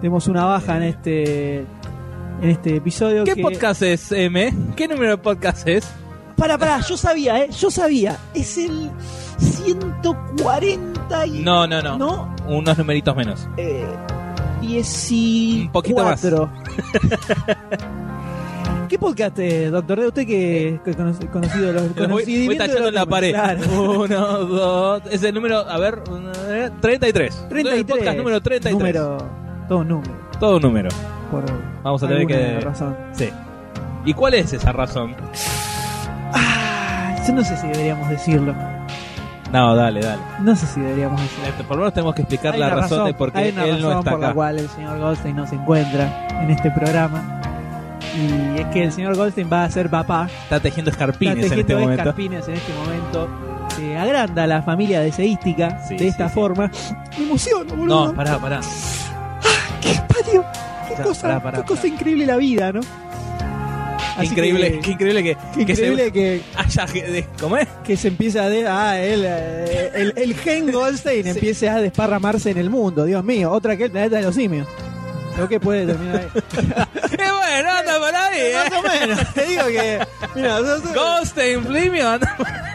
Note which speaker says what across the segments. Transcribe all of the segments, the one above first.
Speaker 1: tenemos una baja en este en este episodio.
Speaker 2: ¿Qué
Speaker 1: que-
Speaker 2: podcast es, M? ¿Qué número de podcast es?
Speaker 1: Para, para, yo sabía, ¿eh? Yo sabía. Es el 140 y.
Speaker 2: No, no, no.
Speaker 1: ¿No?
Speaker 2: Unos numeritos menos.
Speaker 1: Eh, 14.
Speaker 2: Un poquito más.
Speaker 1: ¿Qué podcast es, doctor? D? ¿Usted que que conoce- conocido los
Speaker 2: Los voy,
Speaker 1: conocidimiento
Speaker 2: voy
Speaker 1: de
Speaker 2: tachando
Speaker 1: los
Speaker 2: en la
Speaker 1: temas?
Speaker 2: pared.
Speaker 1: Claro.
Speaker 2: Uno, dos. Es el número, a ver, uno, eh, 33. El
Speaker 1: 33.
Speaker 2: podcast número 33.
Speaker 1: Número, todo número.
Speaker 2: Todo un número.
Speaker 1: Por
Speaker 2: Vamos a tener
Speaker 1: alguna
Speaker 2: que-
Speaker 1: razón.
Speaker 2: Sí. ¿Y cuál es esa razón?
Speaker 1: Ah, yo no sé si deberíamos decirlo.
Speaker 2: No, dale, dale.
Speaker 1: No sé si deberíamos decirlo.
Speaker 2: Este, Por lo menos tenemos que explicar
Speaker 1: Hay
Speaker 2: la
Speaker 1: una
Speaker 2: razón, de por qué
Speaker 1: hay
Speaker 2: él
Speaker 1: una razón
Speaker 2: no está
Speaker 1: por la
Speaker 2: acá.
Speaker 1: cual el señor Goldstein no se encuentra en este programa. Y es que el señor Goldstein va a ser papá.
Speaker 2: Está tejiendo escarpines
Speaker 1: está
Speaker 2: en este
Speaker 1: tejiendo
Speaker 2: momento.
Speaker 1: escarpines en este momento. Se agranda la familia deseística
Speaker 2: Sí,
Speaker 1: de esta
Speaker 2: sí, sí.
Speaker 1: forma. Me emociono, boludo.
Speaker 2: No, pará, pará.
Speaker 1: ¡Qué patio! ¡Qué
Speaker 2: Ya,
Speaker 1: cosa,
Speaker 2: pará, pará,
Speaker 1: qué cosa
Speaker 2: pará.
Speaker 1: increíble la vida, ¿no?
Speaker 2: Qué
Speaker 1: Así
Speaker 2: increíble,
Speaker 1: que-
Speaker 2: qué increíble que,
Speaker 1: qué
Speaker 2: que se-
Speaker 1: increíble que,
Speaker 2: haya ge- de- ¿cómo es?
Speaker 1: que se empiece a... de- ah, el, eh, el, el gen Goldstein
Speaker 2: Sí.
Speaker 1: empiece a desparramarse en el mundo. Dios mío, otra que el planeta de los simios. Creo que puede terminar ahí.
Speaker 2: Eh, bueno, anda por ahí, eh.
Speaker 1: Más o menos, te digo que... Mira, sos- sos-
Speaker 2: Goldstein, Flimio, anda por-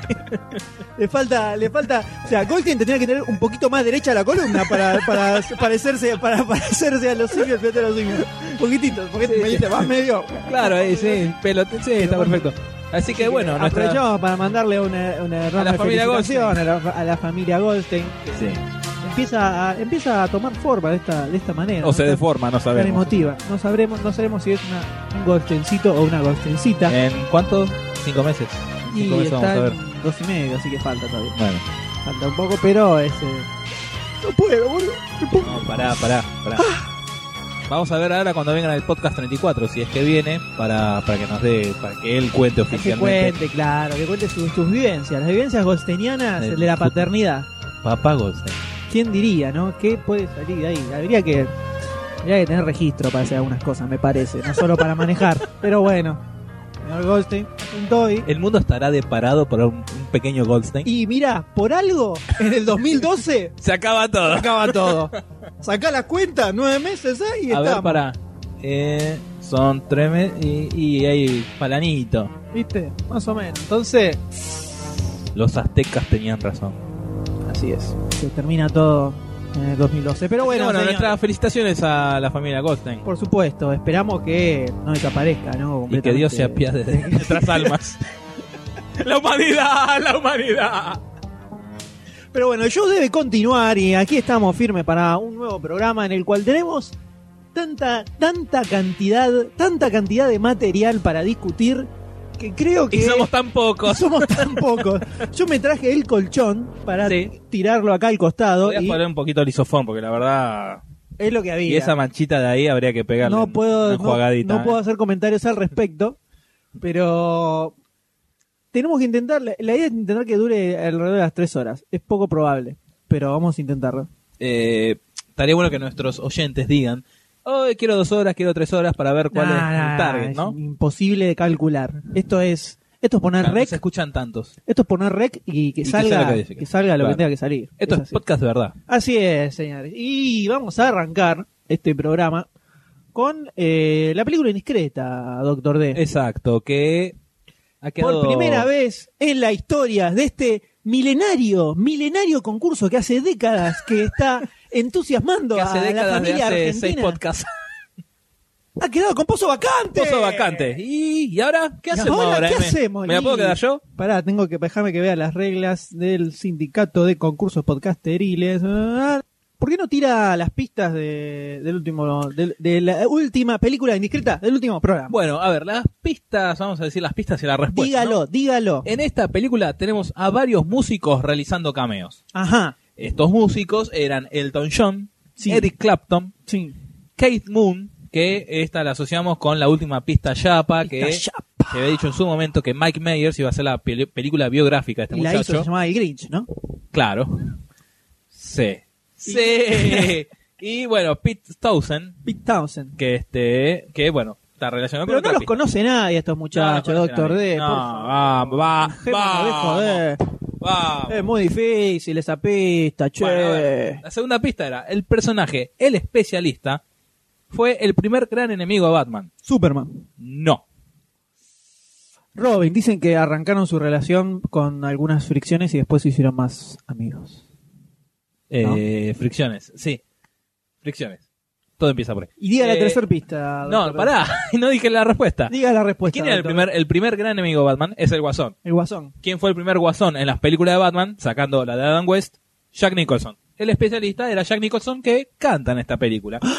Speaker 1: Le falta, le falta. O sea, Goldstein tendría que tener un poquito más derecha la columna para, para parecerse, para parecerse a los simios, fíjate a los simios. Poquitito, porque
Speaker 2: Sí.
Speaker 1: me diste más medio.
Speaker 2: Claro, ahí sí, pelote, sí, está perfecto. Así que bueno, nuestra
Speaker 1: Aprovechamos para mandarle eh, una, una enorme
Speaker 2: familia
Speaker 1: felicitación
Speaker 2: Goldstein.
Speaker 1: a la, a la familia Goldstein.
Speaker 2: Sí.
Speaker 1: Empieza a, empieza a tomar forma de esta, de esta manera.
Speaker 2: o se
Speaker 1: Tan-
Speaker 2: deforma, no
Speaker 1: tan
Speaker 2: sabemos.
Speaker 1: emotiva. No sabremos, no sabremos si es una, un Goldsteincito o una Goldsteincita.
Speaker 2: ¿En cuánto? Cinco meses.
Speaker 1: y
Speaker 2: Cinco meses Eh, vamos
Speaker 1: está
Speaker 2: a ver.
Speaker 1: en dos y medio, así que falta todavía.
Speaker 2: Bueno,
Speaker 1: Falta un poco, pero es. eh, No puedo, boludo. No puedo.
Speaker 2: no, pará, pará, pará. Vamos a ver ahora cuando vengan al podcast 34, si es que viene, para, para que nos dé, para que él cuente
Speaker 1: Que
Speaker 2: oficialmente.
Speaker 1: cuente, claro, que cuente sus, sus vivencias, las vivencias golstenianas
Speaker 2: Eh,
Speaker 1: de la
Speaker 2: fut-
Speaker 1: paternidad.
Speaker 2: Papá Goldstein.
Speaker 1: ¿Quién diría, no? ¿Qué puede salir de ahí? Habría que, habría que tener registro para hacer algunas cosas, me parece, no solo para manejar. Pero bueno, señor Goldstein, un doy.
Speaker 2: El mundo estará deparado por un, un pequeño Goldstein.
Speaker 1: Y mirá, por algo, en el 2012
Speaker 2: se acaba todo.
Speaker 1: acaba todo. Sacá la cuenta, nueve meses ¿eh? y
Speaker 2: A ver,
Speaker 1: estamos.
Speaker 2: para. son tres meses y, y hay palanito.
Speaker 1: ¿Viste? Más o menos. Entonces,
Speaker 2: Los aztecas tenían razón.
Speaker 1: así es. Se termina todo en el 2012. Pero bueno,
Speaker 2: bueno, bueno
Speaker 1: señores.
Speaker 2: nuestras felicitaciones a la familia Goldstein.
Speaker 1: Por supuesto, esperamos que no desaparezca, ¿no?
Speaker 2: Y que Dios se apiade de nuestras almas. la humanidad, la humanidad.
Speaker 1: Pero bueno, el show debe continuar y aquí estamos firmes para un nuevo programa en el cual tenemos tanta, tanta cantidad, tanta cantidad de material para discutir que creo que
Speaker 2: Y somos tan pocos.
Speaker 1: somos tan pocos. Yo me traje el colchón para
Speaker 2: Sí.
Speaker 1: tirarlo acá al costado
Speaker 2: Podrías
Speaker 1: y
Speaker 2: poner un poquito el isofón, porque la verdad.
Speaker 1: es lo que había.
Speaker 2: Y esa manchita de ahí habría que pegarle.
Speaker 1: no
Speaker 2: Una
Speaker 1: puedo, no,
Speaker 2: enjuagadita,
Speaker 1: no
Speaker 2: ¿eh?
Speaker 1: puedo hacer comentarios al respecto, pero tenemos que intentar, la la idea es intentar que dure alrededor de las tres horas. Es poco probable, pero vamos a intentarlo.
Speaker 2: Eh, estaría bueno que nuestros oyentes digan. Hoy quiero dos horas, quiero tres horas para ver cuál
Speaker 1: Nah,
Speaker 2: es
Speaker 1: nah,
Speaker 2: el target,
Speaker 1: es
Speaker 2: ¿no?
Speaker 1: Imposible de calcular. Esto es, esto es poner
Speaker 2: Claro, no
Speaker 1: rec,
Speaker 2: se escuchan tantos.
Speaker 1: esto es poner rec y que
Speaker 2: que
Speaker 1: salga,
Speaker 2: salga lo
Speaker 1: que,
Speaker 2: que dice.
Speaker 1: salga lo que
Speaker 2: Claro.
Speaker 1: tenga que salir.
Speaker 2: Esto
Speaker 1: Es
Speaker 2: es,
Speaker 1: así.
Speaker 2: podcast de verdad.
Speaker 1: Así es, señores. Y vamos a arrancar este programa con eh, la película indiscreta, Doctor D.
Speaker 2: Exacto, que ha quedado
Speaker 1: Por primera vez en la historia de este milenario, milenario concurso que hace décadas que está entusiasmando
Speaker 2: que hace
Speaker 1: a la
Speaker 2: décadas de hace
Speaker 1: familia
Speaker 2: seis
Speaker 1: argentina.
Speaker 2: podcasts.
Speaker 1: Ha quedado con pozo vacante.
Speaker 2: Pozo vacante. ¿Y, y ahora? ¿Qué
Speaker 1: ¿Y
Speaker 2: hacemos
Speaker 1: ahora
Speaker 2: ahora?
Speaker 1: qué
Speaker 2: M?
Speaker 1: hacemos,
Speaker 2: ¿Me la puedo
Speaker 1: Lili?
Speaker 2: quedar yo?
Speaker 1: Pará, tengo que dejarme que vea las reglas del sindicato de concursos podcasteriles. Ah, ¿Por qué no tira las pistas de, del último, del- de, la última película indiscreta del último programa?
Speaker 2: Bueno, a ver, las pistas, vamos a decir las pistas y la respuesta.
Speaker 1: dígalo,
Speaker 2: ¿no? Eh,
Speaker 1: dígalo.
Speaker 2: En esta película tenemos a varios músicos realizando cameos.
Speaker 1: Ajá.
Speaker 2: Estos músicos eran Elton John,
Speaker 1: Sí.
Speaker 2: Eric Clapton,
Speaker 1: Sí.
Speaker 2: Kate Moon, que esta la asociamos con la última pista Yapa, ah, que este
Speaker 1: Pista
Speaker 2: se había dicho en su momento que Mike Myers iba a hacer la peli- película biográfica de este
Speaker 1: Y la hizo,
Speaker 2: muchacho.
Speaker 1: se llamaba El Grinch, ¿no?
Speaker 2: Claro. Sí. Sí. y bueno, Pete Townsend,
Speaker 1: Pete Townsend.
Speaker 2: que este, que bueno, está relacionado
Speaker 1: Pero
Speaker 2: con
Speaker 1: no
Speaker 2: otra
Speaker 1: los
Speaker 2: pista.
Speaker 1: conoce nadie estos
Speaker 2: No,
Speaker 1: muchachos,
Speaker 2: no
Speaker 1: Doctor D.
Speaker 2: No,
Speaker 1: por favor.
Speaker 2: va, va,
Speaker 1: Gemma, no dejes
Speaker 2: va,
Speaker 1: joder. Es muy difícil esa pista, che.
Speaker 2: Bueno, a ver, la segunda pista era, el personaje, el especialista, fue el primer gran enemigo de Batman.
Speaker 1: Superman.
Speaker 2: No.
Speaker 1: Robin, dicen que arrancaron su relación con algunas fricciones y después se hicieron más amigos.
Speaker 2: Eh, Fricciones, sí. Fricciones. Todo empieza por ahí.
Speaker 1: Y diga la
Speaker 2: Eh,
Speaker 1: tercera pista.
Speaker 2: No,
Speaker 1: Ah, doctor.
Speaker 2: pará, no dije la respuesta.
Speaker 1: Diga la respuesta.
Speaker 2: ¿Quién era el
Speaker 1: doctor.
Speaker 2: primer, el primer gran enemigo de Batman? Es el Guasón.
Speaker 1: El guasón.
Speaker 2: ¿Quién fue el primer Guasón en las películas de Batman, sacando la de Adam West? Jack Nicholson. El especialista era Jack Nicholson que canta en esta película.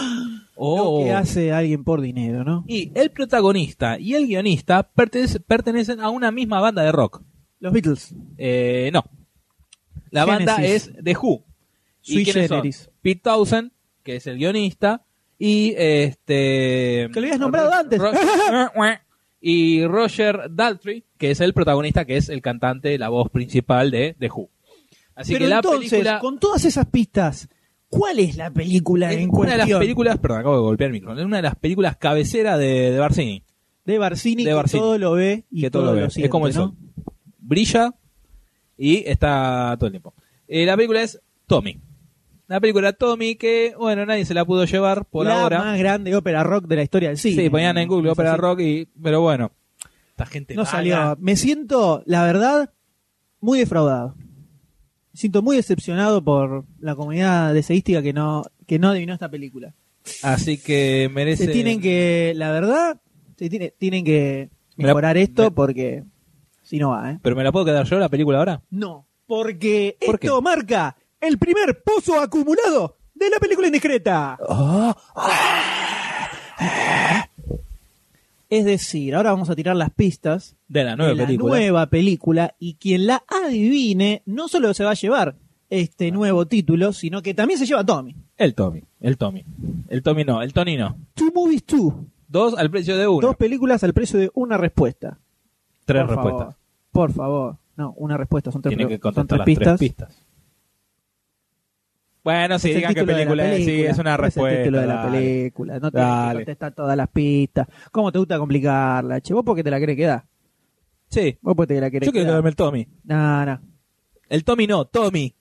Speaker 2: Oh.
Speaker 1: Lo que hace alguien por dinero, ¿no?
Speaker 2: Y el protagonista y el guionista pertene- pertenecen a una misma banda de rock.
Speaker 1: Los Beatles.
Speaker 2: Eh, no. La banda es
Speaker 1: Genesis.
Speaker 2: The Who. ¿Y
Speaker 1: Sui
Speaker 2: quiénes son?
Speaker 1: generis.
Speaker 2: Pete Townsend, que es el guionista, y este...
Speaker 1: Que lo habías nombrado
Speaker 2: Ro-
Speaker 1: antes.
Speaker 2: Ro- y Roger Daltrey, que es el protagonista, que es el cantante, la voz principal de The Who. Así
Speaker 1: Pero
Speaker 2: que la
Speaker 1: entonces,
Speaker 2: película...
Speaker 1: con todas esas pistas, ¿cuál es la película
Speaker 2: es
Speaker 1: en
Speaker 2: una de
Speaker 1: cuestión?
Speaker 2: las películas, perdón, acabo de golpear el micrófono, es una de las películas cabecera de, de Barcini.
Speaker 1: de Barcini,
Speaker 2: de
Speaker 1: que
Speaker 2: Barcini.
Speaker 1: todo lo ve y
Speaker 2: que todo lo ve.
Speaker 1: siente,
Speaker 2: es como el
Speaker 1: ¿no?
Speaker 2: sol. Brilla y está todo el tiempo. Eh, la película es Tommy. La película Tommy que, bueno, nadie se la pudo llevar por
Speaker 1: la
Speaker 2: ahora.
Speaker 1: más grande ópera rock de la historia del
Speaker 2: Sí,
Speaker 1: cine.
Speaker 2: ponían en Google Ah,
Speaker 1: Es
Speaker 2: Opera
Speaker 1: así.
Speaker 2: Rock y, pero bueno. Esta gente
Speaker 1: No
Speaker 2: vaga.
Speaker 1: salió. Me siento, la verdad, muy defraudado. Me siento muy decepcionado por la comunidad deseística que no, que no adivinó esta película.
Speaker 2: Así que merece.
Speaker 1: Se tienen que, la verdad, se tiene- tienen que
Speaker 2: Me la-
Speaker 1: mejorar esto
Speaker 2: me-
Speaker 1: porque si no va, ¿eh?
Speaker 2: Pero me la puedo quedar yo la película ahora.
Speaker 1: No, porque
Speaker 2: ¿Por
Speaker 1: esto marca el primer pozo acumulado de la película indiscreta. Oh. Es decir, ahora vamos a tirar las pistas
Speaker 2: De la nueva
Speaker 1: de la
Speaker 2: película.
Speaker 1: nueva película y quien la adivine no solo se va a llevar este
Speaker 2: Ah.
Speaker 1: nuevo título, sino que también se lleva a Tommy.
Speaker 2: El Tommy. El Tommy. El Tommy no. El Tony no.
Speaker 1: Two movies, two.
Speaker 2: Dos al precio de uno.
Speaker 1: Dos películas al precio de una respuesta.
Speaker 2: tres
Speaker 1: Por favor,
Speaker 2: respuestas.
Speaker 1: por favor. No, una respuesta, son tres,
Speaker 2: Tienen que
Speaker 1: pre- son
Speaker 2: contestar las
Speaker 1: tres
Speaker 2: tres pistas. Bueno, sí,
Speaker 1: Es el
Speaker 2: digan qué
Speaker 1: título de la
Speaker 2: película es. Sí,
Speaker 1: película,
Speaker 2: es una
Speaker 1: no
Speaker 2: respuesta.
Speaker 1: Es el título de la
Speaker 2: dale.
Speaker 1: película. No tienes que
Speaker 2: Dale.
Speaker 1: contestar todas las pistas. ¿Cómo te gusta complicarla? Che, vos porque te la querés quedar.
Speaker 2: Sí,
Speaker 1: Vos porque te la querés
Speaker 2: yo quiero
Speaker 1: quedar.
Speaker 2: quedarme el Tommy.
Speaker 1: No, no.
Speaker 2: El Tommy no, Tommy.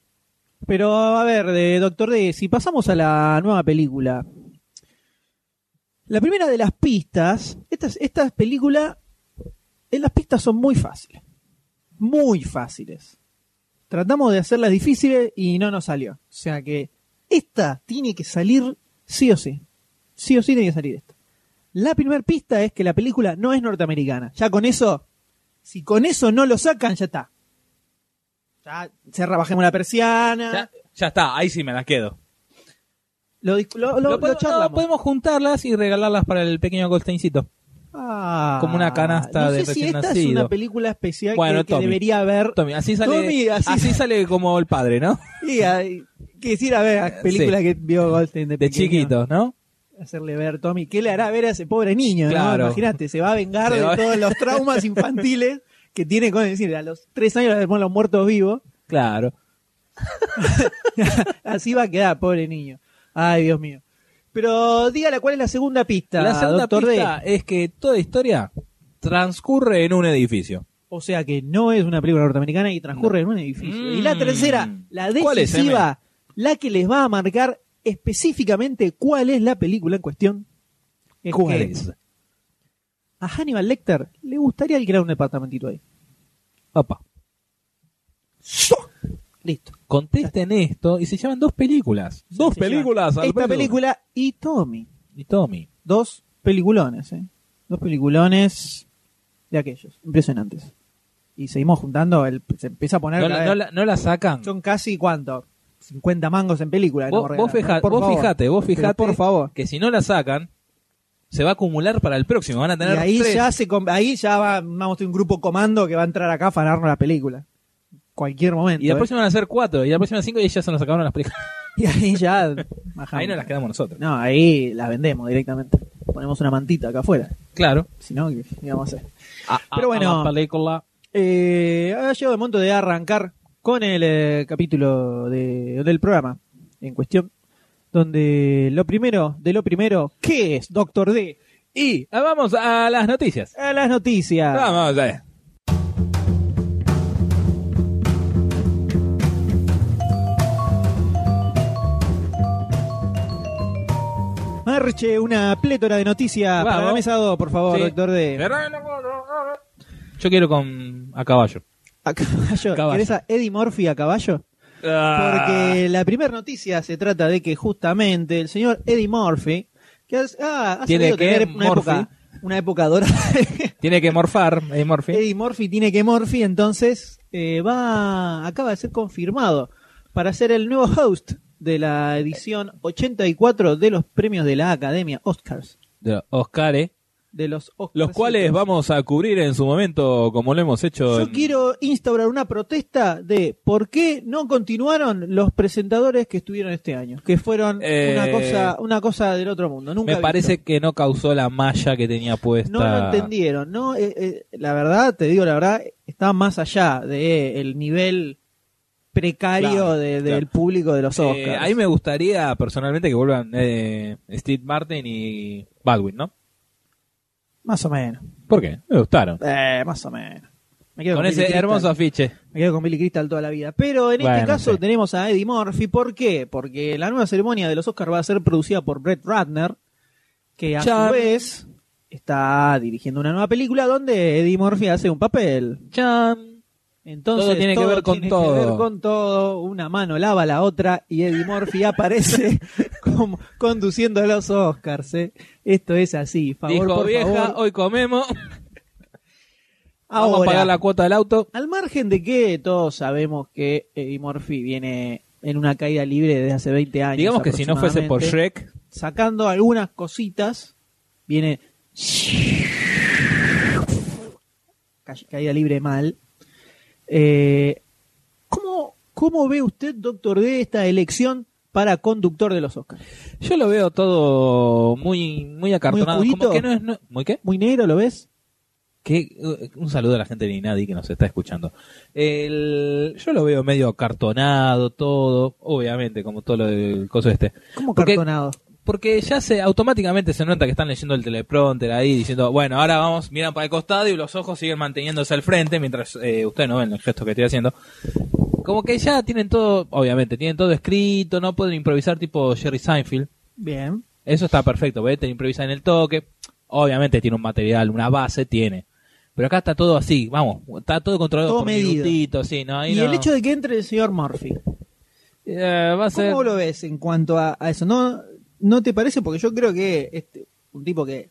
Speaker 1: Pero a ver, de Doctor D, si pasamos a la nueva película. La primera de las pistas, estas, estas películas, en las pistas son muy fáciles. Muy fáciles. Tratamos de hacerlas difíciles y no nos salió. O sea que esta tiene que salir sí o sí. Sí o sí tiene que salir esta. La primera pista es que la película no es norteamericana. Ya con eso, si con eso no lo sacan, ya está. Ya cerra, bajemos la persiana.
Speaker 2: Ya, ya está, ahí sí me las quedo.
Speaker 1: Lo, dis- lo, lo-
Speaker 2: Lo
Speaker 1: lo
Speaker 2: podemos,
Speaker 1: charlamos.
Speaker 2: no, podemos juntarlas y regalarlas para el pequeño Goldsteincito.
Speaker 1: Ah,
Speaker 2: como una canasta
Speaker 1: no
Speaker 2: de
Speaker 1: sé si
Speaker 2: recién
Speaker 1: esta es
Speaker 2: nacido.
Speaker 1: una película especial que-
Speaker 2: Bueno,
Speaker 1: que,
Speaker 2: Tommy.
Speaker 1: debería haber.
Speaker 2: Tommy, así sale,
Speaker 1: Tommy, así-
Speaker 2: así... sale como el padre, ¿no?
Speaker 1: Y hay que decir, a ver, a películas que vio Goldstein de,
Speaker 2: Eh, De
Speaker 1: pequeño.
Speaker 2: chiquito, ¿no?
Speaker 1: Hacerle ver Tommy. ¿Qué le hará ver a ese pobre niño? no?
Speaker 2: Claro.
Speaker 1: Imagínate, se va a vengar
Speaker 2: Se
Speaker 1: de
Speaker 2: va a-
Speaker 1: todos los traumas infantiles que tiene con es decir, a los tres años le ponen los muertos vivos.
Speaker 2: Claro.
Speaker 1: Así va a quedar, pobre niño. Ay, Dios mío. Pero dígale, ¿cuál es la segunda pista?
Speaker 2: La segunda
Speaker 1: Doctor D?
Speaker 2: pista es que toda historia transcurre en un edificio.
Speaker 1: O sea que no es una película norteamericana y transcurre en un edificio.
Speaker 2: Mm.
Speaker 1: Y la tercera, la
Speaker 2: ¿Cuál es,
Speaker 1: decisiva, la que les va a marcar específicamente cuál es la película en cuestión. es
Speaker 2: ¿Cuál
Speaker 1: que
Speaker 2: es?
Speaker 1: A Hannibal Lecter le gustaría alquilar un departamentito ahí.
Speaker 2: Papá.
Speaker 1: Listo.
Speaker 2: Contesten esto y se llaman dos películas. Dos
Speaker 1: Se
Speaker 2: películas.
Speaker 1: llevan Esta
Speaker 2: Alberto.
Speaker 1: película y Tommy.
Speaker 2: Y Tommy.
Speaker 1: Dos peliculones, ¿eh? Dos peliculones de aquellos. Impresionantes. Y seguimos juntando, el- se empieza a poner...
Speaker 2: No,
Speaker 1: cada
Speaker 2: la-
Speaker 1: vez-
Speaker 2: no la, no la sacan.
Speaker 1: Son casi, ¿cuánto? 50 mangos en película. que
Speaker 2: Vos,
Speaker 1: nos
Speaker 2: vos
Speaker 1: regalan,
Speaker 2: fija-
Speaker 1: ¿no? Por
Speaker 2: vos
Speaker 1: favor.
Speaker 2: fijate, vos
Speaker 1: Pero
Speaker 2: fijate
Speaker 1: Por favor.
Speaker 2: que si no la sacan, se va a acumular para el próximo. Van a
Speaker 1: Y
Speaker 2: tener
Speaker 1: ahí
Speaker 2: tres.
Speaker 1: ya, se, com- ahí ya va, vamos a tener un grupo comando que va a entrar acá a afanarnos la película. Cualquier momento.
Speaker 2: y la
Speaker 1: ¿eh?
Speaker 2: próxima van a ser cuatro, y la próxima cinco, y ya se nos acabaron las películas.
Speaker 1: Y ahí ya.
Speaker 2: Ahí no
Speaker 1: bajamos.
Speaker 2: las quedamos nosotros.
Speaker 1: No, ahí las vendemos directamente. Ponemos una mantita acá afuera.
Speaker 2: Claro.
Speaker 1: Si no, ¿qué qué vamos a hacer?
Speaker 2: Pero bueno.
Speaker 1: a la Eh, ha llegado el momento de arrancar con el eh, capítulo de- del programa en cuestión. Donde lo primero, de lo primero, ¿qué es Doctor D?
Speaker 2: Y ah, vamos a las noticias.
Speaker 1: A las noticias.
Speaker 2: Vamos eh. a ver.
Speaker 1: Marche una plétora de noticias para
Speaker 2: Vamos.
Speaker 1: la mesa 2, por favor,
Speaker 2: Sí.
Speaker 1: Doctor D.
Speaker 2: Yo quiero con a caballo.
Speaker 1: A caballo.
Speaker 2: Caballo. Ah.
Speaker 1: ¿Querés a Eddie Murphy a caballo? Porque la primera noticia se trata de que justamente el señor Eddie Murphy, que has- ah, ha
Speaker 2: Tiene
Speaker 1: sabido
Speaker 2: que
Speaker 1: tener una
Speaker 2: Murphy.
Speaker 1: época, una época dorada.
Speaker 2: Tiene que morfar, eh, Morphy.
Speaker 1: Eddie Murphy tiene que Murphy, entonces eh, va acaba de ser confirmado para ser el nuevo host de la edición 84 de los premios de la Academia Oscars.
Speaker 2: de los Oscars,
Speaker 1: De los Oscars.
Speaker 2: los cuales vamos a cubrir en su momento, como lo hemos hecho.
Speaker 1: pues. Yo
Speaker 2: en-
Speaker 1: quiero instaurar una protesta de por qué no continuaron los presentadores que estuvieron este año, que fueron
Speaker 2: Eh,
Speaker 1: una cosa una cosa del otro mundo. Nunca
Speaker 2: Me
Speaker 1: visto.
Speaker 2: parece que no causó la malla que tenía puesta.
Speaker 1: no lo entendieron, no Eh, eh, la verdad, te digo la verdad, está más allá de el nivel precario
Speaker 2: Claro,
Speaker 1: de- del
Speaker 2: claro.
Speaker 1: público de los Oscars.
Speaker 2: Eh, a mí me gustaría personalmente que vuelvan eh, Steve Martin y Baldwin, ¿no?
Speaker 1: Más o menos.
Speaker 2: ¿Por qué? Me gustaron.
Speaker 1: Eh, más o menos. Me quedo
Speaker 2: Con
Speaker 1: Billy
Speaker 2: ese
Speaker 1: Crystal.
Speaker 2: hermoso afiche.
Speaker 1: Me quedo con Billy Crystal toda la vida. Pero en este
Speaker 2: Bueno,
Speaker 1: caso
Speaker 2: sí.
Speaker 1: tenemos a Eddie Murphy. ¿Por qué? Porque la nueva ceremonia de los Oscars va a ser producida por Brett Ratner, que a
Speaker 2: Chan.
Speaker 1: su vez está dirigiendo una nueva película donde Eddie Murphy hace un papel.
Speaker 2: Chan.
Speaker 1: Entonces
Speaker 2: Todo tiene que ver con
Speaker 1: tiene
Speaker 2: todo.
Speaker 1: ver con todo. Una mano lava la otra y Eddie Murphy aparece como conduciendo a los Oscars. ¿eh? Esto es así. Favor
Speaker 2: Dijo
Speaker 1: por
Speaker 2: vieja,
Speaker 1: favor.
Speaker 2: hoy comemos. Vamos a
Speaker 1: Ahora,
Speaker 2: pagar la cuota del auto.
Speaker 1: Al margen de que todos sabemos que Eddie Murphy viene en una caída libre desde hace 20 años.
Speaker 2: Digamos que si no fuese por
Speaker 1: aproximadamente,
Speaker 2: Shrek,
Speaker 1: Sacando algunas cositas, viene. Ca- Caída libre mal. Eh, ¿cómo, ¿Cómo ve usted, doctor D, esta elección para conductor de los Oscars?
Speaker 2: yo lo veo todo muy muy acartonado.
Speaker 1: Muy
Speaker 2: Como
Speaker 1: oscurito.
Speaker 2: que no es. no- ¿Muy qué?
Speaker 1: ¿Muy negro lo ves?
Speaker 2: Que, uh, un saludo a la gente de Inadi que nos está escuchando. El- yo lo veo medio acartonado, todo, obviamente, como todo lo del coso este.
Speaker 1: ¿Cómo
Speaker 2: Porque-
Speaker 1: cartonado?
Speaker 2: Porque ya se automáticamente se nota que están leyendo el teleprompter ahí diciendo, bueno, ahora vamos, miran para el costado y los ojos siguen manteniéndose al frente mientras eh, ustedes no ven el gesto que estoy haciendo. Como que ya tienen todo, obviamente, tienen todo escrito, no pueden improvisar tipo Jerry Seinfeld.
Speaker 1: Bien.
Speaker 2: Eso está perfecto, ¿ves? Te improvisa en el toque. Obviamente tiene un material, una base, tiene. Pero acá está todo así, vamos, está todo controlado
Speaker 1: Todo
Speaker 2: por
Speaker 1: medido.
Speaker 2: minutitos, sí, ¿no? Ahí
Speaker 1: y
Speaker 2: no.
Speaker 1: el hecho de que entre el señor Murphy.
Speaker 2: Eh, va a ser...
Speaker 1: ¿Cómo lo ves en cuanto a, a eso? ¿No, ¿No te parece? Porque yo creo que este, un tipo que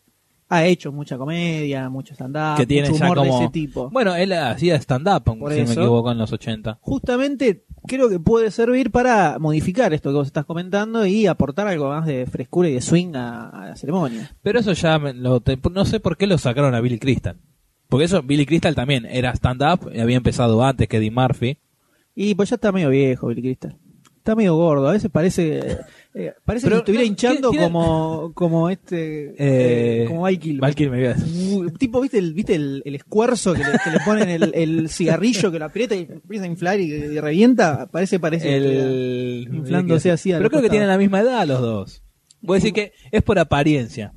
Speaker 1: ha hecho mucha comedia, mucho stand-up,
Speaker 2: que tiene
Speaker 1: mucho
Speaker 2: ya
Speaker 1: humor
Speaker 2: como...
Speaker 1: de ese tipo.
Speaker 2: Bueno, él hacía stand-up, si no
Speaker 1: Por
Speaker 2: me
Speaker 1: eso.
Speaker 2: equivoco, en los 80.
Speaker 1: Justamente creo que puede servir para modificar esto que vos estás comentando y aportar algo más de frescura y de swing a, a la ceremonia.
Speaker 2: Pero eso ya me- lo te- no sé por qué lo sacaron a Billy Crystal. Porque eso, Billy Crystal también era stand-up, había empezado antes que Eddie Murphy.
Speaker 1: Y pues ya está medio viejo, Billy Crystal. Está medio gordo, a veces parece eh, parece
Speaker 2: Pero,
Speaker 1: que estuviera
Speaker 2: no,
Speaker 1: hinchando
Speaker 2: tiene-
Speaker 1: como como este
Speaker 2: Eh,
Speaker 1: eh, como Val Kilmer.
Speaker 2: Val Kilmer, iba a decir.
Speaker 1: Uy, tipo, ¿viste el, viste el, el escuerzo que le, que le ponen el, el cigarrillo que lo aprieta y empieza a inflar y, y revienta? Parece, parece.
Speaker 2: El-
Speaker 1: inflándose así al
Speaker 2: Pero creo que
Speaker 1: costado.
Speaker 2: tienen la misma edad los dos. Voy a decir que es por apariencia.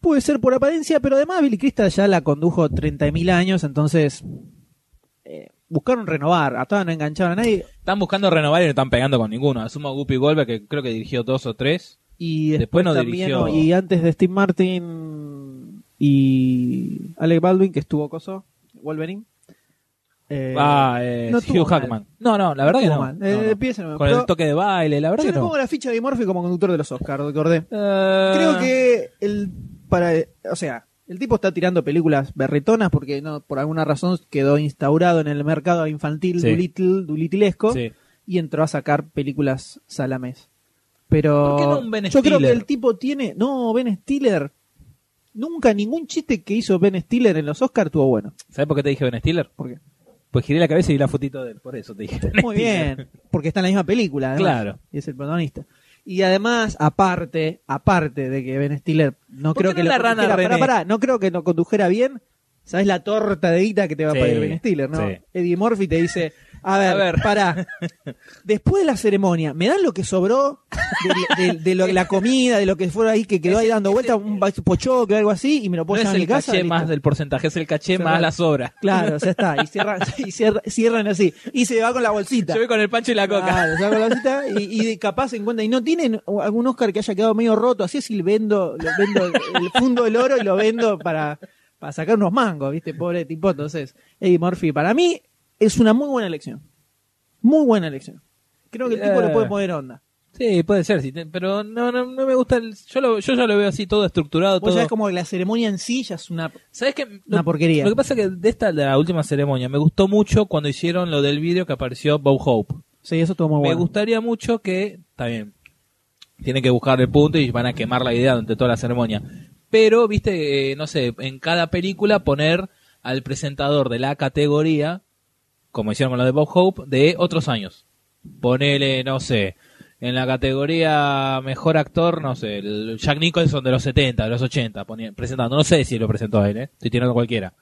Speaker 1: Puede ser por apariencia, pero además Billy Crystal ya la condujo 30.000 años, entonces eh, buscaron renovar. A todas no engancharon a nadie.
Speaker 2: Están buscando renovar y no están pegando con ninguno. Asumo a Guppy Goldberg, que creo que dirigió dos o tres.
Speaker 1: Y
Speaker 2: Después
Speaker 1: después,
Speaker 2: no
Speaker 1: también,
Speaker 2: dirigió-
Speaker 1: ¿no? y antes de Steve Martin y Alec Baldwin, que estuvo coso, Wolverine. eh,
Speaker 2: ah, eh,
Speaker 1: no estuvo
Speaker 2: Hugh Hackman. No, no, la verdad que
Speaker 1: estuvo
Speaker 2: no.
Speaker 1: mal.
Speaker 2: No,
Speaker 1: Eh,
Speaker 2: no.
Speaker 1: pie se me-
Speaker 2: Con
Speaker 1: pero-
Speaker 2: el toque de baile, la verdad
Speaker 1: Yo
Speaker 2: que
Speaker 1: le
Speaker 2: no.
Speaker 1: pongo la ficha de Murphy como conductor de los Oscars, recordé.
Speaker 2: Eh,
Speaker 1: Creo que el para o sea, el tipo está tirando películas berretonas porque no por alguna razón quedó instaurado en el mercado infantil
Speaker 2: Sí.
Speaker 1: Doolittle, Doolitlesco
Speaker 2: sí.
Speaker 1: y entró a sacar películas salamés. Pero
Speaker 2: ¿Por qué no un Ben
Speaker 1: yo creo que
Speaker 2: Stiller?
Speaker 1: el tipo tiene. No, Ben Stiller. Nunca ningún chiste que hizo Ben Stiller en los Oscars tuvo bueno.
Speaker 2: ¿Sabes por qué te dije Ben Stiller?
Speaker 1: ¿Por qué?
Speaker 2: Pues giré la cabeza y vi la fotito de él, por eso te dije. Ben
Speaker 1: Muy
Speaker 2: Stiller.
Speaker 1: bien, porque está en la misma película, además,
Speaker 2: Claro.
Speaker 1: Y es el protagonista. Y además, aparte, aparte de que Ben Stiller no
Speaker 2: ¿Por
Speaker 1: creo
Speaker 2: qué
Speaker 1: que
Speaker 2: no
Speaker 1: lo
Speaker 2: la rana
Speaker 1: condujera-
Speaker 2: René?
Speaker 1: pará, pará, no creo que lo condujera bien. ¿Sabes la torta de guita que te va
Speaker 2: Sí,
Speaker 1: a pedir Ben Stiller, no?
Speaker 2: sí.
Speaker 1: Eddie Murphy te dice, a ver,
Speaker 2: A ver.
Speaker 1: pará. Después de la ceremonia, ¿me dan lo que sobró de, de- de lo- la comida, de lo que fuera ahí que quedó ahí dando vuelta, un pochoque o algo así, y me lo
Speaker 2: No
Speaker 1: puedo
Speaker 2: es
Speaker 1: llevar a mi
Speaker 2: el
Speaker 1: casa?
Speaker 2: caché
Speaker 1: Listo.
Speaker 2: más del porcentaje, es el caché
Speaker 1: Cerrado.
Speaker 2: más la sobra.
Speaker 1: Claro, ya está. Y cierran, y cierran, cierran así. Y se va con la bolsita.
Speaker 2: Yo voy con el pancho y la coca.
Speaker 1: Claro, saco la cita y, y de- capaz se encuentra. Y no tienen algún Oscar que haya quedado medio roto. Así es, y vendo, lo vendo el fundo del oro y lo vendo para, para sacar unos mangos, ¿viste? Pobre tipo. Entonces, Eddie Murphy, para mí, es una muy buena elección. Muy buena elección. Creo que el tipo
Speaker 2: Eh.
Speaker 1: le puede poner onda.
Speaker 2: Sí, puede ser, sí, te- pero no, no, no me gusta. El, yo, lo, yo ya lo veo así, todo estructurado,
Speaker 1: Pues
Speaker 2: todo.
Speaker 1: ya es como que la ceremonia en sí ya es una.
Speaker 2: ¿Sabes qué?
Speaker 1: Una
Speaker 2: Lo-
Speaker 1: porquería.
Speaker 2: Lo que pasa es que de esta, de la última ceremonia, me gustó mucho cuando hicieron lo del vídeo que apareció Bob Hope.
Speaker 1: Sí, eso estuvo muy
Speaker 2: Me
Speaker 1: bueno.
Speaker 2: gustaría mucho que, está bien, tienen que buscar el punto y van a quemar la idea durante toda la ceremonia. Pero, viste, eh, no sé, en cada película poner al presentador de la categoría, como hicieron con lo de Bob Hope, de otros años. Ponele, no sé, en la categoría mejor actor, no sé, el Jack Nicholson de los 70, de los 80, ponía- presentando. No sé si lo presentó él, eh, estoy tirando cualquiera.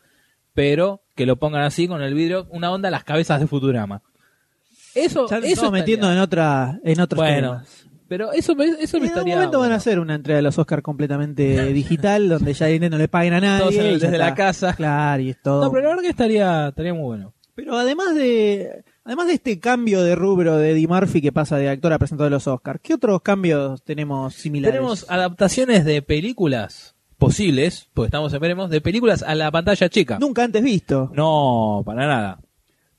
Speaker 2: Pero que lo pongan así con el vidrio, una onda las cabezas de Futurama. Eso,
Speaker 1: Ya nos
Speaker 2: eso
Speaker 1: estamos metiendo
Speaker 2: estaría-
Speaker 1: en otra en otros
Speaker 2: bueno,
Speaker 1: temas.
Speaker 2: pero eso me, eso me
Speaker 1: en algún
Speaker 2: estaría.
Speaker 1: momento van a
Speaker 2: bueno.
Speaker 1: hacer una entrega de los Oscars completamente digital, donde ya no le paguen a nadie.
Speaker 2: Todos en el-
Speaker 1: y ya
Speaker 2: desde la
Speaker 1: está.
Speaker 2: casa.
Speaker 1: Claro, y es todo.
Speaker 2: No, pero la
Speaker 1: pero,
Speaker 2: verdad que estaría, estaría muy bueno.
Speaker 1: además de además de este cambio de rubro de Eddie Murphy que pasa de actor a presentador de los Oscars, ¿qué otros cambios tenemos similares?
Speaker 2: Tenemos adaptaciones de películas posibles, porque estamos en veremos, de películas a la pantalla chica.
Speaker 1: nunca antes visto.
Speaker 2: No, para nada.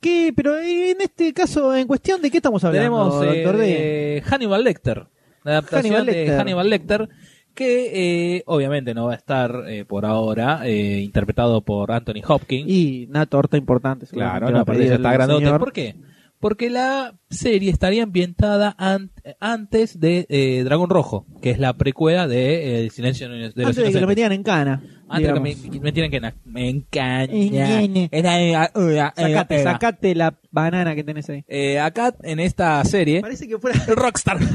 Speaker 1: ¿Qué? Pero en este caso, en cuestión de qué estamos hablando,
Speaker 2: Tenemos eh,
Speaker 1: doctor D?
Speaker 2: eh, Hannibal Lecter, la adaptación
Speaker 1: Hannibal
Speaker 2: de
Speaker 1: Lecter.
Speaker 2: Hannibal Lecter, que eh, obviamente no va a estar eh, por ahora eh, interpretado por Anthony Hopkins.
Speaker 1: Y una torta importante.
Speaker 2: Claro,
Speaker 1: seguramente va
Speaker 2: no,
Speaker 1: a
Speaker 2: aparte
Speaker 1: pedir
Speaker 2: ya está
Speaker 1: el
Speaker 2: grandote.
Speaker 1: señor.
Speaker 2: ¿Por qué? Porque la serie estaría ambientada an- antes de eh, Dragón Rojo, que es la precuela de eh, El Silencio de los
Speaker 1: Antes de que
Speaker 2: Inocentes.
Speaker 1: lo metieran en cana.
Speaker 2: Antes de que
Speaker 1: digamos.
Speaker 2: me, me tienen que na- me encaña. eh,
Speaker 1: Engañe.
Speaker 2: Era- era-
Speaker 1: Sacate,
Speaker 2: era.
Speaker 1: Eh, sacate la banana que tenés ahí.
Speaker 2: Eh, acá en esta serie,
Speaker 1: Parece que fuera
Speaker 2: Rockstar. Are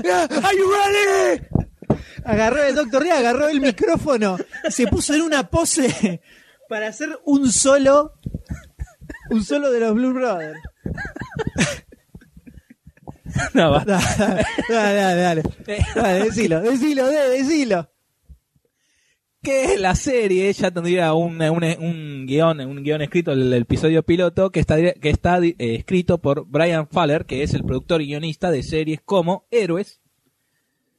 Speaker 2: you ready?
Speaker 1: Agarró el doctor D, agarró el micrófono, se puso en una pose para hacer un solo, un solo de los Blue Brothers.
Speaker 2: No, basta.
Speaker 1: Dale, dale, dale. Dale, decilo, decilo, D, decilo.
Speaker 2: que la serie ya tendría un, un, un guión un guión escrito el, el episodio piloto que está que está eh, escrito por Brian Faller que es el productor y guionista de series como Héroes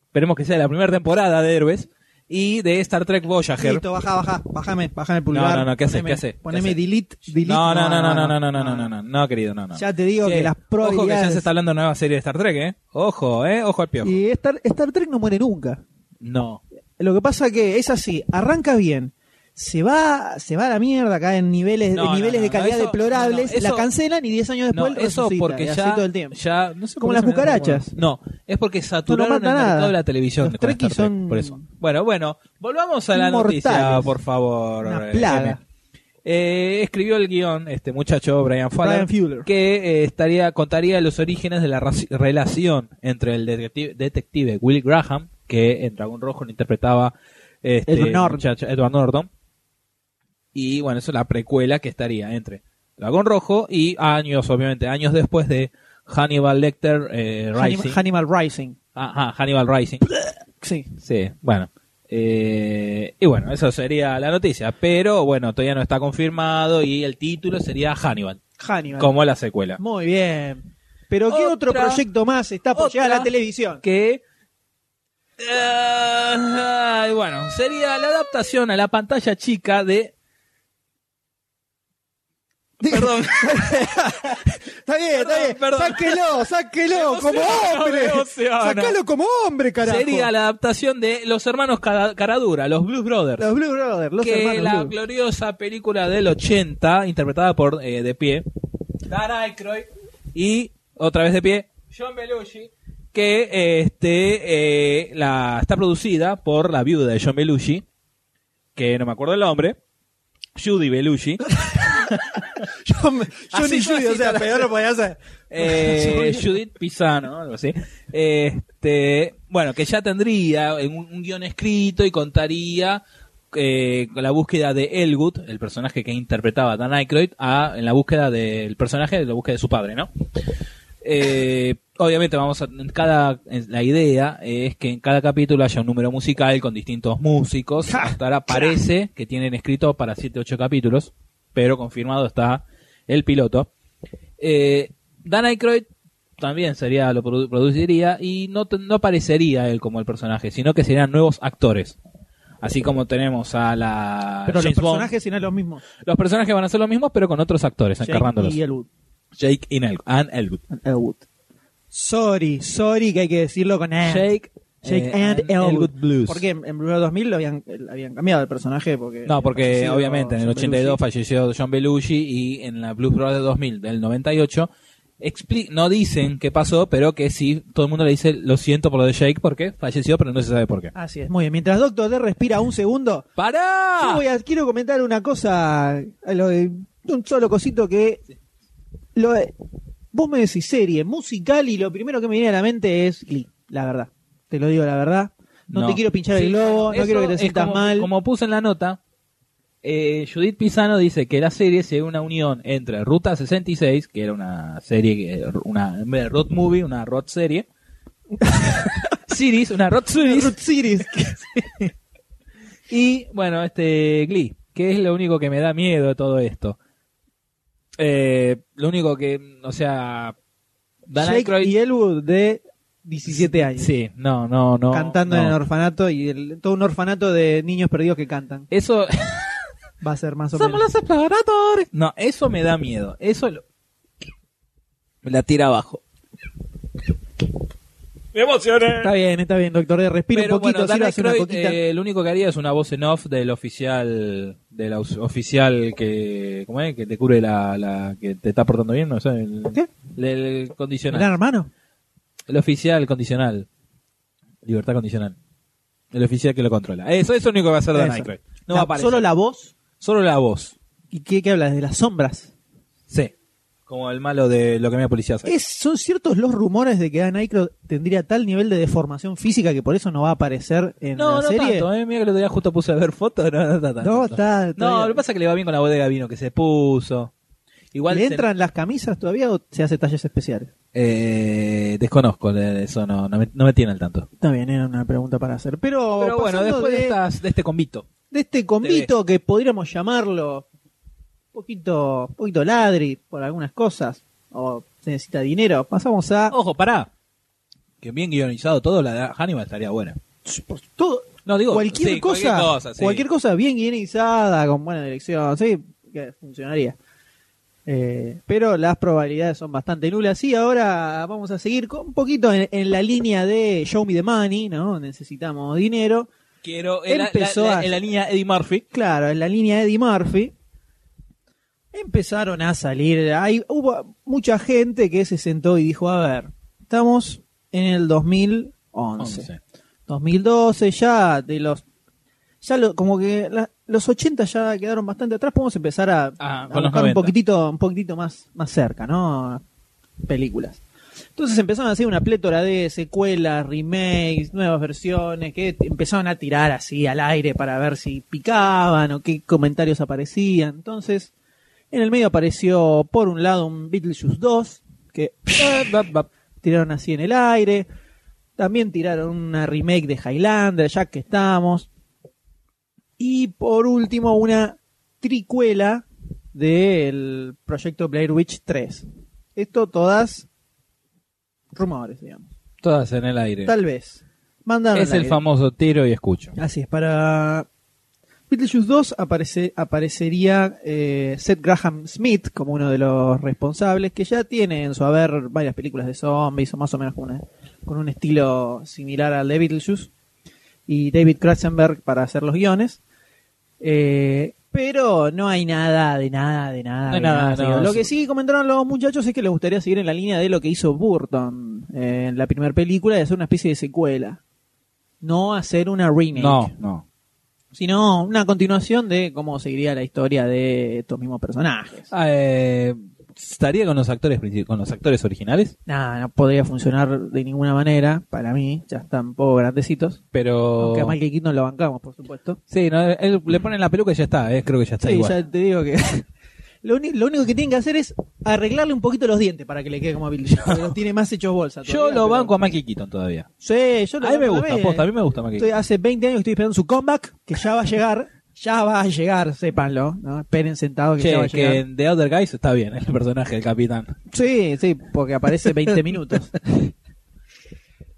Speaker 2: esperemos que sea la primera temporada de Héroes y de Star Trek Voyager
Speaker 1: Listo, baja, baja, bájame, bájame el pulgar.
Speaker 2: No, no, no, ¿qué hace?
Speaker 1: Poneme-
Speaker 2: ¿Qué hace? ¿Qué
Speaker 1: Poneme
Speaker 2: hace?
Speaker 1: delete, delete.
Speaker 2: no, no, no, no, no, no, no, no, no, no, no, querido, no, no.
Speaker 1: Ya te digo que las
Speaker 2: Ojo que ya
Speaker 1: probabilidades-
Speaker 2: se está hablando de nueva serie de Star Trek, ¿eh? Ojo, ¿eh? Ojo al piojo.
Speaker 1: Y Star, Star Trek no muere nunca.
Speaker 2: No.
Speaker 1: Lo que pasa que es así, arranca bien, se va, se va a la mierda acá en niveles,
Speaker 2: No, no,
Speaker 1: en niveles
Speaker 2: no,
Speaker 1: de calidad
Speaker 2: no, eso-
Speaker 1: deplorables,
Speaker 2: no, no,
Speaker 1: la
Speaker 2: eso-
Speaker 1: cancelan y 10 años después
Speaker 2: no,
Speaker 1: resucita,
Speaker 2: eso porque
Speaker 1: y así
Speaker 2: ya,
Speaker 1: todo el tiempo.
Speaker 2: ya no sé por
Speaker 1: Como
Speaker 2: qué
Speaker 1: las
Speaker 2: se me dan
Speaker 1: cucarachas.
Speaker 2: como- No, es porque
Speaker 1: No
Speaker 2: saturaron
Speaker 1: mata
Speaker 2: el mercado
Speaker 1: nada.
Speaker 2: de la televisión.
Speaker 1: Los
Speaker 2: con Star
Speaker 1: Trekkies
Speaker 2: Trek,
Speaker 1: son
Speaker 2: por eso. Bueno, bueno, volvamos a la
Speaker 1: inmortales.
Speaker 2: noticia, por favor.
Speaker 1: Una
Speaker 2: eh,
Speaker 1: plaga.
Speaker 2: Emi. Eh, escribió el guión este muchacho Brian Fowler
Speaker 1: Brian Fuller.
Speaker 2: que eh, estaría contaría los orígenes de la raci- relación entre el detective, detective Will Graham que en Dragón Rojo lo interpretaba este,
Speaker 1: Edward Norton.
Speaker 2: muchacho, Edward Norton y bueno eso es la precuela que estaría entre Dragón Rojo y años obviamente años después de Hannibal Lecter eh,
Speaker 1: Hannibal
Speaker 2: Rising
Speaker 1: Hannibal Rising.
Speaker 2: Ajá, Hannibal Rising
Speaker 1: Sí.
Speaker 2: Sí, bueno. Eh, y bueno, eso sería la noticia. Pero bueno, todavía no está confirmado y el título sería Hannibal,
Speaker 1: Hannibal.
Speaker 2: como la secuela.
Speaker 1: Muy bien. Pero ¿qué otro
Speaker 2: Otra-
Speaker 1: proyecto más está por llegar a la
Speaker 2: otra-
Speaker 1: televisión?
Speaker 2: Que. Ah, y bueno, sería la adaptación a la pantalla chica de. Perdón,
Speaker 1: Está bien, está
Speaker 2: Perdón,
Speaker 1: bien.
Speaker 2: perdón.
Speaker 1: Sáquelo, sáquelo
Speaker 2: Me
Speaker 1: como
Speaker 2: emociona,
Speaker 1: hombre.
Speaker 2: me emociona.
Speaker 1: Sácalo como hombre, carajo.
Speaker 2: sería la adaptación de Los Hermanos Cara- Caradura, los Blues Brothers.
Speaker 1: Los Blue Brothers, los
Speaker 2: que
Speaker 1: hermanos
Speaker 2: la
Speaker 1: Blue.
Speaker 2: gloriosa película del 80, interpretada por eh, De Pie, Dan Aykroyd, y otra vez De Pie, John Belushi, que eh, este, eh, la, está producida por la viuda de John Belushi, que no me acuerdo el nombre, Judy Belushi.
Speaker 1: Yo, me- yo
Speaker 2: Así
Speaker 1: ni
Speaker 2: yo,
Speaker 1: Judy, o
Speaker 2: así
Speaker 1: sea,
Speaker 2: tal-
Speaker 1: peor lo podía hacer.
Speaker 2: Eh,
Speaker 1: Soy-
Speaker 2: Judith Pisano, algo así. Este, bueno, que ya tendría un, un guión escrito y contaría eh, con la búsqueda de Elwood, el personaje que interpretaba Dan Aykroyd, a, en la búsqueda del personaje, de la búsqueda de su padre, ¿no? Eh, obviamente vamos a en cada en- la idea es que en cada capítulo haya un número musical con distintos músicos.
Speaker 1: Ja,
Speaker 2: Hasta ahora parece que tienen escrito para 7 8 capítulos, pero confirmado está el piloto. Eh, Dan Aykroyd también sería lo produ- produciría y no te- no aparecería él como el personaje, sino que serían nuevos actores. Así como tenemos a la
Speaker 1: Pero los
Speaker 2: James Bond.
Speaker 1: Ah, personajes si no es lo mismo.
Speaker 2: los personajes van a ser los mismos, pero con otros actores
Speaker 1: Jake
Speaker 2: encarnándolos.
Speaker 1: y Elwood.
Speaker 2: Jake y Nel- and Elwood.
Speaker 1: Sorry, sorry que hay que decirlo con and.
Speaker 2: Jake,
Speaker 1: Jake
Speaker 2: eh,
Speaker 1: and, Elwood.
Speaker 2: Blues.
Speaker 1: Porque en, en Blue 2000 lo habían, lo habían cambiado el personaje. Porque
Speaker 2: No, porque
Speaker 1: había
Speaker 2: obviamente en el
Speaker 1: fallecido
Speaker 2: 82
Speaker 1: John
Speaker 2: falleció John Belushi y en la Blues Brothers 2000 del 98 expli- no dicen qué pasó, pero que sí, todo el mundo le dice lo siento por lo de Jake porque falleció, pero no se sabe por qué.
Speaker 1: Belushi. Así es, muy bien. Mientras Doctor D respira un segundo, yo
Speaker 2: ¡Para!
Speaker 1: voy a- quiero comentar una cosa, a lo de- un solo cosito que... Lo, de- vos me decís serie, musical, y lo primero que me viene a la mente es Glee, la verdad. Te lo digo la verdad. No, te quiero pinchar el globo, no quiero que te sientas
Speaker 2: como,
Speaker 1: mal.
Speaker 2: Como puse en la nota, eh, Judith Pisano dice que la serie sería una unión entre Ruta 66, que era una serie, que- una en vez de road movie, una road serie, series, una road series,
Speaker 1: Root Series.
Speaker 2: y bueno, este Glee, que es lo único que me da miedo de todo esto. Eh, lo único que, o sea, Dan
Speaker 1: Jake
Speaker 2: Aykroyd-
Speaker 1: y Elwood de 17 años.
Speaker 2: sí, no, no, no,
Speaker 1: cantando en
Speaker 2: no.
Speaker 1: el orfanato y el- todo un orfanato de niños perdidos que cantan.
Speaker 2: Eso
Speaker 1: Va a ser más o
Speaker 2: Somos
Speaker 1: menos.
Speaker 2: los exploradores. No, eso me da miedo. Eso lo... me la tira abajo.
Speaker 1: Está bien, está bien, doctor D. Respira
Speaker 2: Pero
Speaker 1: un poquito,
Speaker 2: bueno, Dan
Speaker 1: sírvase una
Speaker 2: Aykroyd,
Speaker 1: coquita.
Speaker 2: eh, lo único que haría es una voz en off del oficial, del aus- oficial que, ¿cómo es? Que te cure la, la que te está portando bien, no sé, el,
Speaker 1: ¿Qué?
Speaker 2: el- el condicional,
Speaker 1: Gran hermano.
Speaker 2: el oficial condicional, libertad condicional, el oficial que lo controla. Eso, eso es lo único que va a hacer Dan
Speaker 1: Eso.
Speaker 2: Aykroyd. No
Speaker 1: La-
Speaker 2: va a aparecer.
Speaker 1: Solo la voz.
Speaker 2: Solo la voz.
Speaker 1: ¿Y qué, qué hablas? De las sombras.
Speaker 2: Sí. Como el malo de lo que me da policía hace.
Speaker 1: Es, son ciertos los rumores de que Dan Aykroyd tendría tal nivel de deformación física que por eso no va a aparecer en
Speaker 2: No,
Speaker 1: la
Speaker 2: no
Speaker 1: serie.
Speaker 2: tanto, eh. Mira que el otro día justo puse a ver fotos. No, no está tanto.
Speaker 1: No, está- está
Speaker 2: No,
Speaker 1: bien.
Speaker 2: lo que pasa es que le va bien con la bodega de vino que se puso. Igual.
Speaker 1: ¿Le
Speaker 2: se-
Speaker 1: entran las camisas todavía o se hace talles especiales?
Speaker 2: Eh, desconozco, le- eso no, no, me, no me tiene al tanto.
Speaker 1: Está bien, era una pregunta para hacer. Pero,
Speaker 2: Pero bueno,
Speaker 1: pasando
Speaker 2: después de,
Speaker 1: de-
Speaker 2: estas- de este convito.
Speaker 1: de este convito que podríamos llamarlo un poquito, un poquito ladri por algunas cosas, o se necesita dinero, pasamos a
Speaker 2: Ojo, pará. Que bien guionizado todo, la de Hannibal estaría buena.
Speaker 1: por todo,
Speaker 2: No, digo,
Speaker 1: cualquier
Speaker 2: sí,
Speaker 1: cosa,
Speaker 2: Cualquier
Speaker 1: cualquier
Speaker 2: cosa,
Speaker 1: cosa,
Speaker 2: sí.
Speaker 1: bien guionizada, con buena dirección, sí, que funcionaría. Eh, pero las probabilidades son bastante nulas. Y ahora vamos a seguir con un poquito en, en la línea de Show Me the Money, ¿no? Necesitamos dinero.
Speaker 2: Quiero. En la,
Speaker 1: Empezó
Speaker 2: la- la-
Speaker 1: a-
Speaker 2: en la línea Eddie Murphy.
Speaker 1: Claro, en la línea de Eddie Murphy empezaron a salir. Hay, hubo mucha gente que se sentó y dijo, a ver, estamos en el 2011.
Speaker 2: Once.
Speaker 1: 2012 ya de los... Ya lo- como que la- los 80 ya quedaron bastante atrás, podemos empezar a,
Speaker 2: Ajá,
Speaker 1: a
Speaker 2: Ah, con los
Speaker 1: buscar
Speaker 2: 90.
Speaker 1: un poquitito, un poquitito más, más cerca, ¿no? Películas. Entonces empezaron a hacer una plétora de secuelas, remakes, nuevas versiones, que empezaron a tirar así al aire para ver si picaban o qué comentarios aparecían. Entonces, en el medio apareció, por un lado, un Beetlejuice 2, que
Speaker 2: Eh, bap, bap.
Speaker 1: tiraron así en el aire. También tiraron una remake de Highlander, ya que estamos. Y por último, una tricuela del proyecto Blair Witch 3. Esto todas rumores, digamos.
Speaker 2: Todas en el aire.
Speaker 1: Tal vez. Mandaron
Speaker 2: es
Speaker 1: al
Speaker 2: el
Speaker 1: aire.
Speaker 2: famoso tiro y escucho.
Speaker 1: Así es, para Beetlejuice 2 aparece, aparecería eh, Seth Graham Smith como uno de los responsables, que ya tiene en su haber varias películas de zombies, o más o menos con, una- con un estilo similar al de Beetlejuice, y David Kratzenberg para hacer los guiones. Eh, Pero no hay nada, de nada, de nada.
Speaker 2: No
Speaker 1: de
Speaker 2: hay nada,
Speaker 1: digo.
Speaker 2: no,
Speaker 1: lo
Speaker 2: sí.
Speaker 1: que sí comentaron los muchachos es que les gustaría seguir en la línea de lo que hizo Burton eh, en la primera película y hacer una especie de secuela. No hacer una remake.
Speaker 2: No, no.
Speaker 1: Sino una continuación de cómo seguiría la historia de estos mismos personajes.
Speaker 2: Ah, eh, ¿Estaría con los actores princip- con los actores originales?
Speaker 1: Nada, no podría funcionar de ninguna manera para mí. Ya están un poco grandecitos.
Speaker 2: Pero.
Speaker 1: Aunque a Michael Keaton lo bancamos, por supuesto.
Speaker 2: Sí, no, él- le ponen la peluca y ya está, eh, creo que ya está
Speaker 1: Sí,
Speaker 2: igual.
Speaker 1: ya te digo que. Lo, uni- lo único que tienen que hacer es arreglarle un poquito los dientes para que le quede como a Bill Joe. Los tiene más hechos bolsa.
Speaker 2: Yo
Speaker 1: todavía,
Speaker 2: lo
Speaker 1: pero-
Speaker 2: banco a Michael Keaton todavía.
Speaker 1: Sí, yo lo
Speaker 2: A mí me
Speaker 1: banco
Speaker 2: gusta,
Speaker 1: también.
Speaker 2: posta, a mí me gusta Michael
Speaker 1: Estoy-
Speaker 2: Keaton.
Speaker 1: hace 20 años que estoy esperando su comeback, que ya va a llegar. Ya va a llegar, sépanlo. ¿no? Esperen sentados que ya va a
Speaker 2: Che,
Speaker 1: llegar.
Speaker 2: que en The Other Guys está bien el personaje del capitán.
Speaker 1: Sí, sí, porque aparece 20 minutos.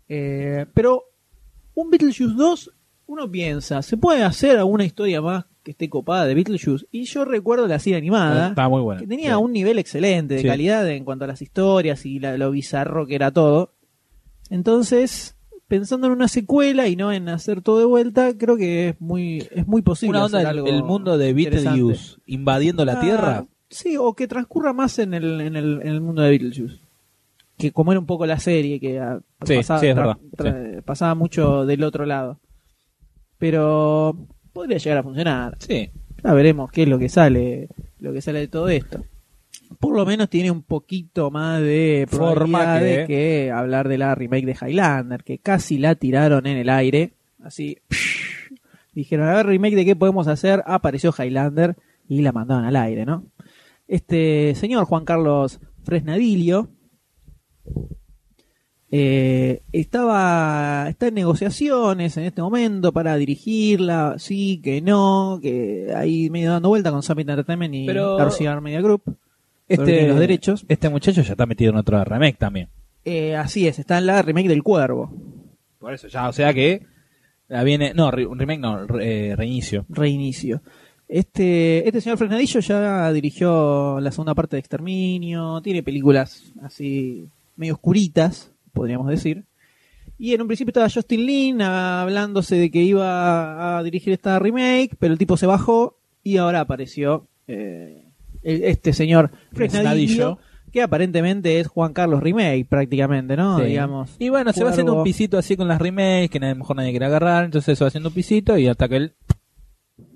Speaker 1: Eh, pero un Beetlejuice 2, uno piensa, ¿se puede hacer alguna historia más que esté copada de Beetlejuice? Y yo recuerdo la serie animada.
Speaker 2: Ah, Está muy bueno.
Speaker 1: Ah, que tenía
Speaker 2: Sí.
Speaker 1: un nivel excelente de
Speaker 2: Sí.
Speaker 1: calidad en cuanto a las historias y la- lo bizarro que era todo. Entonces, pensando en una secuela y no en hacer todo de vuelta, creo que es muy, es muy posible.
Speaker 2: una onda
Speaker 1: hacer
Speaker 2: del-
Speaker 1: algo
Speaker 2: el mundo de
Speaker 1: interesante.
Speaker 2: Beetlejuice invadiendo la
Speaker 1: Ah,
Speaker 2: Tierra.
Speaker 1: Sí, o que transcurra más en el, en el, en el mundo de Beetlejuice. Que como era un poco la serie, que ah,
Speaker 2: Sí,
Speaker 1: pasaba,
Speaker 2: sí, es verdad,
Speaker 1: pasaba mucho del otro lado. Pero podría llegar a funcionar.
Speaker 2: Sí.
Speaker 1: Ya veremos qué es lo que sale, lo que sale de todo esto. Por lo menos tiene un poquito más de
Speaker 2: Forma
Speaker 1: forma
Speaker 2: que-
Speaker 1: que... hablar de la remake de Highlander, que casi la tiraron en el aire, así. Dijeron, a ver, remake de qué podemos hacer. Apareció Highlander y la mandaron al aire, ¿no? Este señor Juan Carlos Fresnadillo eh, estaba está en negociaciones en este momento para dirigirla, sí, que no, que ahí medio dando vuelta con Summit Entertainment y
Speaker 2: Pero-
Speaker 1: Tarsier Media Group. Sobre los derechos.
Speaker 2: Este muchacho ya está metido en otro remake también.
Speaker 1: Eh, así es, está en la remake del Cuervo,
Speaker 2: Por eso, ya, o sea que. la viene. No, re- un remake no, re- eh, reinicio.
Speaker 1: reinicio. Este, este señor Fresnadillo ya dirigió la segunda parte de Exterminio, tiene películas así medio oscuritas, podríamos decir. Y en un principio estaba Justin Lin ah, hablándose de que iba a dirigir esta remake, pero el tipo se bajó y ahora apareció eh, el- este señor
Speaker 2: Fresnadillo.
Speaker 1: Fresnadillo, que aparentemente es Juan Carlos Remake prácticamente, ¿no?
Speaker 2: Sí.
Speaker 1: Digamos.
Speaker 2: Y bueno, se va haciendo un
Speaker 1: Cuervo.
Speaker 2: pisito así con las remakes, que a lo mejor nadie quiere agarrar, entonces se va haciendo un pisito y hasta que él...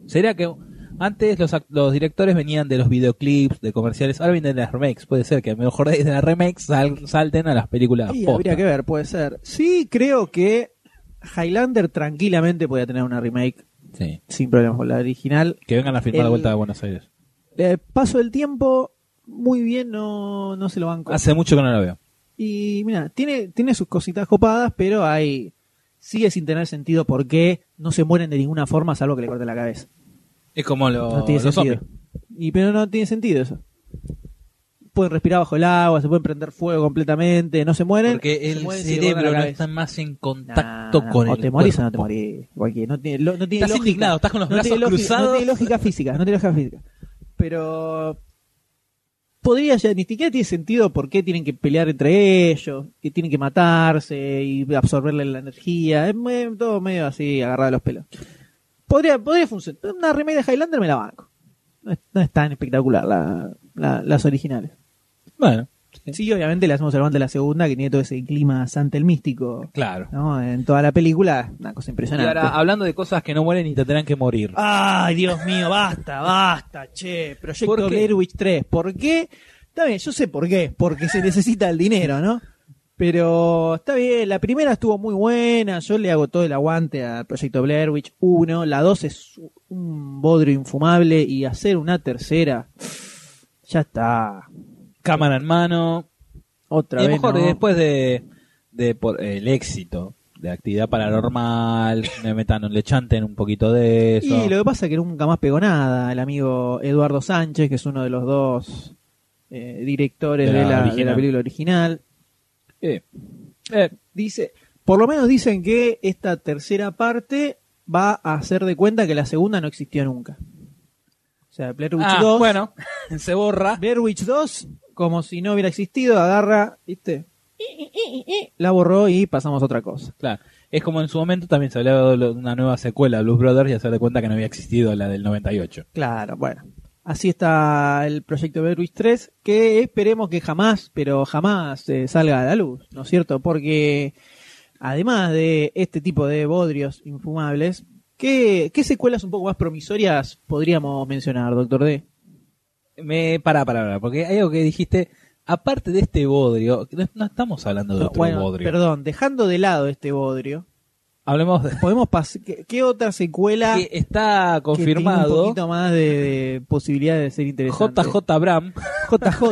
Speaker 2: Sería que antes los, act- los directores venían de los videoclips, de comerciales, ahora vienen de las remakes, puede ser que a lo mejor desde las remakes sal- salten a las películas.
Speaker 1: Y
Speaker 2: posta.
Speaker 1: habría que ver, puede ser. Sí, creo que Highlander tranquilamente podría tener una remake
Speaker 2: Sí.
Speaker 1: sin problemas con la original.
Speaker 2: Que vengan a firmar la
Speaker 1: El-
Speaker 2: vuelta de Buenos Aires.
Speaker 1: Eh, paso del tiempo, muy bien, no, no se lo banco.
Speaker 2: Hace mucho que no la veo.
Speaker 1: Y mira, tiene, tiene sus cositas copadas, pero hay sigue sin tener sentido por qué no se mueren de ninguna forma salvo que le corten la cabeza.
Speaker 2: Es como lo-
Speaker 1: No tiene
Speaker 2: los
Speaker 1: sentido.
Speaker 2: zombies.
Speaker 1: Y pero no tiene sentido eso. Pueden respirar bajo el agua, se pueden prender fuego completamente, no se mueren. se
Speaker 2: Porque el
Speaker 1: mueren si le cortan la
Speaker 2: cerebro no
Speaker 1: cabeza.
Speaker 2: está más en
Speaker 1: Nah,
Speaker 2: contacto
Speaker 1: nah,
Speaker 2: con
Speaker 1: o
Speaker 2: el
Speaker 1: te morís o no te
Speaker 2: cuerpo.
Speaker 1: morís. cualquiera. No tiene, lo- no tiene
Speaker 2: Estás
Speaker 1: lógica.
Speaker 2: indignado, estás con los
Speaker 1: No
Speaker 2: brazos
Speaker 1: tiene lógica-
Speaker 2: cruzados.
Speaker 1: No tiene lógica física, no tiene lógica física. Pero podría ya, ni siquiera tiene sentido por qué tienen que pelear entre ellos, que tienen que matarse y absorberle la energía. Es me- todo medio así, agarrado de los pelos. Podría, podría funcionar. Una remake de Highlander me la banco. No es, no es tan espectacular la- la- las originales.
Speaker 2: Bueno,
Speaker 1: Sí, obviamente le hacemos el de la segunda, que tiene todo ese clima santelmístico.
Speaker 2: claro.
Speaker 1: ¿no? En toda la película, una cosa
Speaker 2: Y
Speaker 1: impresionante. Ah.
Speaker 2: ahora, hablando de cosas que no mueren y te tendrán que morir.
Speaker 1: Ay, Dios mío, basta, basta, che. Proyecto
Speaker 2: ¿Por qué?
Speaker 1: Blair Witch 3. ¿Por qué? Está bien, yo sé por qué. Porque se necesita el dinero, ¿no? Pero está bien, la primera estuvo muy buena. Yo le hago todo el aguante al proyecto Blair Witch 1. La 2 es un bodrio infumable. Y hacer una tercera, ya está.
Speaker 2: cámara en mano.
Speaker 1: Otra
Speaker 2: y a lo
Speaker 1: vez.
Speaker 2: mejor
Speaker 1: no.
Speaker 2: después de, de por- el éxito de actividad paranormal, me metan, un- le chanten un poquito de eso.
Speaker 1: Y lo que pasa es que nunca más pegó nada el amigo Eduardo Sánchez, que es uno de los dos eh, directores
Speaker 2: De
Speaker 1: de
Speaker 2: la
Speaker 1: la, de la
Speaker 2: original.
Speaker 1: película original.
Speaker 2: Eh, eh,
Speaker 1: Dice, por lo menos dicen que esta tercera parte va a hacer de cuenta que la segunda no existió nunca. O sea, Blair Witch
Speaker 2: ah,
Speaker 1: 2,
Speaker 2: bueno, se borra.
Speaker 1: Blair Witch 2, como si no hubiera existido, agarra, ¿viste? la borró y pasamos a otra cosa.
Speaker 2: Claro. Es como en su momento también se hablaba de lo- de una nueva secuela, Blues Brothers, y hacer de cuenta que no había existido la del 98.
Speaker 1: Claro, bueno. Así está el proyecto Berwitch 3, que esperemos que jamás, pero jamás eh, salga a la luz, ¿no es cierto? Porque además de este tipo de bodrios infumables, ¿qué, qué secuelas un poco más promisorias podríamos mencionar, doctor D?
Speaker 2: Me, pará, pará, pará, porque hay algo que dijiste, aparte de este bodrio, no, no estamos hablando de
Speaker 1: No,
Speaker 2: otro
Speaker 1: bueno,
Speaker 2: bodrio.
Speaker 1: perdón, dejando de lado este bodrio,
Speaker 2: Hablemos de
Speaker 1: podemos pas- ¿qué, qué otra secuela
Speaker 2: que está
Speaker 1: que tenga un
Speaker 2: confirmado
Speaker 1: poquito más de, de posibilidad de ser interesante?
Speaker 2: JJ Bram
Speaker 1: JJ,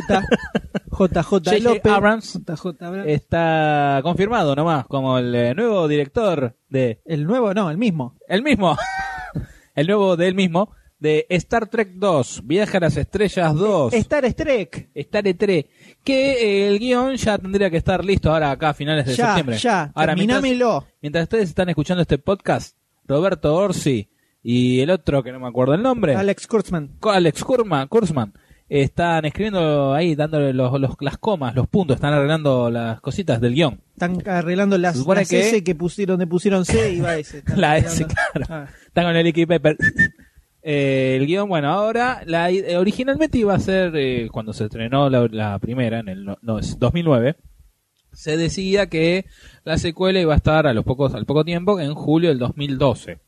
Speaker 1: JJ
Speaker 2: J.J.
Speaker 1: López,
Speaker 2: Abrams.
Speaker 1: JJ Abrams.
Speaker 2: está confirmado nomás como el eh, nuevo director de
Speaker 1: El nuevo, no, el mismo.
Speaker 2: el mismo el nuevo del mismo de Star Trek 2 Viaje a las Estrellas 2
Speaker 1: Star Trek.
Speaker 2: Star E 3 que eh, el guión ya tendría que estar listo ahora acá a finales de
Speaker 1: Ya,
Speaker 2: septiembre
Speaker 1: ya,
Speaker 2: ahora mientras,
Speaker 1: terminámelo.
Speaker 2: mientras ustedes están escuchando este podcast Roberto Orsi y el otro que no me acuerdo el nombre
Speaker 1: Alex Kurtzman.
Speaker 2: con Alex Kurma- Kurzman están escribiendo ahí, dándole los, los- las comas, los puntos, están arreglando las cositas del guión.
Speaker 1: Están arreglando las,
Speaker 2: Se supone
Speaker 1: las
Speaker 2: que-
Speaker 1: S que pusieron, donde pusieron C y va S. Están
Speaker 2: La S,
Speaker 1: arreglando.
Speaker 2: claro.
Speaker 1: Ah,
Speaker 2: Están con el liquid paper. Eh, el guión, bueno, ahora, la, eh, originalmente iba a ser, eh, cuando se estrenó la, la primera, en el no- no, es 2009, se decía que la secuela iba a estar a los pocos, al poco tiempo, en julio del 2012.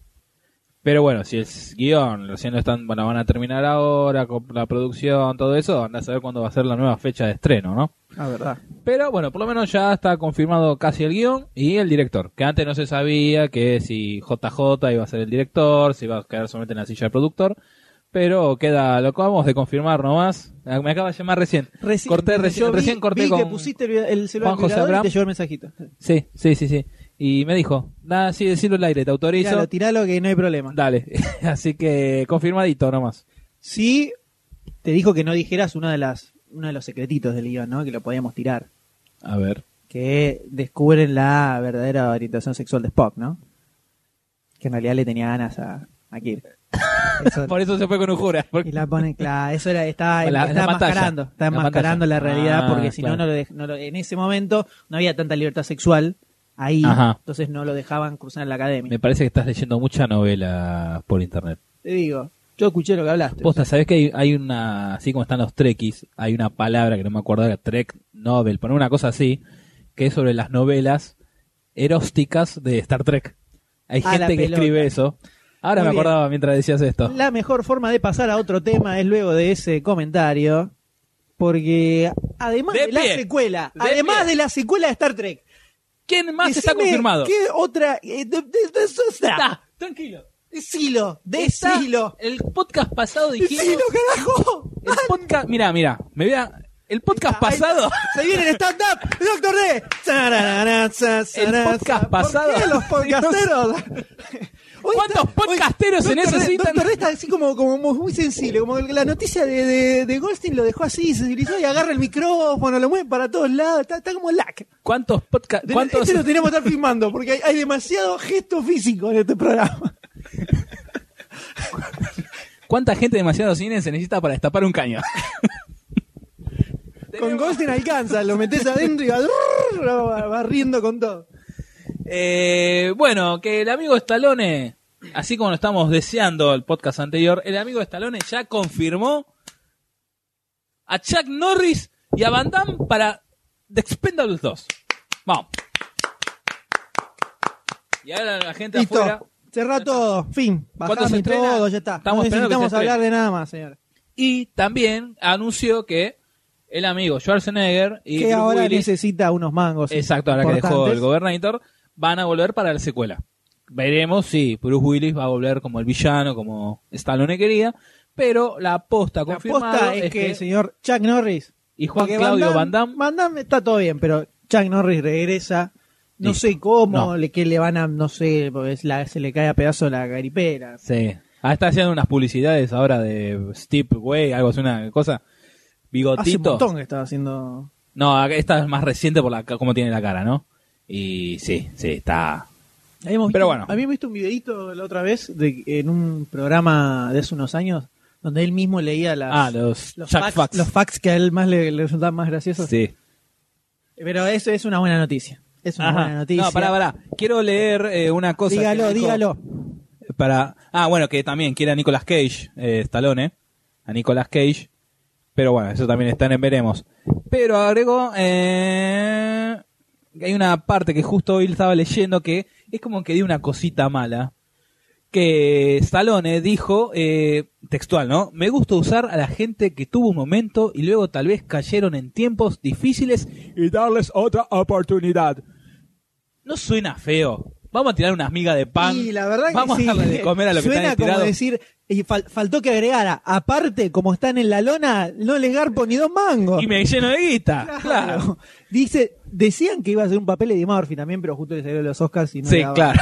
Speaker 2: Pero bueno, si el guión recién lo están, bueno, van a terminar ahora con la producción, todo eso, van a saber cuándo va a ser la nueva fecha de estreno, ¿no?
Speaker 1: ah, verdad.
Speaker 2: Pero bueno, por lo menos ya está confirmado casi el guión y el director. Que antes no se sabía que si JJ iba a ser el director, si iba a quedar solamente en la silla de productor. Pero queda, lo acabamos de confirmar nomás. Ah, Me acaba de llamar recién.
Speaker 1: Recién-
Speaker 2: corté, recién,
Speaker 1: yo vi-
Speaker 2: recién corté
Speaker 1: vi
Speaker 2: con...
Speaker 1: que pusiste el, el celular
Speaker 2: Juan José
Speaker 1: vibrador y
Speaker 2: Abraham.
Speaker 1: te llegó el mensajito.
Speaker 2: Sí, sí, sí, sí. Y me dijo, nada, sí, decirlo al aire, te autorizo.
Speaker 1: Tiralo, tiralo que no hay problema.
Speaker 2: Dale. Así que confirmadito nomás.
Speaker 1: Sí, te dijo que no dijeras una de las, uno de los secretitos del guión, ¿no? Que lo podíamos tirar.
Speaker 2: A ver.
Speaker 1: que descubren la verdadera orientación sexual de Spock, ¿no? Que en realidad le tenía ganas a, a Kirk. Eso-
Speaker 2: Por eso se fue con Ujura. porque-
Speaker 1: y la ponen, claro, eso era, estaba,
Speaker 2: La- la
Speaker 1: estaba
Speaker 2: pantalla.
Speaker 1: enmascarando, estaba
Speaker 2: La
Speaker 1: enmascarando la
Speaker 2: pantalla.
Speaker 1: realidad,
Speaker 2: Ah,
Speaker 1: porque si no,
Speaker 2: claro.
Speaker 1: no, lo dej- no lo- en ese momento no había tanta libertad sexual ahí,
Speaker 2: Ajá.
Speaker 1: entonces no lo dejaban cruzar en la academia.
Speaker 2: Me parece que estás leyendo mucha novela por internet.
Speaker 1: Te digo, yo escuché lo que hablaste.
Speaker 2: Posta, ¿sabés que hay, hay una, así como están los trekkies, hay una palabra que no me acuerdo, era trek novel, poner una cosa así, que es sobre las novelas erósticas de Star Trek. Hay
Speaker 1: A la
Speaker 2: gente que
Speaker 1: pelota.
Speaker 2: escribe eso. Ahora
Speaker 1: Muy
Speaker 2: me
Speaker 1: bien.
Speaker 2: acordaba mientras decías esto.
Speaker 1: La mejor forma de pasar a otro tema es luego de ese comentario, porque además de,
Speaker 2: De
Speaker 1: la
Speaker 2: pie.
Speaker 1: secuela,
Speaker 2: De
Speaker 1: además
Speaker 2: pie.
Speaker 1: de la secuela de Star Trek,
Speaker 2: ¿Quién más está
Speaker 1: Decime
Speaker 2: confirmado?
Speaker 1: ¿Qué otra? eh, de- de- de- de-
Speaker 2: Está, tranquilo.
Speaker 1: Decilo,
Speaker 2: Está-
Speaker 1: decilo.
Speaker 2: El podcast pasado dijimos.
Speaker 1: Decilo, carajo.
Speaker 2: El podcast, mira, mira, me voy a- el podcast
Speaker 1: Ahí-
Speaker 2: pasado.
Speaker 1: Se viene el stand-up, Doctor D. Sararara, sa,
Speaker 2: El
Speaker 1: sarara,
Speaker 2: podcast
Speaker 1: sa.
Speaker 2: pasado.
Speaker 1: ¿Por qué los podcasteros? Hoy
Speaker 2: ¿Cuántos
Speaker 1: está-
Speaker 2: podcasteros se
Speaker 1: Doctor D-
Speaker 2: necesitan?
Speaker 1: Doctor D está así como, como muy, muy sensible. Como que la noticia de, de, de Goldstein lo dejó así, se deslizó y agarra el micrófono, lo mueve para todos lados. Está, está como lac.
Speaker 2: ¿Cuántos podcasts?
Speaker 1: De-
Speaker 2: ¿Cuántos?
Speaker 1: Este lo tenemos que estar filmando porque hay, hay demasiado gesto físico en este programa.
Speaker 2: ¿Cuánta gente de demasiado cine se necesita para destapar un caño?
Speaker 1: Con Goldstein alcanza, lo metes adentro y va, va- va riendo con todo.
Speaker 2: Eh, bueno, que el amigo Stallone, así como lo estamos deseando el podcast anterior, el amigo Stallone ya confirmó a Chuck Norris y a Van Damme para The Expendables 2. Vamos. Y ahora la gente
Speaker 1: Listo.
Speaker 2: afuera.
Speaker 1: Cerrá todo. Fin.
Speaker 2: ¿Cuándo se
Speaker 1: Bajame
Speaker 2: estrena?
Speaker 1: todo, ya está.
Speaker 2: Estamos
Speaker 1: no
Speaker 2: esperando que
Speaker 1: necesitamos
Speaker 2: se estrene.
Speaker 1: hablar de nada más, señor.
Speaker 2: Y también anunció que el amigo Schwarzenegger y
Speaker 1: Que
Speaker 2: Bruce
Speaker 1: ahora
Speaker 2: Willis-
Speaker 1: necesita unos mangos.
Speaker 2: Exacto, ahora que dejó
Speaker 1: importantes.
Speaker 2: el Gobernator, van a volver para la secuela. Veremos si Bruce Willis va a volver como el villano, como Stallone quería, pero la aposta
Speaker 1: La
Speaker 2: confirmada
Speaker 1: aposta es, que el señor Chuck Norris.
Speaker 2: y Juan
Speaker 1: porque
Speaker 2: Claudio Van Damme,
Speaker 1: Van Damme está todo bien, pero Chuck Norris regresa. No
Speaker 2: Listo.
Speaker 1: sé cómo,
Speaker 2: No.
Speaker 1: le, que le van a, no sé, porque es la- se le cae a pedazo la caripera.
Speaker 2: sí, ah, está haciendo unas publicidades ahora de Steve Way, algo así, una cosa,
Speaker 1: Hace un
Speaker 2: bigotito.
Speaker 1: montón que estaba haciendo.
Speaker 2: no, esta es más reciente por la ca- cómo tiene la cara, ¿no? Y sí, sí, está.
Speaker 1: Habíamos
Speaker 2: Pero
Speaker 1: visto-
Speaker 2: bueno.
Speaker 1: Habíamos visto un videito la otra vez de, en un programa de hace unos años donde él mismo leía las,
Speaker 2: Ah, los,
Speaker 1: los,
Speaker 2: Chuck
Speaker 1: facts,
Speaker 2: Facts.
Speaker 1: los facts que a él más le, le resultaban más graciosos.
Speaker 2: Sí.
Speaker 1: Pero eso es una buena noticia. Es una
Speaker 2: Ajá.
Speaker 1: buena noticia.
Speaker 2: No, pará, pará. Quiero leer eh, una cosa. que
Speaker 1: Dígalo,
Speaker 2: dijo-
Speaker 1: dígalo.
Speaker 2: Para... Ah, bueno, que también quiere a Nicolas Cage, eh, Stallone. A Nicolas Cage. Pero bueno, eso también está en Veremos. Pero agregó. Eh... que Hay una parte que justo hoy estaba leyendo que es como que dio una cosita mala. Que Stallone dijo, eh, textual, ¿no? Me gusta usar a la gente que tuvo un momento y luego tal vez cayeron en tiempos difíciles y darles otra oportunidad. No suena feo. Vamos a tirar unas migas de pan.
Speaker 1: Y la verdad que
Speaker 2: Vamos
Speaker 1: sí.
Speaker 2: a darle de comer a lo que
Speaker 1: Suena
Speaker 2: están
Speaker 1: como
Speaker 2: estirados.
Speaker 1: decir, y fal- faltó que agregara, aparte, como están en la lona, no les garpo ni dos mangos.
Speaker 2: Y me lleno de guita.
Speaker 1: Claro.
Speaker 2: Claro.
Speaker 1: Dice, decían que iba a ser un papel de Eddie Murphy también, pero justo le salió de los Oscars y no
Speaker 2: Sí,
Speaker 1: le daba,
Speaker 2: claro.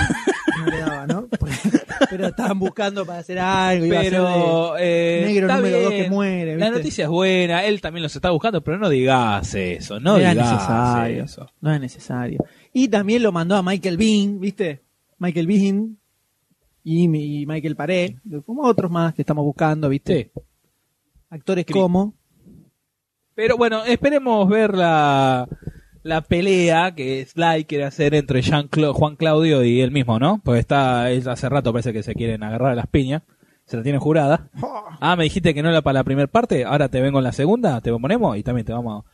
Speaker 1: No le daba, ¿no? Porque- pero estaban buscando para hacer algo, iba a ser de-
Speaker 2: Pero. eh,
Speaker 1: negro
Speaker 2: está
Speaker 1: número dos
Speaker 2: bien.
Speaker 1: que muere,
Speaker 2: La
Speaker 1: ¿viste?
Speaker 2: noticia es buena. Él también los está buscando, pero no digas eso. No,
Speaker 1: no era
Speaker 2: digas
Speaker 1: necesario.
Speaker 2: eso.
Speaker 1: No era necesario. Y también lo mandó a Michael Bean, ¿viste? Michael Bean y, mi- y Michael Paré, como otros más que estamos buscando, ¿viste?
Speaker 2: Sí.
Speaker 1: Actores
Speaker 2: Cri-
Speaker 1: como.
Speaker 2: Pero bueno, esperemos ver la, la pelea que Sly quiere hacer entre Jean Cla- Juan Claudio y él mismo, ¿no? Porque está, él hace rato parece que se quieren agarrar a las piñas. Se la tienen jurada. Ah, me dijiste que no era para la primera parte. Ahora te vengo en la segunda, te ponemos y también te vamos.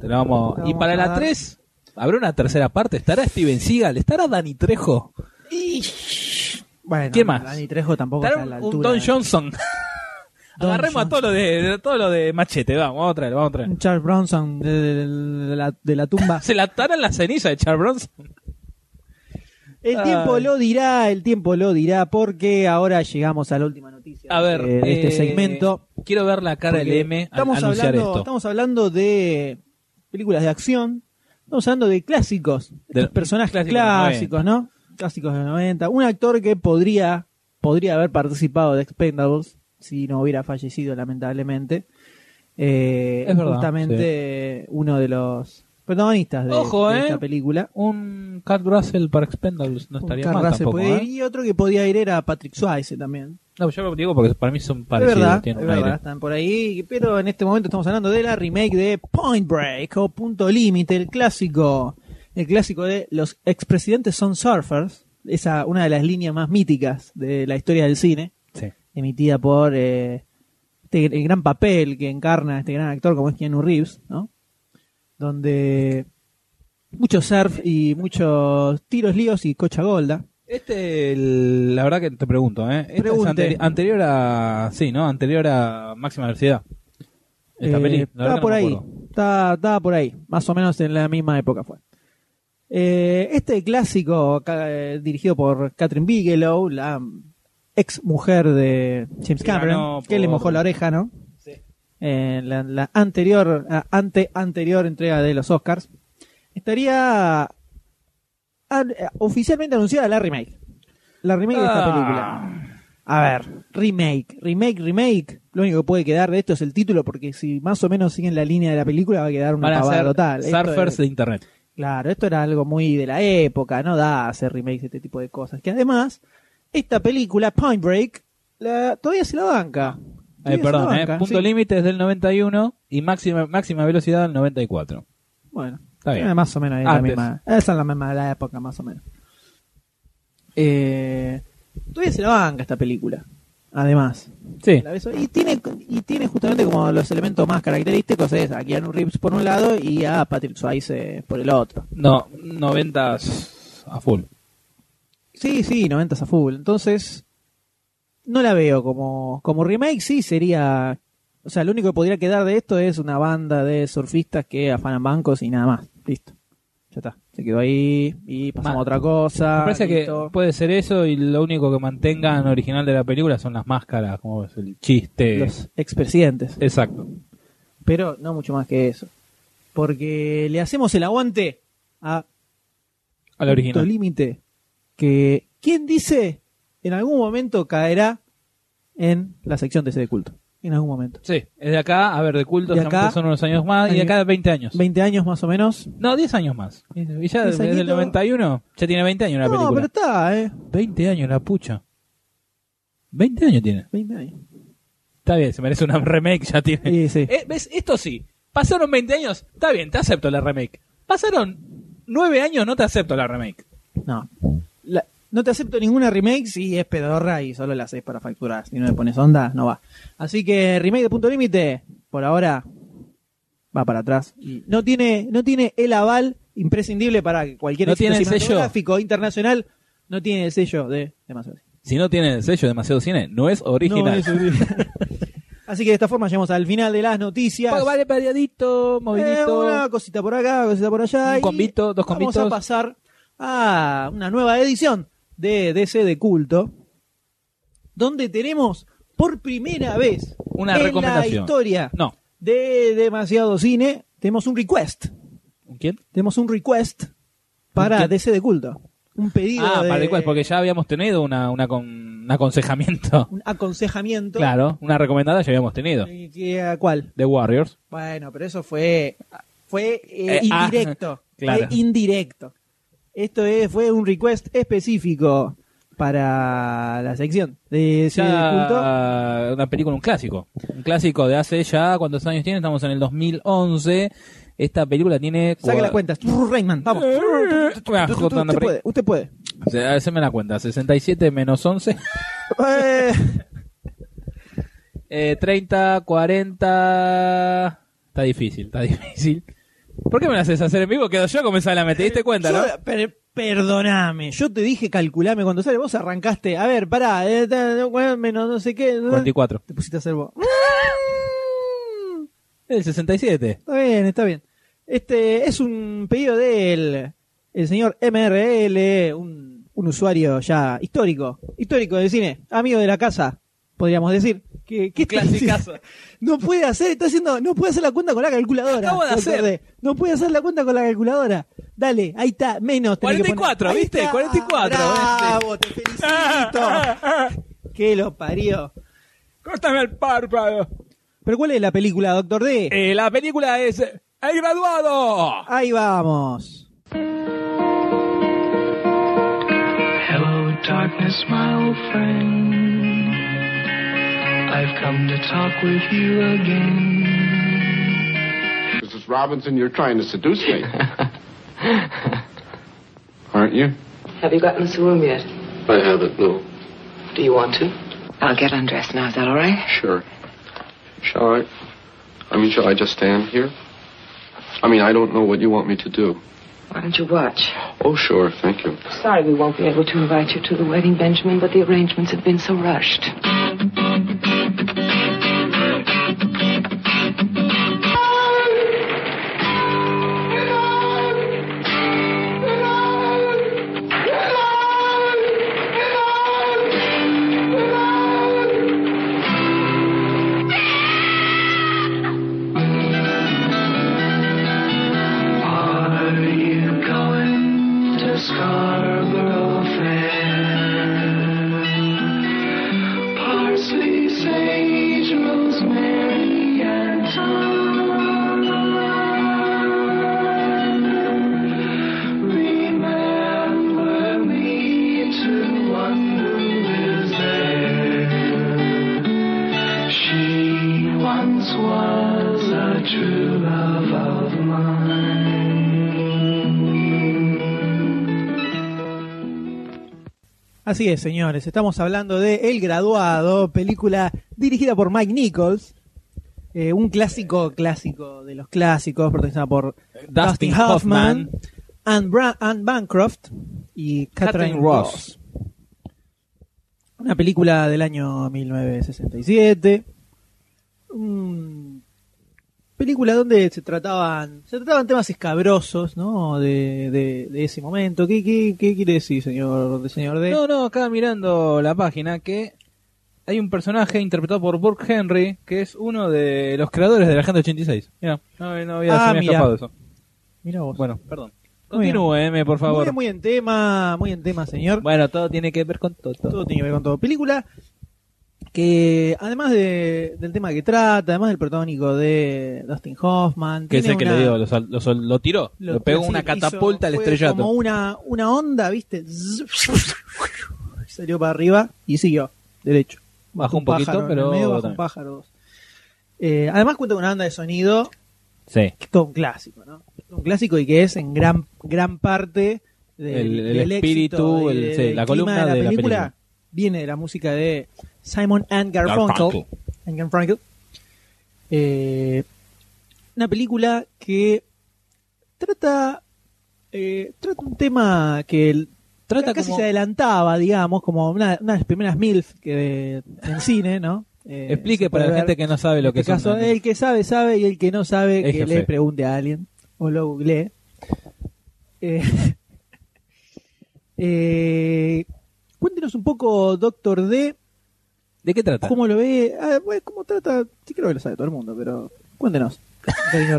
Speaker 2: Te la vamos.
Speaker 1: Te
Speaker 2: y
Speaker 1: vamos
Speaker 2: para
Speaker 1: a
Speaker 2: la
Speaker 1: dar.
Speaker 2: 3, ¿habrá una tercera parte? ¿Estará Steven Seagal? ¿Estará Dani Trejo?
Speaker 1: Y- Bueno,
Speaker 2: ¿Quién más?
Speaker 1: Dani Trejo tampoco está
Speaker 2: ¿Estará
Speaker 1: a la
Speaker 2: un,
Speaker 1: altura.
Speaker 2: un Don
Speaker 1: de-
Speaker 2: Johnson?
Speaker 1: Don
Speaker 2: Agarremos a
Speaker 1: Johnson.
Speaker 2: todo lo de, de- todo lo de machete. Vamos, vamos a traer, vamos a traer.
Speaker 1: Un Charles Bronson de, de- de la, de la tumba.
Speaker 2: ¿Se la atarán la ceniza de Charles Bronson?
Speaker 1: El tiempo
Speaker 2: Ay.
Speaker 1: lo dirá, el tiempo lo dirá, porque ahora llegamos a la última noticia
Speaker 2: A ver,
Speaker 1: de, de este
Speaker 2: eh,
Speaker 1: segmento.
Speaker 2: Quiero ver la cara del
Speaker 1: Porque
Speaker 2: M al
Speaker 1: estamos
Speaker 2: anunciar
Speaker 1: hablando,
Speaker 2: esto.
Speaker 1: Estamos hablando de películas de acción, estamos hablando de clásicos, de
Speaker 2: De-
Speaker 1: personajes
Speaker 2: clásicos
Speaker 1: clásicos,
Speaker 2: de los 90.
Speaker 1: ¿no? Clásicos de los 90. Un actor que podría, podría haber participado de Expendables si no hubiera fallecido, lamentablemente. Eh,
Speaker 2: Es verdad,
Speaker 1: justamente uno de los protagonistas de,
Speaker 2: Ojo,
Speaker 1: de
Speaker 2: eh.
Speaker 1: esta película.
Speaker 2: Un Cat Russell para Expendables no
Speaker 1: Un
Speaker 2: estaría
Speaker 1: Kurt
Speaker 2: mal
Speaker 1: Russell
Speaker 2: tampoco,
Speaker 1: puede
Speaker 2: ¿eh?
Speaker 1: ir, Y otro que podía ir era Patrick Swayze también.
Speaker 2: No, yo lo digo porque para mí son parecidos,
Speaker 1: es verdad,
Speaker 2: tienen
Speaker 1: es
Speaker 2: un aire.
Speaker 1: verdad, están por ahí. Pero en este momento estamos hablando de la remake de Point Break o Punto Límite, el clásico, el clásico de los expresidentes son surfers, esa una de las líneas más míticas de la historia del cine,
Speaker 2: Sí.
Speaker 1: emitida por eh, este- el gran papel que encarna este gran actor como es Keanu Reeves, ¿no? Donde mucho surf y muchos tiros líos y cocha golda.
Speaker 2: Este, el- la verdad que te pregunto, ¿eh? Esta es
Speaker 1: Pregunte.
Speaker 2: anteri- anterior a. Sí, ¿no? Anterior a Máxima Velocidad. Esta
Speaker 1: Eh,
Speaker 2: peli. La verdad
Speaker 1: Estaba
Speaker 2: que
Speaker 1: por
Speaker 2: no me
Speaker 1: ahí.
Speaker 2: acuerdo.
Speaker 1: Estaba, estaba por ahí. Más o menos en la misma época fue. Eh, este clásico ca- eh, dirigido por Catherine Bigelow, la ex mujer de James
Speaker 2: Que
Speaker 1: Cameron,
Speaker 2: ganó
Speaker 1: que le
Speaker 2: por-
Speaker 1: mojó la oreja, ¿no?
Speaker 2: Sí.
Speaker 1: Eh, la, la anterior, la ante anterior entrega de los Oscars, estaría an- eh, oficialmente anunciada la remake. La remake de esta
Speaker 2: Ah.
Speaker 1: película. A ver, remake, remake, remake. Lo único que puede quedar de esto es el título, porque si más o menos siguen la línea de la película va a quedar una
Speaker 2: Van a
Speaker 1: pavada
Speaker 2: ser
Speaker 1: total. Esto
Speaker 2: surfers
Speaker 1: es-
Speaker 2: de internet.
Speaker 1: claro, esto era algo muy de la época, no da hacer remakes de este tipo de cosas. Que además, esta película, Point Break, la- todavía se la banca.
Speaker 2: Eh,
Speaker 1: Todavía se
Speaker 2: perdón,
Speaker 1: la
Speaker 2: ¿eh?
Speaker 1: banca,
Speaker 2: Punto
Speaker 1: sí.
Speaker 2: límite es del 91 y máxima, máxima velocidad del 94.
Speaker 1: Bueno,
Speaker 2: Está bien.
Speaker 1: eh, más o menos es la
Speaker 2: Antes.
Speaker 1: misma. Esa es la misma de la época, más o menos. Eh, todavía se la banca esta película. Además.
Speaker 2: Sí.
Speaker 1: La ves hoy. Y tiene, y tiene justamente como los elementos más característicos es a Keanu Reeves por un lado y a Patrick Swayze por el otro.
Speaker 2: No, 90 a full.
Speaker 1: Sí, sí, 90 a full. Entonces, no la veo como, como remake, sí sería... O sea, lo único que podría quedar de esto es una banda de surfistas que afanan bancos y nada más. Listo. Ya está. Se quedó ahí y pasamos
Speaker 2: Mal.
Speaker 1: a otra cosa.
Speaker 2: Me parece que
Speaker 1: Ah, listo.
Speaker 2: puede ser eso y lo único que mantengan original de la película son las máscaras, como es el chiste.
Speaker 1: Los expresidentes.
Speaker 2: Exacto.
Speaker 1: pero no mucho más que eso. Porque le hacemos el aguante a
Speaker 2: Al
Speaker 1: Punto
Speaker 2: original.
Speaker 1: límite que quién dice en algún momento caerá en la sección de ese de culto. En algún momento.
Speaker 2: Sí, es de acá, a ver, de culto
Speaker 1: De
Speaker 2: ya
Speaker 1: acá-
Speaker 2: son unos años más y de acá 20 años.
Speaker 1: 20 años más o menos.
Speaker 2: No, 10 años más. Y ya
Speaker 1: ¿Diez
Speaker 2: desde el
Speaker 1: añitos?
Speaker 2: 91 ya tiene 20 años la
Speaker 1: no,
Speaker 2: película.
Speaker 1: pero está, eh.
Speaker 2: 20 años la pucha. 20 años tiene.
Speaker 1: 20 años.
Speaker 2: Está bien, se merece una remake, ya tiene.
Speaker 1: Sí, sí.
Speaker 2: Eh, ¿Ves? Esto sí. Pasaron 20 años. Está bien, te acepto la remake. Pasaron nueve años, no te acepto la remake.
Speaker 1: No. La- no te acepto ninguna remake si es pedorra y solo la haces para facturar. Si no le pones onda, no va. Así que remake de punto límite, por ahora, va para atrás. Y no tiene, no tiene el aval imprescindible para que cualquier
Speaker 2: No
Speaker 1: éxito
Speaker 2: tiene el sello.
Speaker 1: cinematográfico internacional. No tiene el sello de, de más
Speaker 2: Si no tiene el sello demasiado cine, no es original.
Speaker 1: Así que de esta forma llegamos al final de las noticias.
Speaker 2: Pa- vale, periodito,
Speaker 1: Eh,
Speaker 2: movidito.
Speaker 1: una cosita por acá, cosita por allá.
Speaker 2: Un
Speaker 1: y
Speaker 2: convito, dos
Speaker 1: Vamos a
Speaker 2: convitos.
Speaker 1: pasar a una nueva edición de DC de culto, donde tenemos por primera vez
Speaker 2: Una
Speaker 1: en la
Speaker 2: recomendación.
Speaker 1: historia
Speaker 2: No.
Speaker 1: de demasiado cine, tenemos un request,
Speaker 2: ¿Un ¿Quién?
Speaker 1: tenemos un request para
Speaker 2: ¿Qué?
Speaker 1: DC de culto, un pedido,
Speaker 2: Ah,
Speaker 1: de-
Speaker 2: para el cual, porque ya habíamos tenido una, una con- un aconsejamiento.
Speaker 1: un aconsejamiento,
Speaker 2: Claro, una recomendada ya habíamos tenido.
Speaker 1: Eh, que- ¿a ¿cuál?
Speaker 2: The Warriors.
Speaker 1: Bueno, pero eso fue fue eh,
Speaker 2: Eh, ah,
Speaker 1: indirecto.
Speaker 2: claro.
Speaker 1: Fue indirecto. Esto es, fue un request específico para la sección de cine de culto.
Speaker 2: Ya una película, un clásico. Un clásico de hace ya, ¿cuántos años tiene? Estamos en el 2011. Esta película tiene...
Speaker 1: Saque
Speaker 2: cua-
Speaker 1: las cuentas. Rayman, vamos.
Speaker 2: Eh, ah,
Speaker 1: Usted puede, usted puede.
Speaker 2: O sea, Haceme la cuenta. 67 menos 11.
Speaker 1: Eh,
Speaker 2: Eh, 30, 40. Está difícil, está difícil. ¿Por qué me la haces hacer en vivo? Quedo yo, comenzá la ¿Te diste cuenta, no?
Speaker 1: yo- per- perdoname, yo te dije calculame cuando sale, vos arrancaste, a ver, pará, eh, ta- no, bueno, menos no sé qué, no,
Speaker 2: 44.
Speaker 1: te pusiste a hacer vos.
Speaker 2: El 67.
Speaker 1: Está bien, está bien. Este es un pedido del el señor MRL, un, un usuario ya histórico, histórico del cine, amigo de la casa, podríamos decir. Que, que está
Speaker 2: Clasicazo.
Speaker 1: No puede hacer, está haciendo, no puede hacer la cuenta con la calculadora.
Speaker 2: Acabo de
Speaker 1: Lo
Speaker 2: hacer.
Speaker 1: acordé. No puede hacer la cuenta con la calculadora. Dale, ahí está, menos. tenés que poner.
Speaker 2: 44,
Speaker 1: Ahí
Speaker 2: ¿viste?
Speaker 1: está. Ah,
Speaker 2: 44,
Speaker 1: Bravo, te felicito. que lo parió.
Speaker 2: Córtame el párpado.
Speaker 1: Pero ¿cuál es la película, Doctor D?
Speaker 2: Eh, la película es eh, El graduado.
Speaker 1: Ahí vamos.
Speaker 3: Hello, darkness, my old friend. I've come to talk with you again.
Speaker 4: Mrs. Robinson, you're trying to seduce me. Aren't you?
Speaker 5: Have you gotten us a room yet?
Speaker 4: I haven't, no.
Speaker 5: Do you want to? I'll get undressed now. Is that all right?
Speaker 4: Sure. Shall I? I mean, shall I just stand here? I mean, I don't know what you want me to do.
Speaker 5: Why don't you watch?
Speaker 4: Oh, sure, thank you.
Speaker 5: Sorry we won't be able to invite you to the wedding, Benjamin, but the arrangements have been so rushed.
Speaker 3: Are you going to Scarborough Fair? Parsley, sage, rosemary, and thyme. Remember me to one who is there. She once was a true love of
Speaker 1: Así es, señores. Estamos hablando de El Graduado, película dirigida por Mike Nichols. eh, un clásico, clásico de los clásicos, protagonizada por Dustin,
Speaker 2: Dustin
Speaker 1: Hoffman,
Speaker 2: Hoffman.
Speaker 1: Anne, Bra- Anne Bancroft y Catherine
Speaker 2: Catherine
Speaker 1: Ross.
Speaker 2: Ross.
Speaker 1: Una película del año 1967. Mm, película donde se trataban se trataban temas escabrosos, ¿no? De, de- de ese momento. ¿Qué, qué, qué quiere decir, señor, señor D?
Speaker 2: No, no, acá mirando la página que hay un personaje interpretado por Burke Henry que es uno de los creadores de la Agenda 86. Mira, no, no había
Speaker 1: Ah,
Speaker 2: se me había
Speaker 1: mira.
Speaker 2: escapado eso.
Speaker 1: Mira vos.
Speaker 2: Bueno, perdón.
Speaker 1: Muy bien.
Speaker 2: Continúe, M, por favor.
Speaker 1: Muy, muy en tema, muy en tema, señor.
Speaker 2: Bueno, todo tiene que ver con todo.
Speaker 1: Todo tiene que ver con todo. Película que, además de- del tema que trata, además del protagónico de Dustin Hoffman,
Speaker 2: Que es
Speaker 1: tiene
Speaker 2: el que
Speaker 1: una-
Speaker 2: le dio, lo, sal- lo sol- lo tiró, lo, pegó
Speaker 1: sí,
Speaker 2: una
Speaker 1: hizo-
Speaker 2: catapulta al
Speaker 1: fue
Speaker 2: estrellato.
Speaker 1: Como una, una onda, ¿viste? Salió para arriba y siguió, derecho.
Speaker 2: Bajó un poquito,
Speaker 1: pájaro en el
Speaker 2: pero
Speaker 1: medio, bajó un
Speaker 2: también.
Speaker 1: pájaro. Eh, además cuenta con una banda de sonido
Speaker 2: Sí.
Speaker 1: que es todo un clásico, ¿no? Un clásico y que es en gran, gran parte del,
Speaker 2: El- el
Speaker 1: del
Speaker 2: espíritu,
Speaker 1: éxito, y
Speaker 2: el-
Speaker 1: del
Speaker 2: sí, la
Speaker 1: clima
Speaker 2: columna
Speaker 1: de la,
Speaker 2: de la
Speaker 1: película,
Speaker 2: película.
Speaker 1: viene de la música de Simon and Garfunkel.
Speaker 2: Garfunkel.
Speaker 1: And Garfunkel. Eh, una película que trata, eh, trata un tema que el-
Speaker 2: Trata
Speaker 1: casi
Speaker 2: como-
Speaker 1: se adelantaba, digamos, como una, una de las primeras MILF que de- en cine, ¿no? Eh,
Speaker 2: Explique
Speaker 1: se
Speaker 2: para la
Speaker 1: puede ver
Speaker 2: gente que no sabe lo que
Speaker 1: este
Speaker 2: son
Speaker 1: caso,
Speaker 2: antes.
Speaker 1: el que sabe, sabe, y el que no sabe,
Speaker 2: Es jefe.
Speaker 1: que le pregunte a alguien o lo googleé. Eh, eh, cuéntenos un poco, Doctor D,
Speaker 2: ¿De qué trata?
Speaker 1: cómo lo ve, ah, bueno, cómo trata, sí creo que lo sabe todo el mundo, pero cuéntenos. Reino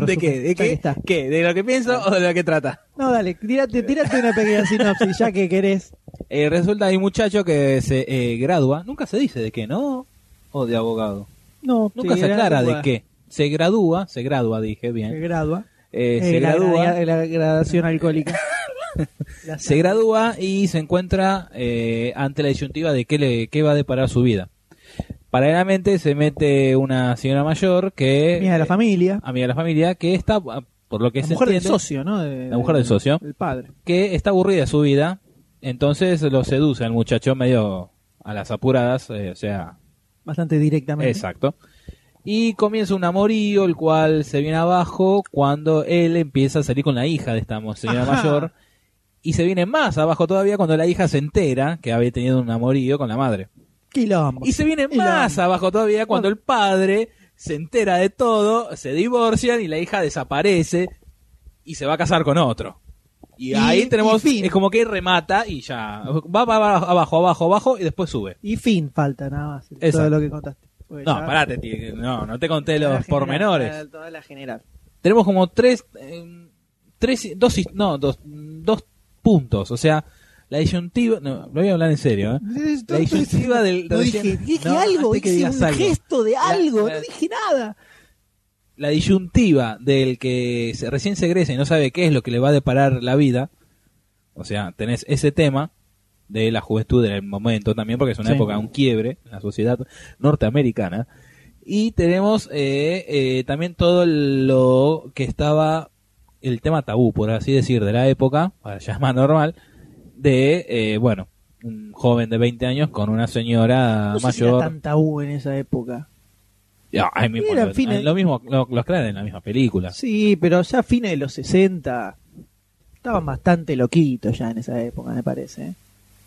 Speaker 2: ¿De
Speaker 1: Resumen,
Speaker 2: qué? ¿De
Speaker 1: ya que
Speaker 2: qué?
Speaker 1: está.
Speaker 2: ¿Qué? ¿De lo que pienso o de lo que trata?
Speaker 1: No, dale, tírate, tírate una pequeña sinopsis, ya que querés.
Speaker 2: Eh, resulta hay un muchacho que se eh, gradúa, nunca se dice de qué, ¿no? O de abogado.
Speaker 1: No,
Speaker 2: Nunca
Speaker 1: sí,
Speaker 2: se
Speaker 1: era
Speaker 2: aclara de
Speaker 1: grua-
Speaker 2: qué. Se gradúa, se gradúa, dije
Speaker 1: Se
Speaker 2: bien.
Speaker 1: gradúa.
Speaker 2: Eh,
Speaker 1: Eh,
Speaker 2: se
Speaker 1: la,
Speaker 2: gradúa,
Speaker 1: gra- la gradación alcohólica. La-
Speaker 2: se gradúa y se encuentra eh, ante la disyuntiva de qué le qué va a deparar su vida. Paralelamente se mete una señora mayor que eh,
Speaker 1: Mía de la familia.
Speaker 2: amiga de la familia que está por lo que
Speaker 1: la
Speaker 2: se
Speaker 1: mujer del
Speaker 2: entiende,
Speaker 1: socio, ¿no? De-
Speaker 2: La mujer del socio.
Speaker 1: El padre.
Speaker 2: que está aburrida de su vida, entonces lo seduce al muchacho medio a las apuradas, eh, o sea,
Speaker 1: Bastante directamente.
Speaker 2: Exacto. Y comienza un amorío, el cual se viene abajo cuando él empieza a salir con la hija de esta señora
Speaker 1: Ajá.
Speaker 2: mayor. Y se viene más abajo todavía cuando la hija se entera que había tenido un amorío con la madre.
Speaker 1: Quilombo.
Speaker 2: Y se viene
Speaker 1: Y la-
Speaker 2: más abajo todavía cuando el padre se entera de todo, se divorcian y la hija desaparece y se va a casar con otro. Y,
Speaker 1: Y-
Speaker 2: ahí tenemos,
Speaker 1: y fin.
Speaker 2: es como que remata y ya, va, va, va abajo, abajo, abajo y después sube.
Speaker 1: Y fin falta nada más. de Todo
Speaker 2: Exacto.
Speaker 1: lo que contaste. Porque
Speaker 2: No,
Speaker 1: ya-
Speaker 2: parate, tío, no, no te conté
Speaker 1: toda la
Speaker 2: los
Speaker 1: general,
Speaker 2: pormenores.
Speaker 1: toda- Toda la general.
Speaker 2: tenemos como tres, eh, tres dos, no, dos, dos puntos. O sea, la disyuntiva, no, lo voy a hablar en serio, ¿eh? La disyuntiva del...
Speaker 1: No
Speaker 2: recién-
Speaker 1: dije, dije
Speaker 2: no,
Speaker 1: algo,
Speaker 2: antes que
Speaker 1: dije
Speaker 2: digas
Speaker 1: un
Speaker 2: algo.
Speaker 1: gesto de algo,
Speaker 2: la-
Speaker 1: no dije nada.
Speaker 2: La disyuntiva del que se- recién se egresa y no sabe qué es lo que le va a deparar la vida. O sea, tenés ese tema de la juventud del momento también, porque es una
Speaker 1: Sí.
Speaker 2: época, un quiebre en la sociedad norteamericana. Y tenemos eh, eh, también todo lo que estaba, el tema tabú, por así decir, de la época, para llamar normal, de, eh, bueno, un joven de 20 años con una señora
Speaker 1: No sé si era
Speaker 2: mayor.
Speaker 1: tan tabú en esa época.
Speaker 2: Ya, ahí mismo
Speaker 1: Era,
Speaker 2: lo,
Speaker 1: en fin,
Speaker 2: ahí
Speaker 1: eh.
Speaker 2: lo mismo, lo, lo aclaran en la misma película.
Speaker 1: Sí, pero ya a fines de los 60 estaban bastante loquitos ya en esa época, me parece. ¿eh?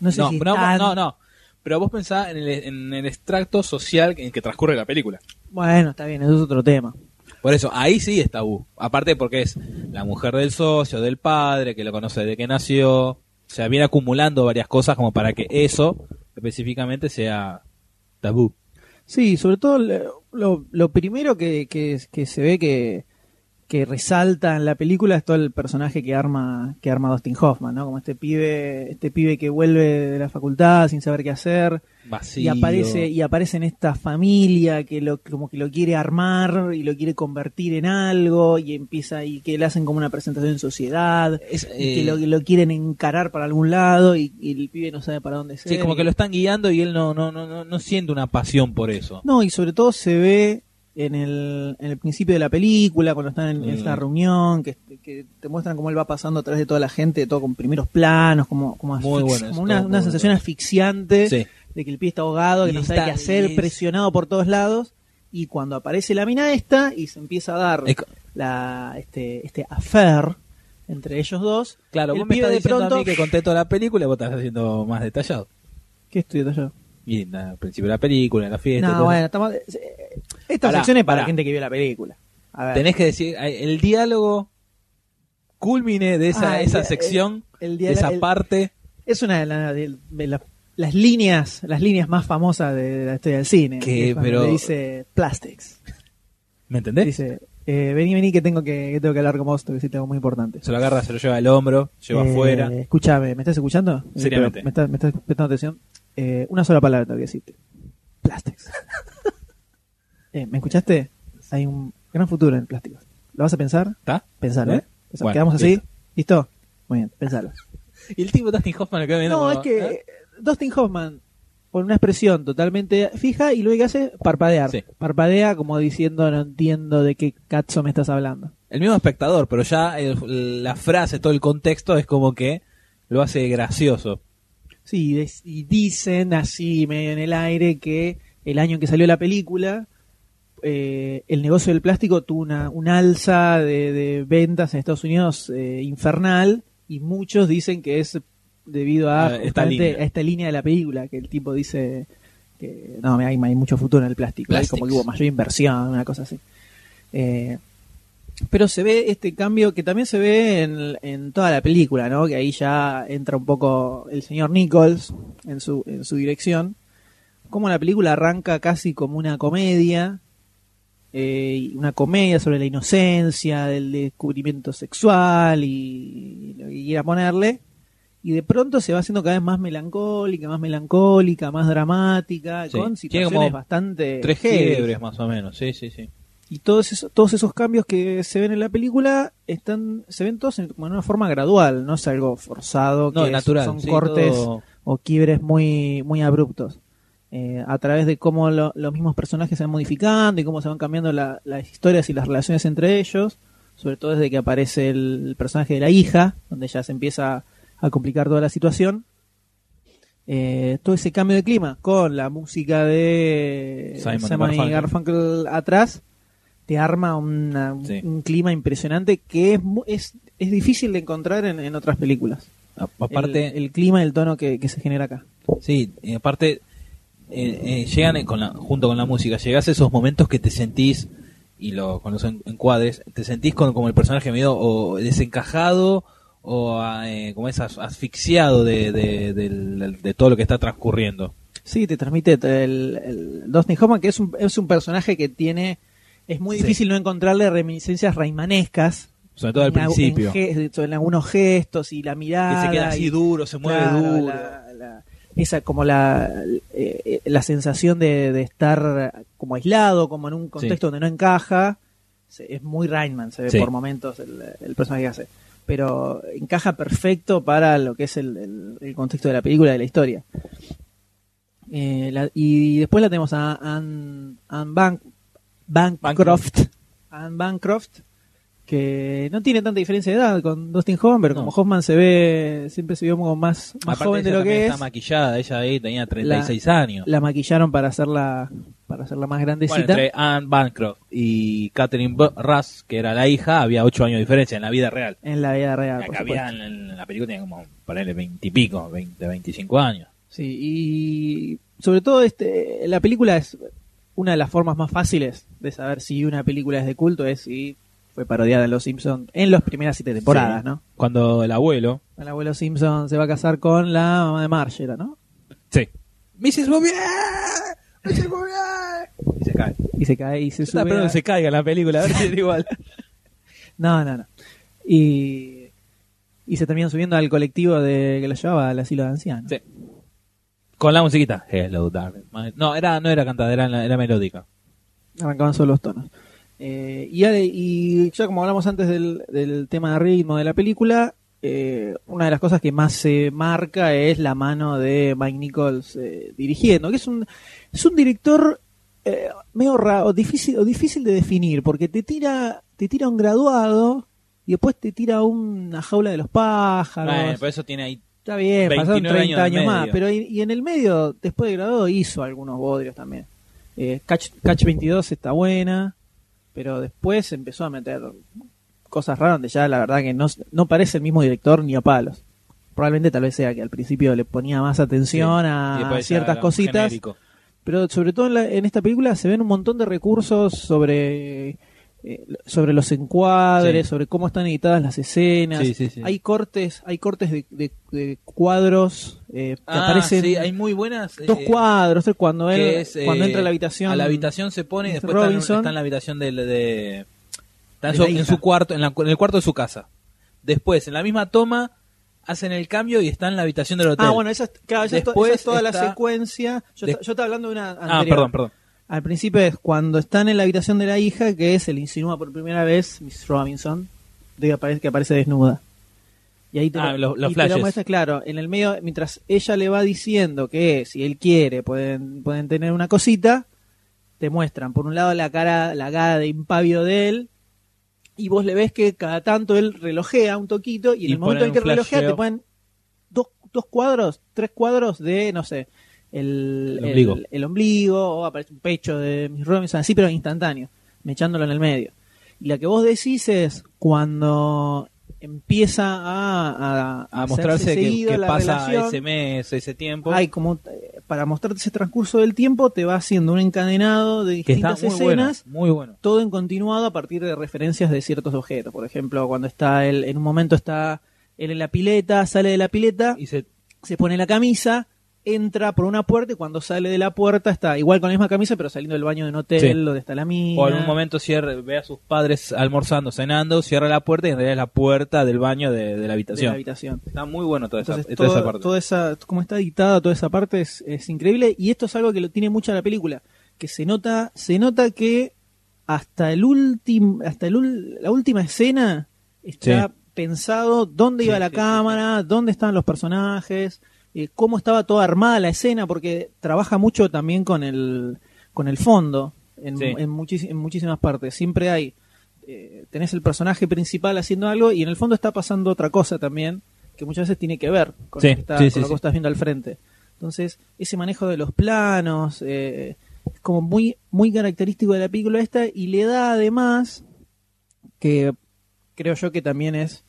Speaker 1: No sé
Speaker 2: no,
Speaker 1: si
Speaker 2: no,
Speaker 1: tan-
Speaker 2: no, no. Pero vos pensás en el, en el extracto social en que transcurre la película.
Speaker 1: Bueno, está bien, eso es otro tema.
Speaker 2: Por eso, ahí sí es tabú. Aparte porque es la mujer del socio, del padre, que lo conoce desde que nació. O sea, viene acumulando varias cosas como para que eso específicamente sea tabú.
Speaker 1: Sí, sobre todo lo, lo- lo primero que, que- que se ve que, que resalta en la película es todo el personaje que arma que arma Dustin Hoffman, ¿no? Como este pibe, este pibe que vuelve de la facultad sin saber qué hacer
Speaker 2: Vacío.
Speaker 1: y aparece y aparece en esta familia que lo como que lo quiere armar y lo quiere convertir en algo y empieza y que le hacen como una presentación en sociedad.
Speaker 2: Es,
Speaker 1: y que
Speaker 2: eh,
Speaker 1: lo, lo quieren encarar para algún lado y, y el pibe no sabe para dónde se
Speaker 2: sí, como que lo están guiando y él no, no, no, no, no siente una pasión por eso.
Speaker 1: No, y sobre todo se ve en el, en el principio de la película, cuando están en, en
Speaker 2: Mm.
Speaker 1: esa reunión, que, que te muestran cómo él va pasando a través de toda la gente, todo con primeros planos, como, como, asfix-
Speaker 2: Muy bueno,
Speaker 1: como
Speaker 2: es
Speaker 1: una,
Speaker 2: todo muy
Speaker 1: una sensación
Speaker 2: bueno.
Speaker 1: asfixiante
Speaker 2: Sí.
Speaker 1: de que el pie está ahogado, que
Speaker 2: Y
Speaker 1: no sabe
Speaker 2: está-
Speaker 1: qué hacer,
Speaker 2: y es-
Speaker 1: presionado por todos lados. Y cuando aparece la mina esta y se empieza a dar
Speaker 2: Es co-
Speaker 1: la, este, este affair entre ellos dos,
Speaker 2: Claro,
Speaker 1: el
Speaker 2: vos me
Speaker 1: pibe
Speaker 2: estás
Speaker 1: de
Speaker 2: diciendo
Speaker 1: pronto...
Speaker 2: a mí que conté toda la película y vos estás haciendo más detallado.
Speaker 1: ¿Qué estoy detallado?
Speaker 2: Y en la- al principio de la película, en la fiesta.
Speaker 1: No,
Speaker 2: todo.
Speaker 1: bueno, estamos... eh, Esta
Speaker 2: Este Pará,
Speaker 1: sección es para
Speaker 2: pará.
Speaker 1: gente que vio la película. A ver.
Speaker 2: Tenés que decir, eh, el diálogo culmine de esa,
Speaker 1: Ah, el
Speaker 2: esa
Speaker 1: dia-
Speaker 2: sección,
Speaker 1: el- el
Speaker 2: de esa
Speaker 1: diálogo- el-
Speaker 2: parte.
Speaker 1: Es una de, la- de- de la- las líneas, las líneas más famosas de, de la historia del cine.
Speaker 2: Que,
Speaker 1: que es cuando
Speaker 2: pero-
Speaker 1: le dice plastics.
Speaker 2: ¿Me entendés?
Speaker 1: Dice, eh, vení, vení que tengo que, que tengo que hablar con vos, tengo que decirte algo muy importante.
Speaker 2: Se lo agarra, se lo lleva al hombro, lleva
Speaker 1: Eh,
Speaker 2: afuera.
Speaker 1: Escúchame, ¿me estás escuchando? Eh,
Speaker 2: Seriamente.
Speaker 1: pero, ¿Me estás, me estás prestando atención? Eh, una sola palabra tengo que decirte. Plastics. Eh, ¿Me escuchaste? Hay un gran futuro en el plástico. ¿Lo vas a pensar?
Speaker 2: ¿Está?
Speaker 1: Pensalo, ¿eh?
Speaker 2: ¿Eh?
Speaker 1: Pensalo.
Speaker 2: Bueno,
Speaker 1: ¿Quedamos así?
Speaker 2: listo.
Speaker 1: ¿Listo? Muy bien, pensalo.
Speaker 2: Y el tipo Dustin Hoffman lo queda viendo.
Speaker 1: No,
Speaker 2: como,
Speaker 1: es que
Speaker 2: ¿eh?
Speaker 1: Dustin Hoffman, con una expresión totalmente fija, y lo que hace es parpadear.
Speaker 2: Sí.
Speaker 1: Parpadea como diciendo, no entiendo de qué cazzo me estás hablando.
Speaker 2: el mismo espectador, pero ya el- la frase, todo el contexto es como que lo hace gracioso.
Speaker 1: Sí, des- y dicen así, medio en el aire, que el año en que salió la película, eh, el negocio del plástico tuvo una, un alza de, de ventas en Estados Unidos eh, infernal, y muchos dicen que es debido
Speaker 2: A Eh,
Speaker 1: a,
Speaker 2: esta
Speaker 1: justamente
Speaker 2: línea.
Speaker 1: a esta línea de la película, que el tipo dice que no, hay, hay mucho futuro en el plástico, hay como que hubo
Speaker 2: Plastics.
Speaker 1: mayor inversión, una cosa así. Eh, pero se ve este cambio que también se ve en, en toda la película, ¿no? Que ahí ya entra un poco el señor Nichols en su, en su dirección. Como la película arranca casi como una comedia, eh, y una comedia sobre la inocencia, del descubrimiento sexual y lo que quiera ponerle. Y de pronto se va haciendo cada vez más melancólica, más melancólica, más dramática,
Speaker 2: Sí, tiene
Speaker 1: con
Speaker 2: como
Speaker 1: situaciones bastante...
Speaker 2: Tres
Speaker 1: heavy.
Speaker 2: quiebres más o menos, sí, sí, sí.
Speaker 1: Y todos esos, todos esos cambios que se ven en la película están se ven todos en, como en una forma gradual, no es algo forzado, que
Speaker 2: No,
Speaker 1: es-
Speaker 2: natural.
Speaker 1: son
Speaker 2: sí,
Speaker 1: cortes
Speaker 2: todo-
Speaker 1: o quiebres muy, muy abruptos. Eh, a través de cómo lo- los mismos personajes se van modificando y cómo se van cambiando la- las historias y las relaciones entre ellos, sobre todo desde que aparece el personaje de la hija, donde ya se empieza a complicar toda la situación. Eh, todo ese cambio de clima con la música de
Speaker 2: Simon y Garfunkel.
Speaker 1: y Garfunkel atrás te arma una-
Speaker 2: Sí.
Speaker 1: un clima impresionante que es, mu- es, es difícil de encontrar en, en otras películas.
Speaker 2: a-
Speaker 1: El-
Speaker 2: Aparte,
Speaker 1: el, clima, el tono que, que se genera acá.
Speaker 2: Sí, y aparte, eh, eh, llegan con la- junto con la música, llegas a esos momentos que te sentís, y lo, con los en- encuadres, te sentís con, como el personaje medio o desencajado o a, eh, como es as- asfixiado de, de- del- de todo lo que está transcurriendo.
Speaker 1: Sí, te transmite t- el, el Dustin Hoffman, que es un, es un personaje que tiene. Es muy
Speaker 2: Sí.
Speaker 1: difícil no encontrarle reminiscencias raimanescas.
Speaker 2: Sobre todo al
Speaker 1: en, algu- en
Speaker 2: principio. Que
Speaker 1: ge- en algunos gestos y la mirada.
Speaker 2: se queda
Speaker 1: y-
Speaker 2: así duro, se mueve
Speaker 1: claro,
Speaker 2: duro.
Speaker 1: la- la- esa como la, eh, eh, la sensación de, de estar como aislado, como en un contexto donde no encaja. Se- Es muy Rainman, se ve
Speaker 2: Sí.
Speaker 1: por momentos el, el personaje que hace. Pero encaja perfecto para lo que es el, el- el contexto de la película, de la historia. Eh, la- y después la tenemos a Anne, Anne Bank, Bancroft. Anne Bancroft, que no tiene tanta diferencia de edad con Dustin Hoffman, pero
Speaker 2: No.
Speaker 1: como Hoffman se ve, siempre se vio como más, más
Speaker 2: Aparte,
Speaker 1: joven de
Speaker 2: ella
Speaker 1: lo
Speaker 2: también
Speaker 1: que es,
Speaker 2: está maquillada, ella ahí tenía 36 años.
Speaker 1: la maquillaron para hacerla, para hacerla más
Speaker 2: Bueno,
Speaker 1: grandecita.
Speaker 2: entre Anne Bancroft y Catherine Bu- Russ, que era la hija, había 8 años de diferencia en la vida real.
Speaker 1: en la vida real.
Speaker 2: La
Speaker 1: Ah, por
Speaker 2: que había
Speaker 1: supuesto.
Speaker 2: en, en la película tenía como, ponele, 20 y pico, 20, 25 años.
Speaker 1: Sí, y sobre todo este, la película es una de las formas más fáciles de saber si una película es de culto, es si fue parodiada en Los Simpsons en las primeras siete temporadas,
Speaker 2: Sí.
Speaker 1: ¿no?
Speaker 2: Cuando el abuelo...
Speaker 1: El abuelo Simpson se va a casar con la mamá de Marge, ¿era, ¿no?
Speaker 2: Sí. ¡Mrs. Bobbier! ¡Mrs. Bobbier! Y se cae.
Speaker 1: Y se cae y se
Speaker 2: Yo estaba
Speaker 1: sube.
Speaker 2: esperando
Speaker 1: a-
Speaker 2: que se caiga la película, a ver si era igual.
Speaker 1: No, no, no. Y, y se terminan subiendo al colectivo de que lo llevaba al asilo de ancianos.
Speaker 2: Sí. Con la musiquita. Hello, darling. my- No, era, no era cantada, era, era melódica.
Speaker 1: Arrancaban solo los tonos. Eh, y, ya de- y ya como hablamos antes del, del tema de ritmo de la película, eh, una de las cosas que más se marca es la mano de Mike Nichols eh, dirigiendo, que es un, es un director eh, medio raro, difícil, o difícil de definir, porque te tira, te tira un graduado y después te tira una jaula de los pájaros.
Speaker 2: Bueno, pero eso tiene ahí...
Speaker 1: Está bien, pasaron
Speaker 2: 29
Speaker 1: 30
Speaker 2: años
Speaker 1: años,
Speaker 2: en el
Speaker 1: más,
Speaker 2: medio.
Speaker 1: pero y, y en el medio, después de graduado, hizo algunos bodrios también. Eh, Catch, Catch 22 está buena, pero después empezó a meter cosas raras donde ya la verdad que no, no parece el mismo director ni a palos. Probablemente tal vez sea que al principio le ponía más atención
Speaker 2: y
Speaker 1: a
Speaker 2: después ya
Speaker 1: ciertas
Speaker 2: era
Speaker 1: cositas,
Speaker 2: genérico.
Speaker 1: pero sobre todo en, la- en esta película se ven un montón de recursos sobre eh, sobre los encuadres,
Speaker 2: Sí.
Speaker 1: sobre cómo están editadas las escenas.
Speaker 2: Sí, sí, sí.
Speaker 1: Hay cortes, hay cortes de, de- de cuadros eh, que
Speaker 2: Ah,
Speaker 1: aparecen
Speaker 2: sí, hay muy buenas...
Speaker 1: dos
Speaker 2: eh,
Speaker 1: cuadros, tres, cuando él
Speaker 2: que es, eh,
Speaker 1: cuando entra a la habitación.
Speaker 2: A la habitación se pone y
Speaker 1: Mr.
Speaker 2: después está en-
Speaker 1: Robinson.
Speaker 2: está en, la habitación del- de. está en,
Speaker 1: De
Speaker 2: su,
Speaker 1: la
Speaker 2: en
Speaker 1: hija.
Speaker 2: su cuarto, en, la- en el cuarto de su casa. Después, en la misma toma, hacen el cambio y está en la habitación del hotel.
Speaker 1: Ah, bueno, esa es, claro, esa es to-
Speaker 2: Después
Speaker 1: esa es toda la
Speaker 2: está-
Speaker 1: secuencia. Yo,
Speaker 2: de-
Speaker 1: esta- yo estaba hablando de una
Speaker 2: Ah,
Speaker 1: anterior.
Speaker 2: perdón, perdón.
Speaker 1: Al principio es cuando están en la habitación de la hija que se le insinúa por primera vez Miss Robinson, de que aparece, que aparece desnuda. Y ahí te,
Speaker 2: Ah,
Speaker 1: lo,
Speaker 2: los- los
Speaker 1: y te lo
Speaker 2: flashes.
Speaker 1: muestra, claro, en el medio, mientras ella le va diciendo que si él quiere pueden, pueden tener una cosita, te muestran por un lado la cara, la cara de impávido de él, y vos le ves que cada tanto él relojea un toquito y en
Speaker 2: Y
Speaker 1: el momento
Speaker 2: ponen
Speaker 1: en que
Speaker 2: un flash
Speaker 1: relojea te
Speaker 2: feo.
Speaker 1: ponen dos, dos cuadros, tres cuadros de, no sé, el,
Speaker 2: El ombligo.
Speaker 1: el- el ombligo, o aparece un pecho de Miss Robinson, así, pero instantáneo, mechándolo en el medio. Y la que vos decís es cuando empieza a, a,
Speaker 2: a
Speaker 1: hacerse
Speaker 2: mostrarse que,
Speaker 1: seguido
Speaker 2: que
Speaker 1: la
Speaker 2: pasa
Speaker 1: relación.
Speaker 2: ese mes, ese tiempo.
Speaker 1: Hay como eh, para mostrarte ese transcurso del tiempo te va haciendo un encadenado de
Speaker 2: que está
Speaker 1: distintas
Speaker 2: muy bueno,
Speaker 1: escenas
Speaker 2: muy bueno.
Speaker 1: todo en continuado a partir de referencias de ciertos objetos. Por ejemplo, cuando está él, en un momento está él en la pileta, sale de la pileta,
Speaker 2: Y se,
Speaker 1: se pone la camisa, entra por una puerta y cuando sale de la puerta está igual con la misma camisa, pero saliendo del baño de un hotel
Speaker 2: Sí.
Speaker 1: donde está la mina.
Speaker 2: o en un momento cierra, ve a sus padres almorzando, cenando, cierra la puerta y en realidad es la puerta del baño de, de la
Speaker 1: de la
Speaker 2: habitación.
Speaker 1: habitación.
Speaker 2: Está muy bueno toda,
Speaker 1: Entonces,
Speaker 2: esa, toda
Speaker 1: todo-
Speaker 2: esa parte.
Speaker 1: toda esa- como está editada toda esa parte es, es increíble y esto es algo que lo tiene mucha la película, que se nota, se nota que hasta el último, hasta el ul- la última escena está
Speaker 2: Sí.
Speaker 1: pensado dónde
Speaker 2: Sí,
Speaker 1: iba la
Speaker 2: sí, sí,
Speaker 1: cámara, dónde estaban los personajes, eh, cómo estaba toda armada la escena, porque trabaja mucho también con el, con el fondo en,
Speaker 2: Sí.
Speaker 1: en muchis- en muchísimas partes. Siempre hay eh, tenés el personaje principal haciendo algo y en el fondo está pasando otra cosa también que muchas veces tiene que ver con,
Speaker 2: Sí,
Speaker 1: lo, que está-
Speaker 2: sí, sí,
Speaker 1: con lo
Speaker 2: sí.
Speaker 1: que estás viendo al frente. Entonces, ese manejo de los planos eh, es como muy, muy característico de la película esta y le da además que creo yo que también es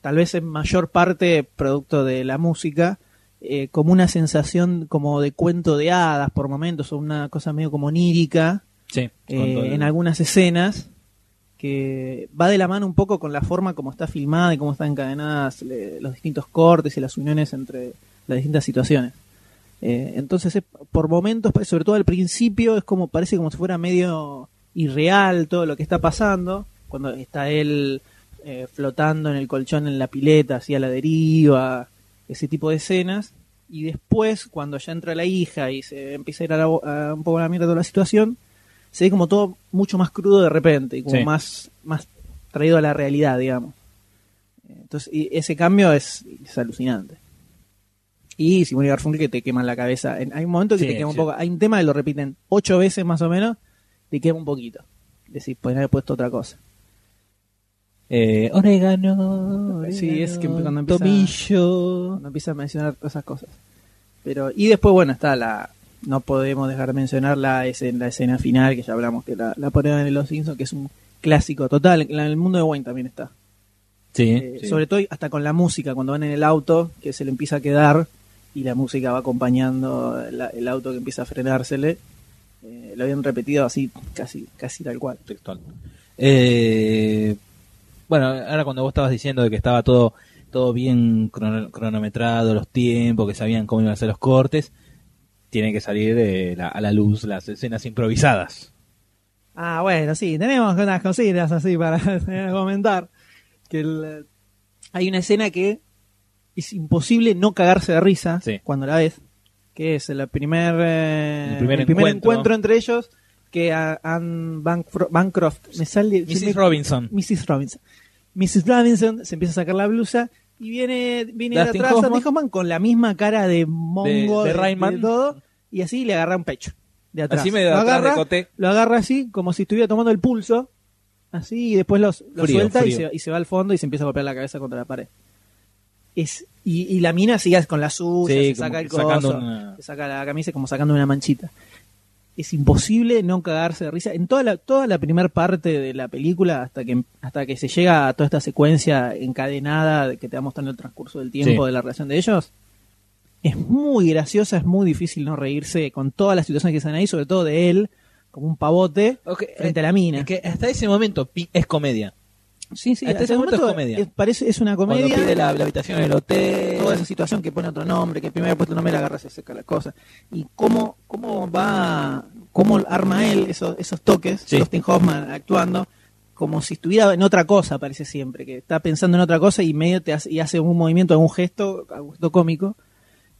Speaker 1: tal vez en mayor parte producto de la música eh, como una sensación como de cuento de hadas por momentos o una cosa medio como onírica
Speaker 2: Sí, con
Speaker 1: eh,
Speaker 2: todo el-
Speaker 1: en algunas escenas que va de la mano un poco con la forma como está filmada y cómo están encadenadas le- los distintos cortes y las uniones entre las distintas situaciones. Eh, entonces, es- por momentos, sobre todo al principio, es como parece como si fuera medio irreal todo lo que está pasando, cuando está él eh, flotando en el colchón en la pileta, así a la deriva, ese tipo de escenas. Y después, cuando ya entra la hija y se empieza a ir a la bo- a un poco a la mierda toda la situación, se ve como todo mucho más crudo de repente y como
Speaker 2: Sí.
Speaker 1: más, más traído a la realidad, digamos. Entonces, y ese cambio es, es alucinante. Y Simón y Garfunkel que te queman la cabeza. En- hay un momento que
Speaker 2: Sí,
Speaker 1: te quema un
Speaker 2: sí.
Speaker 1: poco. Hay un tema que lo repiten ocho veces más o menos, te quema un poquito. Decís, podrían haber puesto otra cosa.
Speaker 2: Eh, orégano,
Speaker 1: Sí, es que cuando empieza-
Speaker 2: tomillo.
Speaker 1: cuando empieza a mencionar todas esas cosas. Pero y después bueno está la no podemos dejar de mencionar la escena, la escena final que ya hablamos que la, la ponen en los Simpsons que es un clásico total en el mundo de Wayne también está
Speaker 2: Sí,
Speaker 1: Eh,
Speaker 2: sí.
Speaker 1: sobre todo hasta con la música cuando van en el auto que se le empieza a quedar y la música va acompañando la- el auto que empieza a frenársele Eh, lo habían repetido así casi casi tal cual
Speaker 2: textual. Eh, bueno, ahora cuando vos estabas diciendo de que estaba todo todo bien crono- cronometrado, los tiempos, que sabían cómo iban a ser los cortes, tienen que salir eh, la- a la luz las escenas improvisadas.
Speaker 1: Ah, bueno, sí, tenemos unas cositas así para comentar. Que el- hay una escena que es imposible no cagarse de risa
Speaker 2: Sí.
Speaker 1: cuando la ves, que es el primer, eh,
Speaker 2: El primer
Speaker 1: encuentro.
Speaker 2: encuentro.
Speaker 1: entre ellos que a Anne Bancro- Bancroft, me sale...
Speaker 2: Mrs.
Speaker 1: se me-
Speaker 2: Robinson.
Speaker 1: Mrs. Robinson. Mrs. Robinson se empieza a sacar la blusa y viene, viene de
Speaker 2: Dustin
Speaker 1: atrás Dustin
Speaker 2: Hoffman.
Speaker 1: Hoffman con la misma cara de mongo
Speaker 2: de
Speaker 1: de,
Speaker 2: Rain Man.
Speaker 1: de todo y así le agarra un pecho de atrás.
Speaker 2: Así me
Speaker 1: lo
Speaker 2: da atrás de
Speaker 1: agarra,
Speaker 2: coté.
Speaker 1: lo agarra así como si estuviera tomando el pulso así y después los, lo
Speaker 2: Frío,
Speaker 1: suelta y
Speaker 2: frío.
Speaker 1: se, y se va al fondo y se empieza a golpear la cabeza contra la pared. Es, y, y la mina sigue con la suya,
Speaker 2: Sí,
Speaker 1: se saca
Speaker 2: como
Speaker 1: el
Speaker 2: que sacando
Speaker 1: coso,
Speaker 2: una-
Speaker 1: se saca la camisa como sacando una manchita es imposible no cagarse de risa en toda la toda la primera parte de la película hasta que hasta que se llega a toda esta secuencia encadenada de que te va mostrando el transcurso del tiempo
Speaker 2: Sí.
Speaker 1: de la relación de ellos es muy graciosa es muy difícil no reírse con todas las situaciones que están ahí sobre todo de él como un pavote
Speaker 2: Ok,
Speaker 1: frente
Speaker 2: eh,
Speaker 1: a la mina
Speaker 2: Es que hasta ese momento pi- es comedia.
Speaker 1: sí sí
Speaker 2: hasta
Speaker 1: hasta
Speaker 2: ese
Speaker 1: el
Speaker 2: momento es comedia.
Speaker 1: es- parece es una
Speaker 2: Cuando
Speaker 1: comedia
Speaker 2: pide la, la habitación en el hotel.
Speaker 1: toda esa situación que pone otro nombre, que primero puesto nombre le agarra se seca la cosa. Y cómo, cómo va, cómo arma él esos, esos toques,
Speaker 2: Sí.
Speaker 1: Dustin Hoffman actuando, como si estuviera en otra cosa, parece siempre, que está pensando en otra cosa y medio te hace, y hace un movimiento, algún gesto, algún gesto cómico.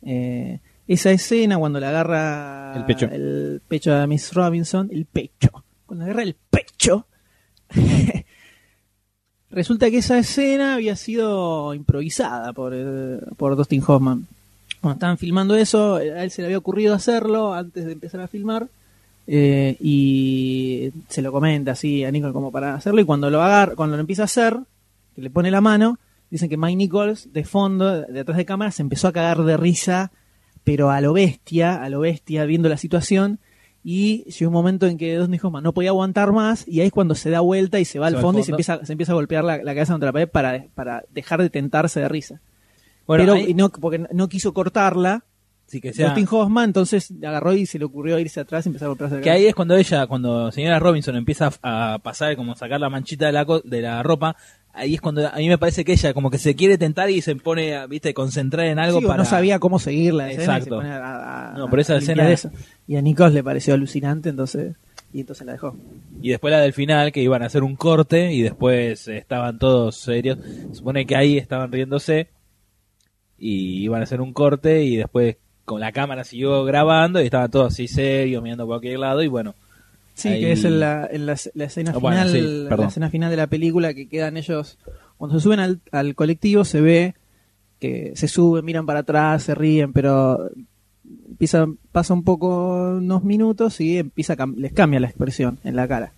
Speaker 1: Eh, esa escena cuando le agarra
Speaker 2: El pecho.
Speaker 1: el pecho a Miss Robinson, el pecho, cuando agarra el pecho. Resulta que esa escena había sido improvisada por, eh, por Dustin Hoffman. Cuando estaban filmando eso, a él se le había ocurrido hacerlo antes de empezar a filmar. Eh, y se lo comenta así a Nichols como para hacerlo. Y cuando lo agarra, cuando lo empieza a hacer, que le pone la mano, dicen que Mike Nichols, de fondo, de atrás de cámara, se empezó a cagar de risa, pero a lo bestia, a lo bestia, viendo la situación. Y llegó un momento en que Dustin Hoffman no podía aguantar más, y ahí es cuando se da vuelta y se va al fondo, y se empieza, se empieza a golpear la, la cabeza contra la pared para, para dejar de tentarse de risa.
Speaker 2: Bueno,
Speaker 1: pero
Speaker 2: ahí-
Speaker 1: y no, porque no- no quiso cortarla,
Speaker 2: sí, que, sea-
Speaker 1: Dustin Hoffman, entonces agarró y se le ocurrió irse atrás y empezar a golpearse la
Speaker 2: que
Speaker 1: cabeza.
Speaker 2: ahí es cuando ella, cuando señora Robinson empieza a, a pasar, como sacar la manchita de la, co- de la ropa, ahí es cuando a mí me parece que ella como que se quiere tentar y se pone, a, viste, concentrar en algo
Speaker 1: Sí, o
Speaker 2: para...
Speaker 1: no sabía cómo seguir la escena y se
Speaker 2: Exacto.
Speaker 1: pone a- a-
Speaker 2: No, por esa
Speaker 1: a
Speaker 2: escena-
Speaker 1: limpiar eso. Y a Nikos le pareció alucinante, entonces y entonces la dejó.
Speaker 2: Y después la del final, que iban a hacer un corte y después eh, estaban todos serios. Supone que ahí estaban riéndose y iban a hacer un corte y después con la cámara siguió grabando y estaban todos así serios, mirando a cualquier lado y bueno,
Speaker 1: Sí,
Speaker 2: Ahí-
Speaker 1: que es en la, en la- la escena
Speaker 2: Ah,
Speaker 1: final,
Speaker 2: bueno, sí, perdón.
Speaker 1: la escena final de la película que quedan ellos cuando se suben al, al colectivo se ve que se suben, miran para atrás, se ríen, pero empieza, pasa un poco unos minutos y empieza a cam- les cambia la expresión en la cara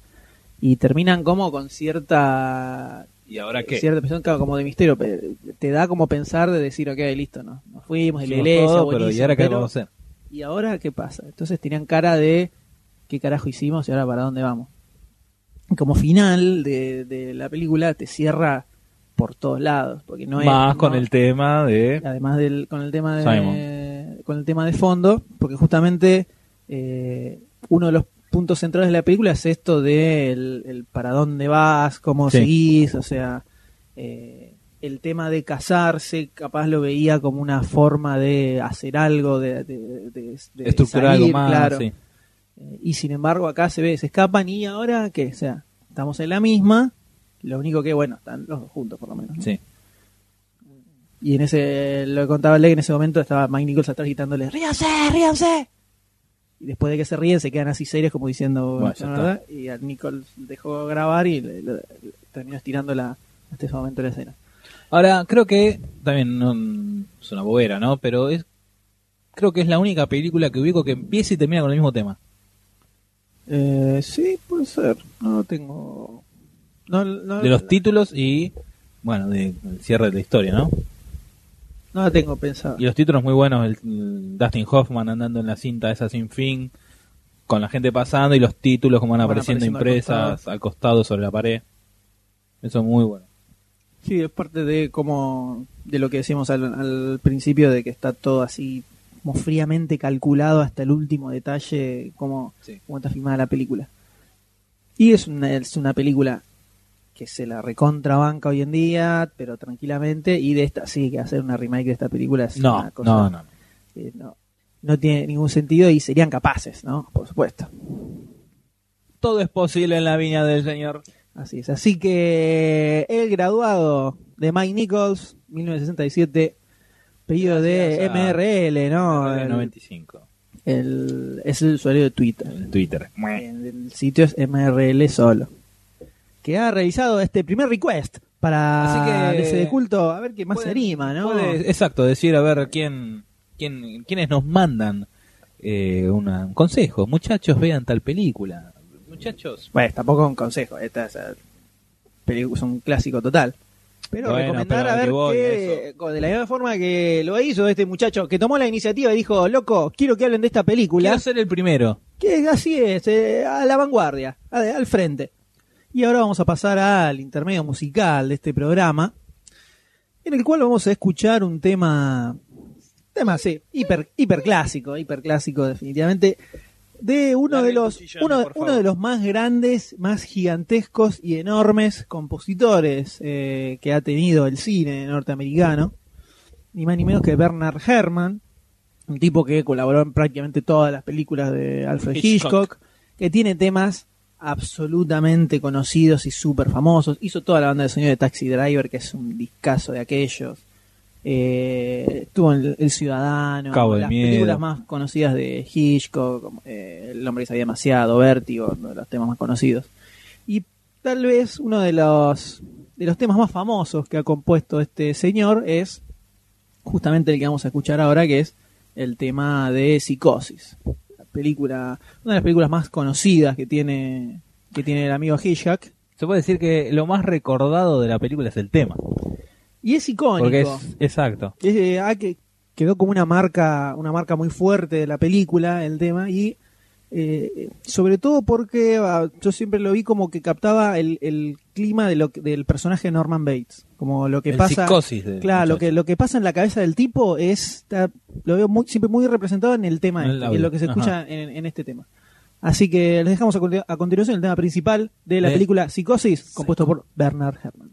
Speaker 1: y terminan como con cierta
Speaker 2: ¿y ahora qué?
Speaker 1: cierta presión, claro, como de misterio, pe- te da como pensar de decir, ok, listo, no, nos fuimos de la
Speaker 2: Hicimos
Speaker 1: iglesia,
Speaker 2: todo, pero ¿y
Speaker 1: buenísimo,
Speaker 2: ahora qué
Speaker 1: pero-
Speaker 2: vamos a hacer?
Speaker 1: ¿y ahora qué pasa? Entonces tenían cara de, ¿qué carajo hicimos y ahora para dónde vamos? Y Como final de, de la película te cierra por todos lados, porque no es...
Speaker 2: Más
Speaker 1: no-
Speaker 2: con el tema de...
Speaker 1: además del con el tema de
Speaker 2: Simon.
Speaker 1: con el tema de fondo porque justamente eh, uno de los puntos centrales de la película es esto de el, el para dónde vas cómo
Speaker 2: Sí.
Speaker 1: seguís o sea eh, el tema de casarse capaz lo veía como una forma de hacer algo de, de- de- de
Speaker 2: estructurar algo
Speaker 1: salir,
Speaker 2: más,
Speaker 1: claro.
Speaker 2: sí.
Speaker 1: Eh, Y sin embargo, acá se ve, se escapan y ahora, ¿qué? O sea, estamos en la misma. Lo único que, bueno, están los dos juntos por lo menos. ¿no?
Speaker 2: sí.
Speaker 1: Y en ese, lo que contaba Leg en ese momento, estaba Mike Nichols atrás gritándole, ¡Ríanse, ríanse! Y después de que se ríen, se quedan así serios como diciendo,
Speaker 2: Bueno, ya
Speaker 1: "No,
Speaker 2: está".
Speaker 1: ¿verdad?". Y a Nichols dejó grabar y le- le- le terminó estirando la, hasta ese momento la escena.
Speaker 2: Ahora, creo que también no, es una bobera, ¿no? Pero es creo que es la única película que ubico que empieza y termina con el mismo tema.
Speaker 1: Eh, sí, puede ser. No tengo... No, no-
Speaker 2: De los títulos y, bueno, de- del cierre de la historia, ¿no?
Speaker 1: no la tengo pensada.
Speaker 2: Y los títulos muy buenos, el, el Dustin Hoffman andando en la cinta esa sin fin, con la gente pasando y los títulos como van,
Speaker 1: Van
Speaker 2: apareciendo,
Speaker 1: apareciendo al
Speaker 2: impresas al costado sobre la pared. Eso es muy bueno.
Speaker 1: Sí, es parte de como de lo que decíamos al, al principio de que está todo así como fríamente calculado hasta el último detalle cómo,
Speaker 2: Sí.
Speaker 1: cómo está filmada la película. Y es una, es una película que se la recontrabanca hoy en día, pero tranquilamente, y de esta sí, que hacer una remake de esta película es
Speaker 2: No,
Speaker 1: una cosa
Speaker 2: no, no.
Speaker 1: que no, no tiene ningún sentido y serían capaces, ¿no? Por supuesto.
Speaker 2: Todo es posible en la viña del señor.
Speaker 1: Así es. Así que el graduado de Mike Nichols, 1967, pedido de
Speaker 2: Gracias a-
Speaker 1: MRL, ¿no?
Speaker 2: El
Speaker 1: El,
Speaker 2: 95,
Speaker 1: el- es el usuario de Twitter.
Speaker 2: en Twitter.
Speaker 1: El, el sitio es MRL solo. Que ha realizado este primer request para
Speaker 2: Así que-
Speaker 1: ese de culto. A ver qué más se
Speaker 2: Puede-
Speaker 1: anima, ¿no?
Speaker 2: puede- exacto, decir a ver quién, quién quiénes nos mandan eh, una- un consejo. Muchachos, vean tal película. Muchachos.
Speaker 1: Bueno, tampoco un consejo. Esta es, eh, pelicu- es un clásico total. Pero
Speaker 2: Bueno,
Speaker 1: recomendar
Speaker 2: pero
Speaker 1: a
Speaker 2: que
Speaker 1: ver
Speaker 2: voy,
Speaker 1: qué- co- de la misma forma que lo hizo este muchacho, que tomó la iniciativa y dijo, loco, quiero que hablen de esta película.
Speaker 2: Quiero ser el primero.
Speaker 1: Que así es, eh, a la vanguardia, a- al frente. Y ahora vamos a pasar al intermedio musical de este programa, en el cual vamos a escuchar un tema, tema sí, hiper, hiperclásico, hiperclásico definitivamente, de uno
Speaker 2: Larga
Speaker 1: de
Speaker 2: y
Speaker 1: los,
Speaker 2: cuchillona,
Speaker 1: uno,
Speaker 2: por
Speaker 1: uno
Speaker 2: favor.
Speaker 1: de los más grandes, más gigantescos y enormes compositores eh, que ha tenido el cine norteamericano, ni más ni menos que Bernard Herrmann, un tipo que colaboró en prácticamente todas las películas de Alfred
Speaker 2: Hitchcock.
Speaker 1: Hitchcock, que tiene temas absolutamente conocidos y súper famosos. Hizo toda la banda de sonido de Taxi Driver, que es un discazo de aquellos. Eh, estuvo en El Ciudadano,
Speaker 2: Cabo de
Speaker 1: las
Speaker 2: Miedo.
Speaker 1: películas más conocidas de Hitchcock, como, eh, El hombre que sabía demasiado, Vértigo, uno de los temas más conocidos. Y tal vez uno de los, de los temas más famosos que ha compuesto este señor es justamente el que vamos a escuchar ahora, que es el tema de Psicosis, la película, una de las películas más conocidas que tiene, que tiene el amigo Hitchcock.
Speaker 2: Se puede decir que lo más recordado de la película es el tema.
Speaker 1: Y es icónico.
Speaker 2: Porque es exacto.
Speaker 1: Es, eh, ah, que quedó como una marca, una marca muy fuerte de la película, el tema, y eh, sobre todo porque ah, yo siempre lo vi como que captaba el, el clima de lo que- del personaje de Norman Bates, como lo que
Speaker 2: El
Speaker 1: pasa,
Speaker 2: psicosis de-
Speaker 1: claro, lo
Speaker 2: muchacho.
Speaker 1: que lo que pasa en la cabeza del tipo es, está- lo veo muy, siempre muy representado en el tema,
Speaker 2: En el
Speaker 1: este,
Speaker 2: audio.
Speaker 1: en lo que se escucha en, en este tema. Así que les dejamos a, continu- a continuación el tema principal de la
Speaker 2: Eh,
Speaker 1: película Psicosis, compuesto por Bernard Herrmann.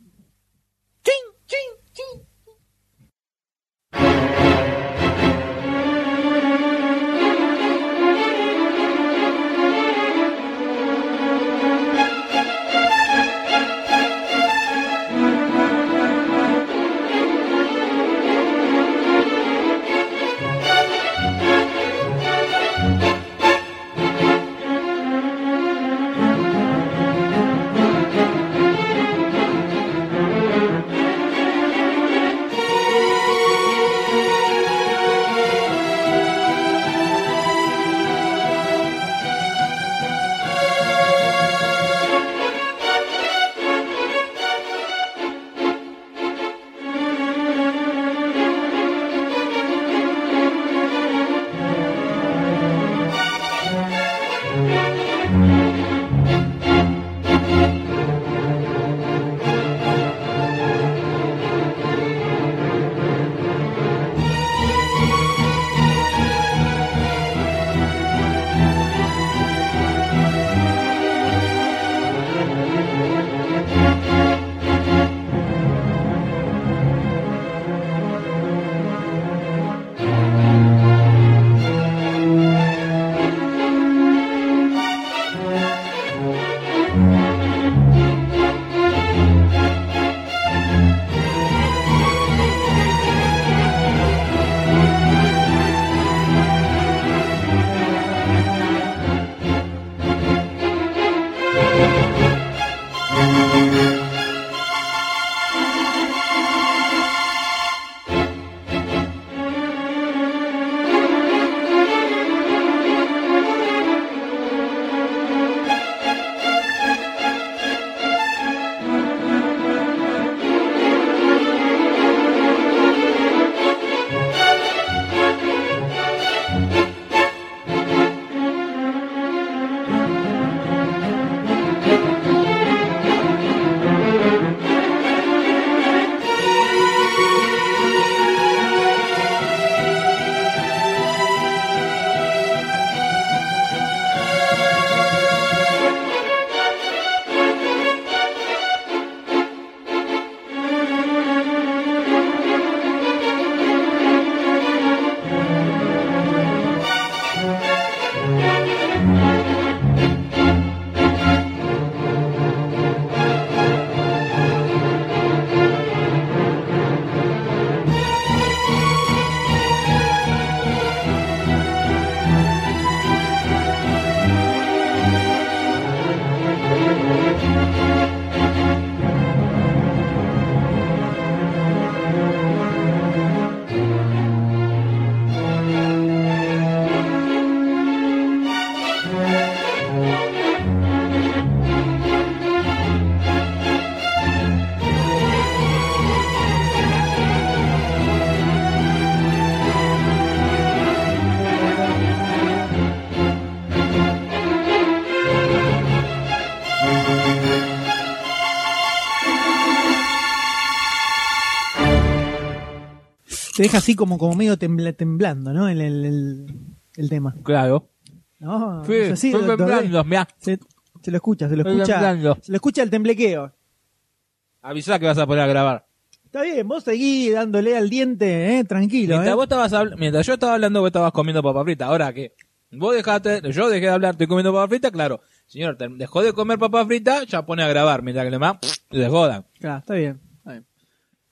Speaker 1: Te deja así como, como medio tembla- temblando, ¿no? El, el, el- el tema.
Speaker 2: Claro.
Speaker 1: No,
Speaker 2: Sí,
Speaker 1: es así,
Speaker 2: estoy
Speaker 1: lo- lo ve.
Speaker 2: temblando, mirá.
Speaker 1: Se, se lo escucha, se lo
Speaker 2: Estoy
Speaker 1: escucha.
Speaker 2: temblando.
Speaker 1: Se lo escucha el temblequeo.
Speaker 2: Avisá que vas a poner a grabar.
Speaker 1: Está bien, vos seguí dándole al diente, eh, tranquilo.
Speaker 2: Mientras,
Speaker 1: eh.
Speaker 2: vos estabas habl- mientras yo estaba hablando, vos estabas comiendo papa frita. Ahora que vos dejaste, yo dejé de hablar, estoy comiendo papa frita, claro. Señor, te- dejó de comer papa frita, ya pone a grabar. Mientras que los demás les jodan.
Speaker 1: Claro, está bien. está bien.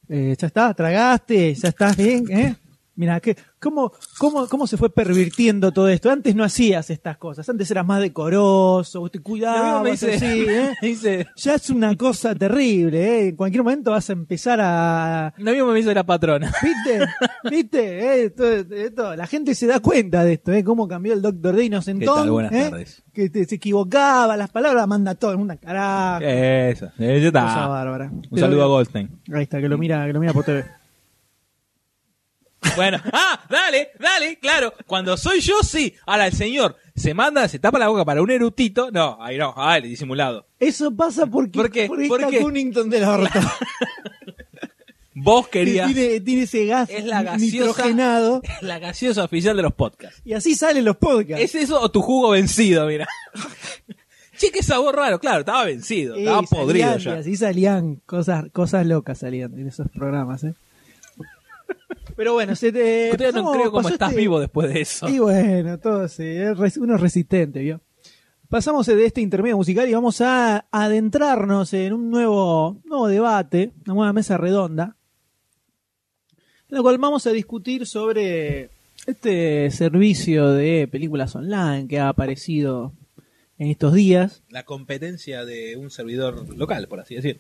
Speaker 1: Eh, ya está, tragaste, ya estás bien, ¿eh? Mira, cómo, cómo, ¿cómo se fue pervirtiendo todo esto? Antes no hacías estas cosas, antes eras más decoroso, vos te
Speaker 2: amigo
Speaker 1: cuidabas,
Speaker 2: me dice-
Speaker 1: así, ¿eh?
Speaker 2: me dice-
Speaker 1: Ya es una cosa terrible, ¿eh? En cualquier momento vas a empezar a...
Speaker 2: Lo mismo me hizo la patrona.
Speaker 1: ¿Viste? ¿Viste? ¿Eh? Esto- esto- La gente se da cuenta de esto, ¿eh? Cómo cambió el Doctor de Inocentón.
Speaker 2: ¿Qué tal? Buenas
Speaker 1: ¿eh?
Speaker 2: tardes.
Speaker 1: Que te- se equivocaba, las palabras manda todo en una carajo.
Speaker 2: Eso. eh, ya está.
Speaker 1: Cosa bárbara.
Speaker 2: Un saludo a Goldstein.
Speaker 1: Ahí está, que lo mira, que lo mira por TV.
Speaker 2: Bueno, ah, dale, dale, claro. Cuando soy yo, sí. Ahora el señor se manda, se tapa la boca para un erutito. No, ahí no, ah, el disimulado.
Speaker 1: Eso pasa porque,
Speaker 2: ¿Por qué?
Speaker 1: porque
Speaker 2: ¿Por
Speaker 1: está
Speaker 2: qué?
Speaker 1: Cunnington del orto.
Speaker 2: Vos
Speaker 1: Que
Speaker 2: querías.
Speaker 1: tiene, tiene ese gas
Speaker 2: Es la gaseosa.
Speaker 1: nitrogenado.
Speaker 2: La gaseosa oficial de los podcasts.
Speaker 1: Y así salen los podcasts.
Speaker 2: ¿Es eso o tu jugo vencido, mira? che, qué sabor raro. Claro, estaba vencido,
Speaker 1: Eh,
Speaker 2: estaba
Speaker 1: y
Speaker 2: podrido
Speaker 1: salían,
Speaker 2: ya.
Speaker 1: Y así salían cosas, cosas locas salían en esos programas, ¿eh? Pero bueno, se te.
Speaker 2: Yo todavía no
Speaker 1: pasamos-
Speaker 2: creo cómo
Speaker 1: pasó
Speaker 2: estás
Speaker 1: este-
Speaker 2: vivo después de eso.
Speaker 1: Y bueno, todo se- es res- uno es resistente, ¿vio? Pasamos de este intermedio musical y vamos a adentrarnos en un nuevo, nuevo debate, una nueva mesa redonda, en la cual vamos a discutir sobre este servicio de películas online que ha aparecido en estos días.
Speaker 2: La competencia de un servidor local, por así decir.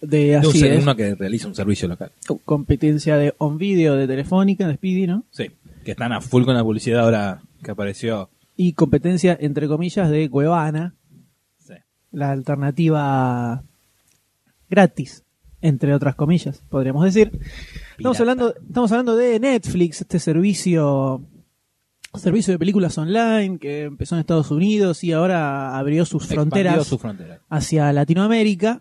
Speaker 1: De,
Speaker 2: De un
Speaker 1: así
Speaker 2: ser-
Speaker 1: es,
Speaker 2: uno que realiza un servicio local.
Speaker 1: competencia de on video de Telefónica, de Speedy, ¿no?
Speaker 2: Sí. Que están a full con la publicidad ahora que apareció.
Speaker 1: Y competencia, entre comillas, de Cuevana,
Speaker 2: Sí.
Speaker 1: la alternativa gratis, entre otras comillas, podríamos decir. Estamos
Speaker 2: Pirata.
Speaker 1: hablando, estamos hablando de Netflix, este servicio, servicio de películas online que empezó en Estados Unidos y ahora abrió sus
Speaker 2: Expandió
Speaker 1: fronteras
Speaker 2: su frontera.
Speaker 1: hacia Latinoamérica,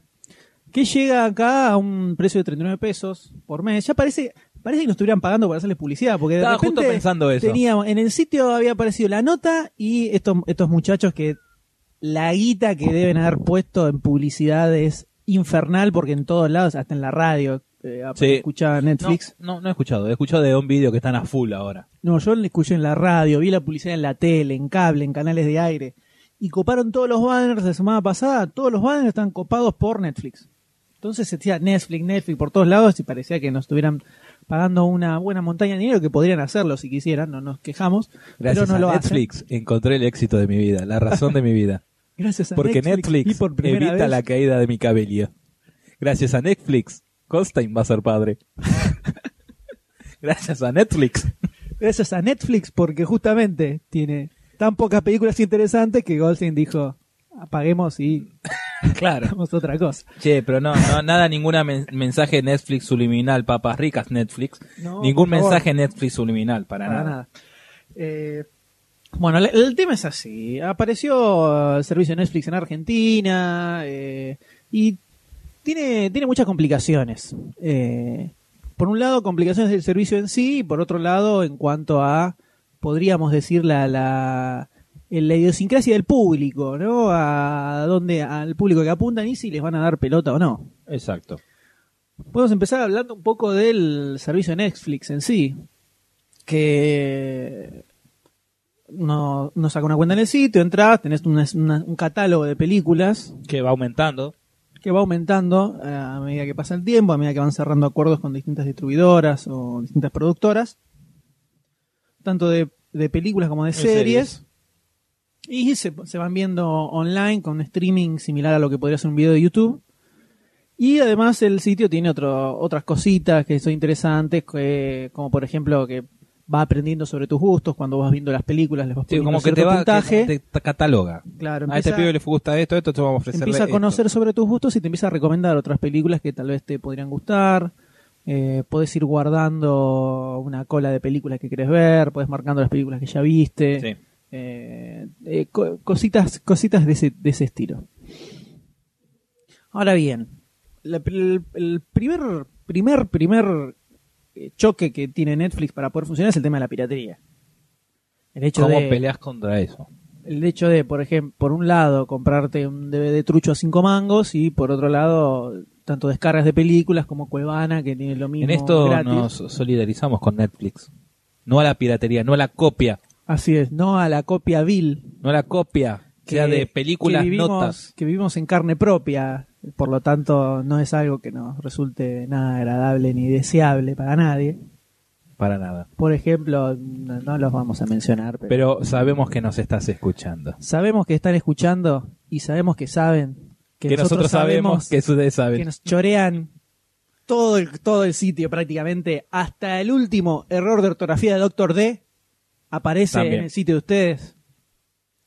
Speaker 1: que llega acá a un precio de 39 pesos por mes. Ya parece, parece que nos estuvieran pagando para hacerles publicidad, porque de
Speaker 2: Estaba
Speaker 1: repente
Speaker 2: justo pensando eso.
Speaker 1: teníamos, en el sitio había aparecido la nota y estos, estos muchachos que la guita que deben haber puesto en publicidad es infernal, porque en todos lados, hasta en la radio, eh,
Speaker 2: Sí.
Speaker 1: escuchaba Netflix.
Speaker 2: No, no, no he escuchado. He escuchado de un vídeo que están a full ahora.
Speaker 1: No, yo la escuché en la radio, vi la publicidad en la tele, en cable, en canales de aire. Y coparon todos los banners la semana pasada. Todos los banners están copados por Netflix. Entonces se decía Netflix, Netflix por todos lados y parecía que nos estuvieran pagando una buena montaña de dinero que podrían hacerlo si quisieran, no nos quejamos.
Speaker 2: Gracias
Speaker 1: pero no
Speaker 2: a
Speaker 1: lo hacen.
Speaker 2: Netflix encontré el éxito de mi vida, la razón de mi vida.
Speaker 1: Gracias a
Speaker 2: Porque
Speaker 1: vi
Speaker 2: Netflix,
Speaker 1: por primera
Speaker 2: evita
Speaker 1: vez-
Speaker 2: la caída de mi cabello. Gracias a Netflix, Colstein va a ser padre. Gracias a Netflix.
Speaker 1: Gracias a Netflix porque justamente tiene tan pocas películas interesantes que Goldstein dijo apaguemos y
Speaker 2: Claro.
Speaker 1: hagamos otra cosa.
Speaker 2: Che, pero no, no nada, ningún mensaje Netflix subliminal, papas ricas Netflix.
Speaker 1: No,
Speaker 2: ningún
Speaker 1: por favor.
Speaker 2: mensaje Netflix subliminal, para,
Speaker 1: para
Speaker 2: nada.
Speaker 1: nada. Eh, bueno, el, el tema es así. Apareció eh, el servicio de Netflix en Argentina eh, y tiene, tiene muchas complicaciones. Eh, por un lado, complicaciones del servicio en sí, y por otro lado, en cuanto a, podríamos decir, la, la, la idiosincrasia del público, ¿no? A dónde, al público que apuntan y si les van a dar pelota o no.
Speaker 2: Exacto.
Speaker 1: Podemos empezar hablando un poco del servicio de Netflix en sí, que no, no saca una cuenta en el sitio, entras, tenés una- una- un catálogo de películas
Speaker 2: Que va aumentando.
Speaker 1: que va aumentando eh, a medida que pasa el tiempo, a medida que van cerrando acuerdos con distintas distribuidoras o distintas productoras, tanto de, de películas como de series.
Speaker 2: series.
Speaker 1: Y se, se van viendo online con un streaming similar a lo que podría ser un video de YouTube. Y además el sitio tiene otro, otras cositas que son interesantes, que- como por ejemplo que va aprendiendo sobre tus gustos cuando vas viendo las películas, les vas
Speaker 2: Sí,
Speaker 1: poniendo
Speaker 2: como que
Speaker 1: cierto
Speaker 2: te va,
Speaker 1: puntaje.
Speaker 2: que te cataloga.
Speaker 1: Claro,
Speaker 2: a este
Speaker 1: empieza-
Speaker 2: pibe le gusta esto, esto te vamos a ofrecer.
Speaker 1: empieza a conocer sobre tus gustos y te empieza a recomendar otras películas que tal vez te podrían gustar. Eh, podés ir guardando una cola de películas que querés ver, podés marcando las películas que ya viste.
Speaker 2: Sí.
Speaker 1: Eh, eh, co- cositas cositas de ese, de ese estilo. Ahora bien, la- el, el primer, primer, primer eh, choque que tiene Netflix para poder funcionar es el tema de la piratería. El hecho
Speaker 2: ¿Cómo
Speaker 1: de,
Speaker 2: peleas contra eso?
Speaker 1: el hecho de, por ejemplo, por un lado comprarte un DVD trucho a cinco mangos y por otro lado tanto descargas de películas como Cuevana que tiene lo mismo
Speaker 2: En esto
Speaker 1: gratis.
Speaker 2: nos solidarizamos con Netflix. No a la piratería, no a la copia,
Speaker 1: Así es, no a la copia vil
Speaker 2: no a la copia, sea de películas,
Speaker 1: que vivimos,
Speaker 2: notas.
Speaker 1: que vivimos en carne propia, por lo tanto no es algo que nos resulte nada agradable ni deseable para nadie.
Speaker 2: para nada.
Speaker 1: Por ejemplo, no, no los vamos a mencionar, pero,
Speaker 2: Pero sabemos que nos estás escuchando.
Speaker 1: sabemos que están escuchando y sabemos que saben
Speaker 2: Que, nosotros, sabemos que ustedes saben.
Speaker 1: que nos chorean todo el, todo el sitio prácticamente, hasta el último error de ortografía de Doctor D aparece
Speaker 2: También.
Speaker 1: en el sitio de ustedes.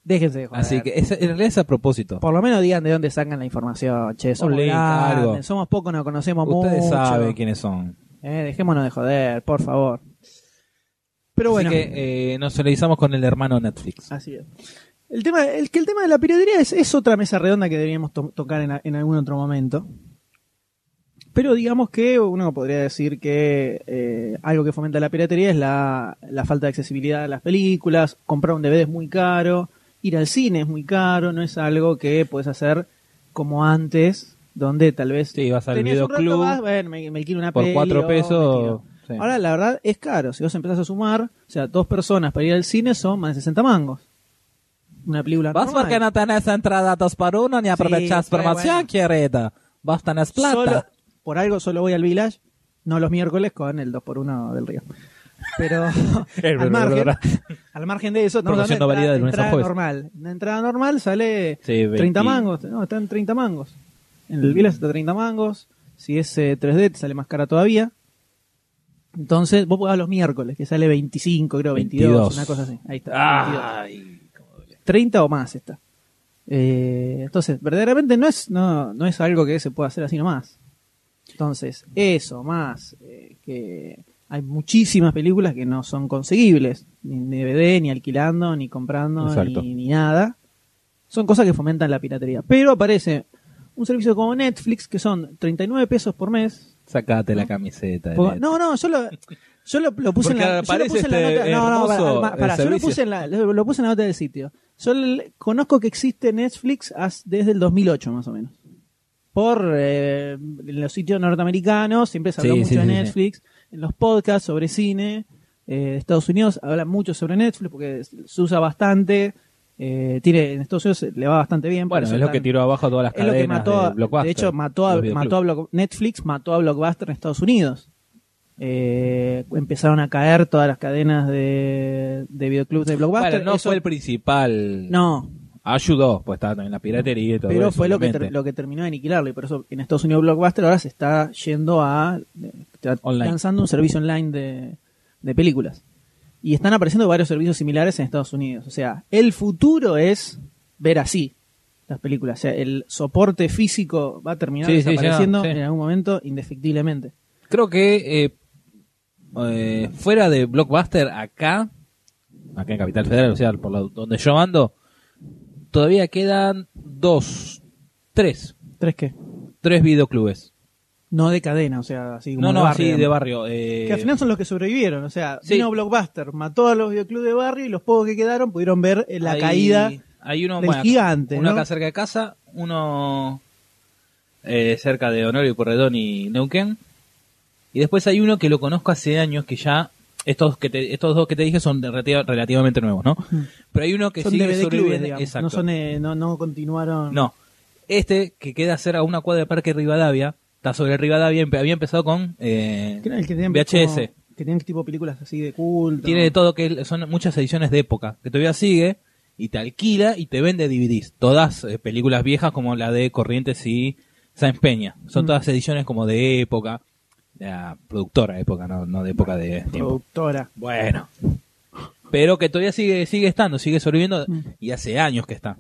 Speaker 1: Déjense de joder.
Speaker 2: Así que es- en realidad es a propósito.
Speaker 1: Por lo menos digan de dónde sacan la información, che, somos
Speaker 2: Un link,
Speaker 1: grandes,
Speaker 2: algo.
Speaker 1: somos pocos, nos conocemos
Speaker 2: Ustedes
Speaker 1: mucho.
Speaker 2: saben quiénes son.
Speaker 1: Eh, dejémonos de joder, por favor. Pero
Speaker 2: Así
Speaker 1: bueno, Ah,
Speaker 2: que eh, nos solidarizamos con el hermano Netflix.
Speaker 1: así es. El tema, el que el tema de la piratería es, es otra mesa redonda que deberíamos to- tocar en, a- en algún otro momento. Pero digamos que uno podría decir que eh, algo que fomenta la piratería es la, la falta de accesibilidad a las películas, comprar un DVD es muy caro, ir al cine es muy caro, no es algo que puedes hacer como antes, donde tal vez
Speaker 2: Sí, vas al
Speaker 1: Tenías un rato,
Speaker 2: videoclub.
Speaker 1: vas, bueno, me, me alquilo una
Speaker 2: Por
Speaker 1: peli,
Speaker 2: cuatro
Speaker 1: o
Speaker 2: pesos,
Speaker 1: me tiro.
Speaker 2: sí.
Speaker 1: Ahora, la verdad, es caro. Si vos empezás a sumar, o sea, dos personas para ir al cine son más de 60 mangos. Una película
Speaker 2: Vas
Speaker 1: normal.
Speaker 2: porque no tenés entradas por uno ni aprovechás
Speaker 1: pero
Speaker 2: formación,
Speaker 1: bueno.
Speaker 2: querida. Vas tenés plata.
Speaker 1: Solo- por algo solo voy al Village, no los miércoles con el 2x1 del río. Pero
Speaker 2: verdad,
Speaker 1: al, margen,
Speaker 2: verdad.
Speaker 1: al margen de eso, estamos
Speaker 2: Promoción
Speaker 1: hablando
Speaker 2: no válida de
Speaker 1: de
Speaker 2: lunes a
Speaker 1: entrada,
Speaker 2: jueves.
Speaker 1: normal. Una entrada normal sale
Speaker 2: Sí, Mm. 20.
Speaker 1: 30 mangos. No, están 30 mangos. En el Village está 30 mangos. Si es eh, 3D, te sale más cara todavía. Entonces, vos jugás los miércoles, que sale 25, creo, 22,
Speaker 2: 22.
Speaker 1: una cosa así. Ahí está.
Speaker 2: Ah.
Speaker 1: 22.
Speaker 2: Ay,
Speaker 1: 30 o más está. Eh, entonces, verdaderamente no es, no, no es algo que se pueda hacer así nomás. Entonces, eso más, eh, que hay muchísimas películas que no son conseguibles, ni en DVD, ni alquilando, ni comprando,
Speaker 2: Exacto.
Speaker 1: ni, ni nada. Son cosas que fomentan la piratería. Pero aparece un servicio como Netflix, que son 39 pesos por mes.
Speaker 2: sacate la camiseta.
Speaker 1: Porque-
Speaker 2: Ned.
Speaker 1: Pues, no, no, yo lo, yo lo, lo puse en
Speaker 2: Porque
Speaker 1: la, yo lo
Speaker 2: aparece
Speaker 1: puse en la
Speaker 2: este
Speaker 1: nota. No, no,
Speaker 2: hermoso,
Speaker 1: pará,
Speaker 2: eh,
Speaker 1: pará, yo lo
Speaker 2: servicio.
Speaker 1: puse, en la, lo, lo puse en la nota del sitio. Yo le- conozco que existe Netflix as- desde el 2008, más o menos. Por eh, en los sitios norteamericanos, siempre se habló
Speaker 2: Sí,
Speaker 1: mucho
Speaker 2: sí,
Speaker 1: de
Speaker 2: sí, sí.
Speaker 1: Netflix. En los podcasts sobre cine eh, de Estados Unidos hablan mucho sobre Netflix porque se usa bastante. Eh, tiene, en Estados Unidos le va bastante bien. por
Speaker 2: Bueno,
Speaker 1: eso
Speaker 2: es lo
Speaker 1: están-
Speaker 2: que tiró abajo todas las
Speaker 1: es lo
Speaker 2: cadenas
Speaker 1: que mató
Speaker 2: de
Speaker 1: a,
Speaker 2: Blockbuster.
Speaker 1: de hecho mató a,
Speaker 2: los videoclubs.
Speaker 1: mató a Block- Netflix mató a Blockbuster en Estados Unidos Eh, empezaron a caer todas las cadenas de, de videoclubs de Blockbuster
Speaker 2: Bueno, no
Speaker 1: Eso-
Speaker 2: fue el principal.
Speaker 1: no
Speaker 2: Ayudó, pues estaba también la piratería y todo
Speaker 1: pero
Speaker 2: eso,
Speaker 1: fue lo que,
Speaker 2: obviamente.
Speaker 1: ter- lo que terminó de aniquilarlo y por eso en Estados Unidos Blockbuster ahora se está yendo a está
Speaker 2: Online.
Speaker 1: lanzando un servicio online de, de películas y están apareciendo varios servicios similares en Estados Unidos o sea el futuro es ver así las películas o sea el soporte físico va a terminar
Speaker 2: Sí, sí,
Speaker 1: desapareciendo
Speaker 2: ya, sí.
Speaker 1: en algún momento indefectiblemente
Speaker 2: Creo que eh, eh, fuera de Blockbuster, acá, acá en Capital Federal, o sea, por la- donde yo ando, todavía quedan dos, tres,
Speaker 1: tres qué
Speaker 2: tres videoclubes.
Speaker 1: no de cadena o sea así como
Speaker 2: No,
Speaker 1: de
Speaker 2: no,
Speaker 1: barrio,
Speaker 2: así de
Speaker 1: digamos.
Speaker 2: barrio. eh,
Speaker 1: que al final son los que sobrevivieron, o sea,
Speaker 2: Sí.
Speaker 1: vino Blockbuster, mató a los videoclubs de barrio y los pocos que quedaron pudieron ver eh, la
Speaker 2: hay-
Speaker 1: caída
Speaker 2: hay uno,
Speaker 1: del
Speaker 2: bueno,
Speaker 1: gigante,
Speaker 2: Uno
Speaker 1: ¿no?
Speaker 2: acá cerca de casa, uno eh, cerca de Honorio Corredón y Neuquén. Y después hay uno que lo conozco hace años que ya. Estos, que te- estos dos que te dije son de relativa- relativamente nuevos, ¿no? Pero hay uno que
Speaker 1: Mm. son
Speaker 2: sigue
Speaker 1: DVD clubes,
Speaker 2: sobreviviendo.
Speaker 1: digamos.
Speaker 2: Exacto.
Speaker 1: No, son, eh, no, no continuaron.
Speaker 2: No. Este, que queda cerca a una cuadra de Parque Rivadavia, está sobre Rivadavia, empe- había empezado con eh,
Speaker 1: Que eran el que tenían
Speaker 2: VHS.
Speaker 1: como- que tenían tipo películas así de culto.
Speaker 2: Tiene de todo, que son muchas ediciones de época, que todavía sigue y te alquila y te vende DVDs. Todas eh, películas viejas como la de Corrientes y San Peña. Son
Speaker 1: Mm.
Speaker 2: todas ediciones como de época, de la productora de época, no, no de época de tiempo.
Speaker 1: Productora.
Speaker 2: Bueno. Pero que todavía sigue, sigue estando, sigue sobreviviendo
Speaker 1: Mm.
Speaker 2: y hace años que está.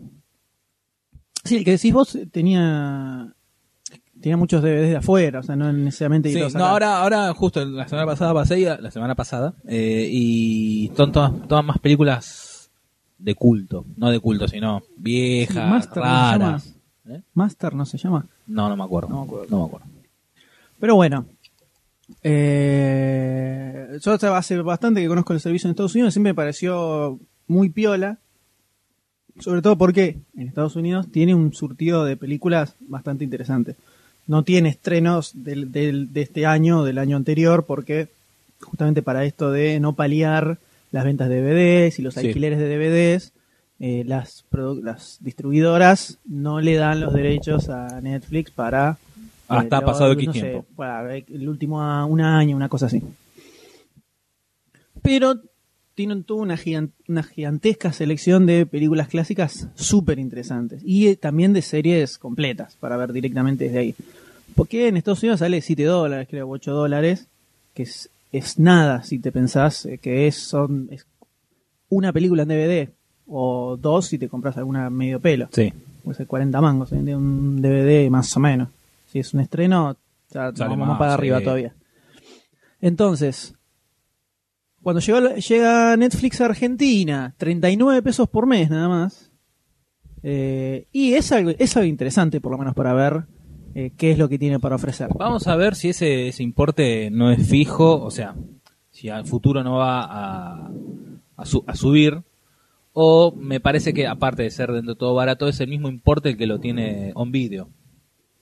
Speaker 1: Sí, el que decís vos eh, tenía tenía muchos DVDs de afuera, o sea, no necesariamente
Speaker 2: Sí,
Speaker 1: los
Speaker 2: no, ahora, ahora justo la semana pasada pasé, y- la semana pasada, eh, y son todas, todas más películas de culto, no de culto, sino viejas,
Speaker 1: Sí, Master, ¿cómo se
Speaker 2: raras. ¿Eh?
Speaker 1: Master no se llama.
Speaker 2: No, no me acuerdo.
Speaker 1: No me
Speaker 2: No
Speaker 1: acuerdo.
Speaker 2: me acuerdo.
Speaker 1: Pero bueno. Eh, yo hasta hace bastante que conozco el servicio en Estados Unidos, siempre me pareció muy piola. Sobre todo porque en Estados Unidos tiene un surtido de películas bastante interesante. No tiene estrenos del- del- de este año, del año anterior, porque justamente para esto de no paliar las ventas de DVDs y los
Speaker 2: Sí.
Speaker 1: alquileres de DVDs, eh, las, produ- las distribuidoras no le dan los derechos a Netflix para... eh,
Speaker 2: Hasta
Speaker 1: lo-
Speaker 2: Ah, pasado X
Speaker 1: no sé,
Speaker 2: tiempo.
Speaker 1: para el último a- un año, una cosa así. Pero tienen toda una, gigan- una gigantesca selección de películas clásicas súper interesantes. Y eh, también de series completas para ver directamente desde ahí. Porque en Estados Unidos sale 7 dólares, creo, 8 dólares, que es, es nada si te pensás eh, que es, son, es una película en DVD o dos si te compras alguna medio pelo.
Speaker 2: Sí.
Speaker 1: Puede ser 40 mangos, se vende un DVD más o menos. Si es un estreno, ya
Speaker 2: Sale
Speaker 1: vamos más
Speaker 2: más,
Speaker 1: para
Speaker 2: sí.
Speaker 1: arriba todavía. Entonces, cuando llegó, la- llega Netflix a Argentina, 39 pesos por mes nada más. Eh, y es algo, es algo interesante, por lo menos, para ver eh, qué es lo que tiene para ofrecer.
Speaker 2: Vamos a ver si ese, ese importe no es fijo, o sea, si al futuro no va a, a, su- a subir. O me parece que, aparte de ser dentro de todo barato, es el mismo importe el que lo tiene on video.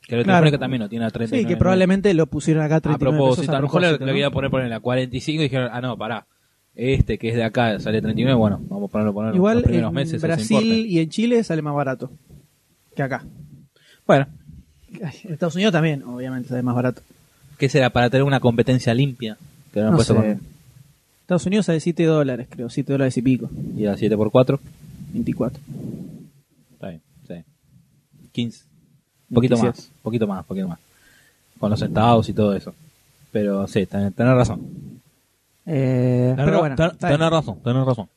Speaker 2: Que lo
Speaker 1: Claro.
Speaker 2: tiene que también lo tiene a 39.
Speaker 1: Sí, que probablemente lo pusieron acá a
Speaker 2: A
Speaker 1: 39
Speaker 2: propósito,
Speaker 1: pesos.
Speaker 2: a lo mejor
Speaker 1: propósito,
Speaker 2: lo
Speaker 1: ¿no?
Speaker 2: iba a poner, poner a 45 y dijeron, ah, no, pará. Este que es de acá sale 39, bueno, vamos a ponerlo, ponerlo
Speaker 1: Igual
Speaker 2: los primeros
Speaker 1: en
Speaker 2: meses. ese
Speaker 1: Brasil
Speaker 2: importe.
Speaker 1: y en Chile sale más barato que acá.
Speaker 2: Bueno,
Speaker 1: Ay, En Estados Unidos también, obviamente, sale más barato.
Speaker 2: ¿qué será? Para tener una competencia limpia. Que no
Speaker 1: No
Speaker 2: puesto
Speaker 1: sé.
Speaker 2: con,
Speaker 1: Estados Unidos sale 7 dólares, creo, 7 dólares y pico,
Speaker 2: y a 7x4.
Speaker 1: 24.
Speaker 2: Está bien, sí. 15. Un poquito
Speaker 1: 16.
Speaker 2: más, un poquito más, un poquito más. Con los centavos y todo eso. Pero sí, ten- tenés razón.
Speaker 1: Eh,
Speaker 2: Tenés
Speaker 1: pero
Speaker 2: ra-
Speaker 1: bueno,
Speaker 2: ten-
Speaker 1: está bien.
Speaker 2: tenés razón, tenés razón.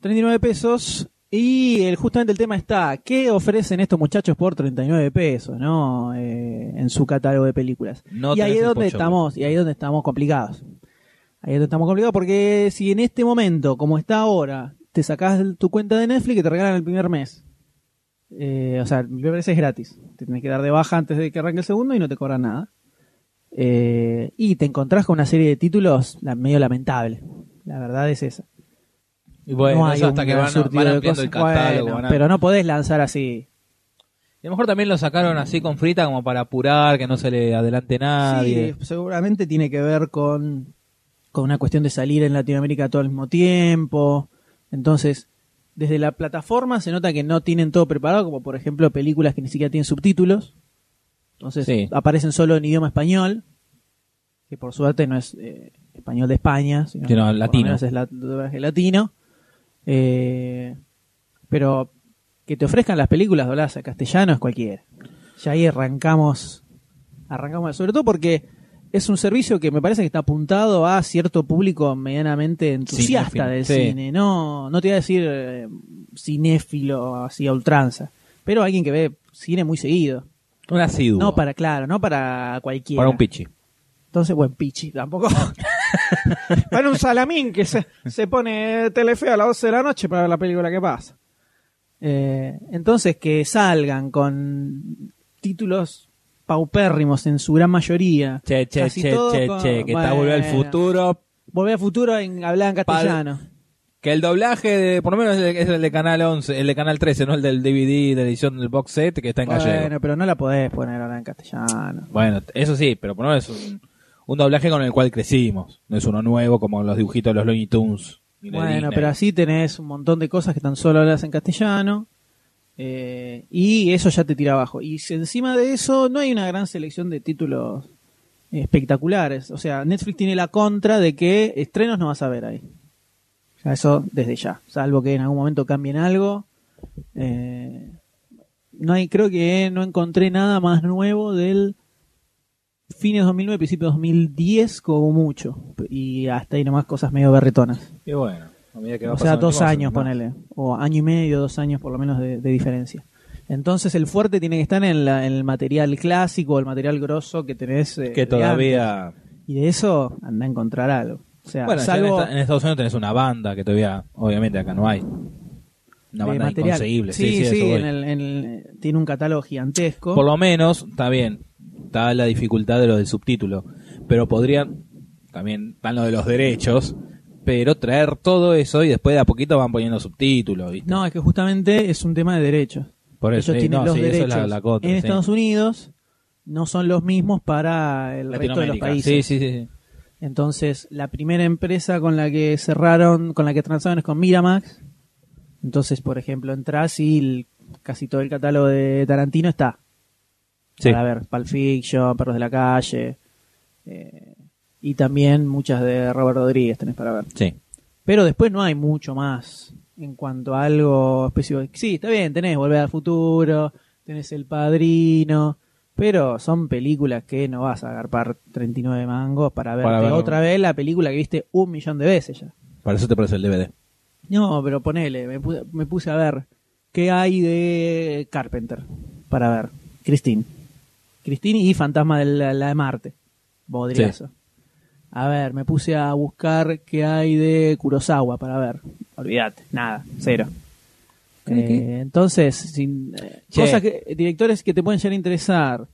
Speaker 1: 39 pesos. Y el, justamente el tema está, ¿qué ofrecen estos muchachos por 39 pesos, no? Eh, en su catálogo de películas.
Speaker 2: No
Speaker 1: y
Speaker 2: tenés
Speaker 1: ahí es
Speaker 2: el
Speaker 1: donde
Speaker 2: pochoclo.
Speaker 1: estamos, y ahí es donde estamos complicados. Ahí es donde estamos complicados porque si en este momento, como está ahora, te sacás tu cuenta de Netflix y te regalan el primer mes. Eh, o sea, el primer mes es gratis. Te tenés que dar de baja antes de que arranque el segundo y no te cobran nada. Eh, y te encontrás con una serie de títulos la- medio lamentable. La verdad es esa.
Speaker 2: Y bueno,
Speaker 1: no hay
Speaker 2: eso hasta
Speaker 1: un
Speaker 2: que
Speaker 1: gran
Speaker 2: van, van
Speaker 1: surtido de
Speaker 2: ampliando el
Speaker 1: cosas.
Speaker 2: catálogo.
Speaker 1: Bueno,
Speaker 2: van a-
Speaker 1: pero no podés lanzar así.
Speaker 2: Y a lo mejor también lo sacaron así con frita como para apurar, que no se le adelante nadie.
Speaker 1: Sí, seguramente tiene que ver con, con una cuestión de salir en Latinoamérica todo al mismo tiempo. Entonces, desde la plataforma se nota que no tienen todo preparado, como por ejemplo películas que ni siquiera tienen subtítulos. Entonces,
Speaker 2: Sí.
Speaker 1: aparecen solo en idioma español, que por suerte no es eh, español de España, sino
Speaker 2: Sino
Speaker 1: por lo
Speaker 2: latino.
Speaker 1: menos es la- doblaje latino. Eh, pero que te ofrezcan las películas dobladas a castellano es cualquiera. Ya ahí arrancamos, arrancamos, sobre todo porque es un servicio que me parece que está apuntado a cierto público medianamente entusiasta
Speaker 2: Cinéfilo,
Speaker 1: del
Speaker 2: sí.
Speaker 1: cine. No, no te voy a decir eh, cinéfilo así a ultranza, pero alguien que ve cine muy seguido.
Speaker 2: Un asiduo.
Speaker 1: No para, claro, no para cualquiera.
Speaker 2: para un pichi.
Speaker 1: Entonces, buen pichi, tampoco. para un salamín que se, se pone telefeo a las 12 de la noche para ver la película que pasa. Eh, entonces, que salgan con títulos paupérrimos en su gran mayoría.
Speaker 2: Che, che,
Speaker 1: Casi
Speaker 2: che,
Speaker 1: todo
Speaker 2: che,
Speaker 1: con-
Speaker 2: che, que está
Speaker 1: Bueno.
Speaker 2: volviendo al futuro.
Speaker 1: Volver al futuro en hablar en castellano.
Speaker 2: Que el doblaje, de, por lo menos es el de Canal 11, el de Canal 13, no el del DVD, de la edición del box set, que está en gallego.
Speaker 1: Bueno, pero no la podés poner ahora en castellano.
Speaker 2: Bueno, eso sí, pero por lo menos es un, un doblaje con el cual crecimos. No es uno nuevo como los dibujitos de los Looney Tunes. ni de
Speaker 1: Bueno,
Speaker 2: Disney.
Speaker 1: pero así tenés un montón de cosas que tan solo hablas en castellano. eh, y eso ya te tira abajo. Y si encima de eso, no hay una gran selección de títulos espectaculares. O sea, Netflix tiene la contra de que estrenos no vas a ver ahí. O sea, eso desde ya. Salvo que en algún momento cambien algo. Eh, no hay, creo que no encontré nada más nuevo del fines 2009, principio 2010 como mucho. Y hasta ahí nomás cosas medio berretonas.
Speaker 2: Y bueno, a medida que va
Speaker 1: O sea,
Speaker 2: pasando el
Speaker 1: dos
Speaker 2: tiempo,
Speaker 1: años,
Speaker 2: más.
Speaker 1: ponele. O año y medio, dos años por lo menos de, de diferencia. Entonces el fuerte tiene que estar en, la- en el material clásico, el material grosso que tenés. eh,
Speaker 2: Que
Speaker 1: de
Speaker 2: todavía.
Speaker 1: antes. Y de eso anda a encontrar algo. O sea,
Speaker 2: Bueno, ya
Speaker 1: salvo
Speaker 2: en, esta- en Estados Unidos tenés una banda que todavía, obviamente acá no hay. Una
Speaker 1: de
Speaker 2: banda
Speaker 1: material.
Speaker 2: inconseguible.
Speaker 1: Sí, sí,
Speaker 2: eso voy.
Speaker 1: en el- en el- tiene un catálogo gigantesco.
Speaker 2: Por lo menos, está bien, está la dificultad de lo del subtítulo, pero podrían, también están lo de los derechos, pero traer todo eso y después de a poquito van poniendo subtítulos, ¿viste?
Speaker 1: No, es que justamente es un tema de derechos.
Speaker 2: Por eso,
Speaker 1: Ellos
Speaker 2: sí,
Speaker 1: tienen
Speaker 2: no,
Speaker 1: los
Speaker 2: sí, eso es
Speaker 1: derechos
Speaker 2: la- la contra,
Speaker 1: en
Speaker 2: sí.
Speaker 1: Estados Unidos, no son los mismos para el resto de los
Speaker 2: Latinoamérica.
Speaker 1: países.
Speaker 2: Sí, sí, sí.
Speaker 1: Entonces, la primera empresa con la que cerraron, con la que transaron es con Miramax. Entonces, por ejemplo, entras y el- casi todo el catálogo de Tarantino está.
Speaker 2: Sí.
Speaker 1: Para ver Pulp Fiction, Perros de la Calle. eh, y también muchas de Robert Rodríguez tenés para ver.
Speaker 2: Sí.
Speaker 1: Pero después no hay mucho más en cuanto a algo específico. Sí, está bien, tenés Volver al Futuro, tenés El Padrino, pero son películas que no vas a agarpar 39 mangos para verte
Speaker 2: verlo.
Speaker 1: otra vez la película que viste un millón de veces ya.
Speaker 2: Para eso te parece el DVD.
Speaker 1: No, pero ponele, me puse, me puse a ver qué hay de Carpenter para ver. Christine. Christine y Fantasma de la, la de Marte. Bodriazo. A ver, me puse a buscar qué hay de Kurosawa para ver. Olvídate, nada, cero. Eh, entonces, sin, eh,
Speaker 2: Che.
Speaker 1: cosas que, directores que te pueden llegar a interesar,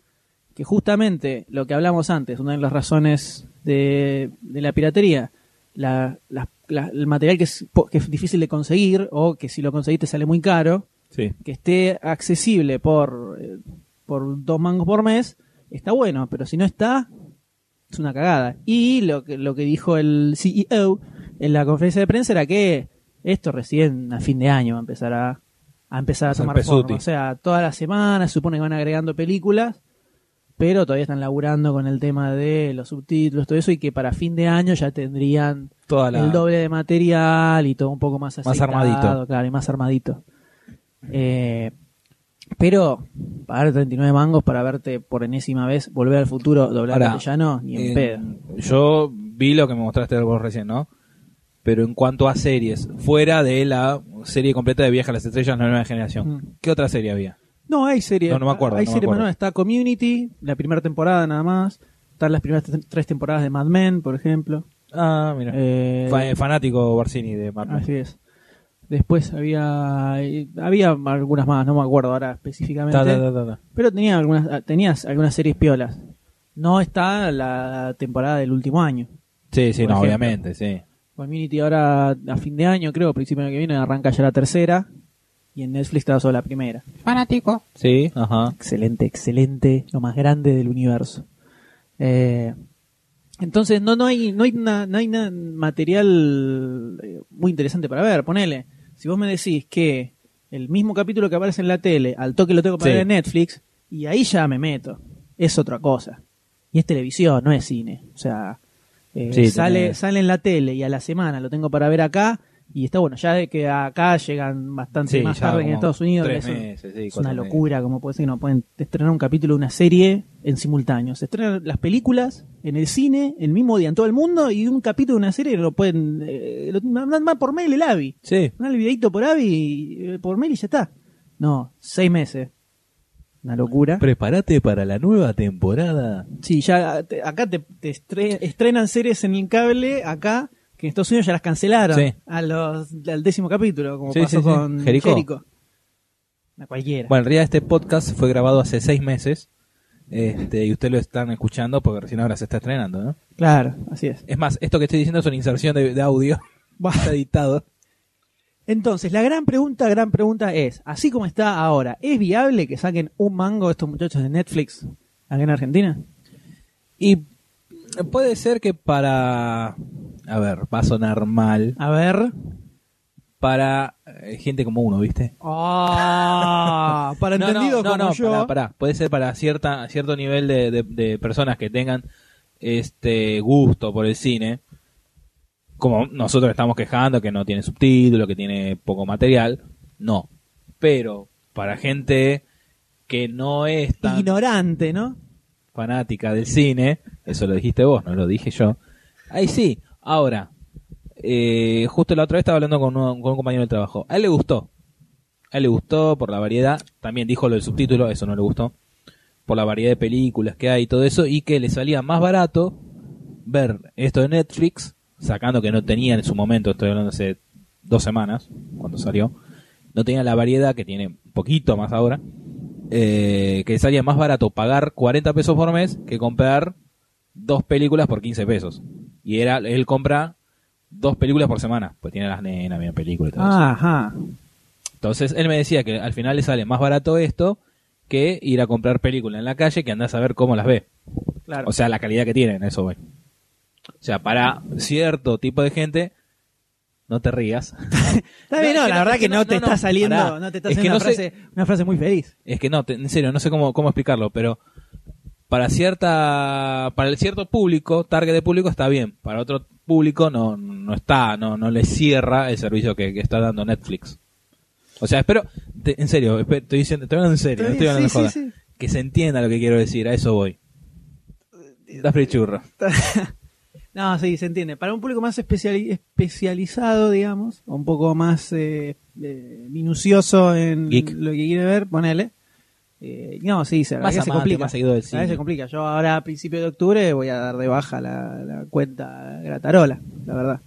Speaker 1: que justamente lo que hablamos antes, una de las razones de, de la piratería, la- la- la- el material que es, po- que es difícil de conseguir o que si lo conseguiste sale muy caro,
Speaker 2: Sí.
Speaker 1: que esté accesible por, eh, por dos mangos por mes, está bueno, pero si no está, es una cagada. Y lo que, lo que dijo el CEO en la conferencia de prensa era que esto recién a fin de año va a empezar a, a empezar a
Speaker 2: Hacer
Speaker 1: tomar
Speaker 2: pesuti.
Speaker 1: forma. O sea, todas las semanas supone que van agregando películas, pero todavía están laburando con el tema de los subtítulos, todo eso, y que para fin de año ya tendrían
Speaker 2: Toda la...
Speaker 1: el doble de material y todo un poco más
Speaker 2: Más
Speaker 1: aceitado,
Speaker 2: armadito.
Speaker 1: Claro, y más armadito. Eh, pero pagar 39 mangos para verte por enésima vez, volver al futuro, doblar
Speaker 2: Ahora,
Speaker 1: castellano, ni en
Speaker 2: eh,
Speaker 1: pedo.
Speaker 2: Yo vi lo que me mostraste vos recién, ¿no? Pero en cuanto a series, fuera de la serie completa de Viaje a las Estrellas, la nueva generación,
Speaker 1: Mm.
Speaker 2: ¿qué otra serie había?
Speaker 1: No, hay series.
Speaker 2: No, no me acuerdo,
Speaker 1: Hay
Speaker 2: no me
Speaker 1: series
Speaker 2: acuerdo.
Speaker 1: menores. Está Community, la primera temporada nada más. Están las primeras t- tres temporadas de Mad Men, por ejemplo.
Speaker 2: Ah, mira.
Speaker 1: Eh,
Speaker 2: Fa- fanático Barcini de Marvel.
Speaker 1: así es. Después había eh, había algunas más, no me acuerdo ahora específicamente.
Speaker 2: Ta, ta, ta, ta, ta.
Speaker 1: Pero tenía algunas, ah, tenías algunas series piolas. No está la temporada del último año.
Speaker 2: Sí, sí,
Speaker 1: Por
Speaker 2: no,
Speaker 1: ejemplo.
Speaker 2: obviamente, sí.
Speaker 1: Community ahora a fin de año, creo, principio del año que viene, arranca ya la tercera. Y en Netflix está solo la primera.
Speaker 2: Sí, ajá.
Speaker 1: Excelente, excelente, lo más grande del universo. Eh, entonces no, no hay, no hay, na- no hay na- material eh, muy interesante para ver. Ponele, si vos me decís que el mismo capítulo que aparece en la tele, al toque lo tengo para
Speaker 2: Sí.
Speaker 1: ver en Netflix, y ahí ya me meto. Es otra cosa. Y es televisión, no es cine. O sea, eh,
Speaker 2: Sí,
Speaker 1: sale,
Speaker 2: tenés-
Speaker 1: sale en la tele y a la semana lo tengo para ver acá. Y está bueno, ya de que acá llegan bastante
Speaker 2: Sí,
Speaker 1: más
Speaker 2: ya
Speaker 1: tarde que en
Speaker 2: como
Speaker 1: Estados Unidos.
Speaker 2: tres
Speaker 1: que eso-
Speaker 2: meses, sí,
Speaker 1: es una
Speaker 2: cuatro meses.
Speaker 1: locura, como puede ser que no pueden estrenar un capítulo de una serie en simultáneo. Se estrenan las películas en el cine el mismo día en todo el mundo y un capítulo de una serie lo pueden. eh, lo mandan más por mail el AVI.
Speaker 2: Sí.
Speaker 1: Mandale el videito por AVI, eh, por mail y ya está. No, seis meses. Una locura.
Speaker 2: Prepárate para la nueva temporada.
Speaker 1: Sí, ya te- acá te, te estre- estrenan series en el cable, acá, que en Estados Unidos ya las cancelaron
Speaker 2: Sí.
Speaker 1: a los, al décimo capítulo, como
Speaker 2: Sí, sí, sí.
Speaker 1: pasó con
Speaker 2: Jericó.
Speaker 1: Jericho. Una cualquiera.
Speaker 2: Bueno, en realidad este podcast fue grabado hace seis meses. Este, y ustedes lo están escuchando porque recién ahora se está estrenando, ¿no?
Speaker 1: Claro, así es.
Speaker 2: Es más, esto que estoy diciendo es una inserción de, de audio. Está editado.
Speaker 1: Entonces, la gran pregunta, gran pregunta es, así como está ahora, ¿es viable que saquen un mango estos muchachos de Netflix acá en Argentina?
Speaker 2: Y puede ser que para... A ver, va a sonar mal.
Speaker 1: A ver.
Speaker 2: Para eh, gente como uno, ¿viste?
Speaker 1: Ah, para
Speaker 2: No, no,
Speaker 1: entendidos
Speaker 2: no,
Speaker 1: como
Speaker 2: no,
Speaker 1: yo.
Speaker 2: Pará, pará. Puede ser para cierta, cierto nivel de, de- de personas que tengan este gusto por el cine. Como nosotros estamos quejando que no tiene subtítulo, que tiene poco material. No. Pero para gente que no es tan
Speaker 1: Ignorante, ¿no?
Speaker 2: fanática del cine, eso lo dijiste vos, no lo dije yo. Ahí sí, ahora, eh, justo la otra vez estaba hablando con un, con un compañero de trabajo, a él le gustó, a él le gustó por la variedad, también dijo lo del subtítulo, eso no le gustó, por la variedad de películas que hay y todo eso, y que le salía más barato ver esto de Netflix, sacando que no tenía en su momento, estoy hablando hace dos semanas, cuando salió, no tenía la variedad que tiene un poquito más ahora, eh, que salía más barato pagar 40 pesos por mes que comprar dos películas por 15 pesos. Y era él compra dos películas por semana, pues tiene las nenas, mira películas y
Speaker 1: Ah,
Speaker 2: todo eso.
Speaker 1: Ajá.
Speaker 2: Entonces él me decía que al final le sale más barato esto que ir a comprar películas en la calle que andás a ver cómo las ve.
Speaker 1: Claro.
Speaker 2: O sea, la calidad que tienen, eso voy. O sea, para cierto tipo de gente, no te rías.
Speaker 1: está bien,
Speaker 2: no, es que
Speaker 1: no, la
Speaker 2: no-
Speaker 1: verdad
Speaker 2: es
Speaker 1: que
Speaker 2: que
Speaker 1: no,
Speaker 2: no-
Speaker 1: te
Speaker 2: no,
Speaker 1: está
Speaker 2: no,
Speaker 1: saliendo,
Speaker 2: pará.
Speaker 1: no te está
Speaker 2: Es
Speaker 1: saliendo
Speaker 2: que
Speaker 1: una,
Speaker 2: no sé-
Speaker 1: frase, una frase muy feliz.
Speaker 2: Es que no, te- en serio, no sé cómo, cómo explicarlo, pero para cierta para el cierto público, target de público está bien, para otro público no no está, no no le cierra el servicio que, que está dando Netflix. O sea, espero te- en serio, espe- estoy diciendo, estoy hablando en serio, no estoy
Speaker 1: Está bien,
Speaker 2: hablando de joda.
Speaker 1: sí, sí,
Speaker 2: Que se entienda lo que quiero decir, a eso voy. Da frichurra.
Speaker 1: No, sí, se entiende. Para un público más especiali- especializado, digamos, o un poco más eh, eh, minucioso en
Speaker 2: Geek.
Speaker 1: lo que quiere ver, ponele. Eh, no, sí, se, la
Speaker 2: Más
Speaker 1: verdad que se
Speaker 2: amante,
Speaker 1: complica.
Speaker 2: más seguidor del
Speaker 1: La verdad que
Speaker 2: cine.
Speaker 1: se complica. Yo ahora a principios de octubre voy a dar de baja la, la cuenta Gratarola, la verdad.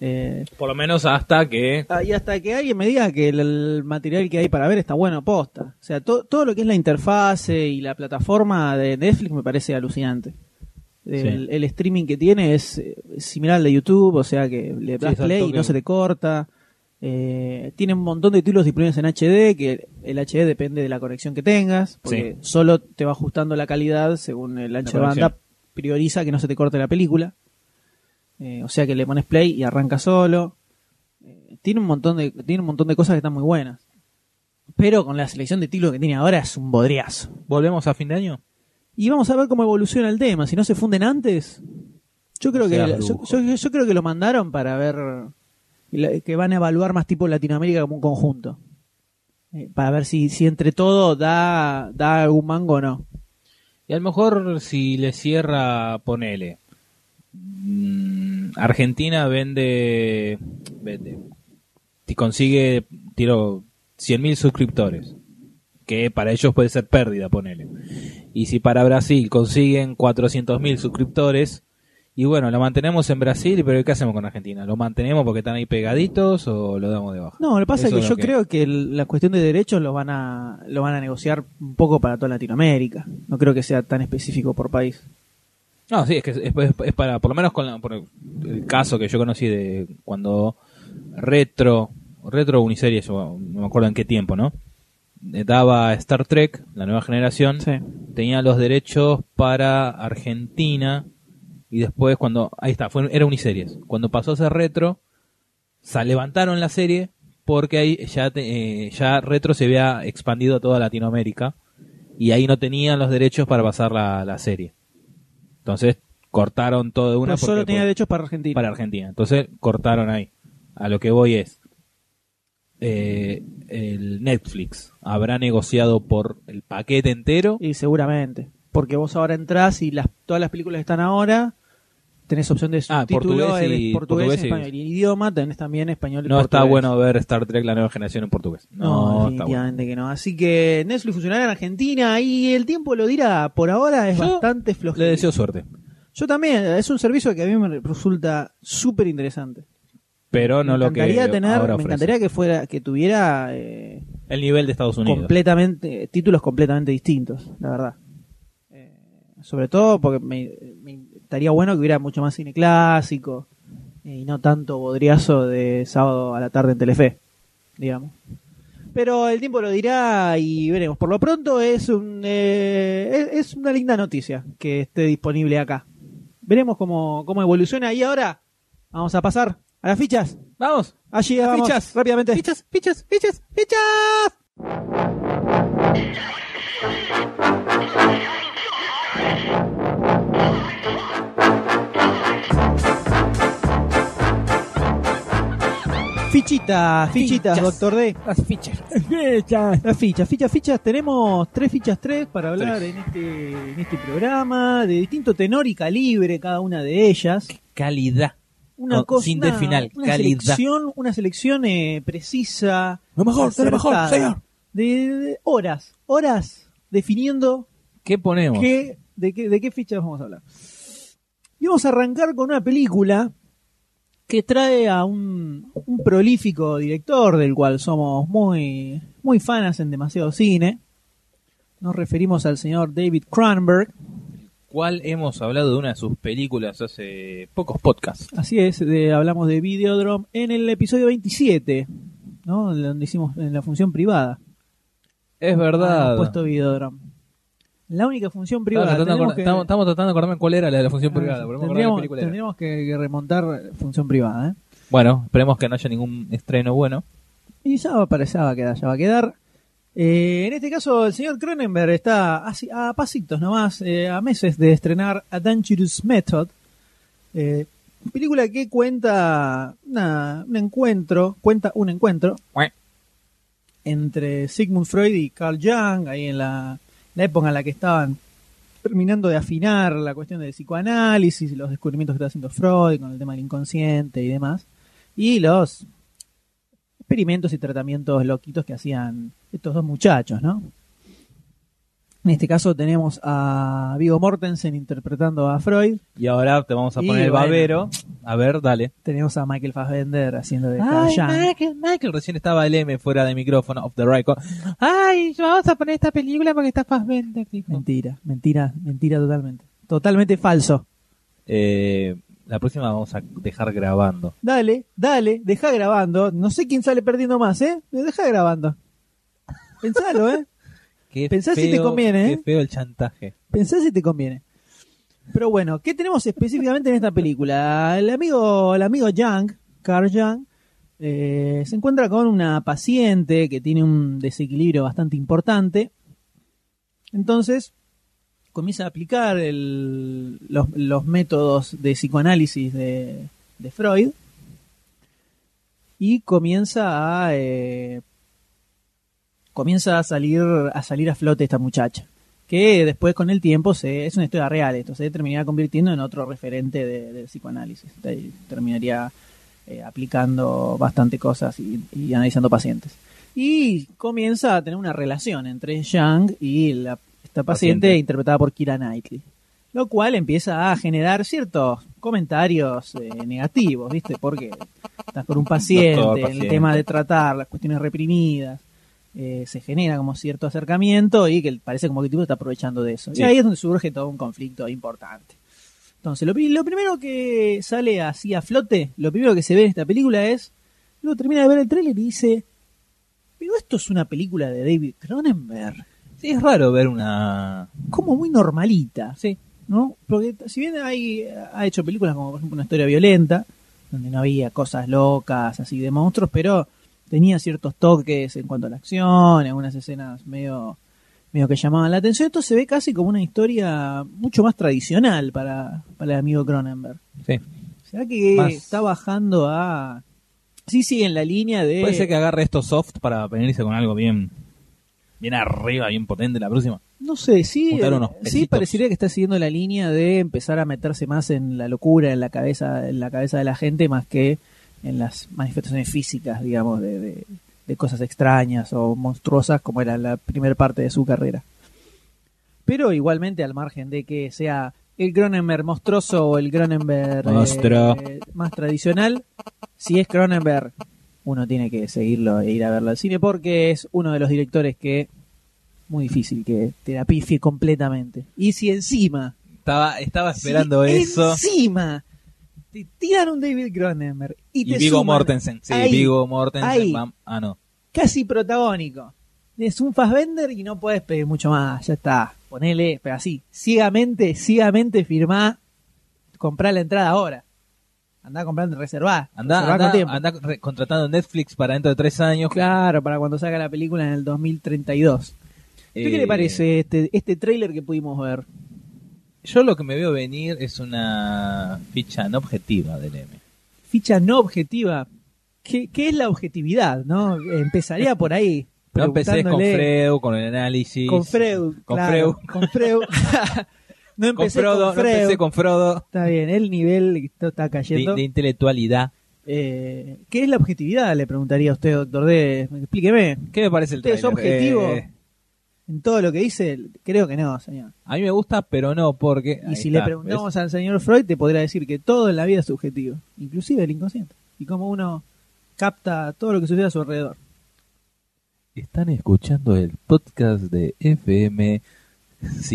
Speaker 1: Eh,
Speaker 2: Por lo menos hasta que
Speaker 1: Ah, Y hasta que alguien me diga que el, el material que hay para ver está bueno, posta. O sea, to- todo lo que es la interfase y la plataforma de Netflix me parece alucinante. El, el streaming que tiene es eh, similar al de YouTube, o sea que le das
Speaker 2: es al
Speaker 1: play y
Speaker 2: toque.
Speaker 1: no se te corta. Eh, tiene un montón de títulos disponibles en HD, que el HD depende de la conexión que tengas, porque solo te va ajustando la calidad según el ancho de banda,
Speaker 2: conexión.
Speaker 1: prioriza que no se te corte la película. Eh, o sea que le pones play y arranca solo. Eh, tiene un montón de tiene un montón de cosas que están muy buenas. Pero con la selección de títulos que tiene ahora es un bodriazo.
Speaker 2: volvemos a fin de año.
Speaker 1: Y vamos a ver cómo evoluciona el tema. Si no se funden antes, yo creo
Speaker 2: No
Speaker 1: que
Speaker 2: seas
Speaker 1: yo,
Speaker 2: brujo.
Speaker 1: yo- yo creo que lo mandaron para ver la- que van a evaluar más tipo Latinoamérica como un conjunto. Eh, para ver si, si entre todo da, da algún mango o no.
Speaker 2: Y a lo mejor si le cierra, ponele. mm, Argentina vende. Vende. Y consigue, tiro, 100.000 suscriptores. Que para ellos puede ser pérdida, ponele. Y si para Brasil consiguen 400.000 suscriptores. Y bueno, lo mantenemos en Brasil, pero ¿qué hacemos con Argentina? ¿Lo mantenemos porque están ahí pegaditos o lo damos de baja?
Speaker 1: No, lo que pasa
Speaker 2: Eso
Speaker 1: es que
Speaker 2: lo
Speaker 1: yo creo que el- la cuestión de derechos lo van a lo van a negociar un poco para toda Latinoamérica. No creo que sea tan específico por país.
Speaker 2: No, sí, es que es, es- es para, por lo menos con la- por el caso que yo conocí de cuando Retro, Retro Uniseries, yo no me acuerdo en qué tiempo, ¿no? Eh, Daba Star Trek, la nueva generación,
Speaker 1: Sí.
Speaker 2: tenía los derechos para Argentina y después cuando, ahí está, fue, era Uniseries. Cuando pasó a ser Retro, se levantaron la serie porque ahí ya, te- eh, ya Retro se había expandido a toda Latinoamérica y ahí no tenían los derechos para pasar la, la serie. Entonces cortaron todo de una
Speaker 1: No Pues solo
Speaker 2: porque-
Speaker 1: tenía
Speaker 2: porque-
Speaker 1: derechos para Argentina.
Speaker 2: para Argentina. Entonces cortaron ahí. A lo que voy es, eh, el Netflix habrá negociado por el paquete entero.
Speaker 1: Y seguramente. Porque vos ahora entrás y las, todas las películas que están ahora, tenés opción de
Speaker 2: Ah,
Speaker 1: subtítulo
Speaker 2: portugués y-
Speaker 1: eh, portugués,
Speaker 2: portugués y-
Speaker 1: y español. Y el idioma tenés también español y
Speaker 2: No está
Speaker 1: portugués.
Speaker 2: bueno ver Star Trek la nueva generación en portugués.
Speaker 1: No,
Speaker 2: No, está bueno.
Speaker 1: definitivamente que no. Así que Netflix funcionará en Argentina y el tiempo lo dirá. Por ahora es
Speaker 2: Yo
Speaker 1: bastante flojo.
Speaker 2: Le deseo suerte.
Speaker 1: Yo también, es un servicio que a mí me resulta súper interesante.
Speaker 2: Pero no
Speaker 1: me
Speaker 2: lo que
Speaker 1: encantaría tener,
Speaker 2: ahora
Speaker 1: me
Speaker 2: ofrece.
Speaker 1: encantaría que fuera, que tuviera eh,
Speaker 2: El nivel de Estados Unidos.
Speaker 1: completamente, títulos completamente distintos, la verdad. Eh, sobre todo porque me, me estaría bueno que hubiera mucho más cine clásico eh, y no tanto bodriazo de sábado a la tarde en Telefe, digamos. Pero el tiempo lo dirá y veremos. Por lo pronto es, un, eh, es, es una linda noticia que esté disponible acá. Veremos cómo, cómo evoluciona. Y ahora vamos a pasar a las fichas.
Speaker 2: Vamos.
Speaker 1: Allí
Speaker 2: Las
Speaker 1: vamos,
Speaker 2: fichas.
Speaker 1: rápidamente.
Speaker 2: Fichas, fichas, fichas, fichas.
Speaker 1: Fichitas, fichitas,
Speaker 2: Fichas.
Speaker 1: doctor D.
Speaker 2: Las fichas. Fichas.
Speaker 1: Las fichas, fichas, fichas. Tenemos tres fichas, tres para hablar
Speaker 2: Tres.
Speaker 1: En, este, en este programa, de distinto tenor y calibre cada una de ellas.
Speaker 2: Calidad.
Speaker 1: Una
Speaker 2: Con-
Speaker 1: cosa,
Speaker 2: sin del
Speaker 1: una-
Speaker 2: final,
Speaker 1: una
Speaker 2: calidad.
Speaker 1: selección, una selección eh, precisa.
Speaker 2: Lo mejor, de lo mejor,
Speaker 1: acertada,
Speaker 2: señor.
Speaker 1: De, de horas, horas definiendo
Speaker 2: ¿Qué ponemos?
Speaker 1: qué, de, qué, de qué fichas vamos a hablar. Y vamos a arrancar con una película que trae a un, un prolífico director del cual somos muy, muy fanas en demasiado cine. Nos referimos al señor David Cronenberg,
Speaker 2: ¿Cuál hemos hablado de una de sus películas hace pocos podcasts?
Speaker 1: así es, de- hablamos de Videodrome en el episodio 27, ¿no? donde hicimos en la función privada.
Speaker 2: Es
Speaker 1: Habíamos
Speaker 2: verdad.
Speaker 1: puesto Videodrome. La única función privada.
Speaker 2: Estaba tratando de
Speaker 1: tenemos
Speaker 2: acordar-
Speaker 1: que-
Speaker 2: estamos, estamos tratando de acordarme cuál era la de la función
Speaker 1: Ah,
Speaker 2: privada. pero no me acuerdo qué
Speaker 1: tendríamos,
Speaker 2: película era.
Speaker 1: tendríamos que, que remontar función privada, ¿eh?
Speaker 2: Bueno, esperemos que no haya ningún estreno bueno.
Speaker 1: Y ya va a aparecer, ya va a quedar, ya va a quedar. Eh, en este caso, el señor Cronenberg está así- a pasitos nomás, eh, a meses de estrenar A Dangerous Method, eh, película que cuenta una- un encuentro, cuenta un encuentro
Speaker 2: Ué.
Speaker 1: entre Sigmund Freud y Carl Jung, ahí en la, la época en la que estaban terminando de afinar la cuestión del psicoanálisis y los descubrimientos que está haciendo Freud con el tema del inconsciente y demás, y los experimentos y tratamientos loquitos que hacían estos dos muchachos, ¿no? En este caso tenemos a Vigo Mortensen interpretando a Freud,
Speaker 2: Y ahora te vamos a
Speaker 1: Y
Speaker 2: poner el
Speaker 1: bueno.
Speaker 2: babero. A ver, dale.
Speaker 1: tenemos a Michael Fassbender haciendo de Carl
Speaker 2: Ay,
Speaker 1: Jung.
Speaker 2: Michael, Michael, recién estaba el M fuera de micrófono, of the record. Ay, vamos a poner esta película porque está Fassbender, dijo.
Speaker 1: Mentira, mentira, mentira totalmente. Totalmente falso.
Speaker 2: Eh, la próxima vamos a dejar grabando.
Speaker 1: Dale, dale, deja grabando. No sé quién sale perdiendo más, ¿eh? Deja grabando. Pensalo, ¿eh?
Speaker 2: Qué
Speaker 1: Pensá si te
Speaker 2: feo-
Speaker 1: conviene, ¿eh?
Speaker 2: Qué feo el chantaje.
Speaker 1: Pensá si te conviene. Pero bueno, ¿qué tenemos específicamente en esta película? El amigo, el amigo Young, Carl Young, eh, se encuentra con una paciente que tiene un desequilibrio bastante importante. Entonces, comienza a aplicar el- los, los métodos de psicoanálisis de, de Freud y comienza a, eh, comienza a salir a salir a flote esta muchacha que después con el tiempo se, es una historia real, esto se terminaría convirtiendo en otro referente de- del psicoanálisis, Te- terminaría eh, aplicando bastante cosas y, y analizando pacientes. Y comienza a tener una relación entre Yang y la, esta paciente,
Speaker 2: Paciente.
Speaker 1: interpretada por Kira Knightley, lo cual empieza a generar ciertos comentarios eh, negativos, ¿viste? Porque estás con un paciente,
Speaker 2: Doctor,
Speaker 1: el
Speaker 2: paciente.
Speaker 1: tema de tratar las cuestiones reprimidas, eh, se genera como cierto acercamiento y que el- parece como que el tipo está aprovechando de eso.
Speaker 2: Sí.
Speaker 1: Y ahí es donde surge todo un conflicto importante. Entonces, lo, pri- lo primero que sale así a flote, lo primero que se ve en esta película es, uno termina de ver el tráiler y dice, pero esto es una película de David Cronenberg,
Speaker 2: Sí, es raro ver una.
Speaker 1: como muy normalita.
Speaker 2: Sí.
Speaker 1: ¿no? Porque t- si bien hay, ha hecho películas como por ejemplo una historia violenta, donde no había cosas locas así de monstruos, pero tenía ciertos toques en cuanto a la acción, algunas escenas medio, medio que llamaban la atención, esto se ve casi como una historia mucho más tradicional para, para el amigo Cronenberg.
Speaker 2: Sí.
Speaker 1: Eh, ¿Será que
Speaker 2: Más-
Speaker 1: está bajando a... Sí, sí, en la línea de...
Speaker 2: Puede ser que agarre esto soft para venirse con algo bien. Bien arriba, bien potente la próxima.
Speaker 1: No sé, sí, eh,
Speaker 2: Juntar unos
Speaker 1: sí
Speaker 2: pesitos.
Speaker 1: parecería que está siguiendo la línea de empezar a meterse más en la locura, en la cabeza, en la cabeza de la gente, más que en las manifestaciones físicas, digamos, de, de- de cosas extrañas o monstruosas, como era la primera parte de su carrera. Pero igualmente, al margen de que sea el Cronenberg monstruoso o el Cronenberg eh,
Speaker 2: Monstruo.
Speaker 1: más tradicional, si es Cronenberg, uno tiene que seguirlo e ir a verlo al cine porque es uno de los directores que muy difícil que te la pifie completamente. Y si encima,
Speaker 2: Estaba, estaba esperando
Speaker 1: si
Speaker 2: eso.
Speaker 1: encima te tiran un David Cronenberg y,
Speaker 2: Y
Speaker 1: te
Speaker 2: Vigo
Speaker 1: suman
Speaker 2: Mortensen. Sí,
Speaker 1: ahí,
Speaker 2: Vigo Mortensen.
Speaker 1: ahí.
Speaker 2: pam. Ah, no.
Speaker 1: casi protagónico. Es un Fassbender y no puedes pedir mucho más, ya está. Ponele, pero así, ciegamente, ciegamente firmá, comprá la entrada ahora. Andá comprando, reservá.
Speaker 2: Anda,
Speaker 1: reservá con tiempo.
Speaker 2: contratando Netflix para dentro de tres años.
Speaker 1: Claro, para cuando salga la película en el 2032. ¿Qué,
Speaker 2: Eh,
Speaker 1: le parece este, este tráiler que pudimos ver?
Speaker 2: Yo lo que me veo venir es una ficha no objetiva del M.
Speaker 1: ficha no objetiva. ¿Qué, qué es la objetividad? ¿no? Empezaría por ahí.
Speaker 2: No empecé con
Speaker 1: preguntándole-
Speaker 2: Freud, con el análisis.
Speaker 1: Con Freud.
Speaker 2: Con
Speaker 1: claro,
Speaker 2: Freud.
Speaker 1: Con Freud. no
Speaker 2: Con
Speaker 1: empecé
Speaker 2: Frodo,
Speaker 1: con Freud.
Speaker 2: no empecé con Frodo.
Speaker 1: Está bien, el nivel que esto está
Speaker 2: De,
Speaker 1: cayendo.
Speaker 2: de intelectualidad.
Speaker 1: Eh, ¿Qué es la objetividad? Le preguntaría a usted, doctor D. Explíqueme.
Speaker 2: ¿Qué me parece el
Speaker 1: ¿Usted es
Speaker 2: tráiler?
Speaker 1: objetivo?
Speaker 2: Eh,
Speaker 1: En todo lo que dice, creo que no, señor.
Speaker 2: a mí me gusta, pero no porque...
Speaker 1: Y
Speaker 2: ahí
Speaker 1: si
Speaker 2: está,
Speaker 1: le preguntamos
Speaker 2: ¿ves?
Speaker 1: al señor Freud, te podrá decir que todo en la vida es subjetivo, inclusive el inconsciente. Y cómo uno capta todo lo que sucede a su alrededor.
Speaker 2: Están escuchando el podcast de FM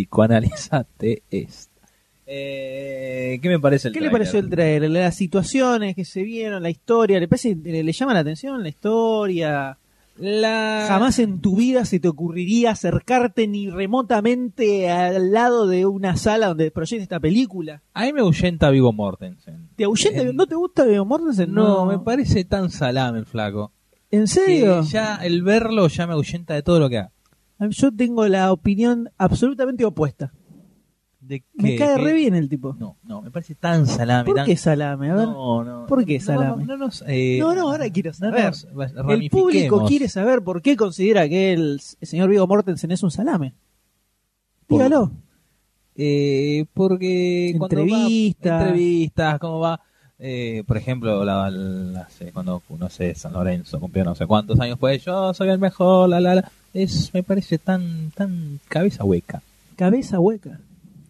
Speaker 2: Psicoanalízate Esta. Eh, ¿Qué me parece el
Speaker 1: ¿Qué le
Speaker 2: tráiler?
Speaker 1: pareció el trailer? Las situaciones que se vieron, la historia, ¿le, parece, le, le llama la atención la historia?
Speaker 2: La...
Speaker 1: Jamás en tu vida se te ocurriría acercarte ni remotamente al lado de una sala donde proyecte esta película.
Speaker 2: A mí me ahuyenta Vigo Mortensen.
Speaker 1: ¿Te ahuyenta?
Speaker 2: Eh,
Speaker 1: ¿No te gusta Viggo Mortensen?
Speaker 2: No, me parece tan salame el flaco.
Speaker 1: ¿En
Speaker 2: que
Speaker 1: serio?
Speaker 2: ya el verlo ya me ahuyenta de todo lo que haga.
Speaker 1: Yo tengo la opinión absolutamente opuesta.
Speaker 2: De
Speaker 1: Me
Speaker 2: que-
Speaker 1: cae
Speaker 2: que-
Speaker 1: re bien el tipo.
Speaker 2: No, no, me parece tan salame.
Speaker 1: ¿Por
Speaker 2: tan-
Speaker 1: qué salame? A ver.
Speaker 2: No, no.
Speaker 1: ¿Por qué
Speaker 2: No,
Speaker 1: salame?
Speaker 2: No, no, nos, eh,
Speaker 1: No, no, ahora quiero saber.
Speaker 2: nos
Speaker 1: El
Speaker 2: ramifiquemos.
Speaker 1: público quiere saber por qué considera que el s- el señor Vigo Mortensen es un salame.
Speaker 2: Por-
Speaker 1: Dígalo.
Speaker 2: Eh, porque cuando va-
Speaker 1: Entrevistas.
Speaker 2: entrevistas, cómo va, eh, por ejemplo, la, la- eh, cuando no sé San Lorenzo cumplió no sé cuántos años fue, yo soy el mejor, la la la, es me parece tan tan cabeza hueca.
Speaker 1: Cabeza hueca.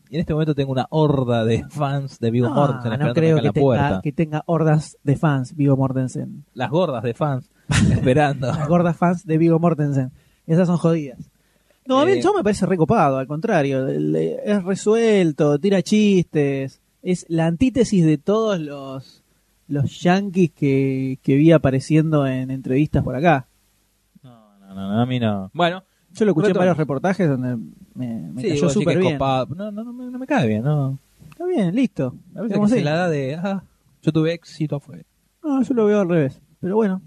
Speaker 2: Y en este momento tengo una horda de fans de Vigo
Speaker 1: No,
Speaker 2: Mortensen
Speaker 1: Ah, no
Speaker 2: esperando
Speaker 1: creo
Speaker 2: acá en
Speaker 1: que
Speaker 2: la puerta,
Speaker 1: tenga, que tenga hordas de fans Vigo Mortensen.
Speaker 2: las gordas de fans esperando.
Speaker 1: Las gordas fans de Vigo Mortensen. Esas son jodidas. No, a mí el
Speaker 2: Eh.
Speaker 1: show me parece recopado, al contrario. El- eh, Es resuelto, tira chistes. Es la antítesis de todos los, los yankees que, que vi apareciendo en entrevistas por acá.
Speaker 2: No, no, no, no, a mí no. Bueno,
Speaker 1: Yo lo escuché en
Speaker 2: Retorno.
Speaker 1: varios reportajes donde me, me
Speaker 2: sí, vos decís
Speaker 1: cayó
Speaker 2: que
Speaker 1: súper
Speaker 2: es
Speaker 1: bien.
Speaker 2: copado. No, no, no, me- no me cae bien, no.
Speaker 1: Está bien, listo.
Speaker 2: A veces
Speaker 1: Digamos
Speaker 2: que se
Speaker 1: así.
Speaker 2: la da de, ah, yo tuve éxito afuera.
Speaker 1: No, yo lo veo al revés. Pero bueno,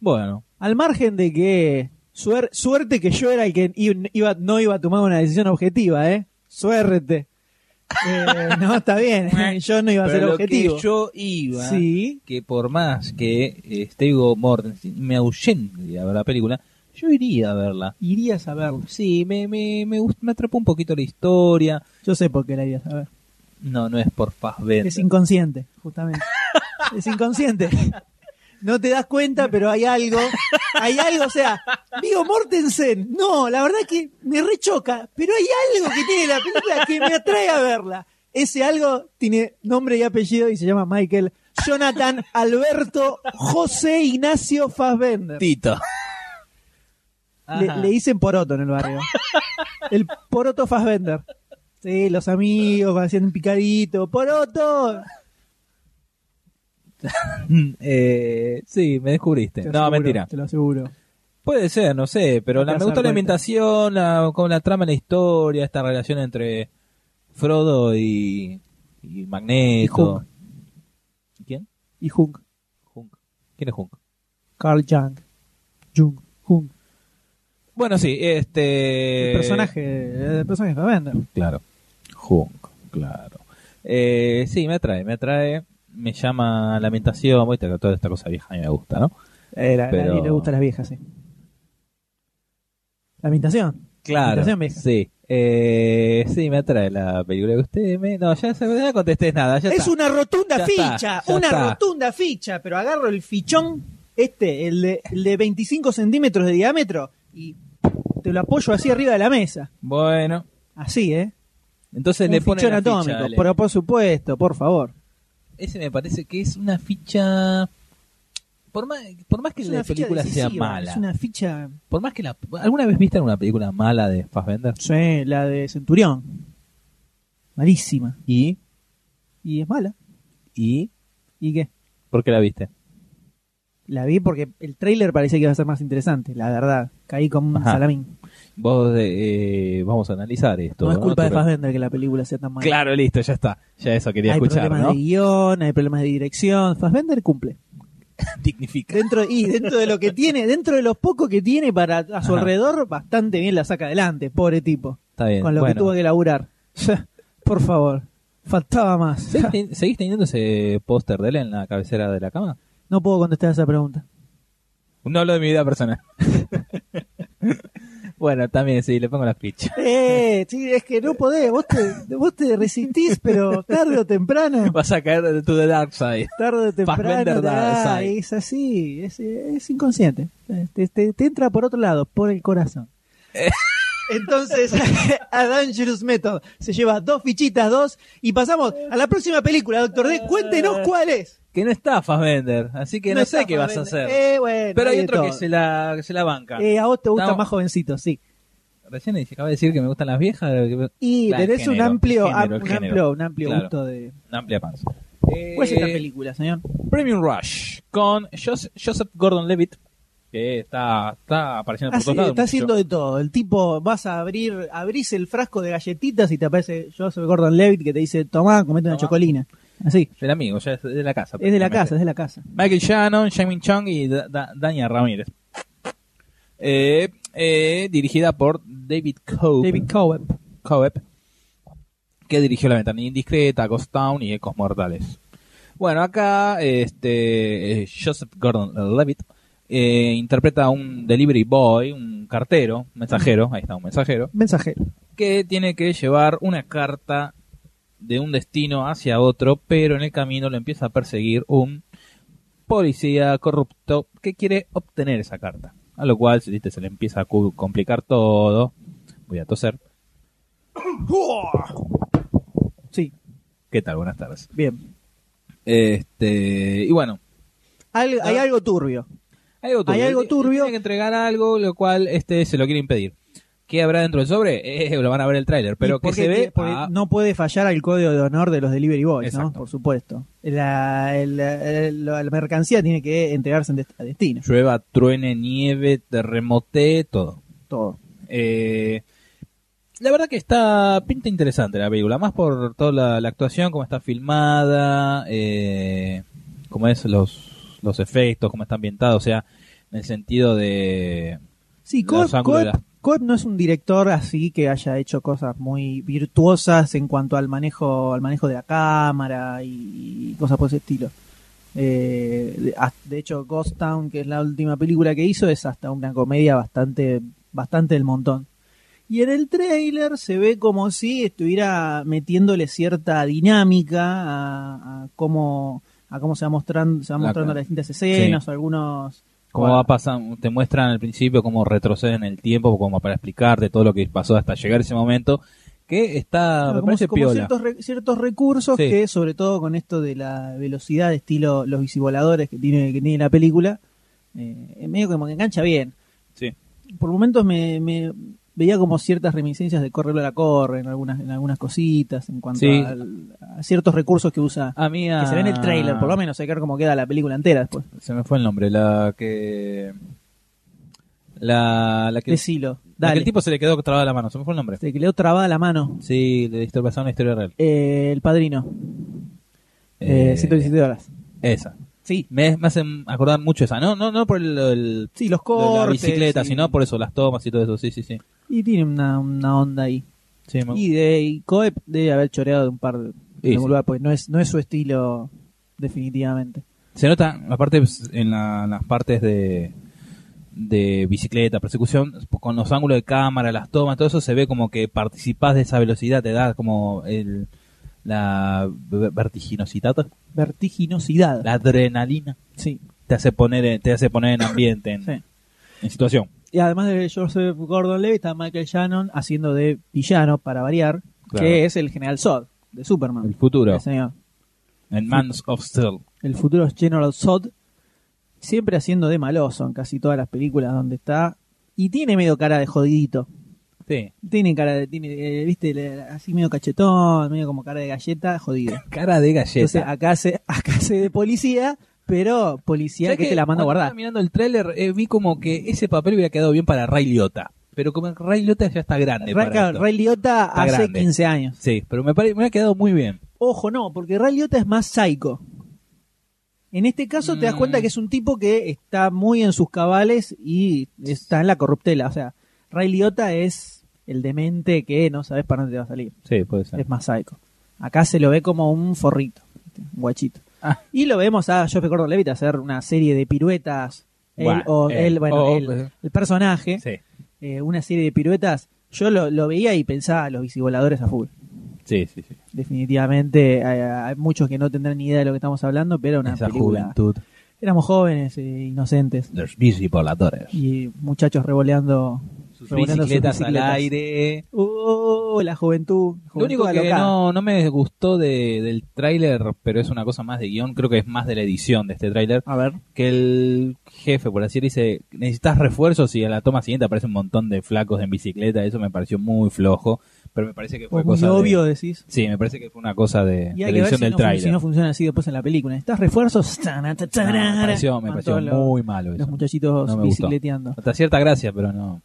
Speaker 2: Bueno,
Speaker 1: al margen de que suer- suerte que yo era el que i- iba, no iba a tomar una decisión objetiva, ¿eh? Suerte. Eh, no, está bien. yo no iba a ser
Speaker 2: Pero lo
Speaker 1: objetivo.
Speaker 2: que yo iba,
Speaker 1: Sí.
Speaker 2: que por más que eh, este Vigo Mortensen me ahuyente a ver la película, yo iría a verla.
Speaker 1: Irías a verlo.
Speaker 2: Sí, me, me, me, gust- me atrapó un poquito la historia.
Speaker 1: Yo sé por qué la irías a ver.
Speaker 2: No, no es por Fassbender.
Speaker 1: Es inconsciente, justamente. es inconsciente. No te das cuenta, pero hay algo. Hay algo, o sea, digo Mortensen. No, la verdad que me rechoca, pero hay algo que tiene la película que me atrae a verla. Ese algo tiene nombre y apellido y se llama Michael Jonathan Alberto José Ignacio Fassbender.
Speaker 2: Tito.
Speaker 1: Le, le dicen poroto en el barrio. El poroto Fassbender. Sí, los amigos hacían un picadito. ¡Poroto!
Speaker 2: Eh, sí, me descubriste.
Speaker 1: Te
Speaker 2: No,
Speaker 1: aseguro,
Speaker 2: mentira.
Speaker 1: Te lo aseguro.
Speaker 2: Puede ser, no sé, pero
Speaker 1: No te
Speaker 2: la,
Speaker 1: vas
Speaker 2: me gustó
Speaker 1: a dar
Speaker 2: la
Speaker 1: cuenta.
Speaker 2: ambientación, la, como la trama, la historia, esta relación entre Frodo y, y Magneto. ¿Y ¿Quién?
Speaker 1: Y Hunk.
Speaker 2: Hunk. ¿Quién es Hunk?
Speaker 1: Carl Jung. Jung. Jung.
Speaker 2: Bueno, sí, este.
Speaker 1: El personaje, el personaje de Fassbender.
Speaker 2: Claro. Hunk, claro. Eh, sí, me atrae, me atrae. Me llama la ambientación, viste que toda esta cosa vieja a mí me gusta, ¿no?
Speaker 1: Eh, la- la-
Speaker 2: Pero-
Speaker 1: y le gustan las viejas, sí. La ambientación.
Speaker 2: Claro.
Speaker 1: Ambientación vieja.
Speaker 2: Sí. Eh, sí, me atrae la película que usted me. No, ya, se- ya no contesté nada. Ya
Speaker 1: Es
Speaker 2: está.
Speaker 1: una rotunda
Speaker 2: Ya
Speaker 1: ficha,
Speaker 2: está, ya
Speaker 1: una
Speaker 2: está.
Speaker 1: rotunda ficha, pero agarro el fichón, este, el de, el de 25 centímetros de diámetro, y te lo apoyo así arriba de la mesa.
Speaker 2: Bueno.
Speaker 1: Así, ¿eh?
Speaker 2: Entonces
Speaker 1: Un
Speaker 2: le pone.
Speaker 1: fichón
Speaker 2: la ficha,
Speaker 1: atómico,
Speaker 2: dale.
Speaker 1: pero por supuesto, por favor.
Speaker 2: Ese me parece que es una ficha. Por más, por más que
Speaker 1: Es
Speaker 2: la
Speaker 1: una ficha
Speaker 2: película sea
Speaker 1: decisiva,
Speaker 2: mala.
Speaker 1: Es una ficha,
Speaker 2: Por más que la. ¿Alguna vez viste alguna película mala de Fassbender?
Speaker 1: sí, la de Centurión. Malísima.
Speaker 2: ¿Y?
Speaker 1: Y es mala.
Speaker 2: ¿Y?
Speaker 1: ¿Y qué?
Speaker 2: ¿Por qué la viste?
Speaker 1: La vi porque el tráiler parecía que iba a ser más interesante, la verdad. Caí como un
Speaker 2: Ajá.
Speaker 1: salamín.
Speaker 2: Vos eh, vamos a analizar esto.
Speaker 1: no es culpa de
Speaker 2: Te-
Speaker 1: Fassbender que la película sea tan mala.
Speaker 2: Claro, listo, ya está. Ya eso quería
Speaker 1: hay
Speaker 2: escuchar,
Speaker 1: problemas
Speaker 2: ¿no?
Speaker 1: de guión, hay problemas de dirección. Fassbender cumple.
Speaker 2: Dignifica.
Speaker 1: Dentro, y dentro de lo que tiene, dentro de los pocos que tiene para a su
Speaker 2: Ajá.
Speaker 1: alrededor, bastante bien la saca adelante, pobre tipo.
Speaker 2: Está bien.
Speaker 1: Con lo que
Speaker 2: bueno.
Speaker 1: tuvo que laburar. Por favor, faltaba más.
Speaker 2: ¿Seguís ten- ¿Seguís teniendo ese póster de él en la cabecera de la cama?
Speaker 1: No puedo contestar esa pregunta.
Speaker 2: No hablo de mi vida personal. bueno, también sí, le pongo la ficha.
Speaker 1: Eh, sí, es que no podés, vos te, vos te resistís, pero tarde o temprano.
Speaker 2: Vas a caer de tu The Dark Side.
Speaker 1: tarde o temprano
Speaker 2: Fassbender
Speaker 1: te
Speaker 2: da
Speaker 1: da,
Speaker 2: esa-
Speaker 1: es así, es, es inconsciente. Te, te- te entra por otro lado, por el corazón.
Speaker 2: Eh.
Speaker 1: Entonces, a Dangerous Method se lleva dos fichitas, dos, y pasamos a la próxima película, Doctor D. Cuéntenos cuál es.
Speaker 2: Que no está Fassbender, así Eh, que no,
Speaker 1: está
Speaker 2: sé qué vas a
Speaker 1: Fassbender.
Speaker 2: hacer.
Speaker 1: Eh, bueno,
Speaker 2: Pero hay
Speaker 1: de
Speaker 2: otro que
Speaker 1: todo.
Speaker 2: se, la, que se la banca.
Speaker 1: Eh, a vos te gustan
Speaker 2: Estamos-
Speaker 1: más jovencitos, sí.
Speaker 2: Recién le dije, acaba de decir que me gustan las viejas. que-
Speaker 1: Y
Speaker 2: Claro, el
Speaker 1: tenés
Speaker 2: género,
Speaker 1: un
Speaker 2: el
Speaker 1: amplio,
Speaker 2: género, el
Speaker 1: un
Speaker 2: género.
Speaker 1: amplio, un amplio
Speaker 2: Claro.
Speaker 1: gusto de.
Speaker 2: Una amplia panza.
Speaker 1: ¿Cuál es esta
Speaker 2: Eh,
Speaker 1: película, señor?
Speaker 2: Premium Rush con Jos- Joseph Gordon-Levitt que está, está apareciendo por
Speaker 1: Hace-
Speaker 2: todos lados.
Speaker 1: Ah, está
Speaker 2: mucho.
Speaker 1: haciendo de todo. El tipo, vas a abrir, abrís el frasco de galletitas y te aparece Joseph Gordon Levitt que te dice, tomá, comete una
Speaker 2: Tomá.
Speaker 1: chocolina. Así.
Speaker 2: Del amigo, ya es de la casa.
Speaker 1: Es de la
Speaker 2: prácticamente.
Speaker 1: casa, es de la casa.
Speaker 2: Michael Shannon, Jamin Chung y Da- Da- Dania Ramírez. Eh, eh, dirigida por David Cope,
Speaker 1: David Cowell.
Speaker 2: Cope, que dirigió La Ventana Indiscreta, Ghost Town y Ecos Mortales. Bueno, acá este eh, Joseph Gordon-Levitt eh, interpreta a un delivery boy, un cartero, un mensajero, ahí está, un mensajero,
Speaker 1: Mensajero.
Speaker 2: que tiene que llevar una carta de un destino hacia otro, pero en el camino lo empieza a perseguir un policía corrupto que quiere obtener esa carta. A lo cual ¿viste? se le empieza a cu- complicar todo. Voy a toser.
Speaker 1: Sí,
Speaker 2: ¿Qué tal? Buenas tardes.
Speaker 1: bien.
Speaker 2: Este, y bueno,
Speaker 1: Al-
Speaker 2: Ah.
Speaker 1: hay algo turbio.
Speaker 2: hay algo turbio.
Speaker 1: Hay algo
Speaker 2: Él
Speaker 1: turbio.
Speaker 2: Tiene que entregar algo, lo cual este se lo quiere impedir. ¿Qué habrá dentro del sobre? Eh, lo van a ver el tráiler, pero
Speaker 1: Y
Speaker 2: que
Speaker 1: porque
Speaker 2: se ve
Speaker 1: ti- porque
Speaker 2: Ah,
Speaker 1: no puede fallar al código de honor de los delivery boys, ¿no?
Speaker 2: Exacto.
Speaker 1: Por supuesto. La, el- el- la mercancía tiene que entregarse en dest- a destino.
Speaker 2: llueva, truene, nieve, terremote, todo.
Speaker 1: Todo.
Speaker 2: Eh, la verdad que está pinta interesante la película, más por toda la, la actuación, cómo está filmada, eh, cómo es los, los efectos, cómo está ambientado, o sea, en el sentido de...
Speaker 1: Sí,
Speaker 2: Los
Speaker 1: Coep,
Speaker 2: ángulos de
Speaker 1: Coep-
Speaker 2: las-
Speaker 1: Coep no es un director así que haya hecho cosas muy virtuosas en cuanto al manejo, al manejo de la cámara y, y cosas por ese estilo. Eh, de, a- de hecho, Ghost Town, que es la última película que hizo, es hasta una comedia bastante, bastante del montón. Y en el tráiler se ve como si estuviera metiéndole cierta dinámica a, a cómo a cómo se va mostrando, se va
Speaker 2: La-
Speaker 1: mostrando las distintas escenas, o algunos
Speaker 2: Cómo va pasando, te muestran al principio cómo retroceden el tiempo, como para explicarte todo lo que pasó hasta llegar ese momento, que está,
Speaker 1: Claro,
Speaker 2: Ah, me
Speaker 1: como,
Speaker 2: parece
Speaker 1: como
Speaker 2: piola.
Speaker 1: ciertos, re- ciertos recursos
Speaker 2: Sí.
Speaker 1: que, sobre todo con esto de la velocidad, estilo los bicivoladores que tiene, que tiene la película, eh, es medio como que engancha bien.
Speaker 2: Sí.
Speaker 1: Por momentos me, me veía como ciertas reminiscencias de Correlo a la Corre en algunas, en algunas cositas, en cuanto
Speaker 2: Sí. Ah.
Speaker 1: al- a ciertos recursos que usa.
Speaker 2: A mí
Speaker 1: Que se ve en el
Speaker 2: a-
Speaker 1: trailer, por lo menos, hay que ver cómo queda la película entera después.
Speaker 2: Se me fue el nombre, la que... La, la que...
Speaker 1: Decilo,
Speaker 2: la que
Speaker 1: dale.
Speaker 2: el tipo se le quedó trabada la mano, se me fue el nombre.
Speaker 1: Este, que le dio trabada la mano.
Speaker 2: Sí, de disturbación una historia real.
Speaker 1: Eh, el padrino. Eh,
Speaker 2: Eh,
Speaker 1: 117 horas.
Speaker 2: Esa.
Speaker 1: Sí.
Speaker 2: Me, me hacen acordar mucho esa. No, no, no por el, el-
Speaker 1: Sí, los
Speaker 2: la
Speaker 1: cortes.
Speaker 2: bicicleta,
Speaker 1: sí.
Speaker 2: sino por eso, las tomas y todo eso. Sí, sí, sí.
Speaker 1: Y tiene una, una onda ahí.
Speaker 2: Sí, me-
Speaker 1: Y de y Coep debe haber choreado de un par de
Speaker 2: Y
Speaker 1: de
Speaker 2: sí.
Speaker 1: lugar, porque no es, no es su estilo, definitivamente.
Speaker 2: Se nota, aparte, pues, en la- las partes de, de bicicleta, persecución, con los ángulos de cámara, las tomas, todo eso se ve como que participás de esa velocidad, te da como el, la ve- vertiginosidad,
Speaker 1: Vertiginosidad.
Speaker 2: la adrenalina,
Speaker 1: Sí,
Speaker 2: te hace poner, en- te hace poner en ambiente, en,
Speaker 1: sí.
Speaker 2: en situación.
Speaker 1: Y además de Joseph Gordon Levitt, está Michael Shannon haciendo de villano, para variar,
Speaker 2: Claro.
Speaker 1: que es el general Zod de Superman.
Speaker 2: El futuro,
Speaker 1: Sí, señor.
Speaker 2: en Mans of Steel.
Speaker 1: El futuro es General Zod, siempre haciendo de maloso en casi todas las películas donde está. Y tiene medio cara de jodidito.
Speaker 2: Sí.
Speaker 1: Tiene cara de, tiene, eh, viste, le- así medio cachetón, medio como cara de galleta, jodido.
Speaker 2: Cara de galleta.
Speaker 1: Entonces acá se, acá se de policía, pero policía
Speaker 2: ¿Sabés
Speaker 1: que, te la manda
Speaker 2: cuando
Speaker 1: a guardar.
Speaker 2: estaba mirando el tráiler eh, vi como que ese papel hubiera quedado bien para Ray Liotta. Pero como Ray Liotta ya está grande. para
Speaker 1: Ra-
Speaker 2: esto.
Speaker 1: Ray Liotta
Speaker 2: Está
Speaker 1: hace
Speaker 2: grande.
Speaker 1: 15 años.
Speaker 2: Sí, pero me, pare- me ha quedado muy bien.
Speaker 1: Ojo, no, porque Ray Liotta es más psycho. En este caso te das
Speaker 2: Mm.
Speaker 1: cuenta que es un tipo que está muy en sus cabales y está en la corruptela. O sea, Ray Liotta es el demente que no sabes para dónde te va a salir.
Speaker 2: Sí, puede ser.
Speaker 1: Es más psycho. Acá se lo ve como un forrito, un guachito.
Speaker 2: Ah.
Speaker 1: Y lo vemos a Joseph Gordon-Levitt hacer una serie de piruetas. Él,
Speaker 2: Bueno,
Speaker 1: o,
Speaker 2: él.
Speaker 1: él, bueno,
Speaker 2: O-
Speaker 1: él, el personaje,
Speaker 2: Sí,
Speaker 1: eh, una serie de piruetas. Yo lo, lo veía y pensaba los bicivoladores a full.
Speaker 2: sí, sí. sí.
Speaker 1: Definitivamente Eh, hay, hay muchos que no tendrán ni idea de lo que estamos hablando, pero era una
Speaker 2: Esa
Speaker 1: película.
Speaker 2: juventud.
Speaker 1: Éramos jóvenes, eh, inocentes
Speaker 2: Los bicipoladores.
Speaker 1: y muchachos revoleando
Speaker 2: Sus
Speaker 1: revoleando sus
Speaker 2: bicicletas, al
Speaker 1: bicicletas.
Speaker 2: aire.
Speaker 1: Oh, la juventud.
Speaker 2: Lo
Speaker 1: juventud
Speaker 2: único que
Speaker 1: alocada.
Speaker 2: no, no me gustó de- del tráiler, pero es una cosa más de guión, creo que es más de la edición de este tráiler,
Speaker 1: A ver.
Speaker 2: que el jefe, por así decir, dice, necesitas refuerzos y a la toma siguiente aparece un montón de flacos en bicicleta, eso me pareció muy flojo, pero me parece que fue
Speaker 1: Pues
Speaker 2: cosa
Speaker 1: muy
Speaker 2: de-
Speaker 1: obvio decís.
Speaker 2: Sí, me parece que fue una cosa de,
Speaker 1: Y
Speaker 2: de
Speaker 1: hay
Speaker 2: la
Speaker 1: que ver
Speaker 2: edición
Speaker 1: si
Speaker 2: del
Speaker 1: no, fun-
Speaker 2: tráiler.
Speaker 1: si no funciona así después en la película. ¿Necesitas refuerzos? Tana, ta,
Speaker 2: No,
Speaker 1: tarara.
Speaker 2: me pareció, me
Speaker 1: Con
Speaker 2: pareció
Speaker 1: todos los-
Speaker 2: muy malo
Speaker 1: Los,
Speaker 2: eso.
Speaker 1: muchachitos
Speaker 2: No me gustó.
Speaker 1: bicicleteando.
Speaker 2: Hasta cierta gracia, pero no.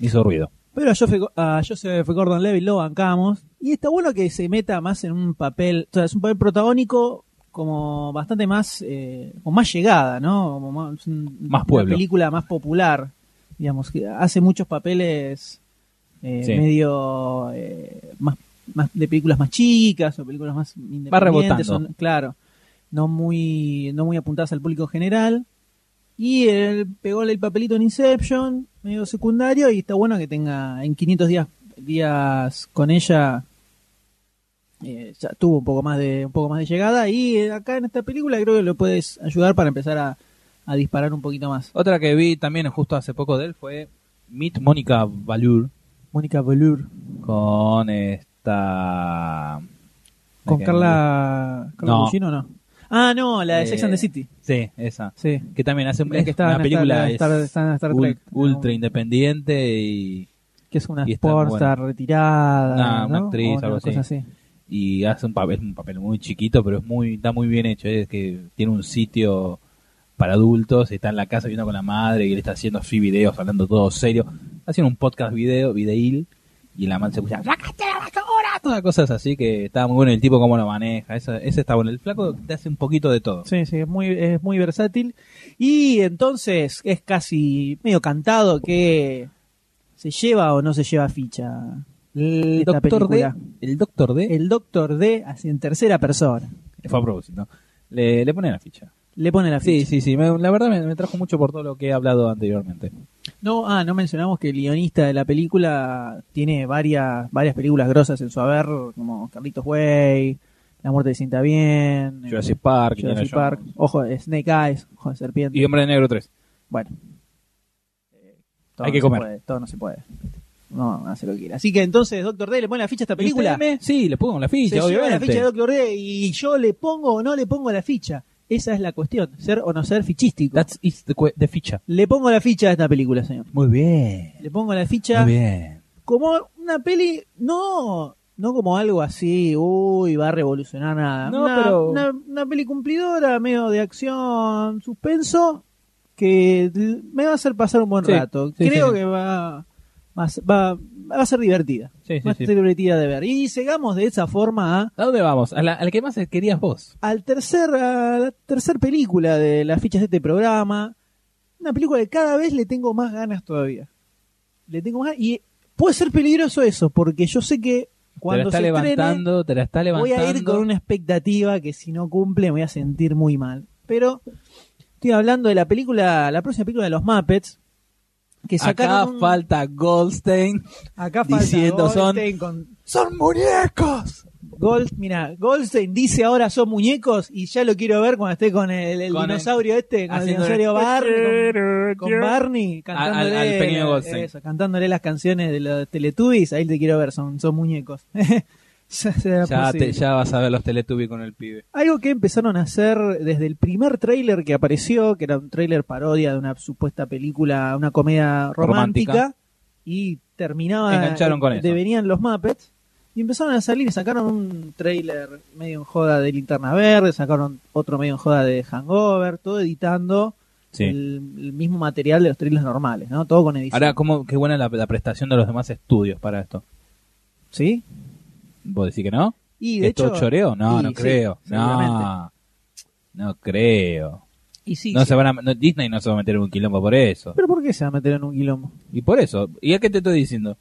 Speaker 2: Hizo ruido.
Speaker 1: Pero a Joseph, a Joseph Gordon Levitt lo bancamos. Y está bueno que se meta más en un papel, o sea, es un papel protagónico como bastante más, eh, con más llegada, ¿no? Como más, es un-
Speaker 2: Más pueblo.
Speaker 1: Una película más popular, digamos, que hace muchos papeles eh,
Speaker 2: Sí.
Speaker 1: medio eh, más, más de películas más chicas o películas más independientes.
Speaker 2: rebotando.
Speaker 1: o no- claro, no muy, no muy apuntadas al público general. Y él pegó el papelito en Inception, medio secundario, y está bueno que tenga en 500 días, días con ella. eh, ya tuvo un poco más de un poco más de llegada y eh, acá en esta película creo que lo puedes ayudar para empezar a, a disparar un poquito más.
Speaker 2: Otra que vi también justo hace poco de él fue Meet Mónica Valur
Speaker 1: Mónica Belur
Speaker 2: con esta.
Speaker 1: con
Speaker 2: Ok.
Speaker 1: Carla Carla
Speaker 2: No.
Speaker 1: Gugino, no. Ah, no, la de Sex
Speaker 2: Eh,
Speaker 1: and the City.
Speaker 2: Sí, esa.
Speaker 1: Sí.
Speaker 2: Que también hace
Speaker 1: La
Speaker 2: es
Speaker 1: que está en
Speaker 2: una
Speaker 1: Star-
Speaker 2: película
Speaker 1: Star-
Speaker 2: es
Speaker 1: está en Star
Speaker 2: ul-
Speaker 1: Trek.
Speaker 2: ultra independiente y,
Speaker 1: que es una
Speaker 2: y está
Speaker 1: sportstar retirada,
Speaker 2: Nah, una
Speaker 1: ¿no?
Speaker 2: actriz,
Speaker 1: O una
Speaker 2: algo así.
Speaker 1: cosa así.
Speaker 2: y hace un papel, un papel muy chiquito, pero es muy está muy bien hecho. Es que tiene un sitio para adultos, está en la casa viviendo con la madre y él está haciendo así videos, hablando todo serio. Está haciendo un podcast video, videil, y la man se escucha, "Sacaste la basura", todas cosas así que está muy bueno el tipo cómo lo maneja. Eso, ese está bueno. El flaco te hace un poquito de todo.
Speaker 1: Sí, sí, es muy, es muy versátil. Y entonces es casi medio cantado que se lleva o no se lleva ficha.
Speaker 2: El
Speaker 1: Esta
Speaker 2: doctor D, ¿eh?
Speaker 1: película.
Speaker 2: el doctor D
Speaker 1: El doctor D, así en tercera persona,
Speaker 2: fue a propósito. Le, le pone la ficha.
Speaker 1: le pone Eh, la
Speaker 2: Sí,
Speaker 1: ficha.
Speaker 2: sí, sí. me- la verdad me, me trajo mucho por todo lo que he hablado anteriormente.
Speaker 1: No, ah, no mencionamos que el guionista de la película tiene varias, varias películas grosas en su haber, como Carlitos Way, La muerte de Cinta Bien,
Speaker 2: Jurassic Park,
Speaker 1: Jurassic
Speaker 2: Indiana
Speaker 1: Park,
Speaker 2: Jones.
Speaker 1: ojo, de Snake Eyes, ojo de serpiente.
Speaker 2: y Hombre de Negro 3.
Speaker 1: Bueno. Eh, todo
Speaker 2: Hay
Speaker 1: no
Speaker 2: que
Speaker 1: se
Speaker 2: comer.
Speaker 1: puede, todo no se puede. No, hace lo que quiera. Así que entonces, Doctor D le pone la ficha a esta película.
Speaker 2: ¿Usted me- Sí, le pongo la
Speaker 1: Se
Speaker 2: ficha,
Speaker 1: lleva la
Speaker 2: obviamente.
Speaker 1: ficha de Doctor D y yo le pongo o no le pongo la ficha. Esa es la cuestión, ser o no ser fichístico.
Speaker 2: That's is the, que- the ficha.
Speaker 1: Le pongo la ficha a esta película, señor.
Speaker 2: Muy bien.
Speaker 1: Le pongo la ficha
Speaker 2: Muy bien.
Speaker 1: como una peli, no, no como algo así, uy, va a revolucionar nada.
Speaker 2: No,
Speaker 1: una,
Speaker 2: pero-
Speaker 1: una, una peli cumplidora, medio de acción, suspenso, que l- me va a hacer pasar un buen
Speaker 2: Sí,
Speaker 1: rato.
Speaker 2: sí,
Speaker 1: Creo
Speaker 2: sí.
Speaker 1: que va, va, a ser- va- va a ser divertida.
Speaker 2: Sí, sí,
Speaker 1: va
Speaker 2: sí.
Speaker 1: a ser divertida de ver. Y llegamos de esa forma a-
Speaker 2: ¿A dónde vamos? A la, a la que más querías vos.
Speaker 1: al tercer, a la tercer película de las fichas de este programa. Una película que cada vez le tengo más ganas todavía. Le tengo más y puede ser peligroso eso, porque yo sé que cuando
Speaker 2: te la está
Speaker 1: se estrene,
Speaker 2: levantando, te la está
Speaker 1: voy
Speaker 2: levantando.
Speaker 1: a ir con una expectativa que si no cumple me voy a sentir muy mal. Pero estoy hablando de la película, la próxima película de los Muppets, que
Speaker 2: Acá
Speaker 1: sacaron un-
Speaker 2: falta Goldstein.
Speaker 1: acá falta
Speaker 2: diciendo son-
Speaker 1: Goldstein con
Speaker 2: ¡Son muñecos!
Speaker 1: Gold, mira, Goldstein dice ahora son muñecos y ya lo quiero ver cuando esté con el, el
Speaker 2: Con el-
Speaker 1: dinosaurio este, con el
Speaker 2: haciendo
Speaker 1: dinosaurio Barney, con, con Barney,
Speaker 2: Al-
Speaker 1: cantándole,
Speaker 2: al pequeño Goldstein.
Speaker 1: eso, cantándole las canciones de los Teletubbies, ahí te quiero ver, son, son muñecos. Ya pues será
Speaker 2: Ya,
Speaker 1: posible.
Speaker 2: te- ya vas a ver los Teletubbies con el pibe.
Speaker 1: Algo que empezaron a hacer desde el primer tráiler que apareció, que era un tráiler parodia de una supuesta película, una comedia romántica,
Speaker 2: Romántica.
Speaker 1: y terminaba
Speaker 2: Engancharon con eso.
Speaker 1: devenían los Muppets y empezaron a salir, sacaron un tráiler medio en joda de Linterna Verde, sacaron otro medio en joda de Hangover, todo editando el, el mismo material de los trailers normales, ¿no? Todo con edición.
Speaker 2: Ahora, ¿cómo, qué buena la, la prestación de los demás estudios para esto.
Speaker 1: ¿Sí?
Speaker 2: ¿Vos decís que no?
Speaker 1: Y
Speaker 2: ¿Que
Speaker 1: de
Speaker 2: ¿Es todo
Speaker 1: hecho
Speaker 2: choreo? No,
Speaker 1: y
Speaker 2: no
Speaker 1: sí,
Speaker 2: creo.
Speaker 1: seguramente.
Speaker 2: no, no creo.
Speaker 1: Y sí,
Speaker 2: no
Speaker 1: sí.
Speaker 2: se van a, no- Disney no se va a meter en un quilombo por eso.
Speaker 1: Pero ¿por qué se va a meter en un quilombo?
Speaker 2: Y por eso. ¿Y a qué te estoy diciendo?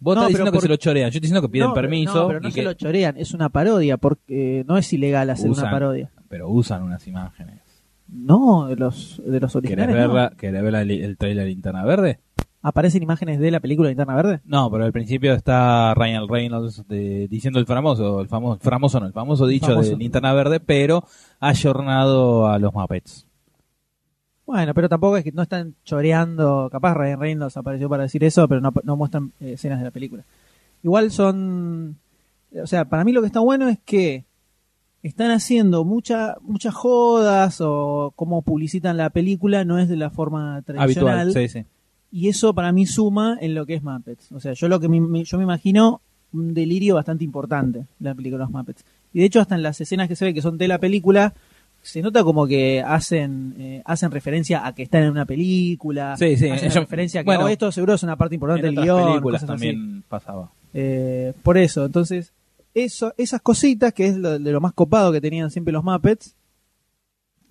Speaker 2: Vos
Speaker 1: No,
Speaker 2: estás
Speaker 1: pero
Speaker 2: diciendo que
Speaker 1: por-
Speaker 2: se lo chorean. Yo estoy diciendo que piden
Speaker 1: No, pero-
Speaker 2: permiso.
Speaker 1: No, pero no
Speaker 2: y
Speaker 1: se
Speaker 2: que-
Speaker 1: lo chorean, es una parodia, porque eh, no es ilegal hacer
Speaker 2: Usan.
Speaker 1: una parodia.
Speaker 2: Pero usan unas imágenes.
Speaker 1: No, de los, de los
Speaker 2: ¿Querés
Speaker 1: originales. no.
Speaker 2: verla, ¿Querés ver la li- el trailer de Linterna Verde?
Speaker 1: Aparecen imágenes de la película Linterna Verde.
Speaker 2: No, pero al principio está Ryan Reynolds de- diciendo el famoso, el famoso, famoso no, el famoso dicho de
Speaker 1: Famoso.
Speaker 2: Linterna Verde, pero ayornado a los Muppets.
Speaker 1: Bueno, pero tampoco es que no están choreando. Capaz Ryan Reynolds apareció para decir eso, pero no, no muestran eh, escenas de la película. Igual son. O sea, para mí lo que está bueno es que están haciendo mucha, muchas jodas o cómo publicitan la película no es de la forma tradicional.
Speaker 2: Habitual, sí, sí.
Speaker 1: Y eso para mí suma en lo que es Muppets. O sea, yo lo que me- me, yo me imagino un delirio bastante importante la película de los Muppets. Y de hecho hasta en las escenas que se ve que son de la película se nota como que hacen eh, hacen referencia a que están en una película.
Speaker 2: Sí, sí,
Speaker 1: Hacen
Speaker 2: yo-
Speaker 1: referencia a que
Speaker 2: bueno,
Speaker 1: "Oh, esto seguro es una parte importante
Speaker 2: en
Speaker 1: del
Speaker 2: otras
Speaker 1: guión.
Speaker 2: películas
Speaker 1: cosas así.
Speaker 2: también pasaba.
Speaker 1: Eh, por eso, entonces, eso, esas cositas, que es lo, de lo más copado que tenían siempre los Muppets,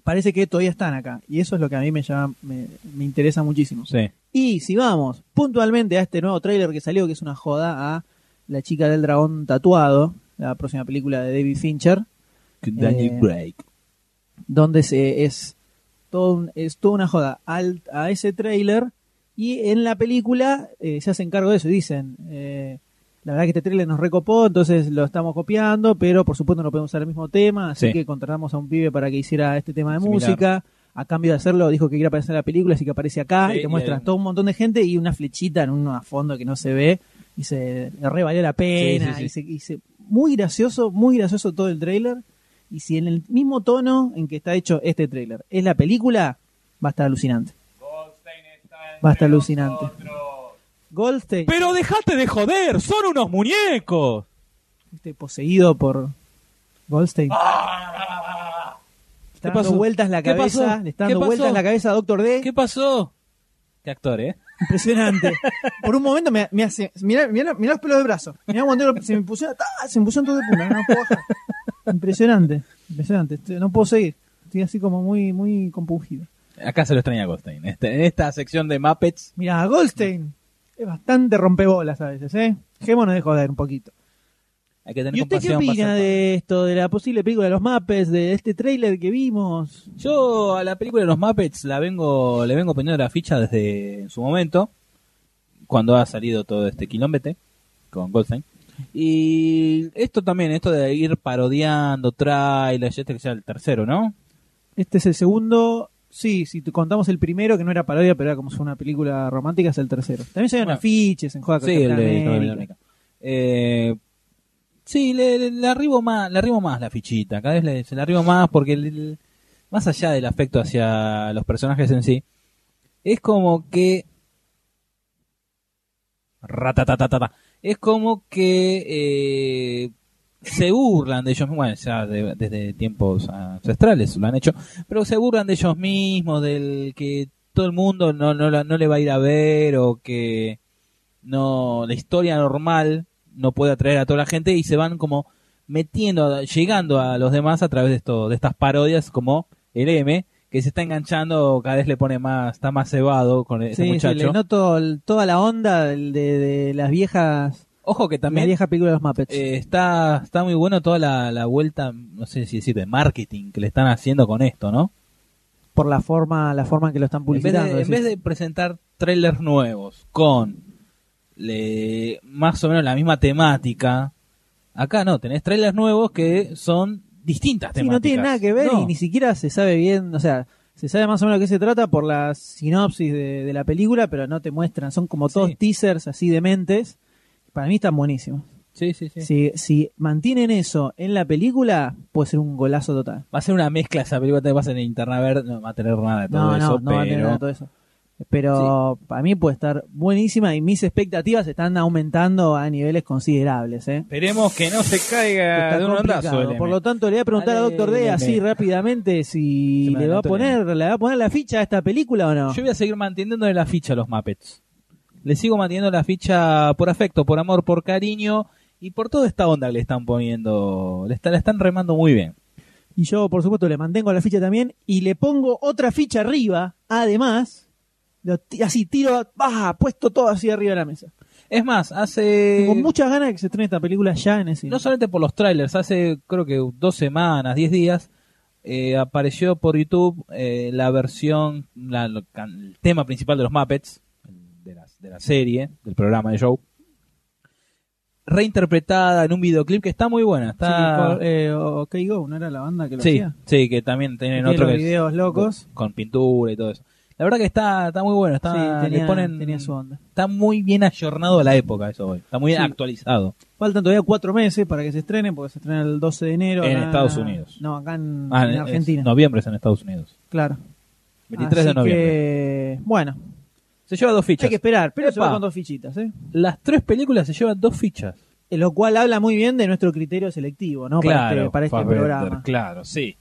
Speaker 1: parece que todavía están acá. Y eso es lo que a mí me, llama, me, me interesa muchísimo.
Speaker 2: Sí.
Speaker 1: Y si vamos puntualmente a este nuevo tráiler que salió, que es una joda a La chica del dragón tatuado, la próxima película de David Fincher,
Speaker 2: Daniel
Speaker 1: Eh,
Speaker 2: Craig.
Speaker 1: donde se, es, todo un- es toda una joda al- a ese tráiler y en la película eh, se hacen cargo de eso y dicen, eh, la verdad que este tráiler nos recopó, entonces lo estamos copiando, pero por supuesto no podemos usar el mismo tema, así
Speaker 2: Sí.
Speaker 1: que contratamos a un pibe para que hiciera este tema de
Speaker 2: Similar.
Speaker 1: música. A cambio de hacerlo, dijo que quería aparecer en la película, así que aparece acá
Speaker 2: Sí,
Speaker 1: y te
Speaker 2: y
Speaker 1: muestra
Speaker 2: hay un-
Speaker 1: todo un montón de gente y una flechita en un fondo que no se ve. Y se re valió la pena.
Speaker 2: Sí, sí,
Speaker 1: Y se, y se- muy gracioso, muy gracioso todo el trailer. Y si en el mismo tono en que está hecho este trailer es la película, va a estar alucinante. Va a estar alucinante. Goldstein,
Speaker 2: Pero dejate de joder, son unos muñecos.
Speaker 1: este, poseído por Goldstein. Está
Speaker 2: ¿Qué
Speaker 1: dando
Speaker 2: pasó?
Speaker 1: vueltas la
Speaker 2: ¿Qué pasó?
Speaker 1: cabeza, le está
Speaker 2: ¿Qué
Speaker 1: dando
Speaker 2: pasó?
Speaker 1: vueltas la cabeza a Doctor D.
Speaker 2: ¿Qué pasó? Qué actor, ¿eh?
Speaker 1: Impresionante. Por un momento me, me hace. Mirá, mirá, mirá los pelos de brazo. Mirá cuando lo- se me pusieron. ¡tá! Se me pusieron todo de punta. No puedo bajar. Impresionante. Impresionante. Estoy- no puedo seguir. Estoy así como muy, muy compungido.
Speaker 2: Acá se lo extraña Goldstein. Este- en esta sección de Muppets.
Speaker 1: Mirá, Goldstein es bastante rompebolas a veces, ¿eh? Gémonos de joder un poquito.
Speaker 2: Hay que tener
Speaker 1: ¿Y usted qué
Speaker 2: compasión para
Speaker 1: opina
Speaker 2: ser
Speaker 1: de esto? De la posible película de los Muppets, de este tráiler que vimos.
Speaker 2: Yo a la película de los Muppets la vengo, le vengo poniendo la ficha desde su momento, cuando ha salido todo este quilombete con Goldstein. Y esto también, esto de ir parodiando trailers, este que sea el tercero, ¿no?
Speaker 1: Este es el segundo. Sí, si te contamos el primero, que no era parodia, pero era como si fuera una película romántica, es el tercero. También se
Speaker 2: Bueno.
Speaker 1: afiches en Joda con
Speaker 2: Sí, el
Speaker 1: Capitán
Speaker 2: de
Speaker 1: América.
Speaker 2: Capitán América. Eh, sí, le, le- le arribo más, le arribo más la fichita, cada vez le- se le arribo más porque el- el- más allá del afecto hacia los personajes en sí, es como que Ratatatatata. es como que eh, se burlan de ellos mismos, bueno, ya de- desde tiempos ancestrales lo han hecho, pero se burlan de ellos mismos, del que todo el mundo no, no, la- no le va a ir a ver o que no la historia normal no puede atraer a toda la gente y se van como metiendo, llegando a los demás a través de esto, de estas parodias como el M, que se está enganchando, cada vez le pone más, está más cebado con este
Speaker 1: Sí, sí,
Speaker 2: muchacho.
Speaker 1: le noto el- toda la onda del- de, de las viejas.
Speaker 2: Ojo que
Speaker 1: También. La
Speaker 2: también
Speaker 1: vieja película de los Muppets.
Speaker 2: Eh, está, está muy bueno toda la, la vuelta, no sé si decir de marketing que le están haciendo con esto, ¿no?
Speaker 1: por la forma, la forma en que lo están
Speaker 2: En vez,
Speaker 1: publicitando.
Speaker 2: de, en
Speaker 1: decís.
Speaker 2: vez de presentar trailers nuevos con le- más o menos la misma temática, acá no, tenés trailers nuevos que son distintas
Speaker 1: Sí,
Speaker 2: temáticas.
Speaker 1: no tiene nada que ver
Speaker 2: No.
Speaker 1: y ni siquiera se sabe bien, o sea, se sabe más o menos de qué se trata por la sinopsis de, de la película, pero no te muestran, son como todos
Speaker 2: Sí.
Speaker 1: teasers así de mentes. Para mí están buenísimos.
Speaker 2: Sí, sí, sí.
Speaker 1: Si, si mantienen eso en la película, puede ser un golazo total.
Speaker 2: Va a ser una mezcla esa película, te vas en internet a ver, no va a tener nada de todo
Speaker 1: No,
Speaker 2: eso,
Speaker 1: no, no va a tener
Speaker 2: pero-
Speaker 1: nada de todo eso. Pero para mí puede estar buenísima y mis expectativas están aumentando a niveles considerables. ¿eh?
Speaker 2: Esperemos que no se
Speaker 1: Está
Speaker 2: caiga Eh, de un
Speaker 1: complicado.
Speaker 2: ondazo. el
Speaker 1: Por
Speaker 2: M.
Speaker 1: lo tanto, le voy a preguntar a
Speaker 2: Dale,
Speaker 1: Doctor D
Speaker 2: dale.
Speaker 1: así rápidamente si
Speaker 2: Se me
Speaker 1: le va a
Speaker 2: adelantó el
Speaker 1: poner, le va a poner la ficha a esta película o no.
Speaker 2: Yo voy a seguir manteniendo la ficha a los Muppets. Le sigo manteniendo la ficha por afecto, por amor, por cariño y por toda esta onda que le están poniendo. Le está- la están remando muy bien.
Speaker 1: Y yo, por supuesto, le mantengo la ficha también y le pongo otra ficha arriba, además, lo ti- así tiro, ¡bah! puesto todo así arriba de la mesa.
Speaker 2: Es más, hace.
Speaker 1: Con muchas ganas de que se estrene esta película ya en ese.
Speaker 2: Eh, No solamente por los trailers, hace creo que dos semanas, diez días, eh, apareció por YouTube eh, la versión, la- lo- can- el tema principal de los Muppets, de la, de la serie, del programa de show, reinterpretada en un videoclip que está muy buena. Está...
Speaker 1: Sí, por- eh, OK Go, ¿no era la banda que lo
Speaker 2: Sí,
Speaker 1: hacía?
Speaker 2: sí, que también tienen
Speaker 1: Tiene
Speaker 2: otro
Speaker 1: los
Speaker 2: que es-
Speaker 1: videos locos.
Speaker 2: con pintura y todo eso. La verdad que está, está muy bueno, está,
Speaker 1: Sí, tenía,
Speaker 2: le ponen-
Speaker 1: tenía su onda.
Speaker 2: está muy bien ayornado a la época eso hoy, está muy
Speaker 1: Sí.
Speaker 2: actualizado.
Speaker 1: Faltan todavía cuatro meses para que se estrene, porque se estrena el 12 de enero.
Speaker 2: En
Speaker 1: acá-
Speaker 2: Estados Unidos.
Speaker 1: No, acá en,
Speaker 2: Ah,
Speaker 1: en
Speaker 2: es-
Speaker 1: Argentina.
Speaker 2: noviembre es en Estados Unidos.
Speaker 1: Claro.
Speaker 2: 23 de
Speaker 1: Así
Speaker 2: noviembre.
Speaker 1: que, bueno,
Speaker 2: Se lleva dos fichas.
Speaker 1: hay que esperar, pero se va
Speaker 2: Epa.
Speaker 1: con dos fichitas, ¿eh?
Speaker 2: Las tres películas se llevan dos fichas.
Speaker 1: Eh, Lo cual habla muy bien de nuestro criterio selectivo, ¿no? Para este- para este,
Speaker 2: Fassbender,
Speaker 1: programa.
Speaker 2: Claro, sí.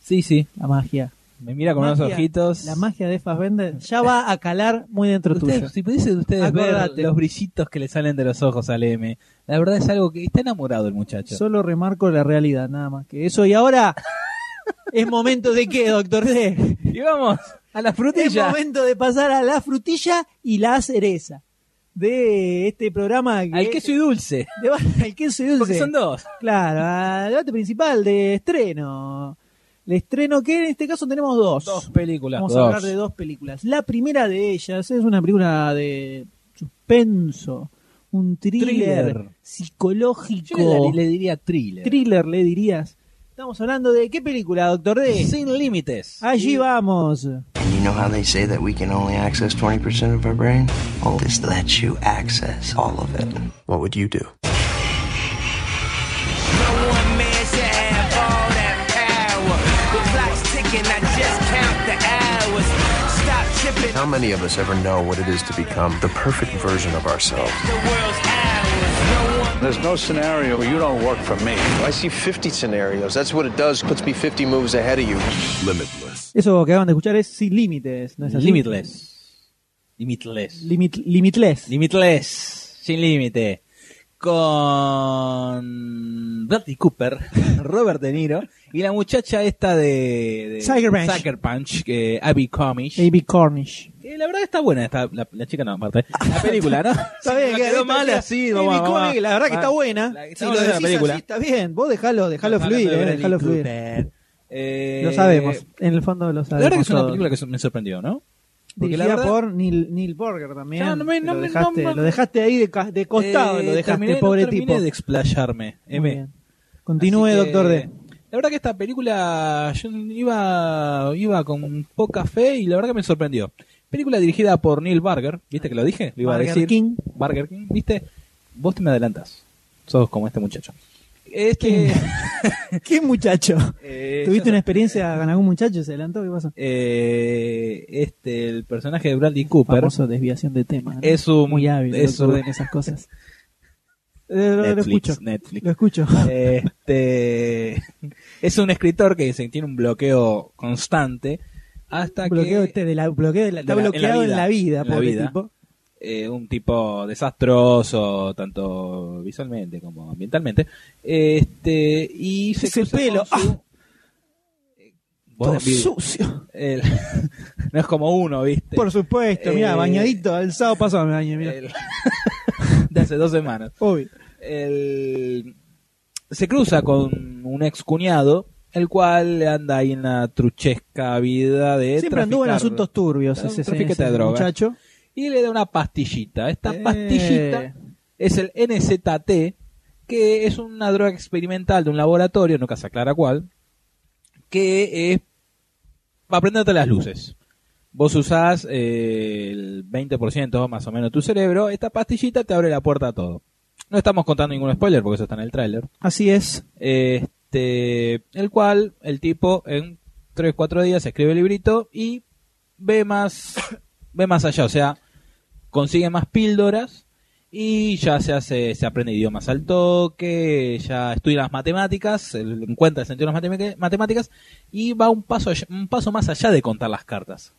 Speaker 2: Sí, sí.
Speaker 1: La magia.
Speaker 2: Me mira con unos
Speaker 1: Magia,
Speaker 2: ojitos.
Speaker 1: La magia de Fassbender ya va a calar muy dentro
Speaker 2: Ustedes,
Speaker 1: tuyo.
Speaker 2: si pudiesen ustedes
Speaker 1: Acordate.
Speaker 2: ver los brillitos que le salen de los ojos al M, la verdad es algo que está enamorado el muchacho.
Speaker 1: Solo remarco la realidad, nada más que eso. Y ahora es momento de qué, doctor D.
Speaker 2: Y vamos a la
Speaker 1: Es
Speaker 2: frutilla.
Speaker 1: momento de pasar a la frutilla y la cereza de este programa. que-
Speaker 2: Al queso y dulce.
Speaker 1: de- al queso y dulce.
Speaker 2: Porque son dos.
Speaker 1: Claro, al debate principal de estreno. El estreno que en este caso tenemos dos.
Speaker 2: Dos películas.
Speaker 1: Vamos a
Speaker 2: dos.
Speaker 1: hablar de dos películas. La primera de ellas es una película de suspenso, un thriller,
Speaker 2: Thriller.
Speaker 1: psicológico.
Speaker 2: Yo le, le diría thriller.
Speaker 1: thriller, le dirías. Estamos hablando de qué película, doctor D.
Speaker 2: Sin límites.
Speaker 1: Allí vamos.
Speaker 6: And you know how they say that we can only access 20% of our brain? Well, this lets you access all of it. What would you do? How many of us ever know what it is to become the perfect version of ourselves?
Speaker 7: There's no scenario where you don't work for me.
Speaker 6: I see 50 scenarios. That's what it does. Puts me 50 moves ahead of you.
Speaker 1: Eso que acaban de escuchar es Sin Límites, ¿no es así?
Speaker 2: Limitless. Limitless.
Speaker 1: Limit- limitless.
Speaker 2: Limitless. Sin límite. Con Bradley Cooper, Robert De Niro y la muchacha esta de, de
Speaker 1: Sucker Punch.
Speaker 2: Punch, que Abby Comish.
Speaker 1: A.B. Cornish.
Speaker 2: Eh, la verdad está buena esta, la, la chica no, aparte. La película, ¿no?
Speaker 1: Está bien,
Speaker 2: Me
Speaker 1: que-
Speaker 2: quedó
Speaker 1: está
Speaker 2: mal
Speaker 1: bien.
Speaker 2: así,
Speaker 1: A.B.
Speaker 2: vamos, vamos,
Speaker 1: Cornish, la verdad que
Speaker 2: vamos.
Speaker 1: está buena.
Speaker 2: La- está
Speaker 1: si lo
Speaker 2: buena la
Speaker 1: decís
Speaker 2: película.
Speaker 1: así, está bien. Vos dejalo, dejalo
Speaker 2: Hablando
Speaker 1: fluir,
Speaker 2: de
Speaker 1: eh,
Speaker 2: Bradley
Speaker 1: dejalo fluir.
Speaker 2: Cooper. Eh,
Speaker 1: Lo sabemos. En el fondo lo
Speaker 2: La
Speaker 1: sabemos.
Speaker 2: verdad que es una
Speaker 1: todos.
Speaker 2: película que so- me sorprendió, ¿no? Porque la
Speaker 1: Dirigida
Speaker 2: verdad-
Speaker 1: por Neil, Neil Borger también.
Speaker 2: Ya, no me-
Speaker 1: que
Speaker 2: no
Speaker 1: lo,
Speaker 2: me-
Speaker 1: dejaste,
Speaker 2: no me-
Speaker 1: lo dejaste ahí de, ca- de costado,
Speaker 2: Eh,
Speaker 1: lo dejaste,
Speaker 2: terminé- no
Speaker 1: pobre
Speaker 2: terminé
Speaker 1: tipo.
Speaker 2: de explayarme,
Speaker 1: Muy
Speaker 2: M.
Speaker 1: bien. Continúe,
Speaker 2: Así que,
Speaker 1: doctor D.
Speaker 2: La verdad que esta película yo iba, iba con poca fe y la verdad que me sorprendió. Película dirigida por Neil Barger, ¿viste que lo dije? Lo iba a
Speaker 1: Burger
Speaker 2: decir.
Speaker 1: King.
Speaker 2: Burger King, ¿viste? Vos te me adelantas. Sos como este muchacho. Este.
Speaker 1: ¿Qué muchacho?
Speaker 2: Eh, ya
Speaker 1: ¿Tuviste
Speaker 2: sé.
Speaker 1: una experiencia con algún muchacho? ¿Se adelantó? ¿Qué pasó?
Speaker 2: Eh, este, el personaje de Bradley Cooper.
Speaker 1: Famoso desviación de tema. ¿no?
Speaker 2: Es un-
Speaker 1: Muy hábil
Speaker 2: es
Speaker 1: doctor
Speaker 2: un-
Speaker 1: D, en esas cosas. Eh, lo, lo
Speaker 2: Netflix,
Speaker 1: escucho.
Speaker 2: Netflix.
Speaker 1: Lo escucho.
Speaker 2: Eh, Este, es un escritor que se- tiene un bloqueo constante hasta
Speaker 1: bloqueo
Speaker 2: que
Speaker 1: este de la, bloqueo de la- está
Speaker 2: de la- en la
Speaker 1: bloqueado en
Speaker 2: vida,
Speaker 1: la vida,
Speaker 2: en la
Speaker 1: pobre
Speaker 2: vida.
Speaker 1: tipo.
Speaker 2: eh, un tipo desastroso tanto visualmente como ambientalmente este y se
Speaker 1: Ese
Speaker 2: cruza con
Speaker 1: pelo,
Speaker 2: su-
Speaker 1: ¡ah!
Speaker 2: Voz
Speaker 1: Todo
Speaker 2: de envidia.
Speaker 1: sucio.
Speaker 2: El- no es como uno viste
Speaker 1: Por supuesto, mirá,
Speaker 2: Eh,
Speaker 1: bañadito, el sábado pasado me bañé, mirá.
Speaker 2: El- de hace dos semanas
Speaker 1: Obvio.
Speaker 2: el- se cruza con un ex cuñado, el cual anda ahí en la truchesca vida de
Speaker 1: Siempre anduvo en
Speaker 2: traficar.
Speaker 1: asuntos turbios
Speaker 2: Era un
Speaker 1: ese, ese,
Speaker 2: traficante eh, de drogas.
Speaker 1: muchacho.
Speaker 2: Y le da una pastillita. Esta
Speaker 1: Eh.
Speaker 2: pastillita es el NZT, que es una droga experimental de un laboratorio, nunca se aclara cuál, que es para prenderte las luces. Vos usás eh, el 20% más o menos de tu cerebro, esta pastillita te abre la puerta a todo. No estamos contando ningún spoiler porque eso está en el tráiler.
Speaker 1: Así es.
Speaker 2: Este, el cual el tipo en 3 4 días escribe el librito y ve más ve más allá, o sea, consigue más píldoras y ya se hace se aprende idiomas al toque, ya estudia las matemáticas, el- encuentra el sentido de las matematica- matemáticas y va un paso allá- un paso más allá de contar las cartas.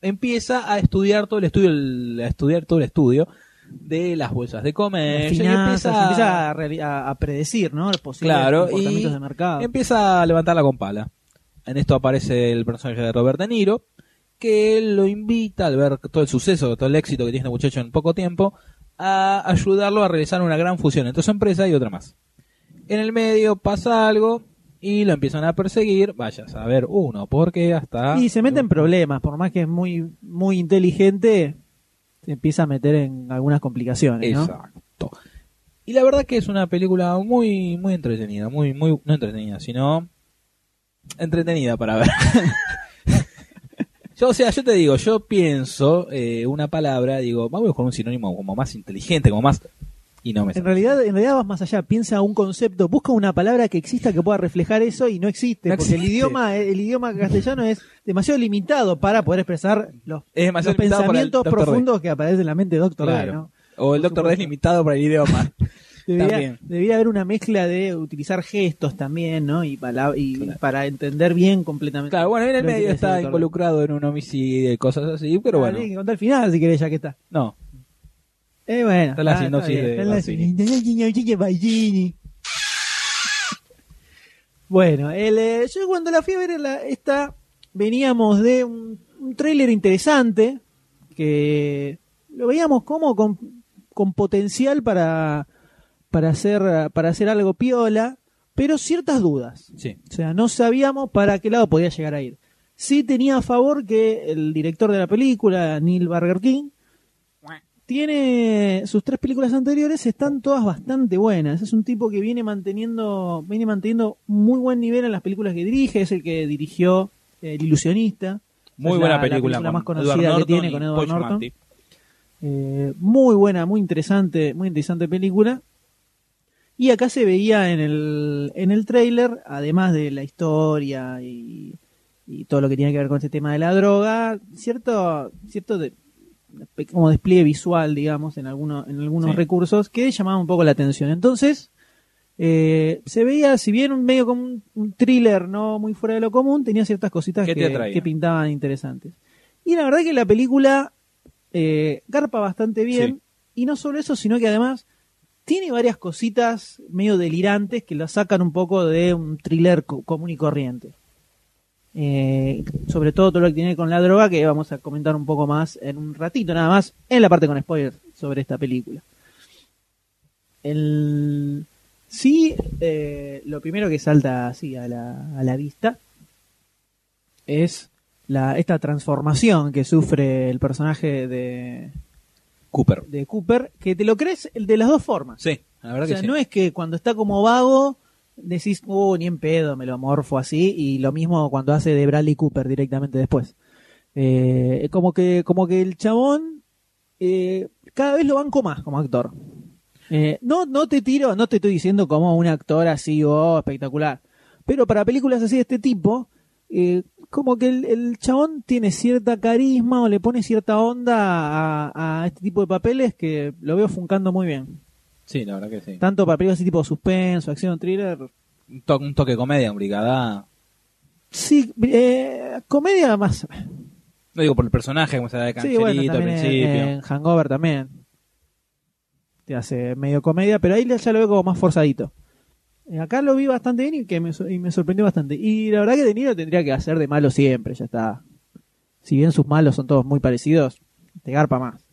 Speaker 2: Empieza a estudiar todo el estudio el- a estudiar todo el estudio de las bolsas de comer, Eh, y
Speaker 1: Finanzas,
Speaker 2: empieza-
Speaker 1: empieza a, reali- a- a predecir, ¿no? Los posibles
Speaker 2: Claro,
Speaker 1: comportamientos
Speaker 2: y
Speaker 1: de mercado.
Speaker 2: Empieza a levantarla con pala. En esto aparece el personaje de Robert De Niro, que lo invita al ver todo el suceso, todo el éxito que tiene este muchacho en poco tiempo, a ayudarlo a realizar una gran fusión entre su empresa y otra más. En el medio pasa algo y lo empiezan a perseguir. Vaya a saber uno, porque hasta.
Speaker 1: Y se mete en problemas, por más que es muy, muy inteligente, se empieza a meter en algunas complicaciones, ¿no?
Speaker 2: Exacto. Y la verdad que es una película muy, muy entretenida, muy, muy, no entretenida, sino entretenida para ver. yo, o sea, yo te digo, yo pienso eh, una palabra, digo, vamos a buscar un sinónimo como más inteligente, como más y no me
Speaker 1: En
Speaker 2: sale.
Speaker 1: realidad, en realidad vas más allá, piensa un concepto, busca una palabra que exista que pueda reflejar eso y no existe,
Speaker 2: No
Speaker 1: porque el
Speaker 2: existe.
Speaker 1: idioma, el idioma castellano es demasiado limitado para poder expresar los,
Speaker 2: Es demasiado
Speaker 1: los
Speaker 2: limitado para el
Speaker 1: pensamientos
Speaker 2: Dr. D.
Speaker 1: profundos que aparecen en la mente de Doctor D,
Speaker 2: Claro.
Speaker 1: ¿no?
Speaker 2: O el
Speaker 1: Por
Speaker 2: doctor D es
Speaker 1: supuesto.
Speaker 2: limitado para el idioma.
Speaker 1: Debería,
Speaker 2: También.
Speaker 1: debería haber una mezcla de utilizar gestos también, ¿no? Y, pala- y para entender bien completamente.
Speaker 2: Claro, bueno, en el
Speaker 1: lo que
Speaker 2: medio
Speaker 1: quiere
Speaker 2: está
Speaker 1: decir el doctor.
Speaker 2: involucrado en un homicidio y cosas así, pero
Speaker 1: Ah,
Speaker 2: bueno.
Speaker 1: tiene que contar el final si querés, ya que está.
Speaker 2: No,
Speaker 1: Eh, bueno.
Speaker 2: Está la sinopsis
Speaker 1: bien,
Speaker 2: de
Speaker 1: está la
Speaker 2: Barcini.
Speaker 1: sinopsis de Barcini. Bueno, el, eh, yo cuando la fui a ver la- esta, veníamos de un, un tráiler interesante que lo veíamos como con, con potencial para, para, hacer, para hacer algo piola, pero ciertas dudas.
Speaker 2: sí.
Speaker 1: O sea, no sabíamos para qué lado podía llegar a ir. Sí tenía a favor que el director de la película, Neil Burger King, tiene sus tres películas anteriores están todas bastante buenas. Es un tipo que viene manteniendo viene manteniendo muy buen nivel en las películas que dirige. Es el que dirigió eh, El ilusionista.
Speaker 2: Muy
Speaker 1: Es
Speaker 2: buena
Speaker 1: la-
Speaker 2: película.
Speaker 1: La película más
Speaker 2: con
Speaker 1: conocida
Speaker 2: Edward
Speaker 1: que
Speaker 2: Norton
Speaker 1: tiene
Speaker 2: y
Speaker 1: con Edward
Speaker 2: Paul
Speaker 1: Norton.
Speaker 2: Giamatti.
Speaker 1: Eh, muy buena, muy interesante, muy interesante película. Y acá se veía en el, en el trailer, además de la historia y, y todo lo que tiene que ver con este tema de la droga, cierto, cierto de- pe- como despliegue visual, digamos, en, alguno- en algunos
Speaker 2: Sí.
Speaker 1: recursos que llamaba un poco la atención. Entonces, eh, se veía, si bien un- medio como un, un thriller no muy fuera de lo común, tenía ciertas cositas
Speaker 2: ¿Qué te
Speaker 1: que,
Speaker 2: atraía?
Speaker 1: que pintaban interesantes. Y la verdad que la película eh, garpa bastante bien. Y no solo eso, sino que además tiene varias cositas medio delirantes que la sacan un poco de un thriller co- común y corriente. Eh, sobre todo todo lo que tiene que ver con la droga, que vamos a comentar un poco más en un ratito, nada más, en la parte con spoilers sobre esta película. El... Sí, eh, lo primero que salta así a la, a la vista es la, esta transformación que sufre el personaje de,
Speaker 2: Cooper.
Speaker 1: de Cooper, que te lo crees de las dos formas.
Speaker 2: Sí, la verdad
Speaker 1: o sea,
Speaker 2: que sí.
Speaker 1: no es que cuando está como vago decís, uh, ni en pedo, me lo morfo así, y lo mismo cuando hace de Bradley Cooper directamente después. Eh, es como que, como que el chabón eh, cada vez lo banco más como actor. Eh, no, no te tiro, no te estoy diciendo como un actor así, oh, espectacular. Pero para películas así de este tipo, eh, como que el, el chabón tiene cierta carisma o le pone cierta onda a, a este tipo de papeles que lo veo funcando muy bien.
Speaker 2: Sí, la verdad que sí.
Speaker 1: Tanto papeles así tipo suspenso, acción, thriller.
Speaker 2: Un, to- un toque de comedia, un brigada.
Speaker 1: Sí, eh, comedia más.
Speaker 2: No digo por el personaje, como se da de
Speaker 1: Sí,
Speaker 2: cancherito
Speaker 1: bueno,
Speaker 2: al
Speaker 1: también en,
Speaker 2: principio.
Speaker 1: en Hangover también. Te hace medio comedia, pero ahí ya lo veo como más forzadito. Eh, Acá lo vi bastante bien y, que me, sor- y me sorprendió bastante. Y la verdad que De Niro tendría que hacer de malo siempre, ya está. Si bien sus malos son todos muy parecidos, te garpa más.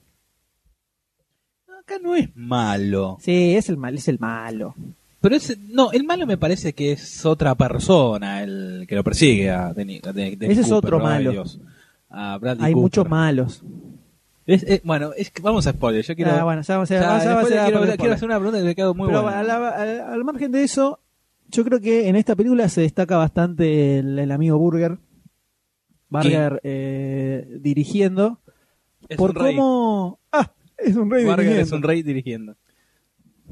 Speaker 2: Acá no es malo.
Speaker 1: Sí, es el mal, es el malo.
Speaker 2: Pero ese, no, el malo me parece que es otra persona el que lo persigue a Denny- a Denny- Denny
Speaker 1: Ese es
Speaker 2: Cooper,
Speaker 1: otro
Speaker 2: ¿no? Ay,
Speaker 1: malo.
Speaker 2: Dios. A Bradley
Speaker 1: Hay
Speaker 2: Cooper.
Speaker 1: muchos malos.
Speaker 2: Es- es- bueno, es que vamos a spoiler. Yo quiero,
Speaker 1: Ah, bueno, ya vamos a-
Speaker 2: ya,
Speaker 1: ya
Speaker 2: después
Speaker 1: vamos a-
Speaker 2: quiero,
Speaker 1: vamos a-
Speaker 2: quiero hacer una pregunta que me quedó muy
Speaker 1: Pero
Speaker 2: buena.
Speaker 1: a la- al- al margen de eso, yo creo que en esta película se destaca bastante el, el amigo Burger. Burger eh, dirigiendo.
Speaker 2: Es
Speaker 1: por
Speaker 2: un rey.
Speaker 1: cómo. Ah, es un rey
Speaker 2: Vargas
Speaker 1: dirigiendo.
Speaker 2: es un rey dirigiendo.